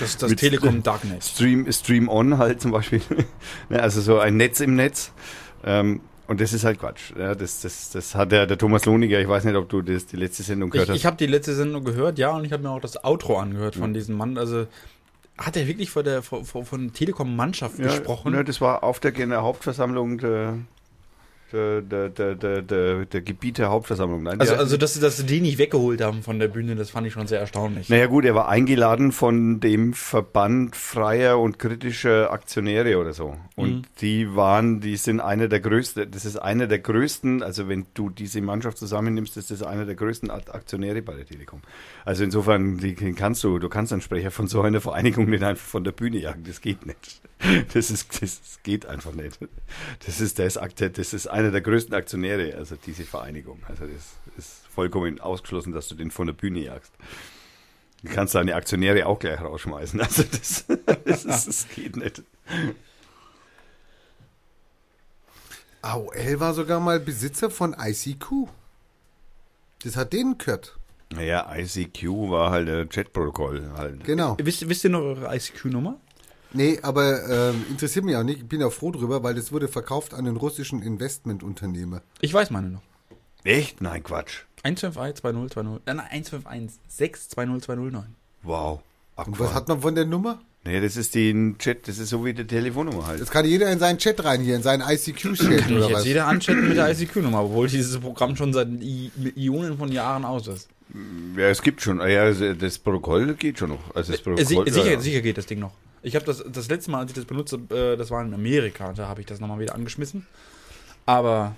[SPEAKER 3] das, das
[SPEAKER 1] Mit-
[SPEAKER 3] Telekom Darknet.
[SPEAKER 1] Stream, Stream On halt zum Beispiel. ne, also so ein Netz im Netz. Ähm, und das ist halt Quatsch. Ja, das, das, das hat der, der Thomas Lohniger, ich weiß nicht, ob du das, Mhm. die letzte Sendung
[SPEAKER 3] Ich,
[SPEAKER 1] gehört
[SPEAKER 3] ich
[SPEAKER 1] hast.
[SPEAKER 3] habe die letzte Sendung gehört, ja, und ich habe mir auch das Outro angehört von diesem Mann. Also hat er wirklich vor der, vor, vor, von Telekom-Mannschaft gesprochen?
[SPEAKER 1] Ja, ne, das war auf der Gen- Hauptversammlung der, der, der, der, der, der, der Gebiete Hauptversammlung. Nein,
[SPEAKER 3] also,
[SPEAKER 1] der-
[SPEAKER 3] also dass, sie- dass sie den nicht weggeholt haben von der Bühne, das fand ich schon sehr erstaunlich.
[SPEAKER 1] naja gut, er war eingeladen von dem Verband freier und kritischer Aktionäre oder so. Und die waren, die sind einer der größten, das ist einer der größten, also wenn du diese Mannschaft zusammennimmst, ist das einer der größten Ak- Aktionäre bei der Telekom. Also insofern die kannst du, du kannst einen Sprecher von so einer Vereinigung nicht einfach von der Bühne jagen, das geht nicht. Das ist, das geht einfach nicht. Das ist, das, das ist einer der größten Aktionäre, also diese Vereinigung. Also das ist vollkommen ausgeschlossen, dass du den von der Bühne jagst. Du kannst deine Aktionäre auch gleich rausschmeißen. Also das, das, ist- das geht nicht.
[SPEAKER 2] AOL war sogar mal Besitzer von ICQ. Das hat denen gehört.
[SPEAKER 1] Naja, ICQ war halt äh, Chatprotokoll. Halt.
[SPEAKER 2] Genau.
[SPEAKER 3] Wisst, wisst ihr noch eure ICQ-Nummer?
[SPEAKER 2] Nee, aber ähm, interessiert mich auch nicht. Ich bin auch froh drüber, weil das wurde verkauft an den russischen Investmentunternehmer.
[SPEAKER 3] Ich weiß meine noch.
[SPEAKER 1] Echt? Nein, Quatsch.
[SPEAKER 3] 151 2020. äh, Nein, nein, 151 620209.
[SPEAKER 1] Wow.
[SPEAKER 2] Und was
[SPEAKER 1] Abgefahren.
[SPEAKER 2] hat man von der Nummer?
[SPEAKER 1] Nee, das ist die Chat, das ist so wie die Telefonnummer halt.
[SPEAKER 2] Jetzt kann jeder in seinen Chat rein hier, in seinen ICQ-Chat
[SPEAKER 3] Mich
[SPEAKER 2] oder
[SPEAKER 3] jetzt
[SPEAKER 2] was?
[SPEAKER 3] jeder anchatten mit der ICQ-Nummer, obwohl dieses Programm schon seit I Ionen von Jahren aus ist.
[SPEAKER 1] Ja, es gibt schon. Ah Ja, das Protokoll geht schon noch. Also das
[SPEAKER 3] Äh, si-
[SPEAKER 1] Protokoll,
[SPEAKER 3] sicher,
[SPEAKER 1] ja, ja.
[SPEAKER 3] sicher geht das Ding noch. Ich habe das das letzte Mal, als ich das benutze, äh, das war in Amerika, da habe ich das nochmal wieder angeschmissen. Aber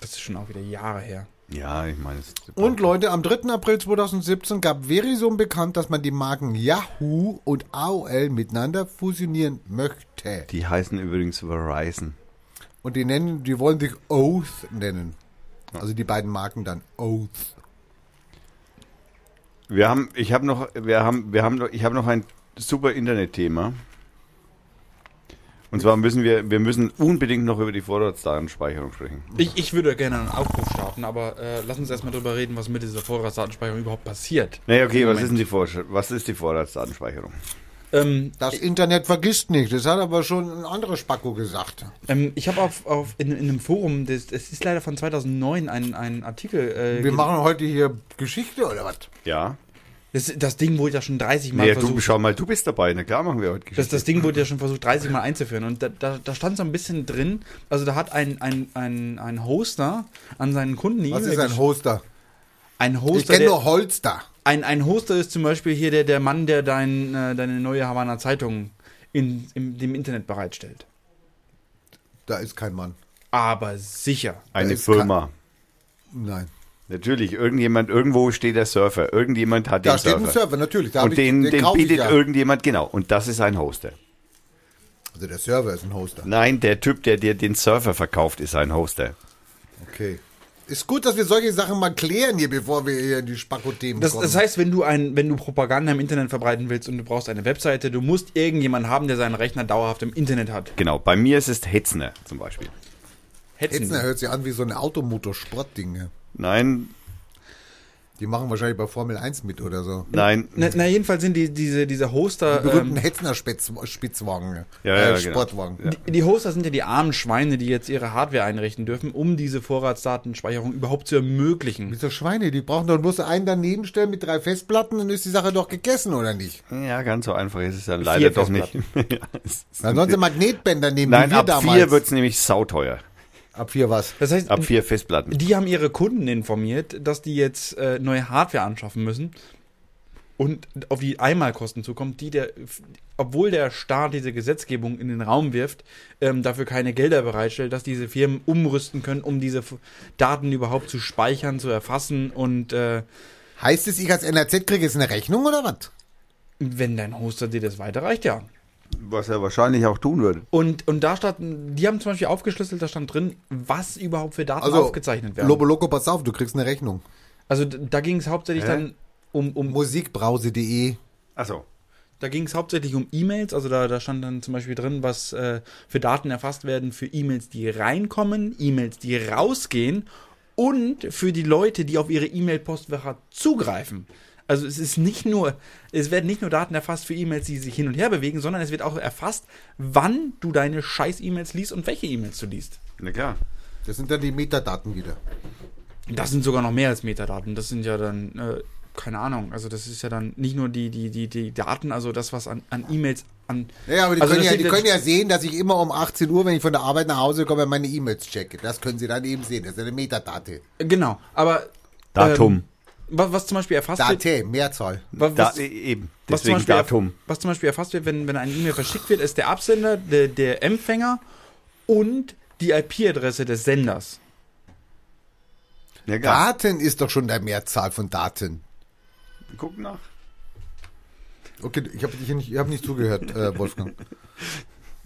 [SPEAKER 3] das ist schon auch wieder Jahre her.
[SPEAKER 1] Ja, ich meine. es-
[SPEAKER 2] Und Leute, am 3. April 2017 gab Verizon bekannt, dass man die Marken Yahoo und AOL miteinander fusionieren möchte.
[SPEAKER 1] Die heißen übrigens Verizon.
[SPEAKER 2] Und die nennen, die wollen sich Oath nennen. Also die beiden Marken dann Oath.
[SPEAKER 1] Wir haben, ich habe noch, wir haben, wir haben, noch- ich habe noch ein super Internetthema. Und zwar müssen wir, wir müssen unbedingt noch über die Vorratsdatenspeicherung sprechen.
[SPEAKER 3] Ich, ich würde gerne einen Aufruf starten, aber äh, lass uns erstmal drüber reden, was mit dieser Vorratsdatenspeicherung überhaupt passiert.
[SPEAKER 1] Naja, okay, was
[SPEAKER 3] Moment.
[SPEAKER 1] ist denn die Vor was ist die Vorratsdatenspeicherung?
[SPEAKER 3] Ähm,
[SPEAKER 2] Das Internet vergisst nicht. Das hat aber schon ein anderer Spacko gesagt.
[SPEAKER 3] ähm, ich habe auf, auf in, in einem Forum, das, es ist leider von 2009, ein, ein Artikel. Äh,
[SPEAKER 2] Wir
[SPEAKER 3] ge-
[SPEAKER 2] machen heute hier Geschichte oder was?
[SPEAKER 1] Ja.
[SPEAKER 3] das, das Ding wurde ja schon 30 Mal
[SPEAKER 1] Naja, du,
[SPEAKER 3] versucht.
[SPEAKER 1] schau mal, du bist dabei. Na klar, machen wir heute
[SPEAKER 3] Das,
[SPEAKER 1] Geschichte.
[SPEAKER 3] das Ding wurde ja schon versucht 30 Mal einzuführen und da, da, da stand so ein bisschen drin, also da hat ein, ein, ein, ein Hoster an seinen Kunden eine
[SPEAKER 2] Was
[SPEAKER 3] E-Mail
[SPEAKER 2] ist ein
[SPEAKER 3] gesch-
[SPEAKER 2] Hoster?
[SPEAKER 3] ein
[SPEAKER 2] Ich
[SPEAKER 3] Hoster?
[SPEAKER 2] kenne
[SPEAKER 3] Der,
[SPEAKER 2] nur Holster.
[SPEAKER 3] ein, ein Hoster ist zum Beispiel hier der, der Mann, der dein, äh, deine neue Havanna Zeitung in, in dem Internet bereitstellt.
[SPEAKER 2] Da ist kein Mann.
[SPEAKER 3] Aber sicher.
[SPEAKER 1] Eine
[SPEAKER 2] das ist
[SPEAKER 1] Firma.
[SPEAKER 2] Nein.
[SPEAKER 1] Natürlich, irgendjemand, irgendwo steht der Surfer. Irgendjemand hat
[SPEAKER 2] Da
[SPEAKER 1] den
[SPEAKER 2] steht
[SPEAKER 1] Surfer.
[SPEAKER 2] ein Server, natürlich. Da hab
[SPEAKER 1] Und
[SPEAKER 2] ich-
[SPEAKER 1] den, den,
[SPEAKER 2] kauf ich
[SPEAKER 1] bietet
[SPEAKER 2] ja.
[SPEAKER 1] irgendjemand, genau. Und das ist ein Hoster.
[SPEAKER 2] Also der Server ist ein Hoster.
[SPEAKER 1] Nein, der Typ, der dir den Surfer verkauft, ist ein Hoster.
[SPEAKER 2] Okay. Ist gut, dass wir solche Sachen mal klären hier, bevor wir hier in die Spacko-Themen
[SPEAKER 3] Das,
[SPEAKER 2] kommen.
[SPEAKER 3] das heißt, wenn du, ein, wenn du Propaganda im Internet verbreiten willst und du brauchst eine Webseite, du musst irgendjemanden haben, der seinen Rechner dauerhaft im Internet hat.
[SPEAKER 1] Genau, bei mir ist es Hetzner zum Beispiel.
[SPEAKER 3] Hetzen.
[SPEAKER 2] Hetzner hört sich an wie so eine Automotorsportdinge.
[SPEAKER 1] Nein,
[SPEAKER 2] Die machen wahrscheinlich bei Formel 1 mit oder so.
[SPEAKER 1] nein.
[SPEAKER 3] Na, na, jedenfalls sind die, diese, diese Hoster.
[SPEAKER 2] Die berühmten
[SPEAKER 3] ähm,
[SPEAKER 2] Hetzner Spitz- Spitzwagen.
[SPEAKER 1] Ja, ja,
[SPEAKER 2] äh,
[SPEAKER 1] genau.
[SPEAKER 2] Sportwagen.
[SPEAKER 3] Die, die Hoster sind ja die armen Schweine, die jetzt ihre Hardware einrichten dürfen, um diese Vorratsdatenspeicherung überhaupt zu ermöglichen.
[SPEAKER 2] Wieso Schweine? Die brauchen doch bloß einen daneben stellen mit drei Festplatten, dann ist die Sache doch gegessen, oder nicht?
[SPEAKER 1] Ja, ganz so einfach ist es dann leider doch nicht. Ja, es ist-
[SPEAKER 2] Ansonsten Magnetbänder nehmen wie
[SPEAKER 1] nein,
[SPEAKER 2] wir
[SPEAKER 1] ab
[SPEAKER 2] damals.
[SPEAKER 1] vier wird's nämlich sauteuer.
[SPEAKER 2] ab vier was?
[SPEAKER 3] Das heißt,
[SPEAKER 1] Ab vier Festplatten.
[SPEAKER 3] die haben ihre Kunden informiert, dass die jetzt äh, neue Hardware anschaffen müssen und auf die Einmalkosten zukommt, die der, obwohl der Staat diese Gesetzgebung in den Raum wirft, ähm, dafür keine Gelder bereitstellt, dass diese Firmen umrüsten können, um diese F- Daten überhaupt zu speichern, zu erfassen und äh,
[SPEAKER 2] Heißt es, ich als NRZ kriege jetzt eine Rechnung, oder was?
[SPEAKER 3] wenn dein Hoster dir das weiterreicht, ja.
[SPEAKER 1] Was er wahrscheinlich auch tun würde.
[SPEAKER 3] Und, und da standen, die haben zum Beispiel aufgeschlüsselt, da stand drin, was überhaupt für Daten aufgezeichnet werden.
[SPEAKER 2] Also, Lobo Loco, pass auf, du kriegst eine Rechnung.
[SPEAKER 3] also d- da ging es hauptsächlich
[SPEAKER 1] Hä?
[SPEAKER 3] dann um, um
[SPEAKER 2] Musikbrause.de.
[SPEAKER 1] Achso.
[SPEAKER 3] da ging es hauptsächlich um E-Mails, also da, da stand dann zum Beispiel drin, was äh, für Daten erfasst werden für E-Mails, die reinkommen, E-Mails, die rausgehen und für die Leute, die auf ihre E-Mail-Postfächer zugreifen. Also es ist nicht nur, es werden nicht nur Daten erfasst für E-Mails, die sich hin und her bewegen, sondern es wird auch erfasst, wann du deine scheiß E-Mails liest und welche E-Mails du liest.
[SPEAKER 1] Na klar.
[SPEAKER 2] Das sind dann die Metadaten wieder.
[SPEAKER 3] Das sind sogar noch mehr als Metadaten. Das sind ja dann, äh, keine Ahnung, also das ist ja dann nicht nur die, die, die, die Daten, also das, was an, an E-Mails an.
[SPEAKER 2] Ja, aber die,
[SPEAKER 3] also
[SPEAKER 2] können,
[SPEAKER 3] das
[SPEAKER 2] ja,
[SPEAKER 3] steht
[SPEAKER 2] die können ja sehen, dass ich immer um 18 Uhr, wenn ich von der Arbeit nach Hause komme, meine E-Mails checke. Das können sie dann eben sehen. Das ist eine Metadate.
[SPEAKER 3] Genau, aber.
[SPEAKER 1] Datum.
[SPEAKER 3] Ähm, wa- was zum Beispiel erfasst wird.
[SPEAKER 2] Date, Mehrzahl.
[SPEAKER 3] wa-
[SPEAKER 1] da,
[SPEAKER 3] Was,
[SPEAKER 1] e- eben.
[SPEAKER 3] was, zum
[SPEAKER 1] Deswegen
[SPEAKER 3] Beispiel,
[SPEAKER 1] Datum.
[SPEAKER 3] Datum. was zum Beispiel erfasst wird, wenn, wenn eine E-Mail verschickt wird, ist der Absender, der, der Empfänger und die IP-Adresse des Senders.
[SPEAKER 1] Ja, klar.
[SPEAKER 2] Daten ist doch schon der Mehrzahl von Daten.
[SPEAKER 1] Guck nach.
[SPEAKER 2] Okay, ich habe nicht, ich hab nicht zugehört, äh, Wolfgang.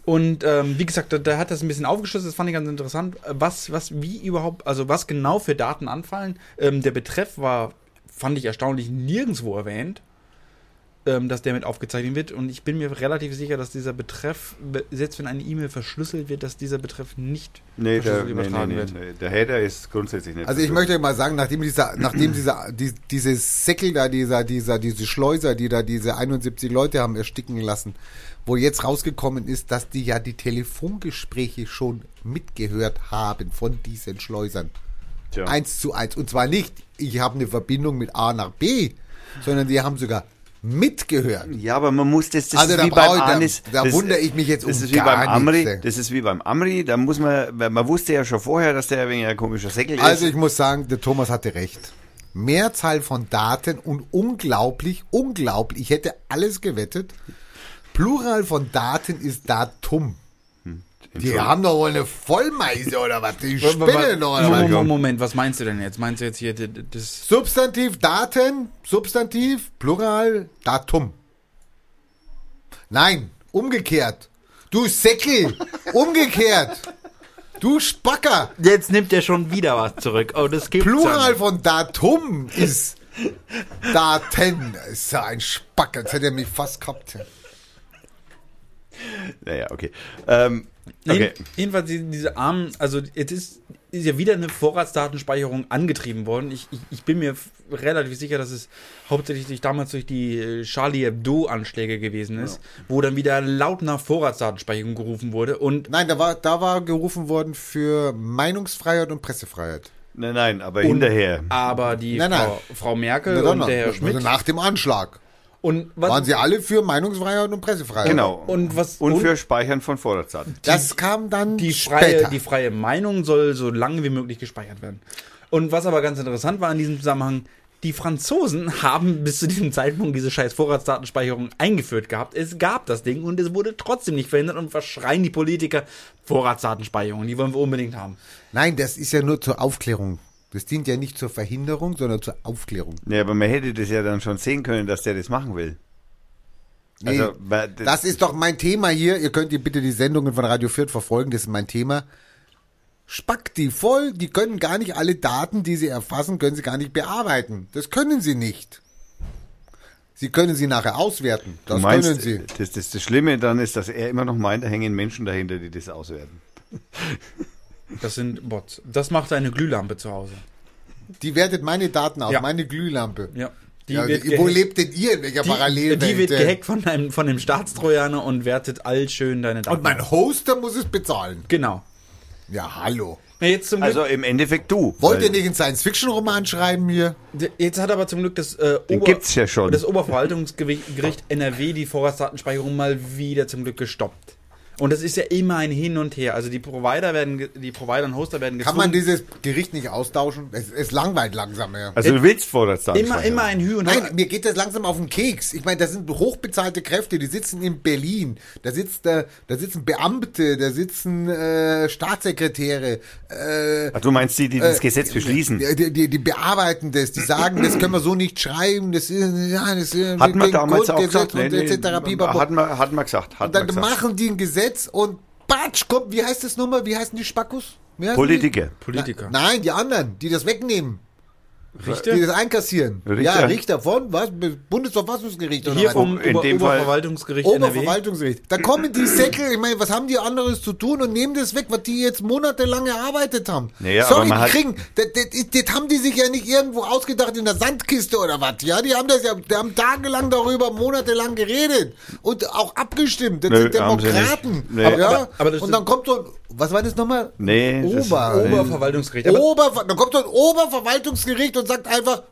[SPEAKER 3] Und ähm, wie gesagt, da, da hat das ein bisschen aufgeschlüsselt, das fand ich ganz interessant, äh, was, was, wie überhaupt, also was genau für Daten anfallen. Ähm, der Betreff war, fand ich erstaunlich, nirgendwo erwähnt. ähm, dass der mit aufgezeichnet wird. Und ich bin mir relativ sicher, dass dieser Betreff, be- selbst wenn eine E-Mail verschlüsselt wird, dass dieser Betreff nicht
[SPEAKER 1] Nee, der,
[SPEAKER 3] verschlüsselt
[SPEAKER 1] nee, nee,
[SPEAKER 3] übertragen
[SPEAKER 1] nee,
[SPEAKER 3] wird.
[SPEAKER 1] nee, der Header ist grundsätzlich nicht.
[SPEAKER 2] Also ich möchte mal sagen, nachdem dieser, nachdem dieser, die, diese Säckel da, dieser, dieser, diese Schleuser, die da diese 71 Leute haben ersticken lassen, wo jetzt rausgekommen ist, dass die ja die Telefongespräche schon mitgehört haben von diesen Schleusern.
[SPEAKER 1] Tja.
[SPEAKER 2] Eins zu eins. Und zwar nicht, ich habe eine Verbindung mit A nach B, sondern die haben sogar mitgehört.
[SPEAKER 1] Ja, aber man muss das, das
[SPEAKER 2] Also
[SPEAKER 1] ist
[SPEAKER 2] da
[SPEAKER 1] wie beim
[SPEAKER 2] brauche ich- da-
[SPEAKER 1] Anis.
[SPEAKER 2] da
[SPEAKER 1] das,
[SPEAKER 2] wundere ich mich jetzt
[SPEAKER 1] das
[SPEAKER 2] um
[SPEAKER 1] ist wie
[SPEAKER 2] gar
[SPEAKER 1] beim Amri,
[SPEAKER 2] nichts, ey.
[SPEAKER 1] Das ist wie beim Amri, da muss man, man wusste ja schon vorher, dass der wegen ein komischer Säckel
[SPEAKER 2] Also
[SPEAKER 1] ist.
[SPEAKER 2] ich muss sagen, der Thomas hatte recht. Mehrzahl von Daten und unglaublich, unglaublich. Ich hätte alles gewettet. Plural von Daten ist Datum. Die haben doch wohl eine Vollmeise oder was? Die spinnen doch oder was?
[SPEAKER 3] Moment, Moment, was meinst du denn jetzt? Meinst du jetzt hier d- d- das
[SPEAKER 2] Substantiv Daten, Substantiv, Plural, Datum. Nein, umgekehrt. Du Säckel, umgekehrt. Du Spacker.
[SPEAKER 6] Jetzt nimmt er schon wieder was zurück. Oh, das gibt's ja
[SPEAKER 2] Plural
[SPEAKER 6] nicht.
[SPEAKER 2] von Datum ist Daten. Ist ja ein Spack, als hätte er mich fast gehabt.
[SPEAKER 1] Naja, okay. Ähm, okay.
[SPEAKER 3] Jeden- Jedenfalls die- diese armen, also jetzt ist, ist ja wieder eine Vorratsdatenspeicherung angetrieben worden. Ich, ich, ich bin mir f- relativ sicher, dass es hauptsächlich damals durch die äh, Charlie Hebdo-Anschläge gewesen ist, wo dann wieder laut nach Vorratsdatenspeicherung gerufen wurde. Und
[SPEAKER 2] Nein, da war, da war gerufen worden für Meinungsfreiheit und Pressefreiheit.
[SPEAKER 3] Äh,
[SPEAKER 1] Nein, nein, aber hinterher.
[SPEAKER 3] aber die
[SPEAKER 2] Nein, nein.
[SPEAKER 3] Frau, Frau Merkel
[SPEAKER 2] Na dann,
[SPEAKER 3] und der Herr
[SPEAKER 2] also
[SPEAKER 3] Schmidt
[SPEAKER 2] nach dem Anschlag
[SPEAKER 3] und
[SPEAKER 2] waren
[SPEAKER 3] was,
[SPEAKER 2] sie alle für Meinungsfreiheit und Pressefreiheit.
[SPEAKER 1] Genau.
[SPEAKER 3] und was
[SPEAKER 1] Und
[SPEAKER 3] und-
[SPEAKER 1] für Speichern von Vorratsdaten.
[SPEAKER 2] Das kam dann
[SPEAKER 3] die freie,
[SPEAKER 2] später.
[SPEAKER 3] die freie Meinung soll so lange wie möglich gespeichert werden. Und was aber ganz interessant war in diesem Zusammenhang, die Franzosen haben bis zu diesem Zeitpunkt diese scheiß Vorratsdatenspeicherung eingeführt gehabt. Es gab das Ding und es wurde trotzdem nicht verhindert und verschreien die Politiker Vorratsdatenspeicherung, die wollen wir unbedingt haben.
[SPEAKER 2] Nein, das ist ja nur zur Aufklärung. Das dient ja nicht zur Verhinderung, sondern zur Aufklärung.
[SPEAKER 1] Nee, aber man hätte das ja dann schon sehen können, dass der das machen will.
[SPEAKER 2] Nee,
[SPEAKER 1] Also, weil das-
[SPEAKER 2] das ist doch mein Thema hier. Ihr könnt ihr bitte die Sendungen von Radio Fürth verfolgen. Das ist mein Thema. Spack die voll. Die können gar nicht alle Daten, die sie erfassen, können sie gar nicht bearbeiten. Das können sie nicht. Sie können sie nachher auswerten. Das können sie.
[SPEAKER 3] äh,
[SPEAKER 1] Das, das, das Schlimme dann ist, dass er immer noch meint, da hängen Menschen dahinter, die das auswerten.
[SPEAKER 3] Das sind Bots. Das macht eine Glühlampe zu Hause.
[SPEAKER 2] Die wertet meine Daten aus,
[SPEAKER 3] Ja.
[SPEAKER 2] meine Glühlampe.
[SPEAKER 3] Ja. Die
[SPEAKER 2] Ja,
[SPEAKER 3] wird
[SPEAKER 2] wo
[SPEAKER 3] gehackt.
[SPEAKER 2] lebt denn ihr? In welcher
[SPEAKER 3] die,
[SPEAKER 2] Parallelwelt?
[SPEAKER 3] die wird
[SPEAKER 2] äh?
[SPEAKER 3] gehackt von einem, von einem Staatstrojaner und wertet all schön deine Daten.
[SPEAKER 2] Und mein Hoster muss es bezahlen.
[SPEAKER 3] genau.
[SPEAKER 2] Ja, hallo.
[SPEAKER 3] Na, jetzt zum Glück
[SPEAKER 1] Also im Endeffekt du.
[SPEAKER 2] Wollt
[SPEAKER 1] weil
[SPEAKER 2] ihr nicht einen Science-Fiction-Roman schreiben hier?
[SPEAKER 3] D- Jetzt hat aber zum Glück das, äh,
[SPEAKER 1] Den gibt's ja schon.
[SPEAKER 3] das Oberverwaltungsgericht NRW die Vorratsdatenspeicherung mal wieder zum Glück gestoppt. Und das ist ja immer ein Hin und Her. Also die Provider werden, ge- die Provider und Hoster werden
[SPEAKER 2] Kann
[SPEAKER 3] gezwungen.
[SPEAKER 2] man dieses Gericht nicht austauschen? Es, es langweilt langsam, ja.
[SPEAKER 1] Also ne du willst Vorratsdaten.
[SPEAKER 3] immer, immer ein Hü und
[SPEAKER 2] Nein, mir geht das langsam auf den Keks. Ich meine, das sind hochbezahlte Kräfte, die sitzen in Berlin. Da, sitzt, äh, da sitzen Beamte, da sitzen äh, Staatssekretäre. Äh,
[SPEAKER 1] Ach, du meinst die, die das Gesetz beschließen?
[SPEAKER 2] die, die, die bearbeiten das, die sagen, das können wir so nicht schreiben, das ist, ja, das ist
[SPEAKER 1] Hat man
[SPEAKER 2] gegen
[SPEAKER 1] damals auch
[SPEAKER 2] Grundgesetz
[SPEAKER 1] gesagt,
[SPEAKER 2] und etc. pipapo.
[SPEAKER 1] hat, man, hat man gesagt. Hat
[SPEAKER 2] Und dann
[SPEAKER 1] man gesagt.
[SPEAKER 2] machen die ein Gesetz und batsch, kommt, wie heißt das nochmal? Wie heißen die Spackus? Wie heißen
[SPEAKER 1] Politiker.
[SPEAKER 2] Die? Politiker. Nein, die anderen, die das wegnehmen.
[SPEAKER 3] Richter?
[SPEAKER 2] Die das einkassieren.
[SPEAKER 1] Richter.
[SPEAKER 2] Ja, Richter von was? Bundesverfassungsgericht oder
[SPEAKER 3] Hier
[SPEAKER 2] was?
[SPEAKER 3] vom
[SPEAKER 1] In
[SPEAKER 3] Ober
[SPEAKER 1] dem Fall-
[SPEAKER 3] Oberverwaltungsgericht NRW.
[SPEAKER 2] Oberverwaltungsgericht. Da kommen die Säckel, ich meine, was haben die anderes zu tun und nehmen das weg, was die jetzt monatelang erarbeitet haben.
[SPEAKER 1] Naja, aber
[SPEAKER 2] Sorry,
[SPEAKER 1] man
[SPEAKER 2] die
[SPEAKER 1] hat-
[SPEAKER 2] kriegen, das, das, ist- das haben die sich ja nicht irgendwo ausgedacht in der Sandkiste oder was, ja, die haben das ja, die haben tagelang darüber, monatelang geredet und auch abgestimmt, das
[SPEAKER 1] Nö,
[SPEAKER 2] sind
[SPEAKER 1] haben sie nicht.
[SPEAKER 2] Demokraten,
[SPEAKER 1] Nee.
[SPEAKER 2] ja,
[SPEAKER 3] Aber- aber das
[SPEAKER 2] und dann kommt so, ein- was war das nochmal?
[SPEAKER 1] Nee, das-
[SPEAKER 2] Ober,
[SPEAKER 3] Oberverwaltungsgericht. Aber,
[SPEAKER 2] Oberver dann kommt so ein Oberverwaltungsgericht und sagt einfach,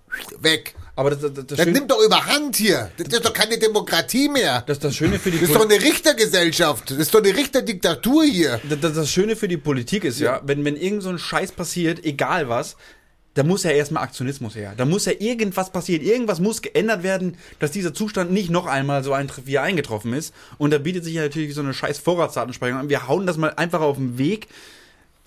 [SPEAKER 2] weg.
[SPEAKER 3] aber das, das, das,
[SPEAKER 2] Das
[SPEAKER 3] Schöne,
[SPEAKER 2] nimmt doch überhand hier. Das ist doch keine Demokratie mehr.
[SPEAKER 3] das, das Schöne für die
[SPEAKER 2] Das ist
[SPEAKER 3] Poli-
[SPEAKER 2] doch eine Richtergesellschaft. Das ist doch eine Richterdiktatur hier.
[SPEAKER 3] Das- Das, das Schöne für die Politik ist ja, wenn, wenn irgend so ein Scheiß passiert, egal was, da muss ja erstmal Aktionismus her. Da muss ja irgendwas passieren. Irgendwas muss geändert werden, dass dieser Zustand nicht noch einmal so eintrifft, wie er eingetroffen ist. Und da bietet sich ja natürlich so eine scheiß Vorratsdatenspeicherung an. Wir hauen das mal einfach auf den Weg.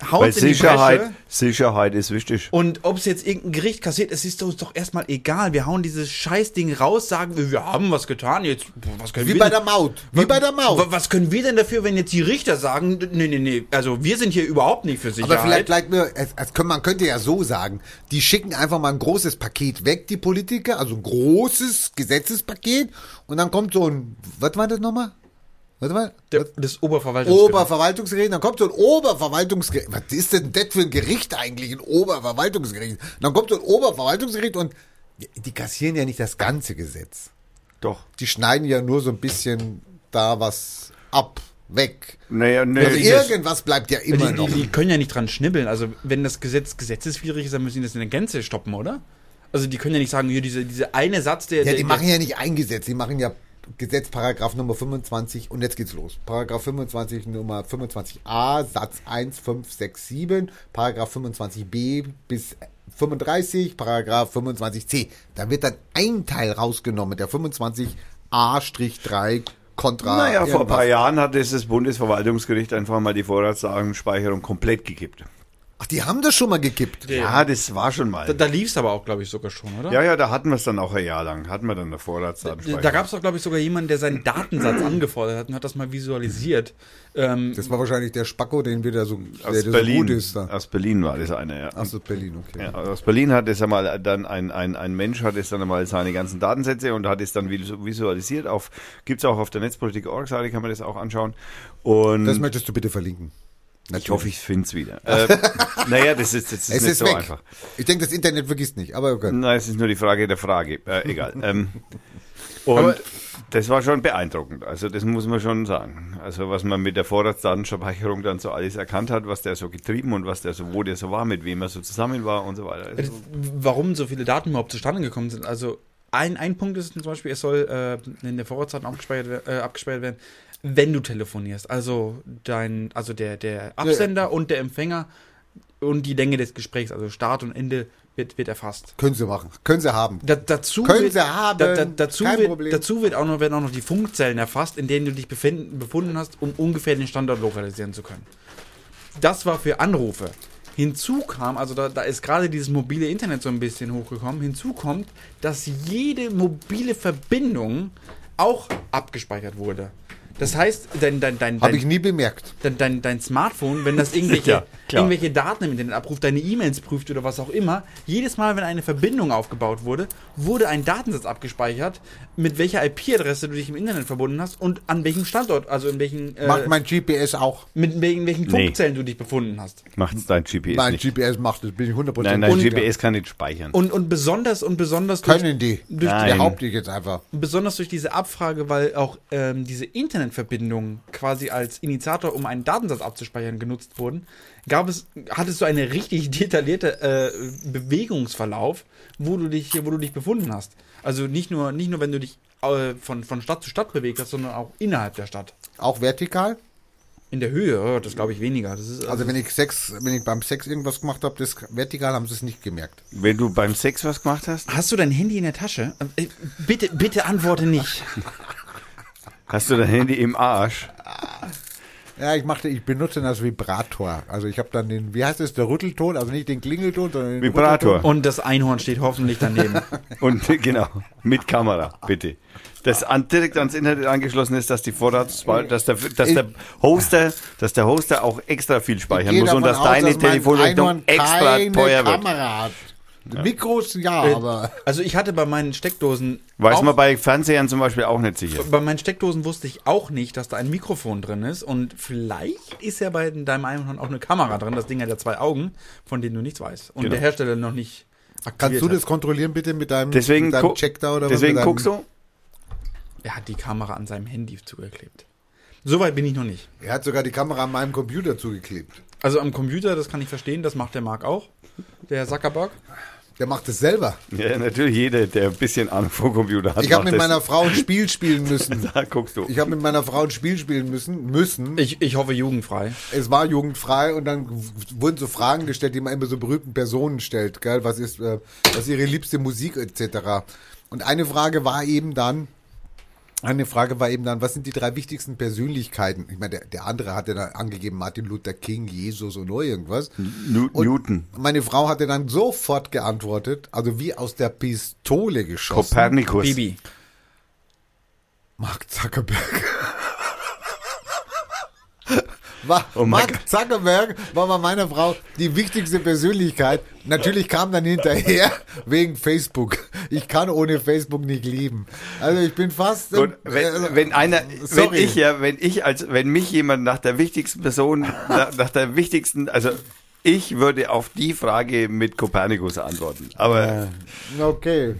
[SPEAKER 1] Weil
[SPEAKER 3] haut in die
[SPEAKER 1] Sicherheit,
[SPEAKER 3] Bresche.
[SPEAKER 1] Sicherheit ist wichtig.
[SPEAKER 3] Und ob es jetzt irgendein Gericht kassiert, es ist uns doch erstmal egal. Wir hauen dieses Scheißding raus, sagen wir, wir haben was getan. Jetzt, was können
[SPEAKER 2] Wie
[SPEAKER 3] wir
[SPEAKER 2] bei
[SPEAKER 3] denn-
[SPEAKER 2] der Maut. Wie bei der Maut.
[SPEAKER 3] Wa- Was können wir denn dafür, wenn jetzt die Richter sagen, nee, nee, nee, also wir sind hier überhaupt nicht für Sicherheit.
[SPEAKER 2] Aber vielleicht leicht mir, es, es können, man könnte ja so sagen, die schicken einfach mal ein großes Paket weg, die Politiker, also ein großes Gesetzespaket, und dann kommt so ein, was war das nochmal? Warte mal.
[SPEAKER 3] Der, das Oberverwaltungsgericht.
[SPEAKER 2] Oberverwaltungsgericht, dann kommt so ein Oberverwaltungsgericht. Was ist denn das für ein Gericht eigentlich, ein Oberverwaltungsgericht? Dann kommt so ein Oberverwaltungsgericht und die- die kassieren ja nicht das ganze Gesetz.
[SPEAKER 1] Doch.
[SPEAKER 2] Die schneiden ja nur so ein bisschen da was ab, weg.
[SPEAKER 1] Naja, nee,
[SPEAKER 2] Also
[SPEAKER 1] das-
[SPEAKER 2] irgendwas bleibt ja immer
[SPEAKER 3] die,
[SPEAKER 2] noch.
[SPEAKER 3] die, die können ja nicht dran schnibbeln. Also wenn das Gesetz gesetzeswidrig ist, dann müssen die das in der Gänze stoppen, oder? Also die können ja nicht sagen, hier diese, diese eine Satz, der...
[SPEAKER 2] Ja,
[SPEAKER 3] der,
[SPEAKER 2] die machen ja nicht ein Gesetz, die machen ja Gesetz Paragraph Nummer 25 und jetzt geht's los. Paragraph 25 Nummer 25a Satz 1 5 6 7, Paragraph 25b bis 35, Paragraph 25c. Da wird dann ein Teil rausgenommen, der 25a-3 kontra
[SPEAKER 1] Naja, vor ein
[SPEAKER 2] irgendwas.
[SPEAKER 1] paar Jahren hat es das Bundesverwaltungsgericht einfach mal die Vorratsdatenspeicherung komplett gekippt.
[SPEAKER 2] Ach, die haben das schon mal gekippt.
[SPEAKER 1] Ja, das war schon mal.
[SPEAKER 3] da da lief es aber auch, glaube ich, sogar schon, oder?
[SPEAKER 1] ja, ja, da hatten wir es dann auch ein Jahr lang. Hatten wir dann eine Vorratsdatenspeicherung.
[SPEAKER 3] Da gab es doch, glaube ich, sogar jemanden, der seinen Datensatz angefordert hat und hat das mal visualisiert. Ähm,
[SPEAKER 2] Das war wahrscheinlich der Spacko, den wir da so, der,
[SPEAKER 1] aus
[SPEAKER 2] der so
[SPEAKER 1] Berlin.
[SPEAKER 2] gut ist da.
[SPEAKER 1] Aus Berlin war das einer, ja.
[SPEAKER 2] Achso, Berlin, okay.
[SPEAKER 1] Ja, aus Berlin hat es einmal dann ein, ein, ein Mensch hat es dann einmal seine ganzen Datensätze und hat es dann visu- visualisiert. Auf gibt's auch auf der Netzpolitik.org-Seite kann man das auch anschauen. Und
[SPEAKER 2] Das möchtest du bitte verlinken.
[SPEAKER 1] ich hoffe, ich find's wieder. äh, naja, das ist, das ist
[SPEAKER 2] Es
[SPEAKER 1] nicht
[SPEAKER 2] ist
[SPEAKER 1] so
[SPEAKER 2] weg.
[SPEAKER 1] einfach.
[SPEAKER 2] Ich denke, das Internet vergisst nicht, aber okay.
[SPEAKER 1] Nein, es ist nur die Frage der Frage. Äh, egal. Ähm, und das war schon beeindruckend. Also das muss man schon sagen. Also was man mit der Vorratsdatenspeicherung dann so alles erkannt hat, was der so getrieben und was der so, wo der so war, mit wem er so zusammen war und so weiter. Also,
[SPEAKER 3] warum so viele Daten überhaupt zustande gekommen sind. Also ein, ein Punkt ist zum Beispiel, es soll äh, in der Vorratsdaten abgespeichert, wer- äh, abgespeichert werden, wenn du telefonierst. Also dein, also der, der Absender und der Empfänger und die Länge des Gesprächs, also Start und Ende wird, wird erfasst.
[SPEAKER 2] Können sie machen. Können sie haben.
[SPEAKER 3] Da, dazu
[SPEAKER 2] Können
[SPEAKER 3] wird,
[SPEAKER 2] sie haben,
[SPEAKER 3] Da, da, dazu,
[SPEAKER 2] kein
[SPEAKER 3] wird,
[SPEAKER 2] Problem.
[SPEAKER 3] dazu wird auch noch, werden auch noch die Funkzellen erfasst, in denen du dich befinden, befunden hast, um ungefähr den Standort lokalisieren zu können. Das war für Anrufe. Hinzu kam, also da, da ist gerade dieses mobile Internet so ein bisschen hochgekommen, hinzu kommt, dass jede mobile Verbindung auch abgespeichert wurde. Das heißt, dein, dein, dein,
[SPEAKER 2] Habe
[SPEAKER 3] dein,
[SPEAKER 2] ich nie bemerkt.
[SPEAKER 3] dein, dein, dein Smartphone, wenn das irgendwelche,
[SPEAKER 6] Sicher, klar.
[SPEAKER 3] irgendwelche Daten im Internet abruft, deine E-Mails prüft oder was auch immer, jedes Mal, wenn eine Verbindung aufgebaut wurde, wurde ein Datensatz abgespeichert, mit welcher IP-Adresse du dich im Internet verbunden hast und an welchem Standort, also in welchen,
[SPEAKER 2] Macht
[SPEAKER 3] äh,
[SPEAKER 2] mein GPS auch.
[SPEAKER 3] mit welchen, welchen
[SPEAKER 1] Nee.
[SPEAKER 3] Funkzellen du dich befunden hast.
[SPEAKER 1] macht's dein GPS
[SPEAKER 2] Mein
[SPEAKER 1] nicht.
[SPEAKER 2] GPS macht das, bin ich 100%
[SPEAKER 1] Nein, nein,
[SPEAKER 2] sicher.
[SPEAKER 1] GPS kann nicht speichern.
[SPEAKER 3] Und, und besonders und besonders durch,
[SPEAKER 2] Können die.
[SPEAKER 3] durch,
[SPEAKER 1] Nein.
[SPEAKER 2] Behaupte ich jetzt einfach.
[SPEAKER 3] besonders durch diese Abfrage, weil auch ähm, diese Internetverbindungen quasi als Initiator, um einen Datensatz abzuspeichern, genutzt wurden, gab es, hattest du eine richtig detaillierte äh, Bewegungsverlauf, wo du dich, wo du dich befunden hast. Also nicht nur, nicht nur, wenn du dich äh, von, von Stadt zu Stadt bewegt hast, sondern auch innerhalb der Stadt.
[SPEAKER 2] Auch vertikal.
[SPEAKER 3] In der Höhe, oh, das glaube ich weniger. Das ist,
[SPEAKER 2] Also wenn ich Sex, wenn ich beim Sex irgendwas gemacht habe, das vertikal haben sie es nicht gemerkt.
[SPEAKER 1] Wenn du beim Sex was gemacht hast,
[SPEAKER 3] Hast du dein Handy in der Tasche? Äh, Bitte, bitte antworte nicht.
[SPEAKER 1] hast du dein Handy im Arsch.
[SPEAKER 2] Ja, ich machte, ich benutze das Vibrator. Also ich habe dann den, wie heißt es, der Rüttelton, also nicht den Klingelton, sondern den
[SPEAKER 1] Vibrator.
[SPEAKER 3] Und das Einhorn steht hoffentlich daneben.
[SPEAKER 1] Und genau, mit Kamera, bitte. Das an, direkt ans Internet angeschlossen ist, dass die Vorrats, dass der, dass der Hoster, dass der Hoster auch extra viel
[SPEAKER 2] Ich
[SPEAKER 1] speichern
[SPEAKER 2] gehe
[SPEAKER 1] muss und
[SPEAKER 2] davon
[SPEAKER 1] dass deine
[SPEAKER 2] mein
[SPEAKER 1] Telefonrechnung
[SPEAKER 2] Einhorn
[SPEAKER 1] extra
[SPEAKER 2] keine
[SPEAKER 1] teuer wird.
[SPEAKER 2] Kamera hat. Mikros ja,
[SPEAKER 3] Äh,
[SPEAKER 2] aber
[SPEAKER 3] Also ich hatte bei meinen Steckdosen
[SPEAKER 1] Weiß
[SPEAKER 3] auch,
[SPEAKER 1] man bei Fernsehern zum Beispiel auch nicht sicher.
[SPEAKER 3] bei meinen Steckdosen wusste ich auch nicht, dass da ein Mikrofon drin ist und vielleicht ist ja bei deinem Einhorn auch eine Kamera drin. Das Ding hat ja zwei Augen, von denen du nichts weißt und
[SPEAKER 1] Genau.
[SPEAKER 3] der Hersteller noch nicht aktiviert
[SPEAKER 2] kannst du
[SPEAKER 3] hat.
[SPEAKER 2] das kontrollieren bitte mit deinem,
[SPEAKER 1] Deswegen,
[SPEAKER 2] mit deinem
[SPEAKER 1] gu
[SPEAKER 2] Check da oder
[SPEAKER 1] deswegen
[SPEAKER 2] was?
[SPEAKER 1] guckst du,
[SPEAKER 3] Er hat die Kamera an seinem Handy zugeklebt. Soweit bin ich noch nicht.
[SPEAKER 2] Er hat sogar die Kamera an meinem Computer zugeklebt.
[SPEAKER 3] Also am Computer, das kann ich verstehen, das macht der Mark auch. Der Herr Zuckerberg.
[SPEAKER 2] Der macht es selber.
[SPEAKER 1] ja, natürlich jeder, der ein bisschen Ahnung vom Computer hat,
[SPEAKER 2] Ich habe
[SPEAKER 1] macht
[SPEAKER 2] mit
[SPEAKER 1] das.
[SPEAKER 2] meiner Frau ein Spiel spielen müssen.
[SPEAKER 1] da guckst du.
[SPEAKER 2] Ich habe mit meiner Frau ein Spiel spielen müssen. Müssen.
[SPEAKER 3] Ich, ich hoffe jugendfrei.
[SPEAKER 2] es war jugendfrei und dann w- wurden so Fragen gestellt, die man immer so berühmten Personen stellt, gell? Was ist, äh, was ist ihre liebste Musik etc. Und eine Frage war eben dann, Eine Frage war eben dann, was sind die drei wichtigsten Persönlichkeiten? Ich meine, der, der andere hatte dann angegeben Martin Luther King, Jesus und nur irgendwas.
[SPEAKER 1] Nu
[SPEAKER 2] Und
[SPEAKER 1] Newton.
[SPEAKER 2] Meine Frau hatte dann sofort geantwortet, also wie aus der Pistole geschossen.
[SPEAKER 1] Kopernikus.
[SPEAKER 3] Bibi.
[SPEAKER 2] Mark Zuckerberg. War,
[SPEAKER 1] Oh mein
[SPEAKER 2] Mark
[SPEAKER 1] Gott.
[SPEAKER 2] Zuckerberg war bei meiner Frau die wichtigste Persönlichkeit. Natürlich kam dann hinterher wegen Facebook. Ich kann ohne Facebook nicht leben. Also ich bin fast.
[SPEAKER 1] Und
[SPEAKER 2] äh,
[SPEAKER 1] wenn, wenn einer, wenn
[SPEAKER 2] sorry.
[SPEAKER 1] ich ja, wenn ich als, wenn mich jemand nach der wichtigsten Person, nach, nach der wichtigsten, also ich würde auf die Frage mit Kopernikus antworten. Aber
[SPEAKER 2] okay.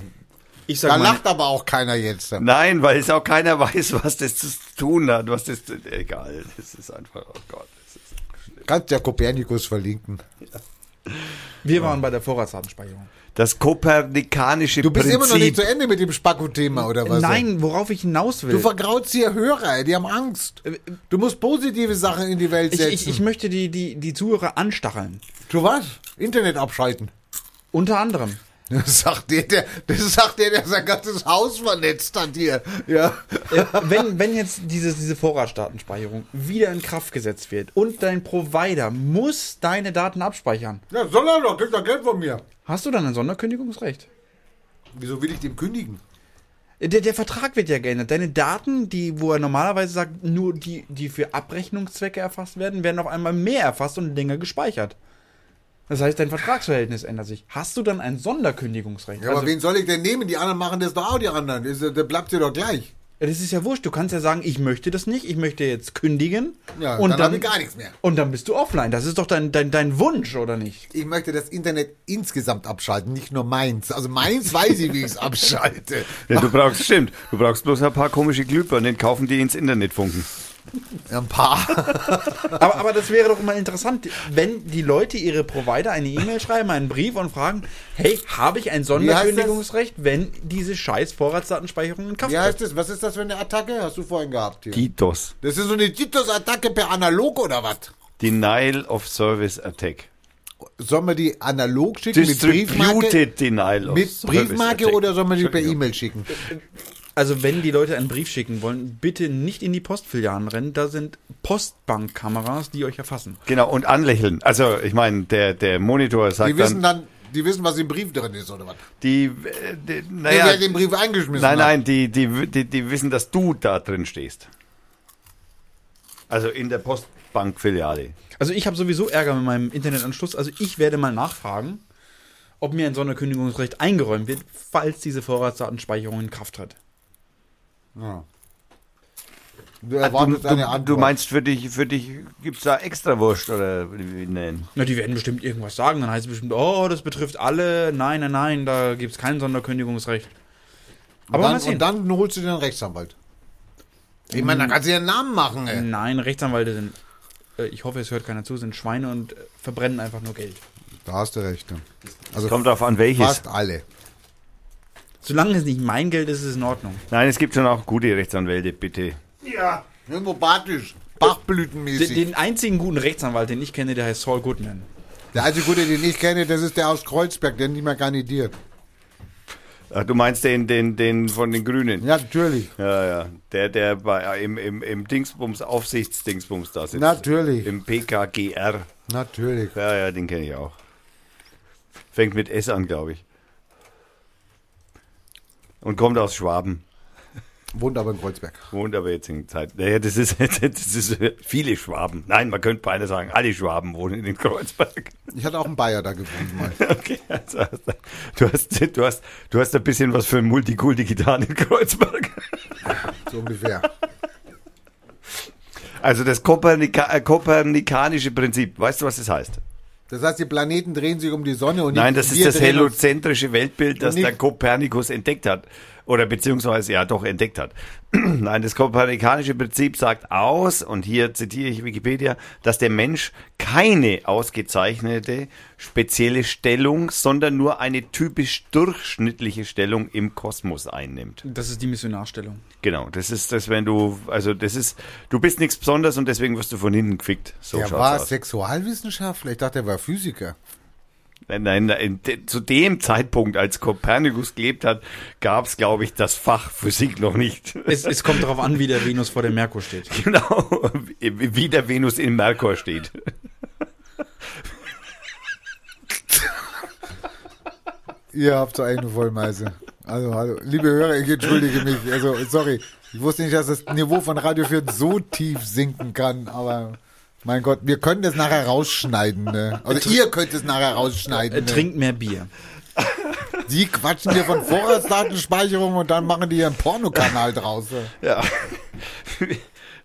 [SPEAKER 3] Ich
[SPEAKER 2] Da
[SPEAKER 3] sag mal,
[SPEAKER 2] lacht aber auch keiner jetzt.
[SPEAKER 1] nein, weil es auch keiner weiß, was das zu tun hat, was das, egal, das ist einfach, oh Gott. das ist-
[SPEAKER 2] Kannst ja Kopernikus verlinken.
[SPEAKER 3] wir waren bei der Vorratsdatenspeicherung.
[SPEAKER 1] Das kopernikanische
[SPEAKER 2] Du bist
[SPEAKER 1] Prinzip.
[SPEAKER 2] immer noch nicht zu Ende mit dem Spacko-Thema, oder was?
[SPEAKER 3] Nein, worauf ich hinaus will.
[SPEAKER 2] Du vergrautst hier Hörer, die haben Angst. Du musst positive Sachen in die Welt
[SPEAKER 3] Äh, ich,
[SPEAKER 2] setzen.
[SPEAKER 3] ich, ich möchte die, die, die Zuhörer anstacheln.
[SPEAKER 2] du was? Internet abschalten.
[SPEAKER 3] Unter anderem.
[SPEAKER 2] Das sagt der, der, das sagt der, der sein ganzes Haus vernetzt hat hier. Ja.
[SPEAKER 3] Äh, wenn, wenn jetzt diese, diese Vorratsdatenspeicherung wieder in Kraft gesetzt wird und dein Provider muss deine Daten abspeichern,
[SPEAKER 2] ja, soll er doch, kriegt doch Geld von mir.
[SPEAKER 3] hast du dann ein Sonderkündigungsrecht?
[SPEAKER 2] Wieso will ich dem kündigen?
[SPEAKER 3] Der, der Vertrag wird ja geändert. Deine Daten, die, wo er normalerweise sagt, nur die, die für Abrechnungszwecke erfasst werden, werden auf einmal mehr erfasst und länger gespeichert. Das heißt, dein Vertragsverhältnis ändert sich. Hast du dann ein Sonderkündigungsrecht?
[SPEAKER 2] Ja, aber
[SPEAKER 3] Also,
[SPEAKER 2] wen soll ich denn nehmen? Die anderen machen das doch auch, die anderen. Das, das bleibt dir doch gleich.
[SPEAKER 3] das ist ja wurscht. Du kannst ja sagen, ich möchte das nicht, ich möchte jetzt kündigen.
[SPEAKER 2] Ja,
[SPEAKER 3] und
[SPEAKER 2] dann hab ich gar nichts mehr.
[SPEAKER 3] Und dann bist du offline. Das ist doch dein, dein, dein Wunsch, oder nicht?
[SPEAKER 2] Ich möchte das Internet insgesamt abschalten, nicht nur meins. Also meins weiß ich, wie ich es abschalte.
[SPEAKER 1] Ja, du brauchst, stimmt, du brauchst bloß ein paar komische Glühbirnen kaufen, die ins Internet funken.
[SPEAKER 2] Ein paar.
[SPEAKER 3] Aber, aber das wäre doch mal interessant, wenn die Leute ihre Provider eine E-Mail schreiben, einen Brief und fragen, hey, habe ich ein Sonderkündigungsrecht, wenn diese scheiß Vorratsdatenspeicherung in Kraft
[SPEAKER 2] Wie heißt
[SPEAKER 3] tritt?
[SPEAKER 2] das? Was ist das für eine Attacke? Hast du vorhin gehabt hier?
[SPEAKER 1] DDoS.
[SPEAKER 2] Das ist so eine Titus-Attacke per Analog oder was?
[SPEAKER 1] Denial of Service Attack.
[SPEAKER 2] Sollen wir die analog schicken mit Briefmarke?
[SPEAKER 1] Distributed Denial of
[SPEAKER 2] Mit
[SPEAKER 1] Service
[SPEAKER 2] Briefmarke
[SPEAKER 1] Attack.
[SPEAKER 2] oder soll man die per
[SPEAKER 1] Entschuldigung.
[SPEAKER 2] E-Mail schicken?
[SPEAKER 3] Also wenn die Leute einen Brief schicken wollen, bitte nicht in die Postfilialen rennen, da sind Postbankkameras, die euch erfassen.
[SPEAKER 1] Genau, und anlächeln. Also, ich meine, der, der Monitor sagt
[SPEAKER 2] Die wissen
[SPEAKER 1] dann,
[SPEAKER 2] dann, die wissen, was im Brief drin ist, oder was?
[SPEAKER 1] die, äh, die
[SPEAKER 2] Ja,
[SPEAKER 1] naja,
[SPEAKER 2] den Brief eingeschmissen
[SPEAKER 1] nein,
[SPEAKER 2] hat.
[SPEAKER 1] nein, die, die, die, die wissen, dass du da drin stehst. Also in der Postbankfiliale.
[SPEAKER 3] Also ich habe sowieso Ärger mit meinem Internetanschluss, also ich werde mal nachfragen, ob mir ein Sonderkündigungsrecht eingeräumt wird, falls diese Vorratsdatenspeicherung in Kraft tritt.
[SPEAKER 2] Du
[SPEAKER 1] Du,
[SPEAKER 2] erwartest eine
[SPEAKER 1] du,
[SPEAKER 2] Antwort.
[SPEAKER 1] du meinst, für dich, für dich gibt's da Extrawurst oder wie nennen?
[SPEAKER 3] Na, die werden bestimmt irgendwas sagen. Dann heißt es bestimmt, oh, das betrifft alle. Nein, nein, nein, da gibt es kein Sonderkündigungsrecht. Aber
[SPEAKER 2] dann,
[SPEAKER 3] mal sehen.
[SPEAKER 2] und dann holst du den Rechtsanwalt. Ich meine,
[SPEAKER 1] Mhm.
[SPEAKER 2] dann kannst du dir einen Namen machen, ey.
[SPEAKER 3] nein, Rechtsanwälte sind, äh, ich hoffe, es hört keiner zu, sind Schweine und äh, verbrennen einfach nur Geld.
[SPEAKER 2] Da hast du recht. ja. Also
[SPEAKER 1] Kommt drauf an, welches.
[SPEAKER 2] fast alle.
[SPEAKER 3] Solange es nicht mein Geld ist, ist es in Ordnung.
[SPEAKER 1] Nein, es gibt schon auch gute Rechtsanwälte, bitte.
[SPEAKER 2] Ja. Homopathisch. Bachblütenmäßig.
[SPEAKER 3] Den, den einzigen guten Rechtsanwalt, den ich kenne, der heißt Saul Goodman.
[SPEAKER 2] der einzige Gute, den ich kenne, das ist der aus Kreuzberg, der nicht mehr kandidiert.
[SPEAKER 1] Ach, du meinst den, den, den von den Grünen?
[SPEAKER 2] Ja, natürlich.
[SPEAKER 1] Ja, ja. Der, der bei, im, im, im Dingsbums, Aufsichtsdingsbums da sitzt.
[SPEAKER 2] Natürlich.
[SPEAKER 1] Im PKGR.
[SPEAKER 2] Natürlich.
[SPEAKER 1] Ja, ja, den kenne ich auch. Fängt mit S an, glaube ich. Und kommt aus Schwaben.
[SPEAKER 2] Wohnt aber in Kreuzberg.
[SPEAKER 1] Wohnt aber jetzt in Zeit. Naja, das ist, das ist viele Schwaben. Nein, man könnte beinahe sagen, alle Schwaben wohnen in Kreuzberg.
[SPEAKER 2] Ich hatte auch einen Bayer da gewohnt mal.
[SPEAKER 1] Okay, also hast du- du, hast, du, hast, du hast ein bisschen was für ein Multikulti getan in Kreuzberg.
[SPEAKER 2] So ungefähr.
[SPEAKER 1] Also das Kopernika äh, kopernikanische Prinzip, weißt du, was das heißt?
[SPEAKER 2] Das heißt, die Planeten drehen sich um die Sonne und
[SPEAKER 1] Nein, das ist
[SPEAKER 2] wir
[SPEAKER 1] das
[SPEAKER 2] drehen uns-
[SPEAKER 1] heliozentrische Weltbild, das
[SPEAKER 2] Nicht-
[SPEAKER 1] der Kopernikus entdeckt hat. Oder beziehungsweise, ja doch, entdeckt hat. Nein, das kopernikanische Prinzip sagt aus, und hier zitiere ich Wikipedia, dass der Mensch keine ausgezeichnete spezielle Stellung, sondern nur eine typisch durchschnittliche Stellung im Kosmos einnimmt.
[SPEAKER 3] Das ist die Missionarstellung.
[SPEAKER 1] Genau, das ist das, wenn du, also das ist, du bist nichts Besonderes und deswegen wirst du von hinten gefickt. So
[SPEAKER 2] Der
[SPEAKER 1] schaut's
[SPEAKER 2] war
[SPEAKER 1] aus.
[SPEAKER 2] Sexualwissenschaftler. Ich dachte, er war Physiker.
[SPEAKER 1] Nein, nein, nein. De- Zu dem Zeitpunkt, als Kopernikus gelebt hat, gab es, glaube ich, das Fach Physik noch nicht.
[SPEAKER 3] Es, es kommt darauf an, wie der Venus vor dem Merkur steht.
[SPEAKER 1] Genau, wie wie der Venus in Merkur steht.
[SPEAKER 2] Ihr habt so eine Vollmeise. Also, hallo. Liebe Hörer, ich entschuldige mich. Also, sorry. Ich wusste nicht, dass das Niveau von Radio 4 so tief sinken kann, aber mein Gott, wir können das nachher rausschneiden, ne? Also, ihr könnt es nachher
[SPEAKER 3] Äh,
[SPEAKER 2] rausschneiden. Ne?
[SPEAKER 3] trinkt mehr Bier.
[SPEAKER 2] Die quatschen dir von Vorratsdatenspeicherung und dann machen die ihren Pornokanal draus. Ne?
[SPEAKER 1] Ja.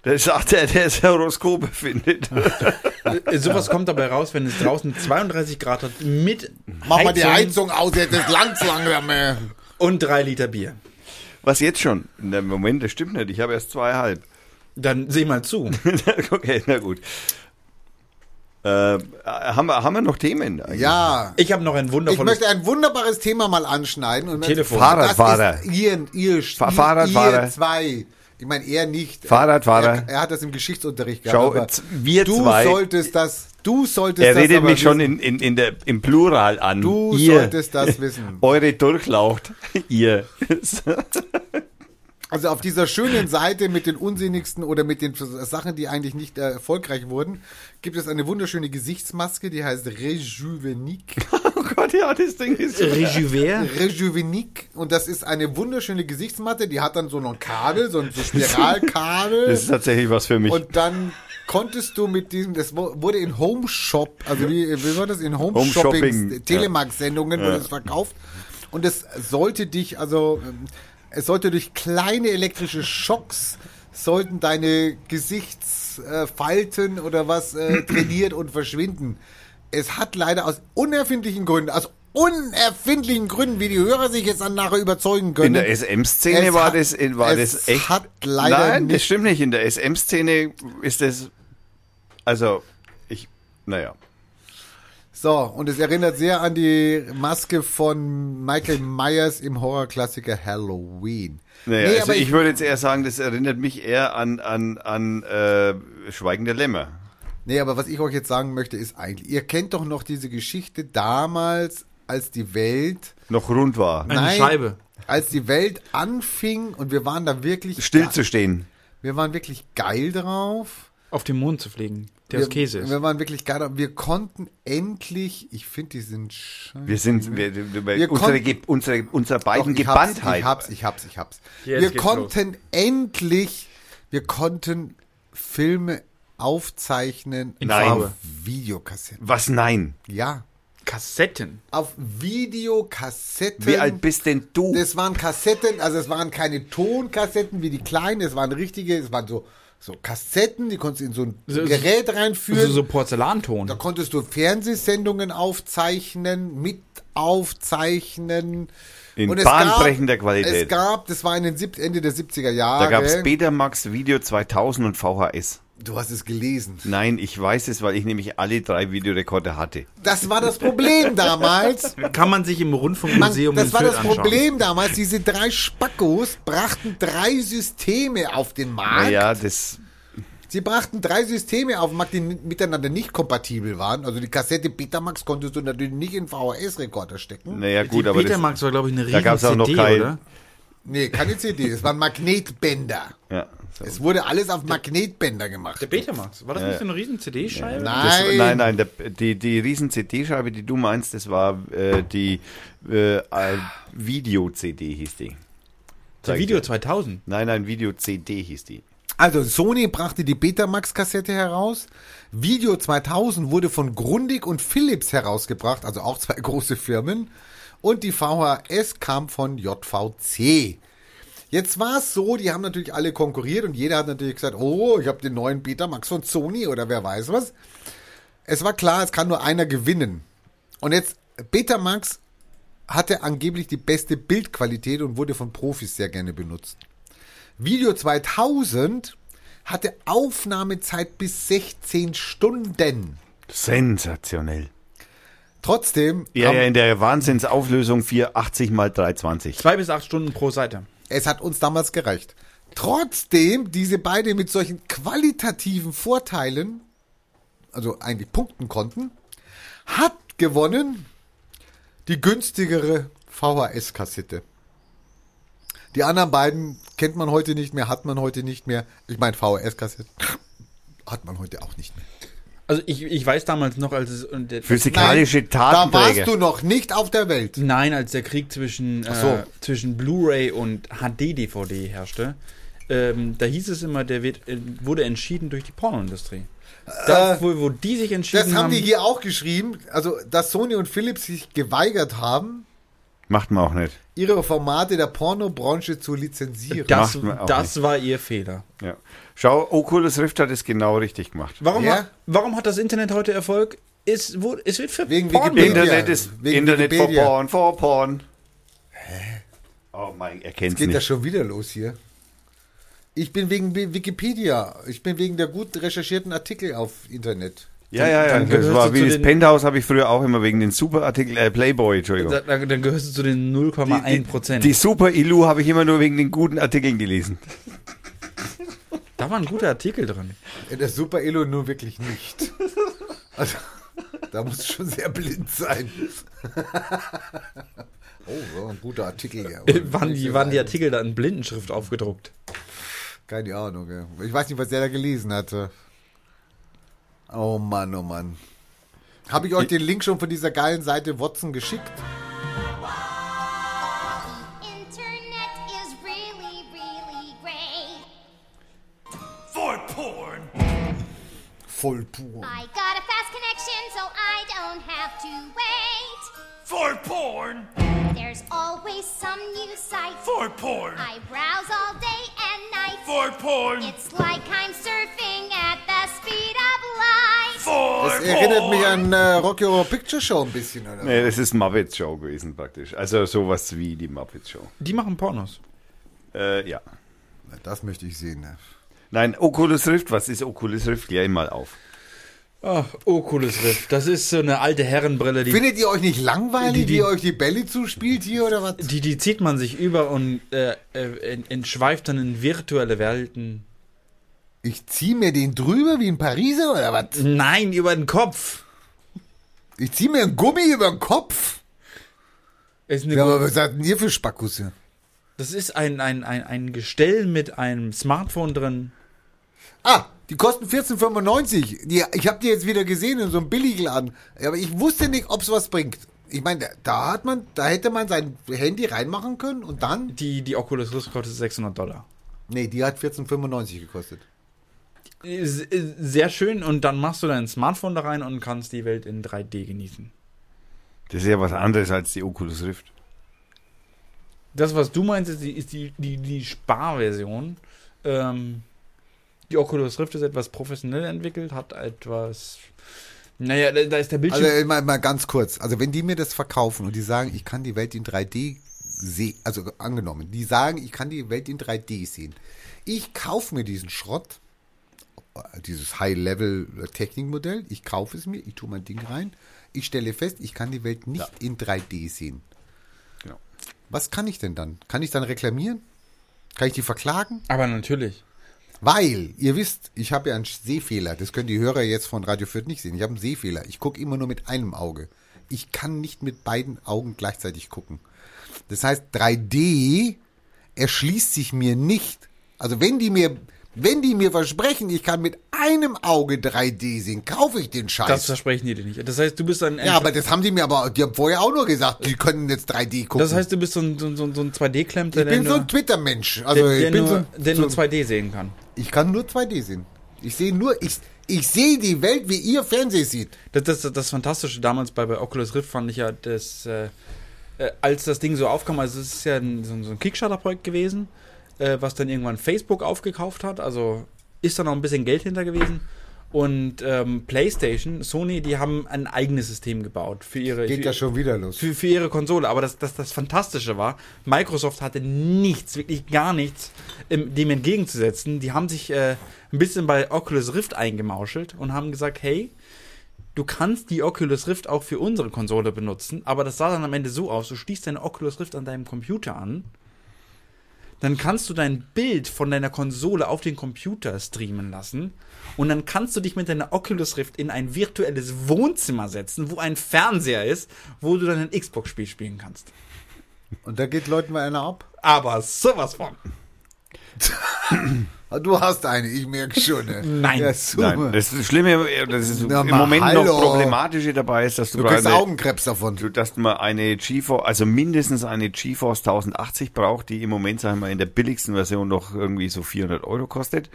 [SPEAKER 1] Das sagt er, der das Horoskop findet.
[SPEAKER 3] Äh, sowas kommt dabei raus, wenn es draußen 32 Grad hat mit
[SPEAKER 2] Mach mal die Heizung aus, jetzt ist lang langsam. ey.
[SPEAKER 3] und drei Liter Bier.
[SPEAKER 1] Was jetzt schon? Na, Moment, das stimmt nicht. Ich habe erst zweieinhalb.
[SPEAKER 3] Dann seh mal zu.
[SPEAKER 1] okay, na gut. Äh, haben, wir, haben wir noch Themen eigentlich?
[SPEAKER 2] Ja.
[SPEAKER 3] Ich habe noch ein
[SPEAKER 2] Ich
[SPEAKER 3] wundervolles.
[SPEAKER 2] möchte ein wunderbares Thema mal anschneiden. Und
[SPEAKER 3] Telefon.
[SPEAKER 1] Fahrradfahrer.
[SPEAKER 2] Das ist ihr, ihr,
[SPEAKER 1] Fa-
[SPEAKER 2] ihr-
[SPEAKER 1] Fahrradfahrer.
[SPEAKER 2] Ihr zwei. Ich meine, er nicht.
[SPEAKER 1] Fahrradfahrer.
[SPEAKER 2] Er, er hat das im Geschichtsunterricht gehabt.
[SPEAKER 1] Schau,
[SPEAKER 2] aber
[SPEAKER 1] z- wir
[SPEAKER 2] du
[SPEAKER 1] zwei.
[SPEAKER 2] solltest das. Du solltest
[SPEAKER 1] er
[SPEAKER 2] das.
[SPEAKER 1] redet
[SPEAKER 2] aber
[SPEAKER 1] mich schon
[SPEAKER 2] wissen.
[SPEAKER 1] in, in, in der, im Plural an.
[SPEAKER 2] Du
[SPEAKER 1] ihr,
[SPEAKER 2] solltest das wissen.
[SPEAKER 1] eure Durchlaucht, ihr.
[SPEAKER 2] Also auf dieser schönen Seite mit den unsinnigsten oder mit den Sachen, die eigentlich nicht äh, erfolgreich wurden, gibt es eine wunderschöne Gesichtsmaske, die heißt Rejuvenique.
[SPEAKER 1] oh Gott, ja, das Ding ist.
[SPEAKER 2] Äh,
[SPEAKER 3] Rejuver?
[SPEAKER 2] Rejuvenique. Und das ist eine wunderschöne Gesichtsmatte, die hat dann so noch ein Kabel, so ein so Spiralkabel.
[SPEAKER 1] Das ist tatsächlich was für mich.
[SPEAKER 2] Und dann konntest du mit diesem, das wo- wurde in Home Shop, also wie, wie war das? In Home,
[SPEAKER 1] Home
[SPEAKER 2] Shopping,
[SPEAKER 1] Shopping,
[SPEAKER 2] Telemark-Sendungen wurde es verkauft. Und es sollte dich, also, ähm, es sollte durch kleine elektrische Schocks sollten deine Gesichtsfalten oder was äh, trainiert und verschwinden. Es hat leider aus unerfindlichen Gründen, aus unerfindlichen Gründen, wie die Hörer sich jetzt dann nachher überzeugen
[SPEAKER 1] in
[SPEAKER 2] können.
[SPEAKER 1] der SM-Szene
[SPEAKER 2] Es
[SPEAKER 1] war
[SPEAKER 2] hat-
[SPEAKER 1] das, in- war
[SPEAKER 2] es
[SPEAKER 1] das echt.
[SPEAKER 2] hat leider
[SPEAKER 1] Nein, das
[SPEAKER 2] nicht-
[SPEAKER 1] stimmt nicht. In der SM-Szene ist das. Also, ich. Naja.
[SPEAKER 2] So, und es erinnert sehr an die Maske von Michael Myers im Horrorklassiker Halloween.
[SPEAKER 1] Naja,
[SPEAKER 2] Nee,
[SPEAKER 1] also
[SPEAKER 2] aber
[SPEAKER 1] ich,
[SPEAKER 2] ich-
[SPEAKER 1] würde jetzt eher sagen, das erinnert mich eher an, an, an äh, Schweigen der Lämmer.
[SPEAKER 2] Nee, aber was ich euch jetzt sagen möchte, ist eigentlich, ihr kennt doch noch diese Geschichte damals, als die Welt,
[SPEAKER 1] Noch rund war.
[SPEAKER 3] Eine Scheibe.
[SPEAKER 2] als die Welt anfing und wir waren da wirklich,
[SPEAKER 1] Still zu stehen.
[SPEAKER 2] wir waren wirklich geil drauf.
[SPEAKER 3] Auf den Mond zu fliegen, der
[SPEAKER 2] wir,
[SPEAKER 3] aus Käse ist.
[SPEAKER 2] Wir waren wirklich geil drauf. Wir konnten endlich, ich finde, die sind scheiße.
[SPEAKER 1] Wir sind wir, wir,
[SPEAKER 2] Wir
[SPEAKER 1] unsere,
[SPEAKER 2] konnten-
[SPEAKER 1] Ge- unsere, unsere
[SPEAKER 2] Doch,
[SPEAKER 1] beiden
[SPEAKER 2] ich hab's,
[SPEAKER 1] Gebanntheit.
[SPEAKER 2] Ich hab's, ich hab's, ich hab's.
[SPEAKER 3] Jetzt
[SPEAKER 2] wir
[SPEAKER 3] geht's
[SPEAKER 2] konnten endlich, wir konnten Filme aufzeichnen
[SPEAKER 1] Nein.
[SPEAKER 2] auf Videokassetten.
[SPEAKER 1] Was nein?
[SPEAKER 2] Ja,
[SPEAKER 3] Kassetten.
[SPEAKER 2] auf Videokassetten.
[SPEAKER 1] Wie alt bist denn du?
[SPEAKER 2] Das waren Kassetten, also es waren keine Tonkassetten wie die kleinen, es waren richtige, es waren so, so Kassetten, die konntest du in so ein
[SPEAKER 3] So- Also
[SPEAKER 2] Gerät reinführen.
[SPEAKER 3] So, so Porzellanton.
[SPEAKER 2] Da konntest du Fernsehsendungen aufzeichnen, mit aufzeichnen.
[SPEAKER 1] In
[SPEAKER 2] es
[SPEAKER 1] bahnbrechender
[SPEAKER 2] gab,
[SPEAKER 1] Qualität.
[SPEAKER 2] Es gab, das war in den sieb- Ende der 70er Jahre.
[SPEAKER 1] Da gab es Betamax Video 2000 und VHS.
[SPEAKER 2] Du hast es gelesen.
[SPEAKER 1] Nein, ich weiß es, weil ich nämlich alle drei Videorekorder hatte.
[SPEAKER 2] Das war das Problem damals.
[SPEAKER 6] Kann man sich im
[SPEAKER 2] Man,
[SPEAKER 6] Rundfunkmuseum in
[SPEAKER 2] das war
[SPEAKER 6] Fürth
[SPEAKER 2] das
[SPEAKER 6] anschauen.
[SPEAKER 2] Problem damals. Diese drei Spackos brachten drei Systeme auf den Markt.
[SPEAKER 1] Naja, das.
[SPEAKER 2] Sie brachten drei Systeme auf den Markt, die miteinander nicht kompatibel waren. Also die Kassette Betamax konntest du natürlich nicht in VHS-Rekorder stecken.
[SPEAKER 1] Naja, gut,
[SPEAKER 6] Die
[SPEAKER 1] aber das,
[SPEAKER 6] Betamax war, glaube ich, eine riesen
[SPEAKER 1] da gab es auch noch
[SPEAKER 6] CD,
[SPEAKER 1] kein.
[SPEAKER 6] oder?
[SPEAKER 2] Nee, keine CD, das waren Magnetbänder.
[SPEAKER 1] Ja, so.
[SPEAKER 2] Es wurde alles auf Magnetbänder gemacht.
[SPEAKER 3] Der Betamax. War das nicht so eine riesen CD-Scheibe?
[SPEAKER 1] Das,
[SPEAKER 2] Nein,
[SPEAKER 1] nein, nein, der, die, die riesen CD-Scheibe, die du meinst, das war äh, die äh, äh, Video-CD hieß die.
[SPEAKER 3] Das Video 2000.
[SPEAKER 1] Nein, nein, Video-CD hieß die.
[SPEAKER 2] Also Sony brachte die Betamax-Kassette heraus. Video 2000 wurde von Grundig und Philips herausgebracht, also auch zwei große Firmen. Und die VHS kam von JVC. Jetzt war es so, die haben natürlich alle konkurriert und jeder hat natürlich gesagt, oh, ich habe den neuen Betamax von Sony oder wer weiß was. Es war klar, es kann nur einer gewinnen. Und jetzt, Betamax hatte angeblich die beste Bildqualität und wurde von Profis sehr gerne benutzt. Video 2000 hatte Aufnahmezeit bis 16 Stunden.
[SPEAKER 1] Sensationell.
[SPEAKER 2] Trotzdem,
[SPEAKER 1] Ja,
[SPEAKER 2] haben-
[SPEAKER 1] ja, in der Wahnsinnsauflösung 480 mal 320.
[SPEAKER 3] Zwei bis acht Stunden pro Seite.
[SPEAKER 2] es hat uns damals gereicht. Trotzdem, diese beiden mit solchen qualitativen Vorteilen, also eigentlich punkten konnten, hat gewonnen die günstigere VHS-Kassette. Die anderen beiden kennt man heute nicht mehr, hat man heute nicht mehr. Ich meine, VHS-Kassette hat man heute auch nicht mehr.
[SPEAKER 3] Also ich, ich weiß damals noch, als es und der,
[SPEAKER 1] Physikalische
[SPEAKER 2] da warst
[SPEAKER 1] Tatenträger.
[SPEAKER 2] du noch nicht auf der Welt.
[SPEAKER 3] nein, als der Krieg zwischen
[SPEAKER 2] Ach so.
[SPEAKER 3] äh, zwischen Blu-ray und HD-DVD herrschte, ähm, da hieß es immer, der wird äh, wurde entschieden durch die Pornoindustrie. Da,
[SPEAKER 2] Äh,
[SPEAKER 3] wo, wo die sich entschieden
[SPEAKER 2] Das haben die
[SPEAKER 3] haben
[SPEAKER 2] hier auch geschrieben. Also, dass Sony und Philips sich geweigert haben,
[SPEAKER 1] Macht man auch nicht.
[SPEAKER 2] ihre Formate der Pornobranche zu lizenzieren.
[SPEAKER 3] das,
[SPEAKER 1] Macht man auch
[SPEAKER 3] das war ihr Fehler.
[SPEAKER 1] Ja. Schau, Oculus Rift hat es genau richtig gemacht.
[SPEAKER 3] Warum,
[SPEAKER 2] Ja.
[SPEAKER 3] hat, warum hat das Internet heute Erfolg? Es, wo, es wird für
[SPEAKER 2] Wegen
[SPEAKER 3] Porn-
[SPEAKER 2] Wikipedia.
[SPEAKER 1] Internet ist
[SPEAKER 2] Wegen
[SPEAKER 1] Internet
[SPEAKER 2] Wikipedia.
[SPEAKER 1] for Porn, for Porn. Oh mein, er kennt's
[SPEAKER 2] Geht ja
[SPEAKER 1] nicht.
[SPEAKER 2] schon wieder los hier. Ich bin wegen Wi- Wikipedia. Ich bin wegen der gut recherchierten Artikel auf Internet.
[SPEAKER 1] Ja, ja, ja.
[SPEAKER 3] dann
[SPEAKER 1] Das
[SPEAKER 3] gehörst
[SPEAKER 1] war
[SPEAKER 3] du
[SPEAKER 1] wie
[SPEAKER 3] zu
[SPEAKER 1] das
[SPEAKER 3] den-
[SPEAKER 1] Penthouse habe ich früher auch immer wegen den Superartikel äh, Playboy, Entschuldigung.
[SPEAKER 3] Da- da- Dann gehörst du zu den 0,1 Prozent.
[SPEAKER 1] Die Super Ilu habe ich immer nur wegen den guten Artikeln gelesen.
[SPEAKER 3] Da war ein guter Artikel drin.
[SPEAKER 2] In Äh, der Super Elo nur wirklich nicht. Also, da muss schon sehr blind sein. oh, so ein guter Artikel. Ja.
[SPEAKER 3] Waren Äh, die, waren die Artikel da in Blindenschrift aufgedruckt?
[SPEAKER 2] Keine Ahnung. Ja. Ich weiß nicht, was der da gelesen hatte. Oh Mann, oh Mann. Habe ich euch den Link schon von dieser geilen Seite Watson geschickt?
[SPEAKER 7] Internet is really, really great.
[SPEAKER 2] Voll pur.
[SPEAKER 7] I got a fast connection, so I don't have to wait.
[SPEAKER 5] For porn!
[SPEAKER 7] There's always some new site.
[SPEAKER 5] For porn!
[SPEAKER 7] I browse all day and night.
[SPEAKER 5] For porn!
[SPEAKER 7] It's like I'm surfing at the speed of light.
[SPEAKER 5] For
[SPEAKER 2] Das erinnert mich an äh, Rocky Horror Picture Show ein bisschen, oder?
[SPEAKER 1] Nee, das ist Muppet Show gewesen praktisch. Also sowas wie die Muppet Show.
[SPEAKER 3] Die machen Pornos.
[SPEAKER 1] Äh, ja.
[SPEAKER 2] Das möchte ich sehen. Ne?
[SPEAKER 1] Nein, Oculus Rift, was ist Oculus Rift? Klär ihn mal auf.
[SPEAKER 3] Ach, oh, cooles Riff. Das ist so eine alte Herrenbrille, die,
[SPEAKER 2] Findet ihr euch nicht langweilig,
[SPEAKER 3] Die-
[SPEAKER 2] die,
[SPEAKER 3] die-
[SPEAKER 2] ihr euch die Bälle zuspielt hier oder was?
[SPEAKER 3] die, die zieht man sich über und äh, äh, ent- entschweift dann in virtuelle Welten.
[SPEAKER 2] Ich zieh mir den drüber wie ein Pariser oder was?
[SPEAKER 3] Nein, über den Kopf.
[SPEAKER 2] Ich zieh mir einen Gummi über den Kopf.
[SPEAKER 3] Ist eine
[SPEAKER 2] Ja,
[SPEAKER 3] gute-
[SPEAKER 2] aber was seid denn ihr für Spackusse?
[SPEAKER 3] das ist ein, ein, ein, ein Gestell mit einem Smartphone drin.
[SPEAKER 2] Ah, die kosten 14,95. Die, ich habe die jetzt wieder gesehen in so einem Billigladen. Aber ich wusste nicht, ob's was bringt. Ich meine, da, da hat man, da hätte man sein Handy reinmachen können und dann.
[SPEAKER 3] Die, die Oculus Rift kostet 600 Dollar.
[SPEAKER 2] Nee, die hat 14,95 gekostet.
[SPEAKER 3] Ist- ist Sehr schön und dann machst du dein Smartphone da rein und kannst die Welt in 3D genießen.
[SPEAKER 1] Das ist ja was anderes als die Oculus Rift.
[SPEAKER 3] Das, was du meinst, ist die, ist die, die, die Sparversion. Ähm, die Oculus Rift ist etwas professionell entwickelt, hat etwas. Naja, da, da ist der Bildschirm.
[SPEAKER 2] Also äh, mal, mal ganz kurz. Also wenn die mir das verkaufen und die sagen, ich kann die Welt in 3D sehen, also angenommen, die sagen, ich kann die Welt in 3D sehen. Ich kaufe mir diesen Schrott, äh, dieses High-Level-Technikmodell, ich kaufe es mir, ich tue mein Ding rein, ich stelle fest, ich kann die Welt nicht in 3D sehen.
[SPEAKER 1] Genau.
[SPEAKER 2] Was kann ich denn dann? Kann ich dann reklamieren? Kann ich die verklagen?
[SPEAKER 3] aber natürlich.
[SPEAKER 2] Weil, ihr wisst, ich habe ja einen Sehfehler. Das können die Hörer jetzt von Radio Fürth nicht sehen. Ich habe einen Sehfehler. Ich gucke immer nur mit einem Auge. Ich kann nicht mit beiden Augen gleichzeitig gucken. Das heißt, 3D erschließt sich mir nicht. Also wenn die mir, wenn die mir versprechen, ich kann mit einem Auge 3D sehen, kaufe ich den Scheiß.
[SPEAKER 3] Das versprechen die dir nicht. Das heißt, du bist ein.
[SPEAKER 2] also, ja, aber das haben die mir aber, die haben vorher auch nur gesagt, die können jetzt 3D gucken.
[SPEAKER 3] das heißt, du bist so ein, so ein- so ein, so ein 2D-Klemmter,
[SPEAKER 2] ich
[SPEAKER 3] der,
[SPEAKER 2] bin so ein
[SPEAKER 3] nur,
[SPEAKER 2] Twitter-Mensch.
[SPEAKER 3] der,
[SPEAKER 2] Also
[SPEAKER 3] der,
[SPEAKER 2] ich bin
[SPEAKER 3] nur,
[SPEAKER 2] so ein,
[SPEAKER 3] der
[SPEAKER 2] so
[SPEAKER 3] nur
[SPEAKER 2] ein
[SPEAKER 3] 2D sehen kann.
[SPEAKER 2] Ich kann nur 2D sehen. Ich sehe nur, ich, ich sehe die Welt, wie ihr Fernsehen sieht.
[SPEAKER 3] Das, das, das Fantastische damals bei, bei Oculus Rift fand ich ja, dass, äh, äh, als das Ding so aufkam, also es ist ja ein, so, ein- so ein Kickstarter-Projekt gewesen, äh, was dann irgendwann Facebook aufgekauft hat, also ist da noch ein bisschen Geld hinter gewesen. Und ähm, PlayStation, Sony, die haben ein eigenes System gebaut für ihre, für,
[SPEAKER 2] Geht ja schon wieder los.
[SPEAKER 3] für, für ihre Konsole. Aber das, das, das Fantastische war, Microsoft hatte nichts, wirklich gar nichts, ähm, dem entgegenzusetzen. Die haben sich äh, ein bisschen bei Oculus Rift eingemauschelt und haben gesagt, hey, du kannst die Oculus Rift auch für unsere Konsole benutzen, aber das sah dann am Ende so aus, du schließt deine Oculus Rift an deinem Computer an, dann kannst du dein Bild von deiner Konsole auf den Computer streamen lassen und dann kannst du dich mit deiner Oculus Rift in ein virtuelles Wohnzimmer setzen, wo ein Fernseher ist, wo du dann ein Xbox-Spiel spielen kannst.
[SPEAKER 2] Und da geht Leuten mal einer ab.
[SPEAKER 3] Aber sowas von.
[SPEAKER 2] Ah, Du hast eine, ich merke schon. ne?
[SPEAKER 3] Nein.
[SPEAKER 2] Ja, super.
[SPEAKER 1] Nein, das ist Schlimme, äh, das ist
[SPEAKER 2] Na,
[SPEAKER 1] im
[SPEAKER 2] mal
[SPEAKER 1] Moment
[SPEAKER 2] hallo.
[SPEAKER 1] noch problematische dabei ist, dass du,
[SPEAKER 2] du kriegst
[SPEAKER 1] gerade-
[SPEAKER 2] Augenkrebs davon.
[SPEAKER 1] du- dass man eine GeForce, also mindestens eine GeForce 1080 braucht, die im Moment, sagen wir, in der billigsten Version noch irgendwie so 400 Euro kostet.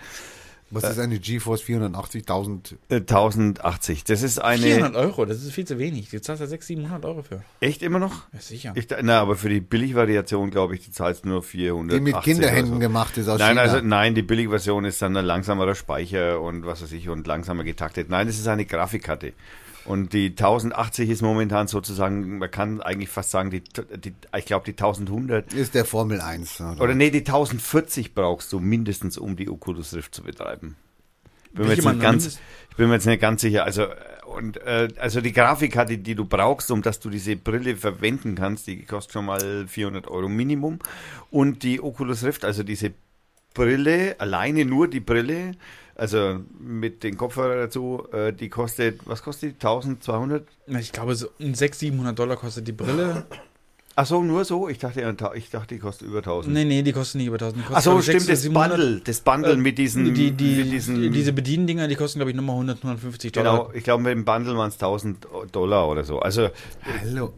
[SPEAKER 2] Was ist eine GeForce 480.000?
[SPEAKER 1] Äh, 1080. Das ist eine
[SPEAKER 3] 400 Euro, das ist viel zu wenig. Du zahlst ja 600, 700 Euro für.
[SPEAKER 1] echt immer noch?
[SPEAKER 3] Ja, sicher.
[SPEAKER 1] Ich, na, aber für die Billigvariation, glaube ich, die zahlst du nur 400.
[SPEAKER 2] Die mit Kinderhänden
[SPEAKER 1] so.
[SPEAKER 2] gemacht ist aus
[SPEAKER 1] Nein,
[SPEAKER 2] China.
[SPEAKER 1] also nein, die Billigversion ist dann ein langsamerer Speicher und was weiß ich und langsamer getaktet. Nein, es ist eine Grafikkarte. Und die 1080 ist momentan sozusagen, man kann eigentlich fast sagen, die, die ich glaube die 1100
[SPEAKER 2] ist der Formel 1. Oder?
[SPEAKER 1] oder nee, die 1040 brauchst du mindestens, um die Oculus Rift zu betreiben. Ich bin, mir jetzt
[SPEAKER 3] jemand
[SPEAKER 1] nicht ganz,
[SPEAKER 3] mindest-
[SPEAKER 1] ich bin mir jetzt nicht ganz sicher. Also, äh, und, äh, also die Grafikkarte, die du brauchst, um dass du diese Brille verwenden kannst, die kostet schon mal 400 Euro Minimum. Und die Oculus Rift, also diese Brille, alleine nur die Brille, also mit den Kopfhörer dazu, äh, die kostet, was kostet die? 1200?
[SPEAKER 3] Na, Ich glaube, so um 600, 700 Dollar kostet die Brille.
[SPEAKER 1] Ach so, nur so? Ich dachte, ja, ta- ich dachte die kostet über 1000.
[SPEAKER 3] nee, nee, die kostet nicht über 1000. Die kostet,
[SPEAKER 1] Ach so,
[SPEAKER 3] glaube ich,
[SPEAKER 1] stimmt,
[SPEAKER 3] 600,
[SPEAKER 1] das Bundle, das
[SPEAKER 2] Äh,
[SPEAKER 1] Bundle mit diesen,
[SPEAKER 3] Die, die,
[SPEAKER 1] mit diesen
[SPEAKER 3] die, diese Bediendinger, die kosten, glaube ich, nochmal 100, 150 Dollar.
[SPEAKER 1] Genau, ich glaube, mit dem Bundle waren es 1000 Dollar oder so. Also,
[SPEAKER 2] Hallo.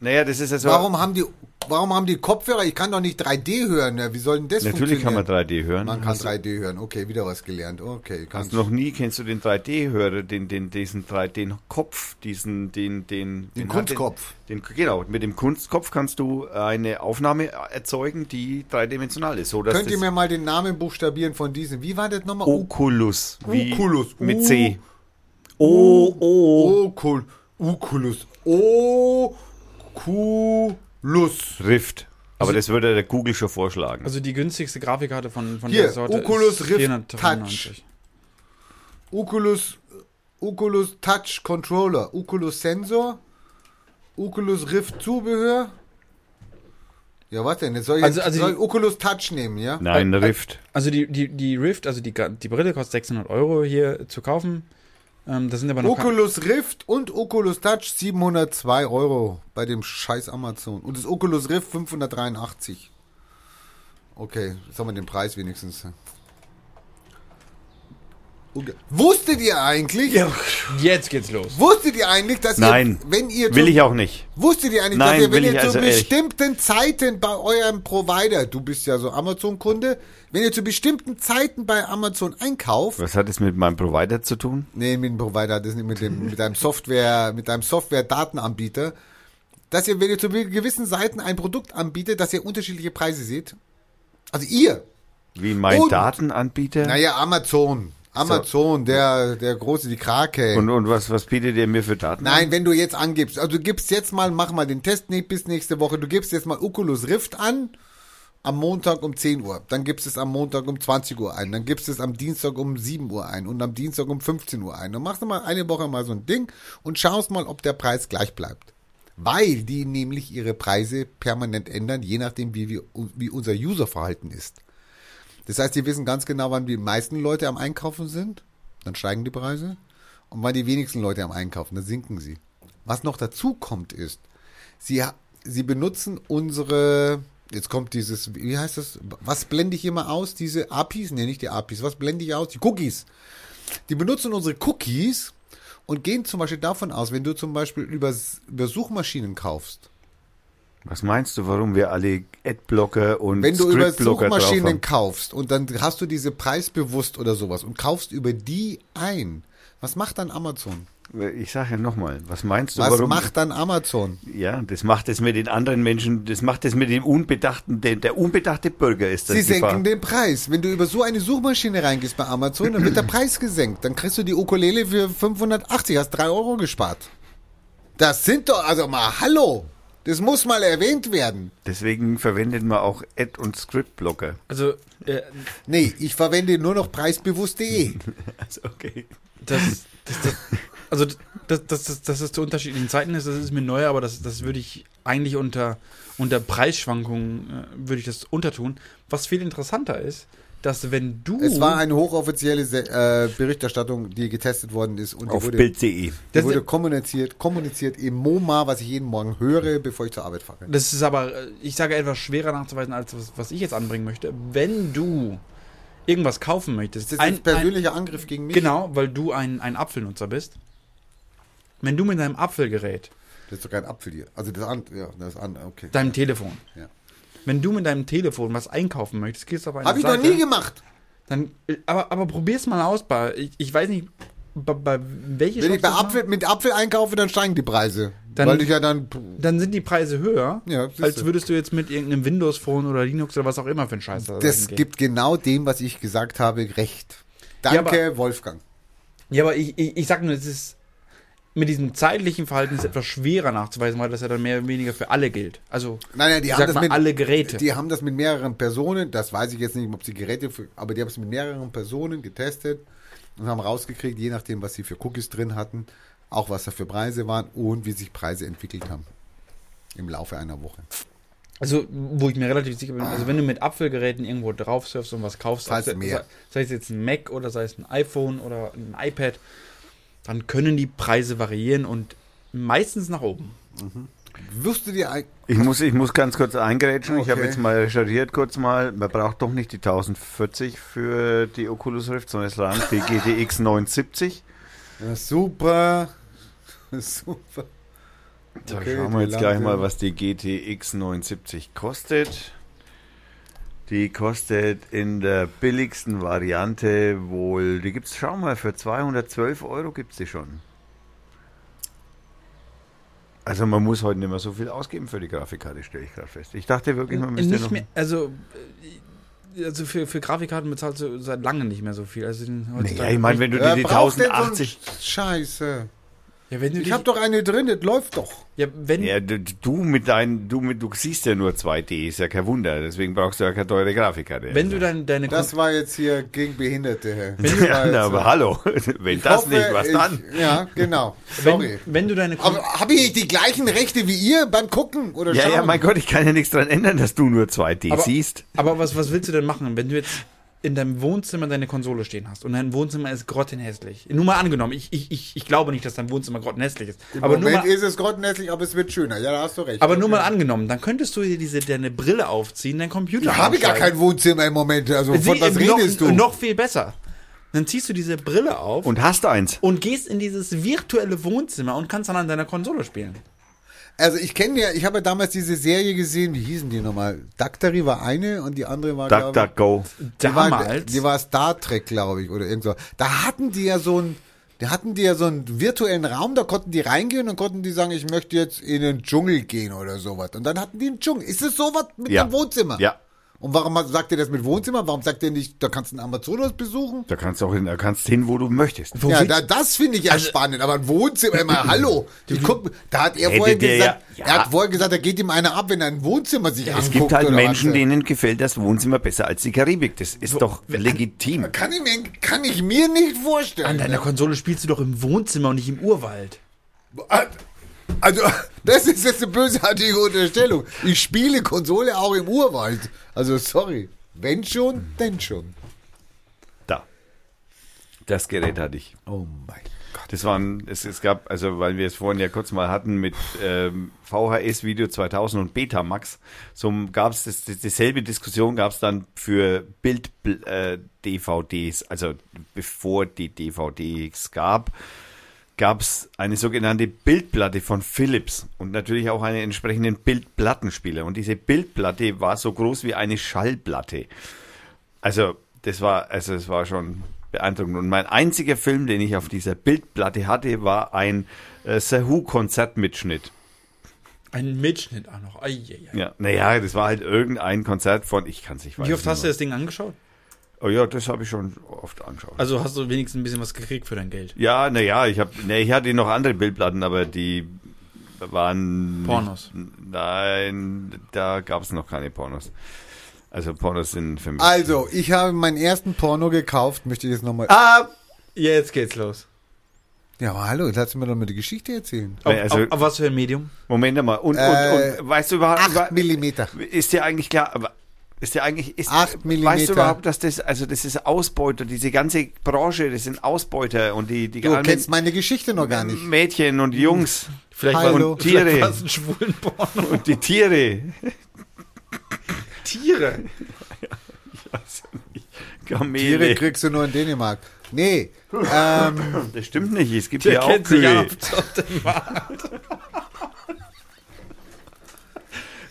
[SPEAKER 1] naja, das ist also- ja so.
[SPEAKER 2] Warum haben die Warum haben die Kopfhörer? Ich kann doch nicht 3D hören. ne? Wie soll denn das
[SPEAKER 1] Natürlich kann man
[SPEAKER 2] funktionieren?
[SPEAKER 1] 3D hören.
[SPEAKER 2] Man kann 3D hören. Okay, wieder was gelernt. Okay,
[SPEAKER 1] Hast
[SPEAKER 2] kannst
[SPEAKER 1] du noch nie, kennst du den 3D-Hörer, den, den, diesen 3D, den Kopf, diesen, den, den.
[SPEAKER 2] Den
[SPEAKER 1] hat den-
[SPEAKER 2] Kunstkopf.
[SPEAKER 1] Den, genau, mit dem Kunstkopf kannst du eine Aufnahme erzeugen, die dreidimensional ist. So, dass
[SPEAKER 2] Könnt ihr
[SPEAKER 1] das
[SPEAKER 2] mir mal den Namen buchstabieren von diesem? Wie war das nochmal?
[SPEAKER 1] Oculus, wie
[SPEAKER 2] Oculus, U-
[SPEAKER 1] mit C.
[SPEAKER 3] Oh, oh.
[SPEAKER 2] Ocul Oculus. Oculus.
[SPEAKER 1] Rift.
[SPEAKER 2] Also
[SPEAKER 1] Aber das würde der Google schon vorschlagen.
[SPEAKER 3] Also die günstigste Grafikkarte von, von
[SPEAKER 2] Hier,
[SPEAKER 3] der Sorte
[SPEAKER 2] Oculus
[SPEAKER 3] ist
[SPEAKER 2] Rift
[SPEAKER 3] 493.
[SPEAKER 2] Oculus. Oculus Touch Controller. Oculus Sensor. Oculus Rift Zubehör. Ja, was denn? Jetzt soll ich,
[SPEAKER 3] Also-
[SPEAKER 2] jetzt,
[SPEAKER 3] also
[SPEAKER 2] soll
[SPEAKER 3] die-
[SPEAKER 2] ich Oculus Touch nehmen, ja?
[SPEAKER 1] Nein, Rift.
[SPEAKER 3] Also die, die, die Rift, also die, Ga- die Brille kostet 600 Euro hier zu kaufen. Ähm, das sind aber noch keine-
[SPEAKER 2] Oculus Rift und Oculus Touch 702 Euro bei dem scheiß Amazon. Und das Oculus Rift 583. Okay, jetzt haben wir den Preis wenigstens. Okay. Wusstet ihr eigentlich?
[SPEAKER 3] Jetzt geht's los.
[SPEAKER 2] Wusstet ihr eigentlich, dass
[SPEAKER 1] Nein.
[SPEAKER 2] ihr, wenn ihr
[SPEAKER 1] Will
[SPEAKER 2] zu,
[SPEAKER 1] ich auch nicht.
[SPEAKER 2] wusstet ihr eigentlich,
[SPEAKER 1] Nein,
[SPEAKER 2] dass ihr, wenn
[SPEAKER 1] will
[SPEAKER 2] ihr
[SPEAKER 1] ich
[SPEAKER 2] zu
[SPEAKER 1] also ehrlich.
[SPEAKER 2] bestimmten Zeiten bei eurem Provider, du bist ja so Amazon-Kunde, wenn ihr zu bestimmten Zeiten bei Amazon einkauft,
[SPEAKER 1] Was hat es mit meinem Provider zu tun?
[SPEAKER 2] Nee, mit dem Provider, das nicht mit dem, mit deinem Software, mit deinem Software-Datenanbieter, dass ihr, wenn ihr zu gewissen Seiten ein Produkt anbietet, dass ihr unterschiedliche Preise seht. Also ihr,
[SPEAKER 1] Wie mein
[SPEAKER 2] Und-
[SPEAKER 1] Datenanbieter?
[SPEAKER 2] naja, Amazon, Amazon, der, der große, die Krake.
[SPEAKER 1] Und, und was, was bietet ihr mir für Daten?
[SPEAKER 2] Nein, wenn du jetzt angibst, also du gibst jetzt mal, mach mal den Test nicht bis nächste Woche, du gibst jetzt mal Oculus Rift an, am Montag um 10 Uhr, dann gibst es am Montag um 20 Uhr ein, dann gibst es am Dienstag um 7 Uhr ein und am Dienstag um 15 Uhr ein. Dann machst du mal eine Woche mal so ein Ding und schaust mal, ob der Preis gleich bleibt. Weil die nämlich ihre Preise permanent ändern, je nachdem, wie, wir, wie unser Userverhalten ist. Das heißt, die wissen ganz genau, wann die meisten Leute am Einkaufen sind, dann steigen die Preise. Und wann die wenigsten Leute am Einkaufen, dann sinken sie. Was noch dazu kommt, ist, sie, ha- sie benutzen unsere, jetzt kommt dieses, wie heißt das, was blende ich immer aus? Diese APIs? Nee, nicht die APIs, was blende ich aus? Die Cookies. Die benutzen unsere Cookies und gehen zum Beispiel davon aus, wenn du zum Beispiel über, über Suchmaschinen kaufst,
[SPEAKER 1] Was meinst du, warum wir alle Adblocker und
[SPEAKER 2] wenn du über
[SPEAKER 1] Scriptblocker drauf
[SPEAKER 2] Suchmaschinen
[SPEAKER 1] haben?
[SPEAKER 2] kaufst und dann hast du diese preisbewusst oder sowas und kaufst über die ein, was macht dann Amazon?
[SPEAKER 1] Äh, Ich sage ja nochmal, was meinst du,
[SPEAKER 2] Was
[SPEAKER 1] warum?
[SPEAKER 2] macht dann Amazon?
[SPEAKER 1] ja, das macht es mit den anderen Menschen, das macht es mit dem unbedachten, der, der unbedachte Bürger ist das
[SPEAKER 2] Sie
[SPEAKER 1] die Gefahr.
[SPEAKER 2] senken den Preis. Wenn du über so eine Suchmaschine reingehst bei Amazon, dann wird der Preis gesenkt. Dann kriegst du die Ukulele für 580, hast 3 Euro gespart. Das sind doch, also mal, hallo. Das muss mal erwähnt werden.
[SPEAKER 1] Deswegen verwendet man auch Ad- und Scriptblocker.
[SPEAKER 3] Also äh,
[SPEAKER 2] Nee, ich verwende nur noch preisbewusst.de.
[SPEAKER 1] Also, okay.
[SPEAKER 3] das, das, das also dass, dass, dass, dass es zu unterschiedlichen Zeiten ist, das ist mir neu, aber das, das würde ich eigentlich unter, unter Preisschwankungen äh, würde ich das untertun. Was viel interessanter ist, dass wenn du
[SPEAKER 1] Uh.
[SPEAKER 2] Es war eine hochoffizielle Se- äh, Berichterstattung, die getestet worden ist und die
[SPEAKER 1] Auf E.
[SPEAKER 2] wurde,
[SPEAKER 1] Bild.de.
[SPEAKER 2] die
[SPEAKER 3] Das-
[SPEAKER 2] wurde kommuniziert, kommuniziert im MoMA, was ich jeden Morgen höre, bevor ich zur Arbeit fahre.
[SPEAKER 3] Das ist aber, äh, ich sage etwas schwerer nachzuweisen, als was, was ich jetzt anbringen möchte. Wenn du irgendwas kaufen möchtest,
[SPEAKER 2] Das ist ein, persönlicher Angriff gegen mich.
[SPEAKER 3] genau, weil du ein, ein Apfelnutzer bist, wenn du mit deinem Apfelgerät,
[SPEAKER 2] Das ist doch kein Apfel hier. Also das an, ja, das an, okay.
[SPEAKER 3] deinem Telefon,
[SPEAKER 2] Ja.
[SPEAKER 3] wenn du mit deinem Telefon was einkaufen möchtest, gehst du auf eine
[SPEAKER 2] Habe ich noch
[SPEAKER 3] Seite,
[SPEAKER 2] nie gemacht.
[SPEAKER 3] dann, äh, aber, aber probier's mal aus, bei, ich, ich weiß nicht, bei, bei welche
[SPEAKER 2] Wenn ich bei
[SPEAKER 3] Shops das
[SPEAKER 2] Apfel,
[SPEAKER 3] machen,
[SPEAKER 2] mit Apfel einkaufe, dann steigen die Preise.
[SPEAKER 3] Dann-
[SPEAKER 2] weil ich ja dann.
[SPEAKER 3] dann sind die Preise höher,
[SPEAKER 2] Ja, siehst
[SPEAKER 3] als
[SPEAKER 2] du.
[SPEAKER 3] würdest du jetzt mit irgendeinem Windows-Phone oder Linux oder was auch immer für einen Scheiß da
[SPEAKER 2] Das
[SPEAKER 3] hingehen.
[SPEAKER 2] gibt genau dem, was ich gesagt habe, recht.
[SPEAKER 3] Ja,
[SPEAKER 2] Danke, Wolfgang.
[SPEAKER 3] Ja, aber ich, ich, ich sag nur, es ist mit diesem zeitlichen Verhalten ist etwas schwerer nachzuweisen, weil das ja dann mehr oder weniger für alle gilt. Also,
[SPEAKER 2] Nein, nein, die
[SPEAKER 3] ich
[SPEAKER 2] haben
[SPEAKER 3] sag
[SPEAKER 2] das
[SPEAKER 3] mal,
[SPEAKER 2] mit
[SPEAKER 3] alle Geräte.
[SPEAKER 2] Die haben das mit mehreren Personen, das weiß ich jetzt nicht, ob sie Geräte, für, aber die haben es mit mehreren Personen getestet und haben rausgekriegt, je nachdem, was sie für Cookies drin hatten, auch was da für Preise waren und wie sich Preise entwickelt haben im Laufe einer Woche.
[SPEAKER 3] also, wo ich mir relativ sicher bin, also wenn du mit Apfelgeräten irgendwo drauf surfst und was kaufst,
[SPEAKER 2] Das heißt
[SPEAKER 3] sei-
[SPEAKER 2] mehr.
[SPEAKER 3] sei es jetzt ein Mac oder sei es ein iPhone oder ein iPad, dann können die Preise variieren und meistens nach oben.
[SPEAKER 2] Wüsstet ihr, ein-
[SPEAKER 1] Ich muss, ich muss ganz kurz eingrätschen. Ich habe
[SPEAKER 2] Okay.
[SPEAKER 1] jetzt mal recherchiert, kurz mal. Man braucht doch nicht die 1040 für die Oculus Rift, sondern es reicht die GTX 970.
[SPEAKER 2] Ja, super, super.
[SPEAKER 1] Da
[SPEAKER 2] Okay,
[SPEAKER 1] schauen wir
[SPEAKER 2] die
[SPEAKER 1] jetzt gleich
[SPEAKER 2] Lampe.
[SPEAKER 1] mal, was die GTX 970 kostet. Die kostet in der billigsten Variante wohl, die gibt's, schau mal, für 212 Euro gibt's die schon. Also man muss heute nicht mehr so viel ausgeben für die Grafikkarte, stelle ich gerade fest. Ich dachte wirklich, man müsste
[SPEAKER 3] nicht
[SPEAKER 1] noch...
[SPEAKER 3] mehr, also, äh, also für, für Grafikkarten bezahlst du seit langem nicht mehr so viel. Also den-
[SPEAKER 1] Naja, ich meine, wenn du dir die
[SPEAKER 2] Wer braucht denn so
[SPEAKER 1] 1080...
[SPEAKER 2] ein Scheiße.
[SPEAKER 3] ja, wenn du
[SPEAKER 2] Ich
[SPEAKER 3] dich-
[SPEAKER 2] habe doch eine drin, das läuft doch.
[SPEAKER 3] ja, wenn,
[SPEAKER 1] Ja, du, du mit deinen, du mit, du siehst ja nur 2D, ist ja kein Wunder. Deswegen brauchst du ja keine teure Grafikkarte. Also.
[SPEAKER 3] wenn du dein, deine
[SPEAKER 2] Das war jetzt hier gegen Behinderte. Herr. Das war
[SPEAKER 1] Mhm. ja,
[SPEAKER 2] jetzt-
[SPEAKER 1] na, aber hallo, wenn das
[SPEAKER 2] Hoffe,
[SPEAKER 1] nicht, was
[SPEAKER 2] ich-
[SPEAKER 1] dann?
[SPEAKER 2] Ja, genau. Sorry.
[SPEAKER 3] wenn, wenn du deine
[SPEAKER 2] Aber habe ich die gleichen Rechte wie ihr beim Gucken oder
[SPEAKER 1] Ja,
[SPEAKER 2] Schauen?
[SPEAKER 1] ja, mein Gott, ich kann ja nichts dran ändern, dass du nur 2D
[SPEAKER 3] Aber-
[SPEAKER 1] siehst.
[SPEAKER 3] Aber was, was willst du denn machen, wenn du jetzt in deinem Wohnzimmer deine Konsole stehen hast und dein Wohnzimmer ist grottenhässlich? Nur mal angenommen, ich, ich, ich, ich glaube nicht, dass dein Wohnzimmer grottenhässlich ist.
[SPEAKER 2] Im
[SPEAKER 3] aber, nur
[SPEAKER 2] Moment
[SPEAKER 3] mal,
[SPEAKER 2] ist es grottenhässlich, aber es wird schöner. Ja, da hast du recht.
[SPEAKER 3] aber nur mal angenommen, dann könntest du dir diese, deine Brille aufziehen, dein Computer.
[SPEAKER 2] Ich habe gar
[SPEAKER 3] anschalten.
[SPEAKER 2] kein Wohnzimmer im Moment. Also
[SPEAKER 3] Sie,
[SPEAKER 2] von was
[SPEAKER 3] noch,
[SPEAKER 2] redest du?
[SPEAKER 3] Noch viel besser. Dann ziehst du diese Brille auf und,
[SPEAKER 1] Und hast eins.
[SPEAKER 3] gehst in dieses virtuelle Wohnzimmer und kannst dann an deiner Konsole spielen.
[SPEAKER 2] Also ich kenne ja, ich habe ja damals diese Serie gesehen. Wie hießen die nochmal? Dactary war eine und die andere war
[SPEAKER 1] Duck,
[SPEAKER 2] glaube
[SPEAKER 1] duck, go.
[SPEAKER 2] ich, die, war,
[SPEAKER 3] Damals.
[SPEAKER 2] die war Star Trek, glaube ich, oder irgend so. Da hatten die ja so ein da hatten die ja so einen virtuellen Raum, da konnten die reingehen und konnten die sagen, ich möchte jetzt in den Dschungel gehen oder sowas. Und dann hatten die einen Dschungel. Ist es sowas mit
[SPEAKER 1] Ja.
[SPEAKER 2] dem Wohnzimmer?
[SPEAKER 1] Ja.
[SPEAKER 2] Und warum sagt ihr das mit Wohnzimmer? Warum sagt ihr nicht, da kannst du einen Amazonas besuchen?
[SPEAKER 1] Da kannst du auch hin, da kannst hin, wo du möchtest.
[SPEAKER 3] Wo Also-
[SPEAKER 2] ja,
[SPEAKER 3] willst-
[SPEAKER 2] da, das finde ich ja spannend, aber ein Wohnzimmer, immer, hallo. Ich guck, da hat er
[SPEAKER 1] Hätte
[SPEAKER 2] vorher
[SPEAKER 1] der
[SPEAKER 2] gesagt,
[SPEAKER 1] ja-
[SPEAKER 2] er
[SPEAKER 1] ja.
[SPEAKER 2] hat vorher gesagt, er geht ihm einer ab, wenn er ein Wohnzimmer sich anguckt.
[SPEAKER 1] Es gibt halt
[SPEAKER 2] oder
[SPEAKER 1] Menschen,
[SPEAKER 2] was.
[SPEAKER 1] denen gefällt das Wohnzimmer besser als die Karibik. Das ist doch legitim.
[SPEAKER 2] Kann ich, mir, kann ich mir nicht
[SPEAKER 3] an
[SPEAKER 2] vorstellen.
[SPEAKER 3] deiner Konsole spielst du doch im Wohnzimmer und nicht im Urwald.
[SPEAKER 2] Also, das ist jetzt eine bösartige Unterstellung. Ich spiele Konsole auch im Urwald. Also, sorry. Wenn schon, denn schon.
[SPEAKER 1] Da. Das Gerät hatte ich.
[SPEAKER 2] Oh mein Gott.
[SPEAKER 1] Das waren, es, es gab, also weil wir es vorhin ja kurz mal hatten mit ähm, VHS Video 2000 und Betamax, so gab es das, das, dieselbe Diskussion gab es dann für Bild äh, DVDs, also bevor die DVDs gab, gab es eine sogenannte Bildplatte von Philips und natürlich auch einen entsprechenden Bildplattenspieler und diese Bildplatte war so groß wie eine Schallplatte. Also, das war, also es war schon beeindruckend. Und mein einziger Film, den ich auf dieser Bildplatte hatte, war ein äh, Sahu-Konzertmitschnitt.
[SPEAKER 3] Ein Mitschnitt auch noch. Ai, ai, ai.
[SPEAKER 1] Ja. Naja, das war halt irgendein Konzert von, ich kann es nicht
[SPEAKER 3] Wie oft hast du
[SPEAKER 1] mehr.
[SPEAKER 3] das Ding angeschaut?
[SPEAKER 1] Oh ja, das habe ich schon oft angeschaut.
[SPEAKER 3] Also hast du wenigstens ein bisschen was gekriegt für dein Geld.
[SPEAKER 1] ja, naja, ich, hab, nee, ich hatte noch andere Bildplatten, aber die waren.
[SPEAKER 3] Pornos.
[SPEAKER 1] Nein, da gab es noch keine Pornos. Also Pornos sind für mich.
[SPEAKER 3] Ah.
[SPEAKER 2] Also,
[SPEAKER 3] Ah.
[SPEAKER 2] ich habe meinen ersten Porno gekauft, möchte ich jetzt nochmal.
[SPEAKER 1] Ah,
[SPEAKER 3] Jetzt geht's los.
[SPEAKER 2] Ja, aber hallo, jetzt hast du mir doch mal die Geschichte erzählen.
[SPEAKER 1] Wenn- also,
[SPEAKER 6] auf, auf was für ein Medium?
[SPEAKER 1] Moment mal. Und, und,
[SPEAKER 2] Äh,
[SPEAKER 1] und weißt du überhaupt, über-
[SPEAKER 2] 8 Millimeter.
[SPEAKER 1] ist dir eigentlich klar, aber ist dir eigentlich, ist,
[SPEAKER 2] Acht
[SPEAKER 1] weißt
[SPEAKER 2] Millimeter.
[SPEAKER 1] du überhaupt, dass das, also das ist Ausbeuter, diese ganze Branche, das sind Ausbeuter und die, die
[SPEAKER 2] Du
[SPEAKER 1] allen
[SPEAKER 2] kennst meine Geschichte noch gar nicht.
[SPEAKER 1] Mädchen und Jungs
[SPEAKER 6] Vielleicht war
[SPEAKER 2] Hallo.
[SPEAKER 1] und Tiere
[SPEAKER 6] es ein Schwulenporno.
[SPEAKER 1] und die Tiere.
[SPEAKER 3] Tiere.
[SPEAKER 2] Tiere
[SPEAKER 1] Kamele.
[SPEAKER 2] kriegst du nur in Dänemark. Nee, ähm,
[SPEAKER 1] das stimmt nicht, es gibt
[SPEAKER 6] Der
[SPEAKER 1] ja auch
[SPEAKER 6] kennt sich
[SPEAKER 1] Kühe.
[SPEAKER 6] ab.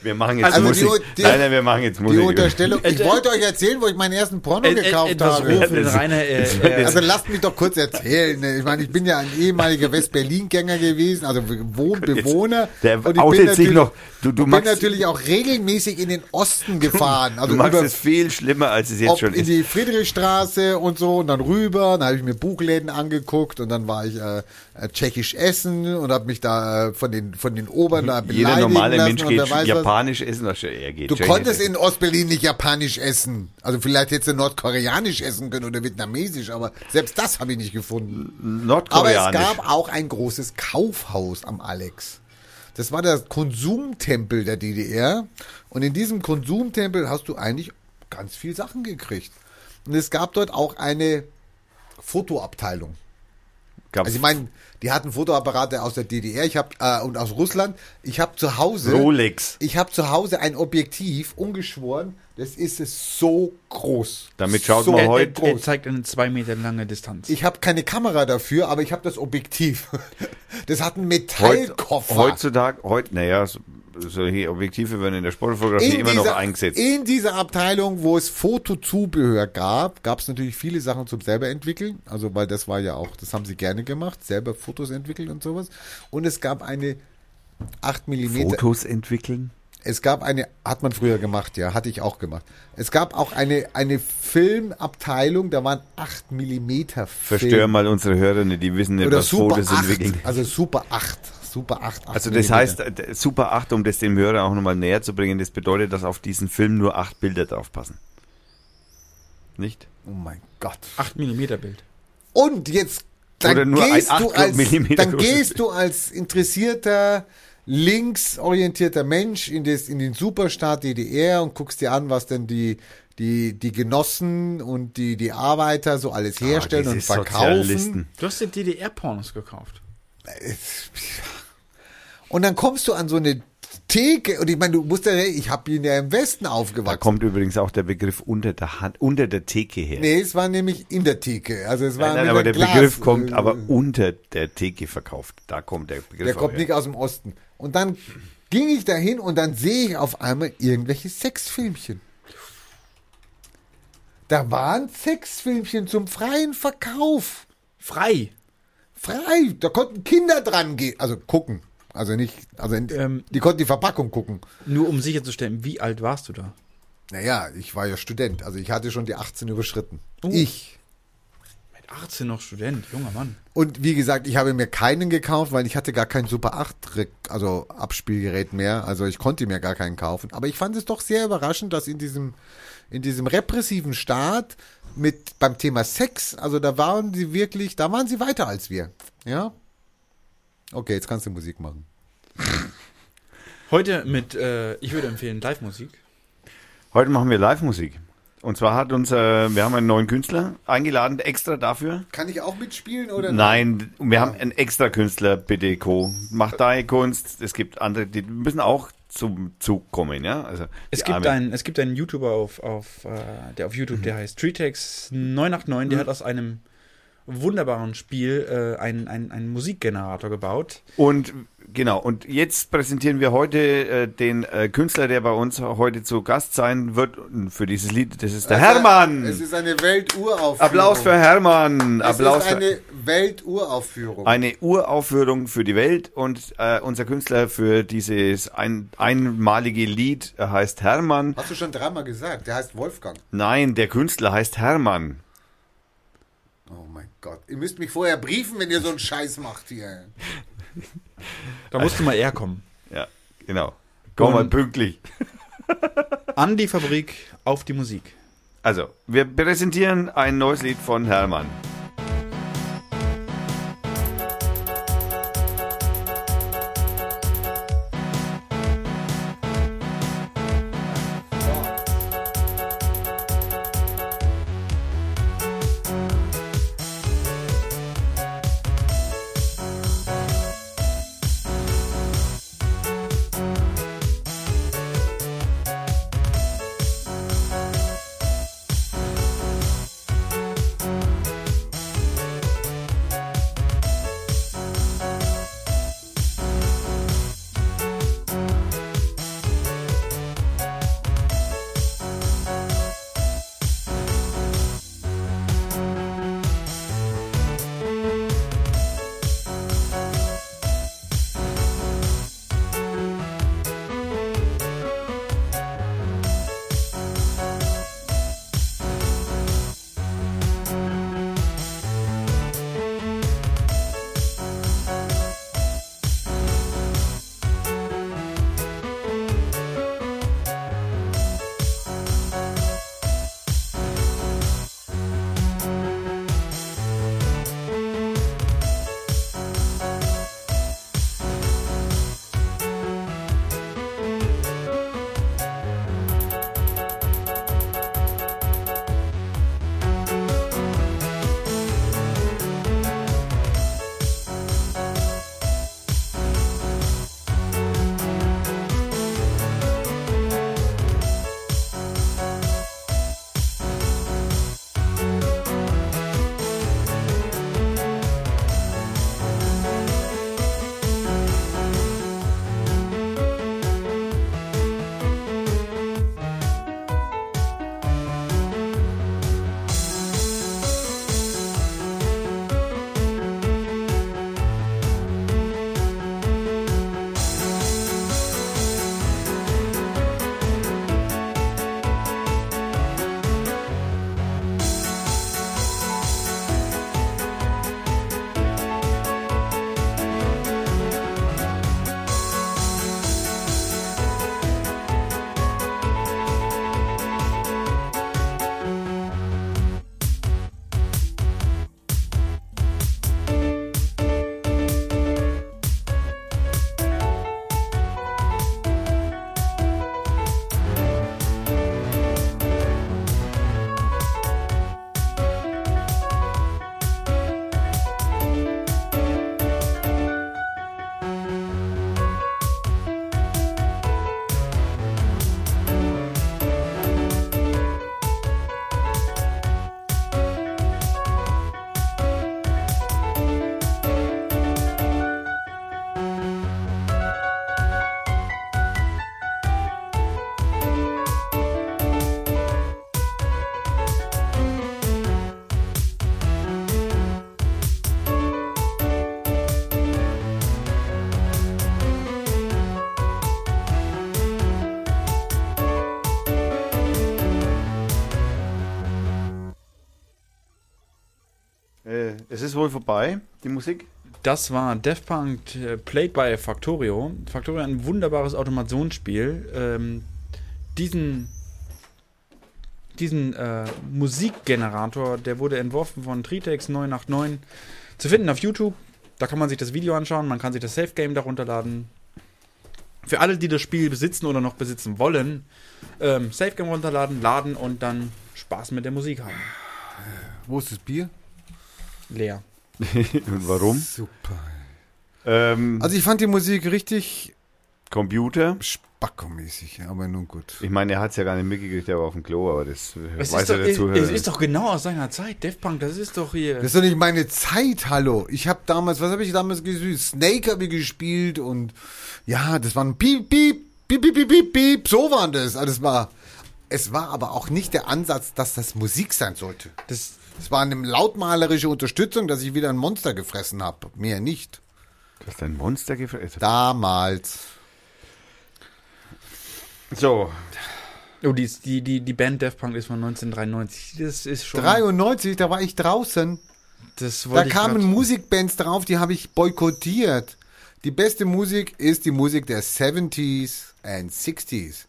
[SPEAKER 1] Wir machen jetzt
[SPEAKER 2] Also die
[SPEAKER 1] Musik.
[SPEAKER 2] U- die-
[SPEAKER 1] nein, nein, wir machen jetzt
[SPEAKER 2] die
[SPEAKER 1] Musik.
[SPEAKER 2] Unterstellung. Ich
[SPEAKER 6] Äh, äh,
[SPEAKER 2] wollte euch erzählen, wo ich meinen ersten Porno
[SPEAKER 6] Et- et-
[SPEAKER 2] gekauft
[SPEAKER 6] etwas
[SPEAKER 2] habe.
[SPEAKER 6] rufen, den Rainer. Äh, äh,
[SPEAKER 2] Also lasst mich doch kurz erzählen. ne? Ich meine, ich bin ja ein ehemaliger West-Berlin-Gänger gewesen, also Wohnbewohner.
[SPEAKER 1] Der
[SPEAKER 2] und ich bin
[SPEAKER 1] outet sich
[SPEAKER 2] natürlich-
[SPEAKER 1] noch. Du, du
[SPEAKER 2] bin
[SPEAKER 1] machst, du
[SPEAKER 2] natürlich auch regelmäßig in den Osten gefahren. Also
[SPEAKER 1] machst
[SPEAKER 2] über,
[SPEAKER 1] es viel schlimmer, als es jetzt
[SPEAKER 2] ob
[SPEAKER 1] schon
[SPEAKER 2] in
[SPEAKER 1] ist.
[SPEAKER 2] die Friedrichstraße und so und dann rüber. Dann habe ich mir Buchläden angeguckt und dann war ich äh, äh, tschechisch essen und habe mich da äh, von den von den Obern da beleidigen
[SPEAKER 1] Jeder normale
[SPEAKER 2] lassen
[SPEAKER 1] Mensch
[SPEAKER 2] und
[SPEAKER 1] geht
[SPEAKER 2] wer weiß was.
[SPEAKER 1] japanisch essen, was er geht.
[SPEAKER 2] Du
[SPEAKER 1] Tschechisch
[SPEAKER 2] konntest
[SPEAKER 1] essen.
[SPEAKER 2] in Ostberlin nicht japanisch essen. Also vielleicht hättest du nordkoreanisch essen können oder vietnamesisch, aber selbst das habe ich nicht gefunden. Aber es
[SPEAKER 1] Nordkoreanisch.
[SPEAKER 2] gab auch ein großes Kaufhaus am Alex. Das war der Konsumtempel der DDR. Und in diesem Konsumtempel hast du eigentlich ganz viel Sachen gekriegt. Und es gab dort auch eine Fotoabteilung.
[SPEAKER 1] Gab
[SPEAKER 2] Also ich meine, die hatten Fotoapparate aus der DDR ich hab, äh, und aus Russland. Ich habe zu Hause...
[SPEAKER 1] Rolex.
[SPEAKER 2] Ich habe zu Hause ein Objektiv, ungeschworen, das ist es so groß.
[SPEAKER 1] Damit schaut
[SPEAKER 2] so
[SPEAKER 1] man
[SPEAKER 3] Er,
[SPEAKER 1] heute
[SPEAKER 3] er, er
[SPEAKER 2] groß.
[SPEAKER 3] äh, zeigt eine zwei Meter lange Distanz.
[SPEAKER 2] Ich habe keine Kamera dafür, aber ich habe das Objektiv. Das hat einen
[SPEAKER 1] Heut,
[SPEAKER 2] Metallkoffer.
[SPEAKER 1] heutzutage, heute, naja, so- solche Objektive werden in der Sportfotografie immer noch eingesetzt.
[SPEAKER 2] In dieser Abteilung, wo es Fotozubehör gab, gab es natürlich viele Sachen zum selber entwickeln. Also, weil das war ja auch, das haben sie gerne gemacht, selber Fotos entwickeln und sowas. Und es gab eine 8 mm
[SPEAKER 1] entwickeln?
[SPEAKER 2] Es gab eine, hat man früher gemacht, ja, hatte ich auch gemacht. Es gab auch eine, eine Filmabteilung, da waren 8 Millimeter Film.
[SPEAKER 1] Verstör mal unsere Hörer nicht, die wissen nicht,
[SPEAKER 2] Oder
[SPEAKER 1] was
[SPEAKER 2] Super
[SPEAKER 1] Fotos
[SPEAKER 2] 8,
[SPEAKER 1] entwickeln.
[SPEAKER 2] also Super 8, Super 8, 8
[SPEAKER 1] Also das
[SPEAKER 2] Millimeter.
[SPEAKER 1] heißt, äh, Super 8, um das dem Hörer auch nochmal näher zu bringen, das bedeutet, dass auf diesen Film nur acht Bilder drauf passen. Nicht?
[SPEAKER 2] oh mein Gott.
[SPEAKER 3] 8 Millimeter Bild.
[SPEAKER 2] Und jetzt, dann
[SPEAKER 1] Oder nur ein
[SPEAKER 2] gehst du
[SPEAKER 1] Achtel
[SPEAKER 2] als,
[SPEAKER 1] Millimeter
[SPEAKER 2] dann
[SPEAKER 1] großes
[SPEAKER 2] gehst du als interessierter, linksorientierter Mensch in, das, in den Superstaat DDR und guckst dir an, was denn die, die, die Genossen und die, die Arbeiter so alles herstellen und
[SPEAKER 1] Ah, Diese
[SPEAKER 2] verkaufen.
[SPEAKER 1] Sozialisten.
[SPEAKER 3] Du hast dir DDR-Pornos gekauft.
[SPEAKER 2] Und dann kommst du an so eine Theke und ich meine, du musst ja, ich habe ihn ja im Westen
[SPEAKER 1] Da
[SPEAKER 2] aufgewachsen.
[SPEAKER 1] kommt übrigens auch der Begriff unter der Hand, unter der Theke her.
[SPEAKER 2] nee, es war nämlich in der Theke. Also es war
[SPEAKER 1] nein, nein,
[SPEAKER 2] mit
[SPEAKER 1] aber der
[SPEAKER 2] einem Glas.
[SPEAKER 1] Begriff kommt
[SPEAKER 2] Äh,
[SPEAKER 1] aber unter der Theke verkauft. Da kommt der Begriff.
[SPEAKER 2] Der
[SPEAKER 1] auch
[SPEAKER 2] kommt
[SPEAKER 1] her.
[SPEAKER 2] nicht aus dem Osten. Und dann ging ich dahin und dann sehe ich auf einmal irgendwelche Sexfilmchen. Da waren Sexfilmchen zum freien Verkauf.
[SPEAKER 3] Frei.
[SPEAKER 2] Frei. Da konnten Kinder dran gehen. Also gucken. Also nicht, also in,
[SPEAKER 3] Ähm.
[SPEAKER 2] die konnten die Verpackung gucken.
[SPEAKER 3] Nur um sicherzustellen, wie alt warst du da?
[SPEAKER 2] Naja, ich war ja Student. Also ich hatte schon die 18 überschritten. Ich.
[SPEAKER 3] Mit 18 noch Student, junger Mann.
[SPEAKER 2] Und wie gesagt, ich habe mir keinen gekauft, weil ich hatte gar kein Super 8 Trick, also Abspielgerät mehr. Also ich konnte mir gar keinen kaufen. Aber ich fand es doch sehr überraschend, dass in diesem, in diesem repressiven Staat mit, beim Thema Sex, also da waren sie wirklich, da waren sie weiter als wir. Ja? Okay, jetzt kannst du Musik machen.
[SPEAKER 3] Heute mit, äh, ich würde empfehlen, Live-Musik.
[SPEAKER 1] Heute machen wir Live-Musik. Und zwar hat uns, äh, wir haben einen neuen Künstler eingeladen, extra dafür.
[SPEAKER 2] Kann ich auch mitspielen oder?
[SPEAKER 1] Nein, wir haben einen extra Künstler, bitte Co. Mach deine Kunst. Es gibt andere, die müssen auch zum Zug kommen, ja? Also
[SPEAKER 3] Es
[SPEAKER 1] die
[SPEAKER 3] gibt,
[SPEAKER 1] Arme.
[SPEAKER 3] einen, es gibt einen YouTuber auf, auf, äh, der auf YouTube, der heißt Treetex989, der hat aus einem wunderbaren Spiel äh, einen, einen, einen Musikgenerator gebaut.
[SPEAKER 1] Und genau, und jetzt präsentieren wir heute äh, den äh, Künstler, der bei uns heute zu Gast sein wird und für dieses Lied. Das ist der Hermann.
[SPEAKER 2] Also, Es ist eine Welturaufführung.
[SPEAKER 1] Applaus für Hermann. Applaus
[SPEAKER 2] Es ist
[SPEAKER 1] für
[SPEAKER 2] eine Welturaufführung.
[SPEAKER 1] eine Uraufführung für die Welt und äh, unser Künstler für dieses ein, einmalige Lied äh, heißt Hermann.
[SPEAKER 2] Hast du schon dreimal gesagt. Der heißt Wolfgang.
[SPEAKER 1] Nein, der Künstler heißt Hermann.
[SPEAKER 2] Oh mein Gott. Ihr müsst mich vorher briefen, wenn ihr so einen Scheiß macht hier.
[SPEAKER 3] Da musst du mal eher kommen.
[SPEAKER 1] Ja, genau. Komm mal
[SPEAKER 3] Und-
[SPEAKER 1] pünktlich.
[SPEAKER 3] An die Fabrik, auf die Musik.
[SPEAKER 1] Also, wir präsentieren ein neues Lied von Hermann. Äh, es ist wohl vorbei, die Musik.
[SPEAKER 3] Das war Daft Punk äh, Played by Factorio. Factorio, ein wunderbares Automationsspiel. Ähm, diesen diesen äh, Musikgenerator, der wurde entworfen von Tritex 989. Zu finden auf YouTube. Da kann man sich das Video anschauen, man kann sich das Safe Game darunter laden. Für alle, die das Spiel besitzen oder noch besitzen wollen, ähm, Safe Game runterladen, laden und dann Spaß mit der Musik haben.
[SPEAKER 2] Wo ist das Bier?
[SPEAKER 3] Leer.
[SPEAKER 1] Und warum?
[SPEAKER 2] Super.
[SPEAKER 1] Ähm,
[SPEAKER 2] Also ich fand die Musik richtig
[SPEAKER 1] Computer.
[SPEAKER 2] spackomäßig, aber nun gut.
[SPEAKER 1] Ich meine, er hat es ja gar nicht mitgekriegt, er war auf dem Klo, aber das äh,
[SPEAKER 3] Es
[SPEAKER 1] weiß
[SPEAKER 3] ist, doch,
[SPEAKER 1] ja der
[SPEAKER 3] es,
[SPEAKER 1] Zuhörer.
[SPEAKER 3] es ist doch genau aus seiner Zeit, Daft Punk, das ist doch hier.
[SPEAKER 2] Das ist doch nicht meine Zeit, hallo. Ich habe damals, was habe ich damals gespielt? Snake habe ich gespielt und ja, das waren piep, piep, piep, piep, piep, piep, piep. So waren das. Also das war, es war aber auch nicht der Ansatz, dass das Musik sein sollte.
[SPEAKER 3] das
[SPEAKER 2] Es war eine lautmalerische Unterstützung, dass ich wieder ein Monster gefressen habe. Mehr nicht.
[SPEAKER 1] Du hast ein Monster gefressen.
[SPEAKER 2] Damals.
[SPEAKER 1] So,
[SPEAKER 3] Oh, die, ist- die, die, die Band Daft Punk ist von 1993. Das ist schon.
[SPEAKER 2] 93, da war ich draußen.
[SPEAKER 3] das
[SPEAKER 2] Da
[SPEAKER 3] wollte ich
[SPEAKER 2] kamen
[SPEAKER 3] grad-
[SPEAKER 2] Musikbands drauf, die habe ich boykottiert. Die beste Musik ist die Musik der 70s and 60s.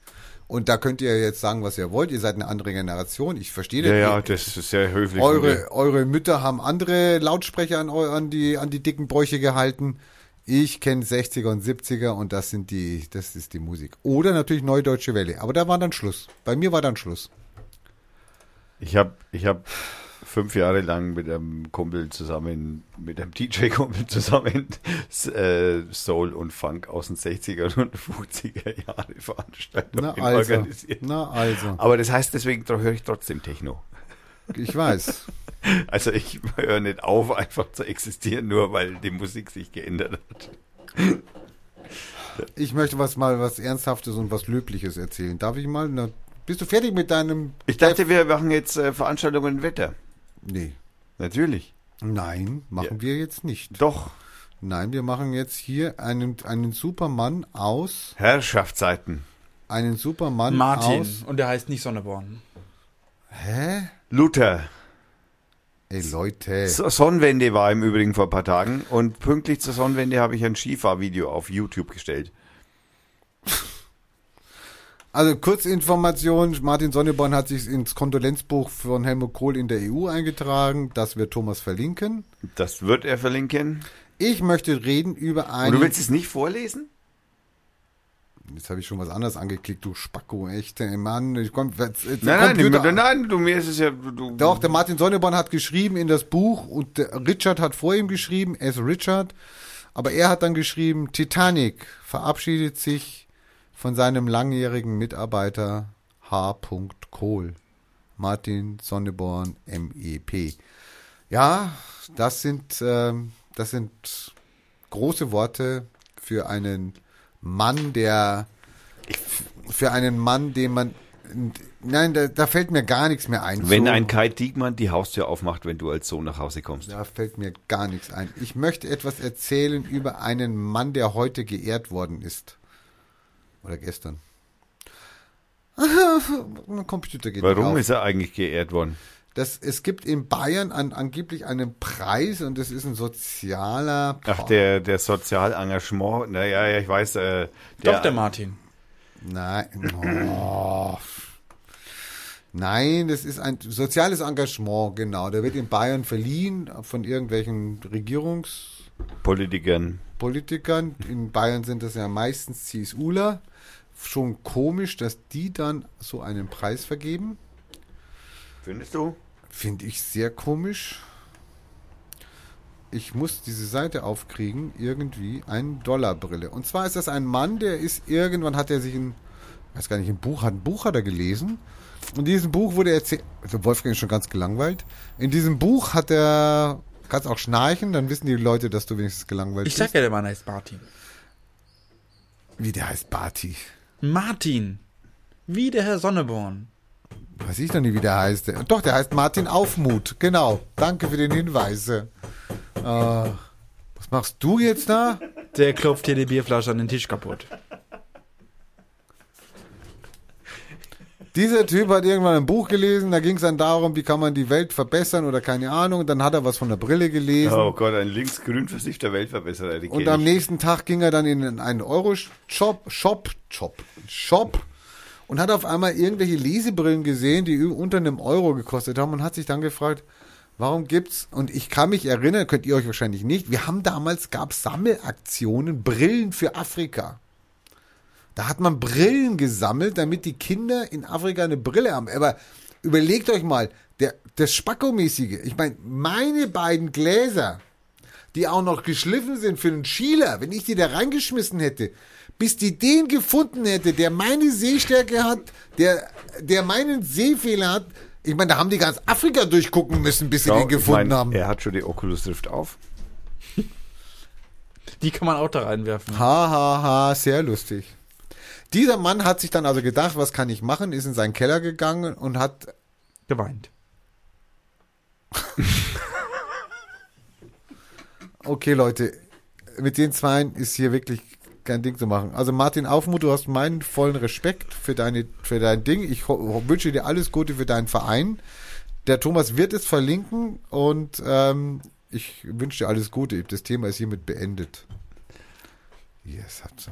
[SPEAKER 2] Und da könnt ihr jetzt sagen, was ihr wollt. Ihr seid eine andere Generation. Ich verstehe
[SPEAKER 1] ja,
[SPEAKER 2] das.
[SPEAKER 1] ja,
[SPEAKER 2] nicht.
[SPEAKER 1] das ist sehr höflich. von dir.
[SPEAKER 2] eure, eure Mütter haben andere Lautsprecher an, eu- an, die, an die dicken Bräuche gehalten. Ich kenne 60er und 70er und das sind die, das ist die Musik. Oder natürlich Neudeutsche Welle. Aber da war dann Schluss. Bei mir war dann Schluss.
[SPEAKER 1] Ich habe ich hab fünf Jahre lang mit einem Kumpel zusammen, mit einem DJ-Kumpel zusammen s- äh, Soul und Funk aus den 60er und 50er Jahre Veranstaltungen
[SPEAKER 2] Na also.
[SPEAKER 1] organisiert.
[SPEAKER 2] Na also.
[SPEAKER 1] Aber das heißt, deswegen tro- höre ich trotzdem Techno.
[SPEAKER 2] Ich weiß.
[SPEAKER 1] Also ich höre nicht auf, einfach zu existieren, nur weil die Musik sich geändert hat.
[SPEAKER 2] Ich möchte was mal was Ernsthaftes und was Löbliches erzählen. Darf ich mal? Na, bist du fertig mit deinem.
[SPEAKER 1] Ich dachte, wir machen jetzt äh, Veranstaltungen im Wetter.
[SPEAKER 2] Nee.
[SPEAKER 1] Natürlich.
[SPEAKER 2] Nein, machen
[SPEAKER 1] Ja.
[SPEAKER 2] wir jetzt nicht.
[SPEAKER 1] Doch.
[SPEAKER 2] Nein, wir machen jetzt hier einen, einen Supermann aus.
[SPEAKER 1] Herrschaftszeiten.
[SPEAKER 2] Einen Supermann
[SPEAKER 3] Martin.
[SPEAKER 2] aus.
[SPEAKER 3] Und der heißt nicht Sonneborn.
[SPEAKER 2] Hä?
[SPEAKER 1] Luther.
[SPEAKER 2] Ey, Leute.
[SPEAKER 1] So- Sonnenwende war im Übrigen vor ein paar Tagen und pünktlich zur Sonnenwende habe ich ein Skifahrvideo auf YouTube gestellt.
[SPEAKER 2] Also Kurzinformation, Martin Sonneborn hat sich ins Kondolenzbuch von Helmut Kohl in der EU eingetragen. Das wird Thomas verlinken.
[SPEAKER 1] Das wird er verlinken.
[SPEAKER 2] Ich möchte reden über
[SPEAKER 1] Und
[SPEAKER 2] einen...
[SPEAKER 1] Oh, du willst es nicht vorlesen?
[SPEAKER 2] jetzt habe ich schon was anderes angeklickt, du Spacko, echt, ey, Mann. Ich komm, jetzt, jetzt
[SPEAKER 1] Nein, nein,
[SPEAKER 2] Computer-
[SPEAKER 1] nein, nein, du mir ist es ja. Du,
[SPEAKER 2] Doch, der Martin Sonneborn hat geschrieben in das Buch und der Richard hat vor ihm geschrieben, S. Richard, aber er hat dann geschrieben, Titanic verabschiedet sich von seinem langjährigen Mitarbeiter H. Kohl. Martin Sonneborn, MEP. Ja, das sind, ähm, das sind große Worte für einen Mann, der für einen Mann, den man Nein, da, da fällt mir gar nichts mehr ein.
[SPEAKER 1] wenn
[SPEAKER 2] So-
[SPEAKER 1] ein Kai Diekmann die Haustür aufmacht, wenn du als Sohn nach Hause kommst.
[SPEAKER 2] da fällt mir gar nichts ein. Ich möchte etwas erzählen über einen Mann, der heute geehrt worden ist. Oder gestern. Mein Computer geht nicht
[SPEAKER 1] Warum
[SPEAKER 2] auf.
[SPEAKER 1] ist er eigentlich geehrt worden?
[SPEAKER 2] das, es gibt in Bayern an, angeblich einen Preis und das ist ein sozialer
[SPEAKER 1] Ach, der, der Sozialengagement. Naja, ja, ich weiß. Äh,
[SPEAKER 3] Doch, der Martin.
[SPEAKER 2] Nein. Oh. Nein, das ist ein soziales Engagement, genau. Der wird in Bayern verliehen von irgendwelchen Regierungs
[SPEAKER 1] Politikern.
[SPEAKER 2] Politikern, in Bayern sind das ja meistens CSUler, schon komisch, dass die dann so einen Preis vergeben.
[SPEAKER 1] Findest du?
[SPEAKER 2] Finde ich sehr komisch. Ich muss diese Seite aufkriegen, irgendwie eine Dollarbrille. Und zwar ist das ein Mann, der ist irgendwann hat er sich ein, weiß gar nicht, ein Buch, hat ein Buch hat er gelesen. Und in diesem Buch wurde erzählt, also Wolfgang ist schon ganz gelangweilt. In diesem Buch hat er, kannst auch schnarchen, dann wissen die Leute, dass du wenigstens gelangweilt
[SPEAKER 3] Ich
[SPEAKER 2] bist.
[SPEAKER 3] sag ja, der Mann heißt Martin.
[SPEAKER 2] Wie der heißt Barty.
[SPEAKER 3] Martin. Wie der Herr Sonneborn.
[SPEAKER 2] Weiß ich noch nie, wie der heißt. Doch, der heißt Martin Aufmut. Genau. Danke für den Hinweis. Äh, was machst du jetzt da?
[SPEAKER 3] Der klopft hier die Bierflasche an den Tisch kaputt.
[SPEAKER 2] Dieser Typ hat irgendwann ein Buch gelesen, da ging es dann darum, wie kann man die Welt verbessern oder keine Ahnung. Dann hat er was von der Brille gelesen.
[SPEAKER 1] Oh Gott, ein linksgrün versiffter Weltverbesserer. die
[SPEAKER 2] Und
[SPEAKER 1] kenn
[SPEAKER 2] am
[SPEAKER 1] ich.
[SPEAKER 2] nächsten Tag ging er dann in einen Euro-Shop, Shop, Shop, Shop und hat auf einmal irgendwelche Lesebrillen gesehen, die unter einem Euro gekostet haben und hat sich dann gefragt, warum gibt's, und ich kann mich erinnern, könnt ihr euch wahrscheinlich nicht, wir haben damals, gab Sammelaktionen, Brillen für Afrika. Da hat man Brillen gesammelt, damit die Kinder in Afrika eine Brille haben. Aber überlegt euch mal, der, das Spackomäßige, ich meine, meine beiden Gläser, die auch noch geschliffen sind für einen Schieler, wenn ich die da reingeschmissen hätte, bis die den gefunden hätte, der meine Sehstärke hat, der, der meinen Sehfehler hat. Ich meine, da haben die ganz Afrika durchgucken müssen, bis sie
[SPEAKER 1] Ja,
[SPEAKER 2] den gefunden
[SPEAKER 1] ich mein,
[SPEAKER 2] haben.
[SPEAKER 1] Er hat schon die Oculus Rift auf.
[SPEAKER 6] Die kann man auch da reinwerfen.
[SPEAKER 2] Ha, ha, ha, sehr lustig. Dieser Mann hat sich dann also gedacht, was kann ich machen, ist in seinen Keller gegangen und hat
[SPEAKER 6] Geweint.
[SPEAKER 2] Okay, Leute, mit den Zweien ist hier wirklich kein Ding zu machen. Also Martin Aufmut, du hast meinen vollen Respekt für, deine, für dein Ding. Ich ho- wünsche dir alles Gute für deinen Verein. Der Thomas wird es verlinken und ähm, ich wünsche dir alles Gute. Das Thema ist hiermit beendet. Yes, hat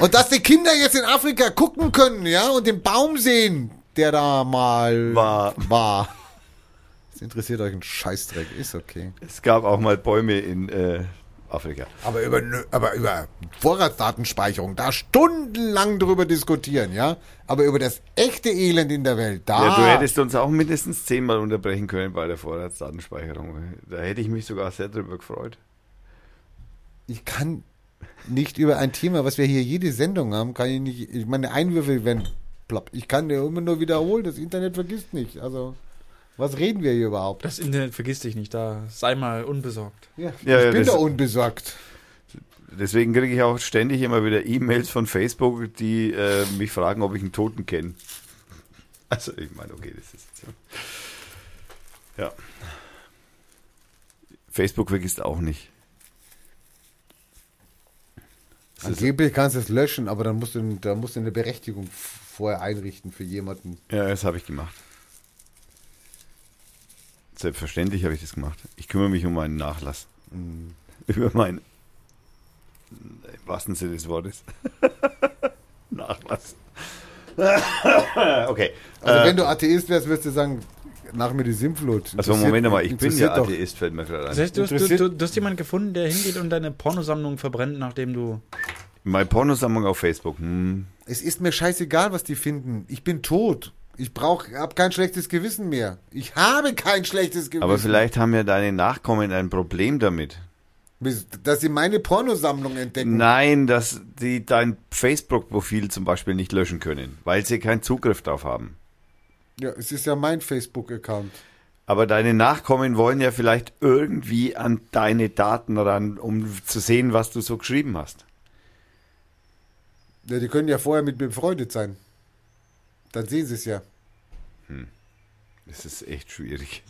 [SPEAKER 2] Und dass die Kinder jetzt in Afrika gucken können, ja, und den Baum sehen, der da mal
[SPEAKER 1] War.
[SPEAKER 2] war. Das interessiert euch ein Scheißdreck, ist okay.
[SPEAKER 1] Es gab auch mal Bäume in äh, Afrika.
[SPEAKER 2] Aber über, aber über Vorratsdatenspeicherung, da stundenlang drüber diskutieren, ja. Aber über das echte Elend in der Welt, da.
[SPEAKER 1] Ja, du hättest uns auch mindestens zehnmal unterbrechen können bei der Vorratsdatenspeicherung. Da hätte ich mich sogar sehr drüber gefreut.
[SPEAKER 2] ich kann nicht über ein Thema, was wir hier jede Sendung haben, kann ich nicht. Ich meine, Einwürfe werden plopp. Ich kann dir immer nur wiederholen, das Internet vergisst nicht. Also, was reden wir hier überhaupt?
[SPEAKER 6] Das Internet vergiss dich nicht, da sei mal unbesorgt.
[SPEAKER 2] Ja,
[SPEAKER 1] Ja,
[SPEAKER 2] ich
[SPEAKER 1] ja,
[SPEAKER 2] bin
[SPEAKER 1] das-
[SPEAKER 2] da unbesorgt.
[SPEAKER 1] Deswegen kriege ich auch ständig immer wieder E-Mails von Facebook, die äh, mich fragen, ob ich einen Toten kenne. Also ich meine, okay, das ist jetzt, ja. ja. Facebook vergisst auch nicht. Das ist-
[SPEAKER 2] Angeblich kannst du es löschen, aber dann musst du, da musst du eine Berechtigung vorher einrichten für jemanden.
[SPEAKER 1] Ja, das habe ich gemacht. Selbstverständlich habe ich das gemacht. Ich kümmere mich um meinen Nachlass. Über meinen, im wahrsten Sinne des Wortes, Nachlass. okay.
[SPEAKER 2] Also
[SPEAKER 1] Äh,
[SPEAKER 2] wenn du Atheist wärst, würdest du sagen, nach mir die Sinnflut.
[SPEAKER 1] also Moment mal, ich bin
[SPEAKER 2] interessiert
[SPEAKER 1] ja
[SPEAKER 2] doch-
[SPEAKER 1] Atheist, fällt mir gerade
[SPEAKER 6] Das
[SPEAKER 1] ein.
[SPEAKER 6] heißt, du, hast- du, du, du hast jemanden gefunden, der hingeht und deine Pornosammlung verbrennt, nachdem du.
[SPEAKER 1] Meine Pornosammlung auf Facebook. Hm.
[SPEAKER 2] Es ist mir scheißegal, was die finden. Ich bin tot. Ich brauch, hab kein schlechtes Gewissen mehr. Ich habe kein schlechtes Gewissen.
[SPEAKER 1] Aber vielleicht haben ja deine Nachkommen ein Problem damit.
[SPEAKER 2] Bis- Dass sie meine Pornosammlung entdecken.
[SPEAKER 1] Nein, dass die dein Facebook-Profil zum Beispiel nicht löschen können, weil sie keinen Zugriff drauf haben.
[SPEAKER 2] Ja, es ist ja mein Facebook-Account.
[SPEAKER 1] Aber deine Nachkommen wollen ja vielleicht irgendwie an deine Daten ran, um zu sehen, was du so geschrieben hast.
[SPEAKER 2] Ja, die können ja vorher mit mir befreundet sein. Dann sehen sie es ja.
[SPEAKER 1] Das ist echt schwierig.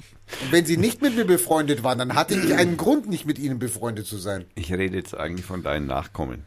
[SPEAKER 2] Und wenn sie nicht mit mir befreundet waren, dann hatte ich einen Grund, nicht mit ihnen befreundet zu sein.
[SPEAKER 1] Ich rede jetzt eigentlich von deinen Nachkommen.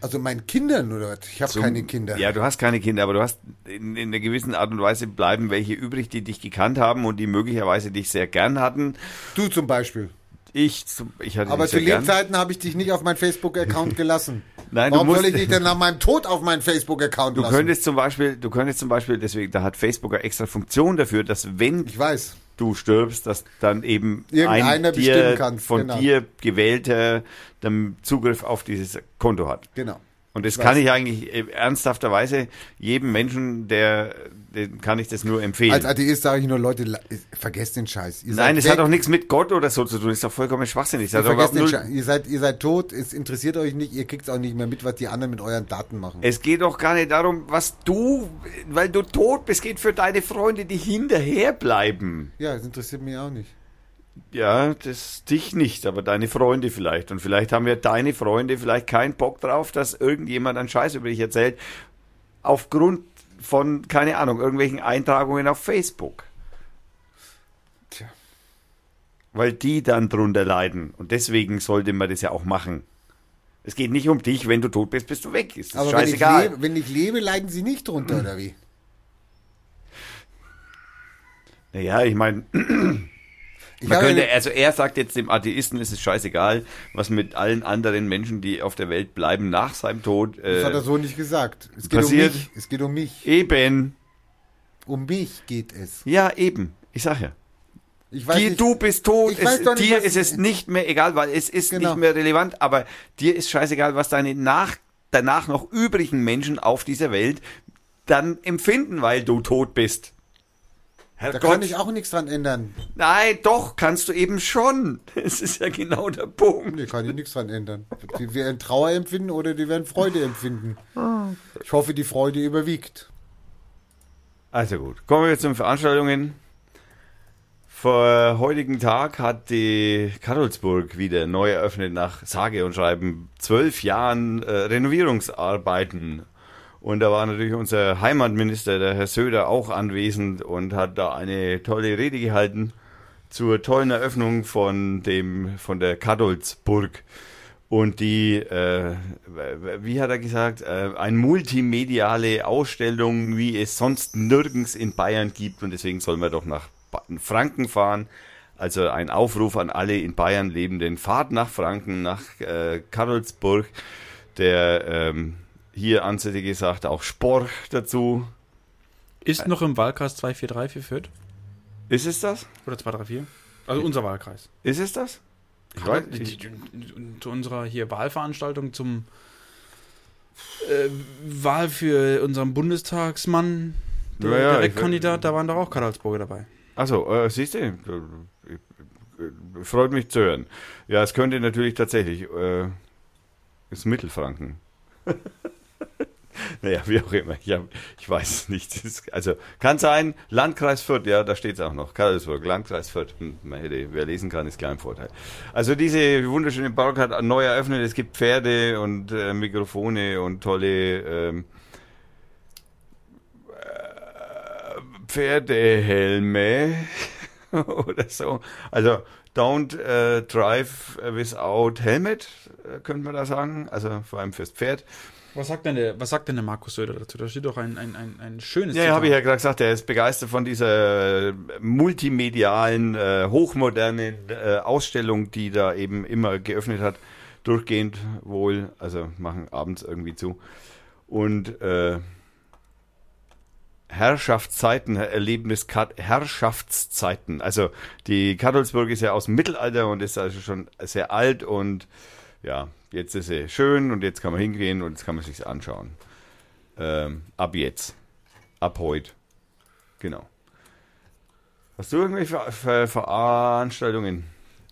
[SPEAKER 2] Also meinen Kindern oder was? Ich habe
[SPEAKER 1] Zum-
[SPEAKER 2] keine Kinder.
[SPEAKER 1] Ja, du hast keine Kinder, aber du hast in, in einer gewissen Art und Weise bleiben welche übrig, die dich gekannt haben und die möglicherweise dich sehr gern hatten.
[SPEAKER 2] Du zum Beispiel.
[SPEAKER 1] Ich, zum- ich hatte
[SPEAKER 2] Aber
[SPEAKER 1] dich
[SPEAKER 2] zu
[SPEAKER 1] sehr gern.
[SPEAKER 2] Lebzeiten habe ich dich nicht auf meinen Facebook-Account gelassen.
[SPEAKER 1] Nein, du
[SPEAKER 2] Warum
[SPEAKER 1] musst-
[SPEAKER 2] soll ich dich denn nach meinem Tod auf meinen Facebook-Account
[SPEAKER 1] Du
[SPEAKER 2] lassen?
[SPEAKER 1] könntest zum Beispiel, du könntest zum Beispiel, deswegen, da hat Facebook eine extra Funktion dafür, dass wenn
[SPEAKER 2] ich weiß.
[SPEAKER 1] du stirbst, dass dann eben
[SPEAKER 2] Irgendeiner
[SPEAKER 1] ein dir,
[SPEAKER 2] bestimmen kann,
[SPEAKER 1] von
[SPEAKER 2] genau.
[SPEAKER 1] dir gewählter dann Zugriff auf dieses Konto hat.
[SPEAKER 2] Genau.
[SPEAKER 1] Und das
[SPEAKER 2] Ich
[SPEAKER 1] kann
[SPEAKER 2] weiß.
[SPEAKER 1] ich eigentlich äh, ernsthafterweise jedem Menschen, der, den kann ich das nur empfehlen.
[SPEAKER 2] Als Atheist sage ich nur, Leute, la- vergesst den Scheiß. Ihr
[SPEAKER 1] Nein,
[SPEAKER 2] seid
[SPEAKER 1] es hat
[SPEAKER 2] weg.
[SPEAKER 1] doch nichts mit Gott oder so zu tun. Das ist doch vollkommen schwachsinnig. Das hat
[SPEAKER 2] Ihr,
[SPEAKER 1] doch
[SPEAKER 2] vergesst
[SPEAKER 1] überhaupt
[SPEAKER 2] den
[SPEAKER 1] null-
[SPEAKER 2] Scheiß. ihr, seid, ihr seid tot, es interessiert euch nicht, ihr kriegt auch nicht mehr mit, was die anderen mit euren Daten machen.
[SPEAKER 1] Es geht doch gar nicht darum, was du, weil du tot bist, geht für deine Freunde, die hinterherbleiben.
[SPEAKER 2] ja, es interessiert mich auch nicht.
[SPEAKER 1] Ja, das dich nicht, aber deine Freunde vielleicht. Und vielleicht haben wir deine Freunde vielleicht keinen Bock drauf, dass irgendjemand einen Scheiß über dich erzählt. Aufgrund von, keine Ahnung, irgendwelchen Eintragungen auf Facebook.
[SPEAKER 2] Tja.
[SPEAKER 1] Weil die dann drunter leiden. Und deswegen sollte man das ja auch machen. Es geht nicht um dich, wenn du tot bist, bist du weg. Ist das
[SPEAKER 2] Aber wenn ich,
[SPEAKER 1] scheißegal.
[SPEAKER 2] lebe, wenn ich lebe, leiden sie nicht drunter, oder wie?
[SPEAKER 1] naja, ich meine,
[SPEAKER 2] Ich
[SPEAKER 1] man
[SPEAKER 2] habe
[SPEAKER 1] könnte,
[SPEAKER 2] eine-
[SPEAKER 1] also er sagt jetzt dem Atheisten, es ist scheißegal, was mit allen anderen Menschen, die auf der Welt bleiben, nach seinem Tod.
[SPEAKER 2] das hat er
[SPEAKER 1] Äh,
[SPEAKER 2] so nicht gesagt. Es geht
[SPEAKER 1] passiert.
[SPEAKER 2] um mich. Es geht um mich.
[SPEAKER 1] eben.
[SPEAKER 2] Um mich geht es.
[SPEAKER 1] Ja, eben. Ich sag ja.
[SPEAKER 2] Ich
[SPEAKER 1] Dir,
[SPEAKER 2] nicht-
[SPEAKER 1] du bist tot,
[SPEAKER 2] Ich weiß
[SPEAKER 1] es,
[SPEAKER 2] doch nicht,
[SPEAKER 1] dir
[SPEAKER 2] was-
[SPEAKER 1] ist es nicht mehr egal, weil es ist
[SPEAKER 2] Genau.
[SPEAKER 1] nicht mehr relevant, aber dir ist scheißegal, was deine nach, danach noch übrigen Menschen auf dieser Welt dann empfinden, weil du tot bist.
[SPEAKER 2] Da
[SPEAKER 1] Herrgott,
[SPEAKER 2] kann ich auch nichts dran ändern.
[SPEAKER 1] nein, doch, kannst du eben schon. Es ist ja genau der Punkt.
[SPEAKER 2] Nee, kann ich nichts dran ändern. Die werden Trauer empfinden oder die werden Freude empfinden. Ich hoffe, die Freude überwiegt.
[SPEAKER 1] Also gut, kommen wir zu den Veranstaltungen. Vor äh, heutigen Tag hat die Karolsburg wieder neu eröffnet nach sage und schreiben zwölf Jahren äh, Renovierungsarbeiten. Und da war natürlich unser Heimatminister, der Herr Söder, auch anwesend und hat da eine tolle Rede gehalten zur tollen Eröffnung von dem von der Kadolzburg. Und die, äh, wie hat er gesagt, äh, eine multimediale Ausstellung, wie es sonst nirgends in Bayern gibt. Und deswegen sollen wir doch nach Ba- Franken fahren. Also ein Aufruf an alle in Bayern Lebenden. Fahrt nach Franken, nach äh, Karlsburg. Der ähm, hier ansässige sagt auch Sporch dazu.
[SPEAKER 6] Ist noch im Wahlkreis 243 für Fürth?
[SPEAKER 1] Ist es das?
[SPEAKER 6] Oder 234? Also unser Wahlkreis.
[SPEAKER 1] Ist es das? Ich weiß nicht.
[SPEAKER 6] Zu unserer hier Wahlveranstaltung zum äh, Wahl für unseren Bundestagsmann, der
[SPEAKER 1] Ja, ja, ich-
[SPEAKER 6] Direktkandidat, da waren doch auch Karlsburger dabei.
[SPEAKER 1] Also, äh, siehst du, freut mich zu hören. Ja, es könnte natürlich tatsächlich, äh, ist Mittelfranken. naja, wie auch immer, ich, hab, ich weiß es nicht. Das ist- Also, kann sein, Landkreis Fürth, ja, da steht es auch noch, Karlsburg, Landkreis Fürth. Hm, Man hätte, wer lesen kann, ist klein Vorteil. Also, diese wunderschöne Burg hat neu eröffnet, es gibt Pferde und äh, Mikrofone und tolle... Ähm, Pferdehelme oder so. Also don't äh, drive without helmet, äh, könnte man da sagen. Also vor allem fürs Pferd.
[SPEAKER 6] Was sagt denn der, was sagt denn der Markus Söder dazu? Da steht doch ein, ein, ein, ein schönes
[SPEAKER 1] Ja,
[SPEAKER 6] Zitat.
[SPEAKER 1] habe ich ja gerade gesagt, er ist begeistert von dieser äh, multimedialen, äh, hochmodernen äh, Ausstellung, die da eben immer geöffnet hat. Durchgehend wohl, also machen abends irgendwie zu. Und äh, Herrschaftszeiten, Erlebnis Kat- Herrschaftszeiten. Also die Kadolsburg ist ja aus dem Mittelalter und ist also schon sehr alt und ja, jetzt ist sie schön und jetzt kann man hingehen und jetzt kann man sich anschauen. Ähm, ab jetzt. Ab heute. Genau. Hast du irgendwelche Ver Ver Veranstaltungen?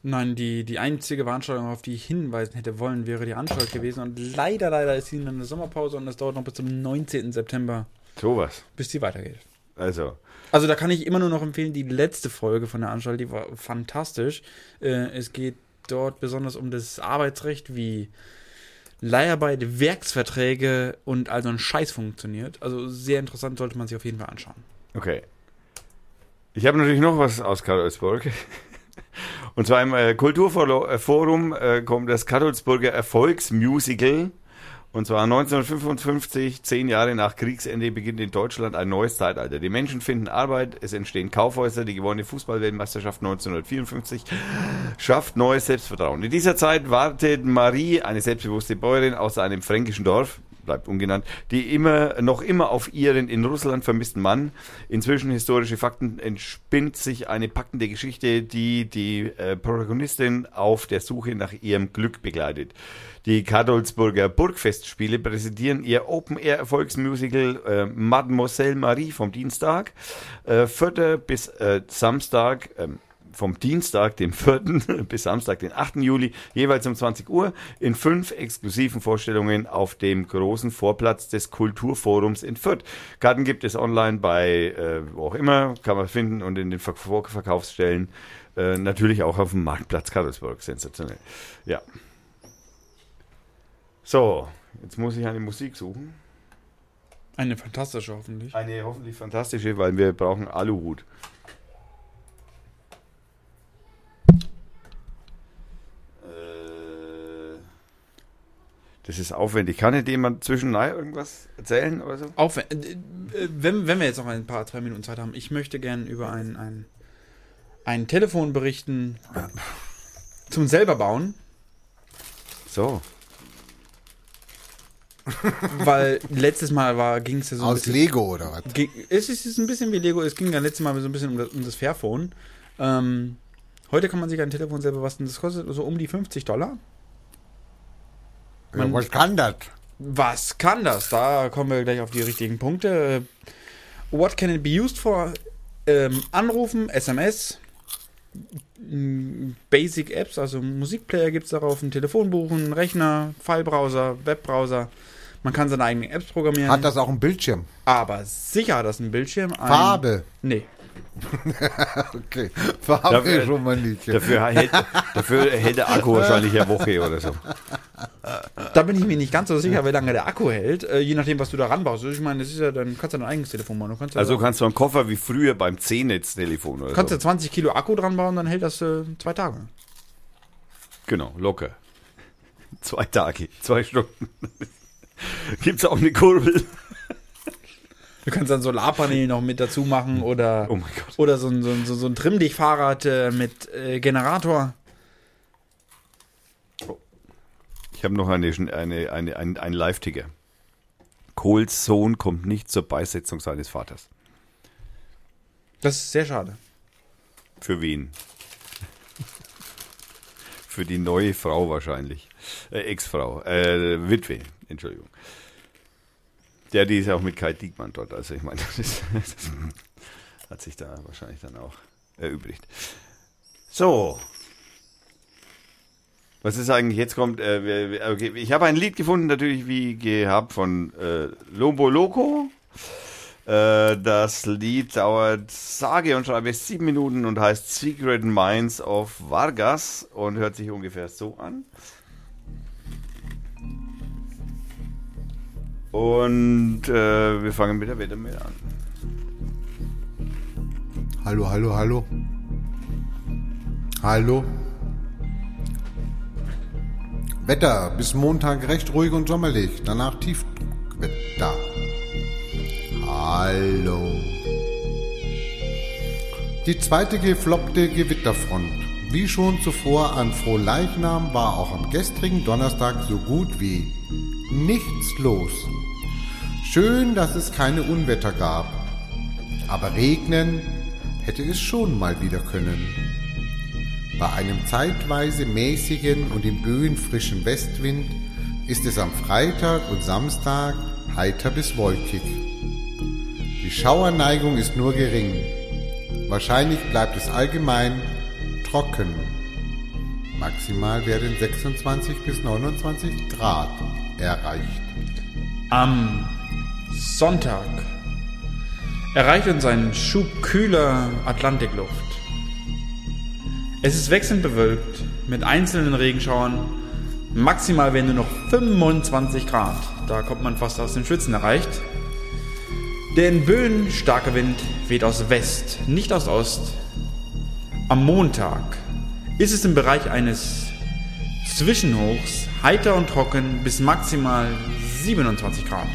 [SPEAKER 6] Nein, die, die einzige Veranstaltung, auf die ich hinweisen hätte wollen, wäre die Anstalt gewesen. Und leider, leider ist sie in einer Sommerpause und es dauert noch bis zum 19. September,
[SPEAKER 1] Sowas.
[SPEAKER 6] bis die weitergeht.
[SPEAKER 1] Also,
[SPEAKER 6] Also da kann ich immer nur noch empfehlen, die letzte Folge von der Anstalt, die war fantastisch. Äh, es geht dort besonders um das Arbeitsrecht, wie Leiharbeit, Werksverträge und all so ein Scheiß funktioniert. Also sehr interessant, sollte man sich auf jeden Fall anschauen.
[SPEAKER 1] okay. Ich habe natürlich noch was aus Karlsburg. Und zwar im äh, Kulturforum äh, kommt das Karlsburger Erfolgsmusical. Und zwar 1955, zehn Jahre nach Kriegsende, beginnt in Deutschland ein neues Zeitalter. Die Menschen finden Arbeit, es entstehen Kaufhäuser, die gewonnene Fußballweltmeisterschaft 1954 schafft neues Selbstvertrauen. In dieser Zeit wartet Marie, eine selbstbewusste Bäuerin aus einem fränkischen Dorf, bleibt ungenannt, die immer noch immer auf ihren in Russland vermissten Mann. Inzwischen historische Fakten entspinnt sich eine packende Geschichte, die die äh, Protagonistin auf der Suche nach ihrem Glück begleitet. Die Kadolsburger Burgfestspiele präsentieren ihr Open-Air-Erfolgsmusical äh, Mademoiselle Marie vom Dienstag, äh, 4. bis äh, Samstag, ähm, vom Dienstag, dem 4. bis Samstag, den 8. Juli, jeweils um 20 Uhr, in fünf exklusiven Vorstellungen auf dem großen Vorplatz des Kulturforums in Fürth. Karten gibt es online bei äh, wo auch immer, kann man finden und in den Ver Vor- Verkaufsstellen. Äh, natürlich auch auf dem Marktplatz Karlsburg. Sensationell. Ja. So, jetzt muss ich eine Musik suchen.
[SPEAKER 6] Eine fantastische hoffentlich.
[SPEAKER 1] Eine Ah, hoffentlich fantastische, weil wir brauchen Aluhut. Äh, Das ist aufwendig. Kann nicht jemand zwischendurch irgendwas erzählen oder so?
[SPEAKER 3] Auch wenn, äh, äh, wenn, wenn wir jetzt noch ein paar, zwei Minuten Zeit haben, ich möchte gerne über ein, ein, ein Telefon berichten zum selber bauen,
[SPEAKER 1] So.
[SPEAKER 3] weil letztes Mal war ging es ja so ein
[SPEAKER 2] Aus
[SPEAKER 3] bisschen-
[SPEAKER 2] Lego oder was?
[SPEAKER 3] Ge- Es ist, es ist ein bisschen wie Lego. Es ging ja letztes Mal so ein bisschen um das, um das Fairphone. Ähm, heute kann man sich ein Telefon selber basteln. Das kostet so um die 50 Dollar.
[SPEAKER 2] Ja, was kann das?
[SPEAKER 3] Was kann das? Da kommen wir gleich auf die richtigen Punkte. What can it be used for? Ähm, anrufen, SMS, m, Basic Apps, also Musikplayer gibt es darauf, ein Telefon buchen, einen Rechner, Filebrowser, Webbrowser. Man kann seine eigenen Apps programmieren.
[SPEAKER 2] Hat das auch einen Bildschirm?
[SPEAKER 3] aber sicher hat das ein Bildschirm. Ein,
[SPEAKER 2] Farbe.
[SPEAKER 3] Nee.
[SPEAKER 2] Okay. Farbe
[SPEAKER 1] Dafür-
[SPEAKER 2] ist schon mal ein Liedchen.
[SPEAKER 1] Dafür hält, dafür hält der Akku wahrscheinlich eine Woche oder so.
[SPEAKER 3] Da bin ich mir nicht ganz so sicher, wie lange der Akku hält. Äh, je nachdem, was du da ranbaust. Ich meine, das ist ja, dann kannst du dein eigenes Telefon bauen. Du kannst ja,
[SPEAKER 1] Also kannst du einen Koffer wie früher beim C-Netz-Telefon oder
[SPEAKER 3] kannst
[SPEAKER 1] so.
[SPEAKER 3] ja 20 Kilo Akku dran bauen, dann hält das äh, zwei Tage.
[SPEAKER 1] Genau, locker. Zwei Tage, zwei Stunden. Gibt's auch eine Kurbel?
[SPEAKER 3] Du kannst dann Solarpanel noch mit dazu machen oder,
[SPEAKER 1] Oh mein Gott.
[SPEAKER 3] oder so ein, so ein, so so ein Trimmdichtfahrrad äh, mit äh, Generator.
[SPEAKER 1] Ich habe noch eine, eine, eine, ein, einen Live-Ticker. Kohls Sohn kommt nicht zur Beisetzung seines Vaters.
[SPEAKER 3] Das ist sehr schade.
[SPEAKER 1] Für wen? Für die neue Frau wahrscheinlich. Äh, Ex-Frau. Äh, Witwe, Entschuldigung. Ja, die ist ja auch mit Kai Diekmann dort. Also ich meine, das, ist, das hat sich da wahrscheinlich dann auch erübrigt. So. Was ist eigentlich, jetzt kommt, äh, wir- wir- okay, ich habe ein Lied gefunden, natürlich wie gehabt, von äh, Lobo Loco. Äh, das Lied dauert sage und schreibe sieben Minuten und heißt Secret Minds of Vargas und hört sich ungefähr so an. Und äh, wir fangen mit der Wettermehl an.
[SPEAKER 2] Hallo, hallo, hallo. Hallo. Wetter bis Montag recht ruhig und sommerlich, danach Tiefdruckwetter. Hallo. Die zweite gefloppte Gewitterfront. Wie schon zuvor an Frohleichnam war auch am gestrigen Donnerstag so gut wie nichts los. Schön, dass es keine Unwetter gab. Aber regnen hätte es schon mal wieder können. Bei einem zeitweise mäßigen und in Böen frischen Westwind ist es am Freitag und Samstag heiter bis wolkig. Die Schauerneigung ist nur gering. Wahrscheinlich bleibt es allgemein trocken. Maximal werden 26 bis 29 Grad erreicht.
[SPEAKER 3] Am Sonntag erreicht uns ein Schub kühler Atlantikluft. Es ist wechselnd bewölkt mit einzelnen Regenschauern. Maximal werden nur noch 25 Grad. Da kommt man fast aus den Schwitzen erreicht. Der in Böen starke Wind weht aus West, nicht aus Ost. Am Montag ist es im Bereich eines Zwischenhochs heiter und trocken bis maximal 27 Grad.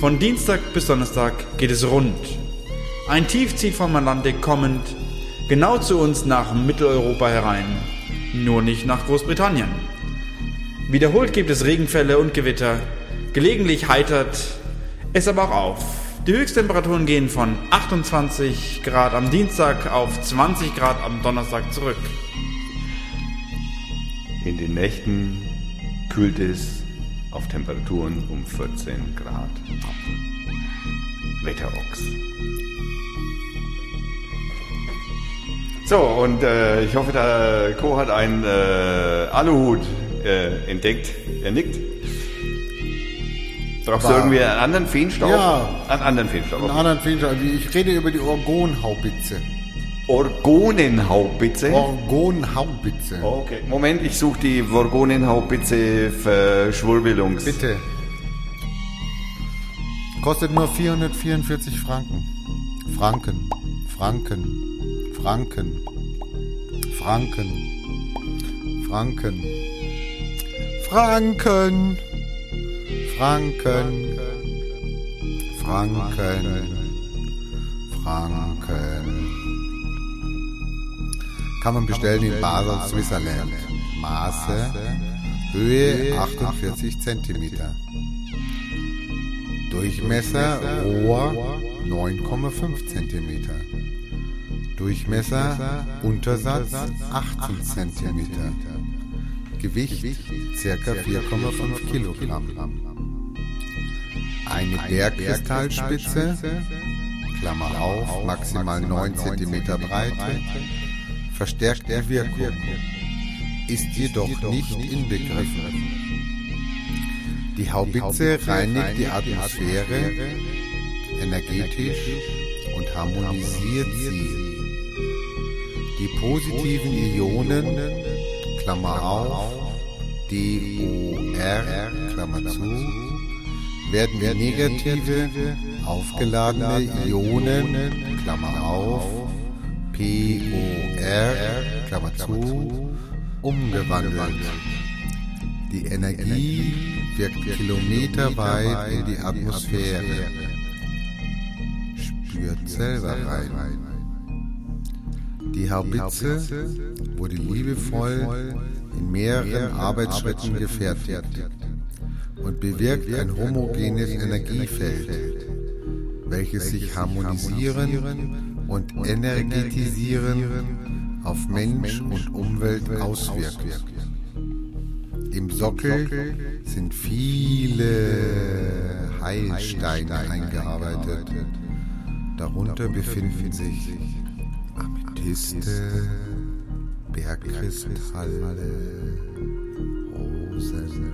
[SPEAKER 3] Von Dienstag bis Donnerstag geht es rund. Ein Tief zieht vom Atlantik kommend genau zu uns nach Mitteleuropa herein, nur nicht nach Großbritannien. Wiederholt gibt es Regenfälle und Gewitter, gelegentlich heitert es aber auch auf. Die Höchsttemperaturen gehen von 28 Grad am Dienstag auf 20 Grad am Donnerstag zurück.
[SPEAKER 1] In den Nächten kühlt es auf Temperaturen um 14 Grad ab. Wetterochs. So, und äh, ich hoffe, der Co hat einen äh, Aluhut äh, entdeckt. Er nickt. Brauchst du
[SPEAKER 2] War-
[SPEAKER 1] irgendwie einen anderen Feenstaub?
[SPEAKER 2] Ja.
[SPEAKER 1] Einen anderen Feenstaub.
[SPEAKER 2] In
[SPEAKER 1] Okay.
[SPEAKER 2] anderen Fähnchen, ich rede über die Orgonhaubitze.
[SPEAKER 1] Orgonenhaubitze.
[SPEAKER 2] Orgonhaubitze.
[SPEAKER 1] Okay, Moment, ich suche die Orgonenhaubitze Verschwurbelungs...
[SPEAKER 2] Bitte. Kostet nur 444 Franken. Franken. Franken. Franken. Franken. Franken. Franken. Franken. Franken. Franken. Kann man bestellen in Basel, Switzerland. Maße, Höhe 48 Zentimeter. Durchmesser Rohr 9,5 Zentimeter. Durchmesser Untersatz 18 Zentimeter. Gewicht circa 4,5 Kilogramm. Eine Bergkristallspitze, Klammer auf, maximal 9 Zentimeter Breite, verstärkt die Wirkung, ist jedoch nicht inbegriffen. Die Haubitze reinigt die Atmosphäre energetisch und harmonisiert sie. Die positiven Ionen, Klammer auf, DOR, Klammer zu, werden wie negative, aufgeladene Ionen, Klammer auf, POR, Klammer zu, umgewandelt. Die Energie wirkt kilometerweit in die Atmosphäre. Spürt selber rein. Die Haubitze wurde liebevoll in mehreren Arbeitsschritten gefertigt und bewirkt ein homogenes Energiefeld, welches sich harmonisieren und energetisieren auf Mensch und Umwelt auswirkt. Im Sockel sind viele Heilsteine eingearbeitet. Darunter befinden sich Amethyste, Bergkristalle, Rosenquarze.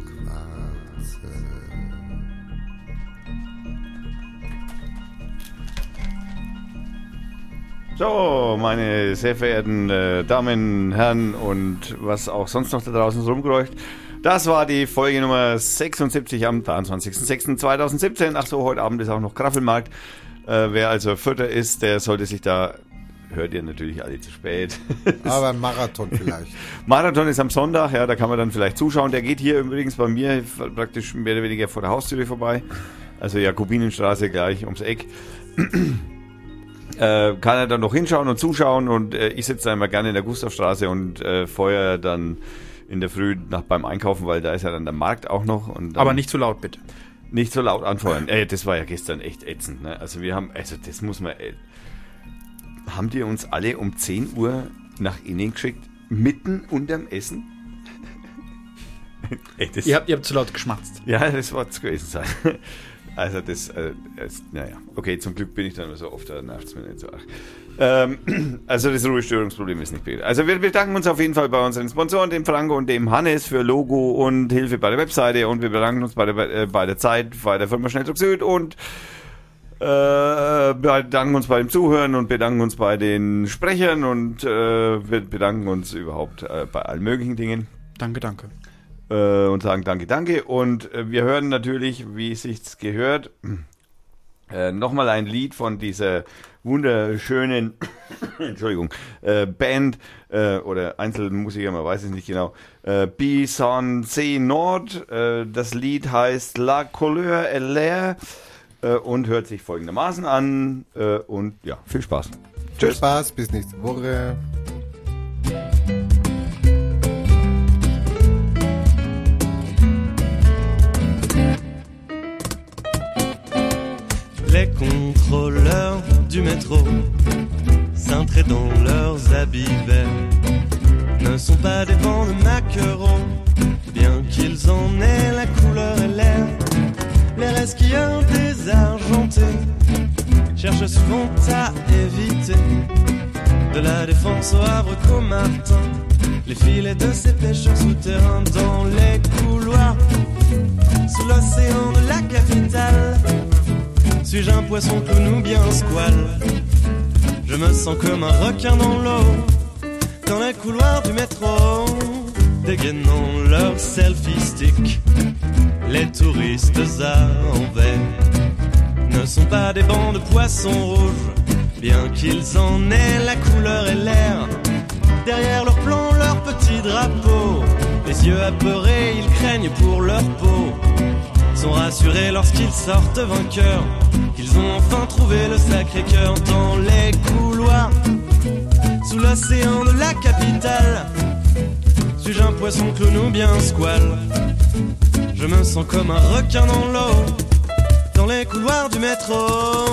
[SPEAKER 1] So, meine sehr verehrten äh, Damen, Herren und was auch sonst noch da draußen so rumgeräuscht. Das war die Folge Nummer 76 am 23.06.2017. Ach so, heute Abend ist auch noch Graffelmarkt. Äh, wer also Vierter ist, der sollte sich da... Hört ihr natürlich alle zu spät.
[SPEAKER 2] Aber ein Marathon vielleicht.
[SPEAKER 1] Marathon ist am Sonntag, ja, da kann man dann vielleicht zuschauen. Der geht hier übrigens bei mir praktisch mehr oder weniger vor der Haustüre vorbei. Also Jakobinenstraße gleich ums Eck. äh, kann er dann noch hinschauen und zuschauen und äh, ich sitze da immer gerne in der Gustavstraße und äh, feuer dann in der Früh nach beim Einkaufen, weil da ist ja dann der Markt auch noch. Und dann
[SPEAKER 6] Aber nicht zu laut, bitte.
[SPEAKER 1] nicht so laut anfeuern. Ey, das war ja gestern echt ätzend. Ne? Also wir haben, also das muss man. Ey, haben die uns alle um 10 Uhr nach innen geschickt, mitten unterm Essen? ey, das,
[SPEAKER 6] Ihr habt, ihr habt zu laut geschmatzt.
[SPEAKER 1] ja, das war es gewesen sein. Also das, äh, es- naja, okay, zum Glück bin ich dann so oft, da nervt es mir nicht so. arg. Ähm, also das Ruhestörungsproblem ist nicht behebelt. Also wir bedanken uns auf jeden Fall bei unseren Sponsoren, dem Franco und dem Hannes für Logo und Hilfe bei der Webseite und wir bedanken uns bei der, äh, bei der Zeit, bei der Firma Schnelldruck Süd und äh, bedanken uns beim Zuhören und bedanken uns bei den Sprechern und äh, wir bedanken uns überhaupt äh, bei allen möglichen Dingen
[SPEAKER 6] Danke, danke.
[SPEAKER 1] äh, und sagen Danke, danke. Und äh, wir hören natürlich, wie es sich gehört, äh, nochmal ein Lied von dieser wunderschönen, Entschuldigung, äh, Band äh, oder Einzelmusiker, man weiß es nicht genau, äh, Bison C Nord. Äh, das Lied heißt La Couleur et l'air äh, und hört sich folgendermaßen an. Äh, und ja, viel Spaß.
[SPEAKER 2] Viel Spaß, bis nächste Woche.
[SPEAKER 5] Les contrôleurs du métro, cintrés dans leurs habits verts, ne sont pas des bancs de maquereaux, bien qu'ils en aient la couleur et l'air. Les resquilleurs désargentés cherchent souvent à éviter de la défense au Havre qu'au Martin. Les filets de ces pêcheurs souterrains dans les couloirs, sous l'océan de la capitale. Suis-je un poisson clown ou bien un squal Je me sens comme un requin dans l'eau, dans les couloirs du métro, dégainant leur selfie stick. Les touristes à Anvers ne sont pas des bancs de poissons rouges, bien qu'ils en aient la couleur et l'air. Derrière leur plan, leur petit drapeau, Les yeux apeurés, ils craignent pour leur peau. Sont rassurés lorsqu'ils sortent vainqueurs. Qu'ils ont enfin trouvé le sacré cœur dans les couloirs. Sous l'océan de la capitale. Suis-je un poisson clown ou bien un squal Je me sens comme un requin dans l'eau. Dans les couloirs du métro.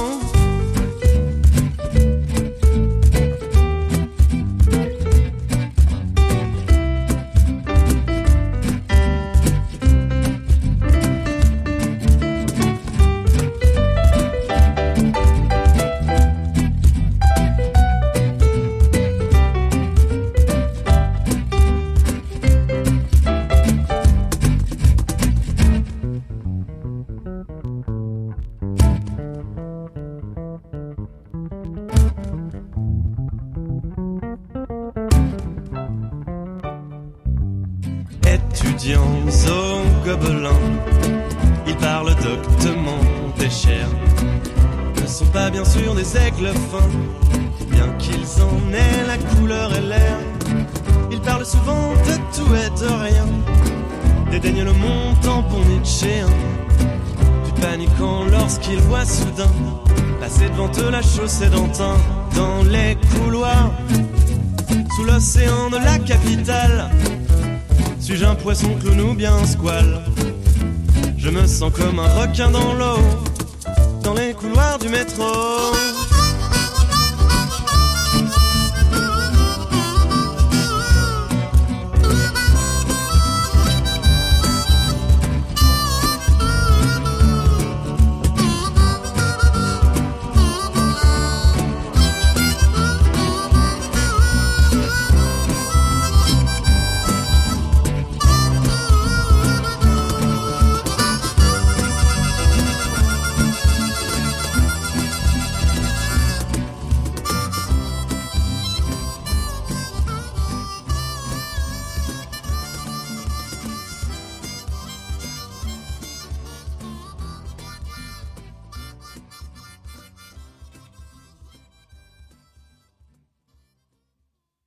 [SPEAKER 5] étudiants aux gobelins. Ils parlent doctement des chairs. Ne sont pas bien sûr des aigles fins, bien qu'ils en aient la couleur et l'air. Ils parlent souvent de tout et de rien. Dédaignent le monde en bon Nietzschéen. Puis paniquant lorsqu'ils voient soudain passer devant eux la chaussée d'antin dans les couloirs. Sous l'océan de la capitale, suis-je un poisson clown ou bien un squal Je me sens comme un requin dans l'eau, dans les couloirs du métro.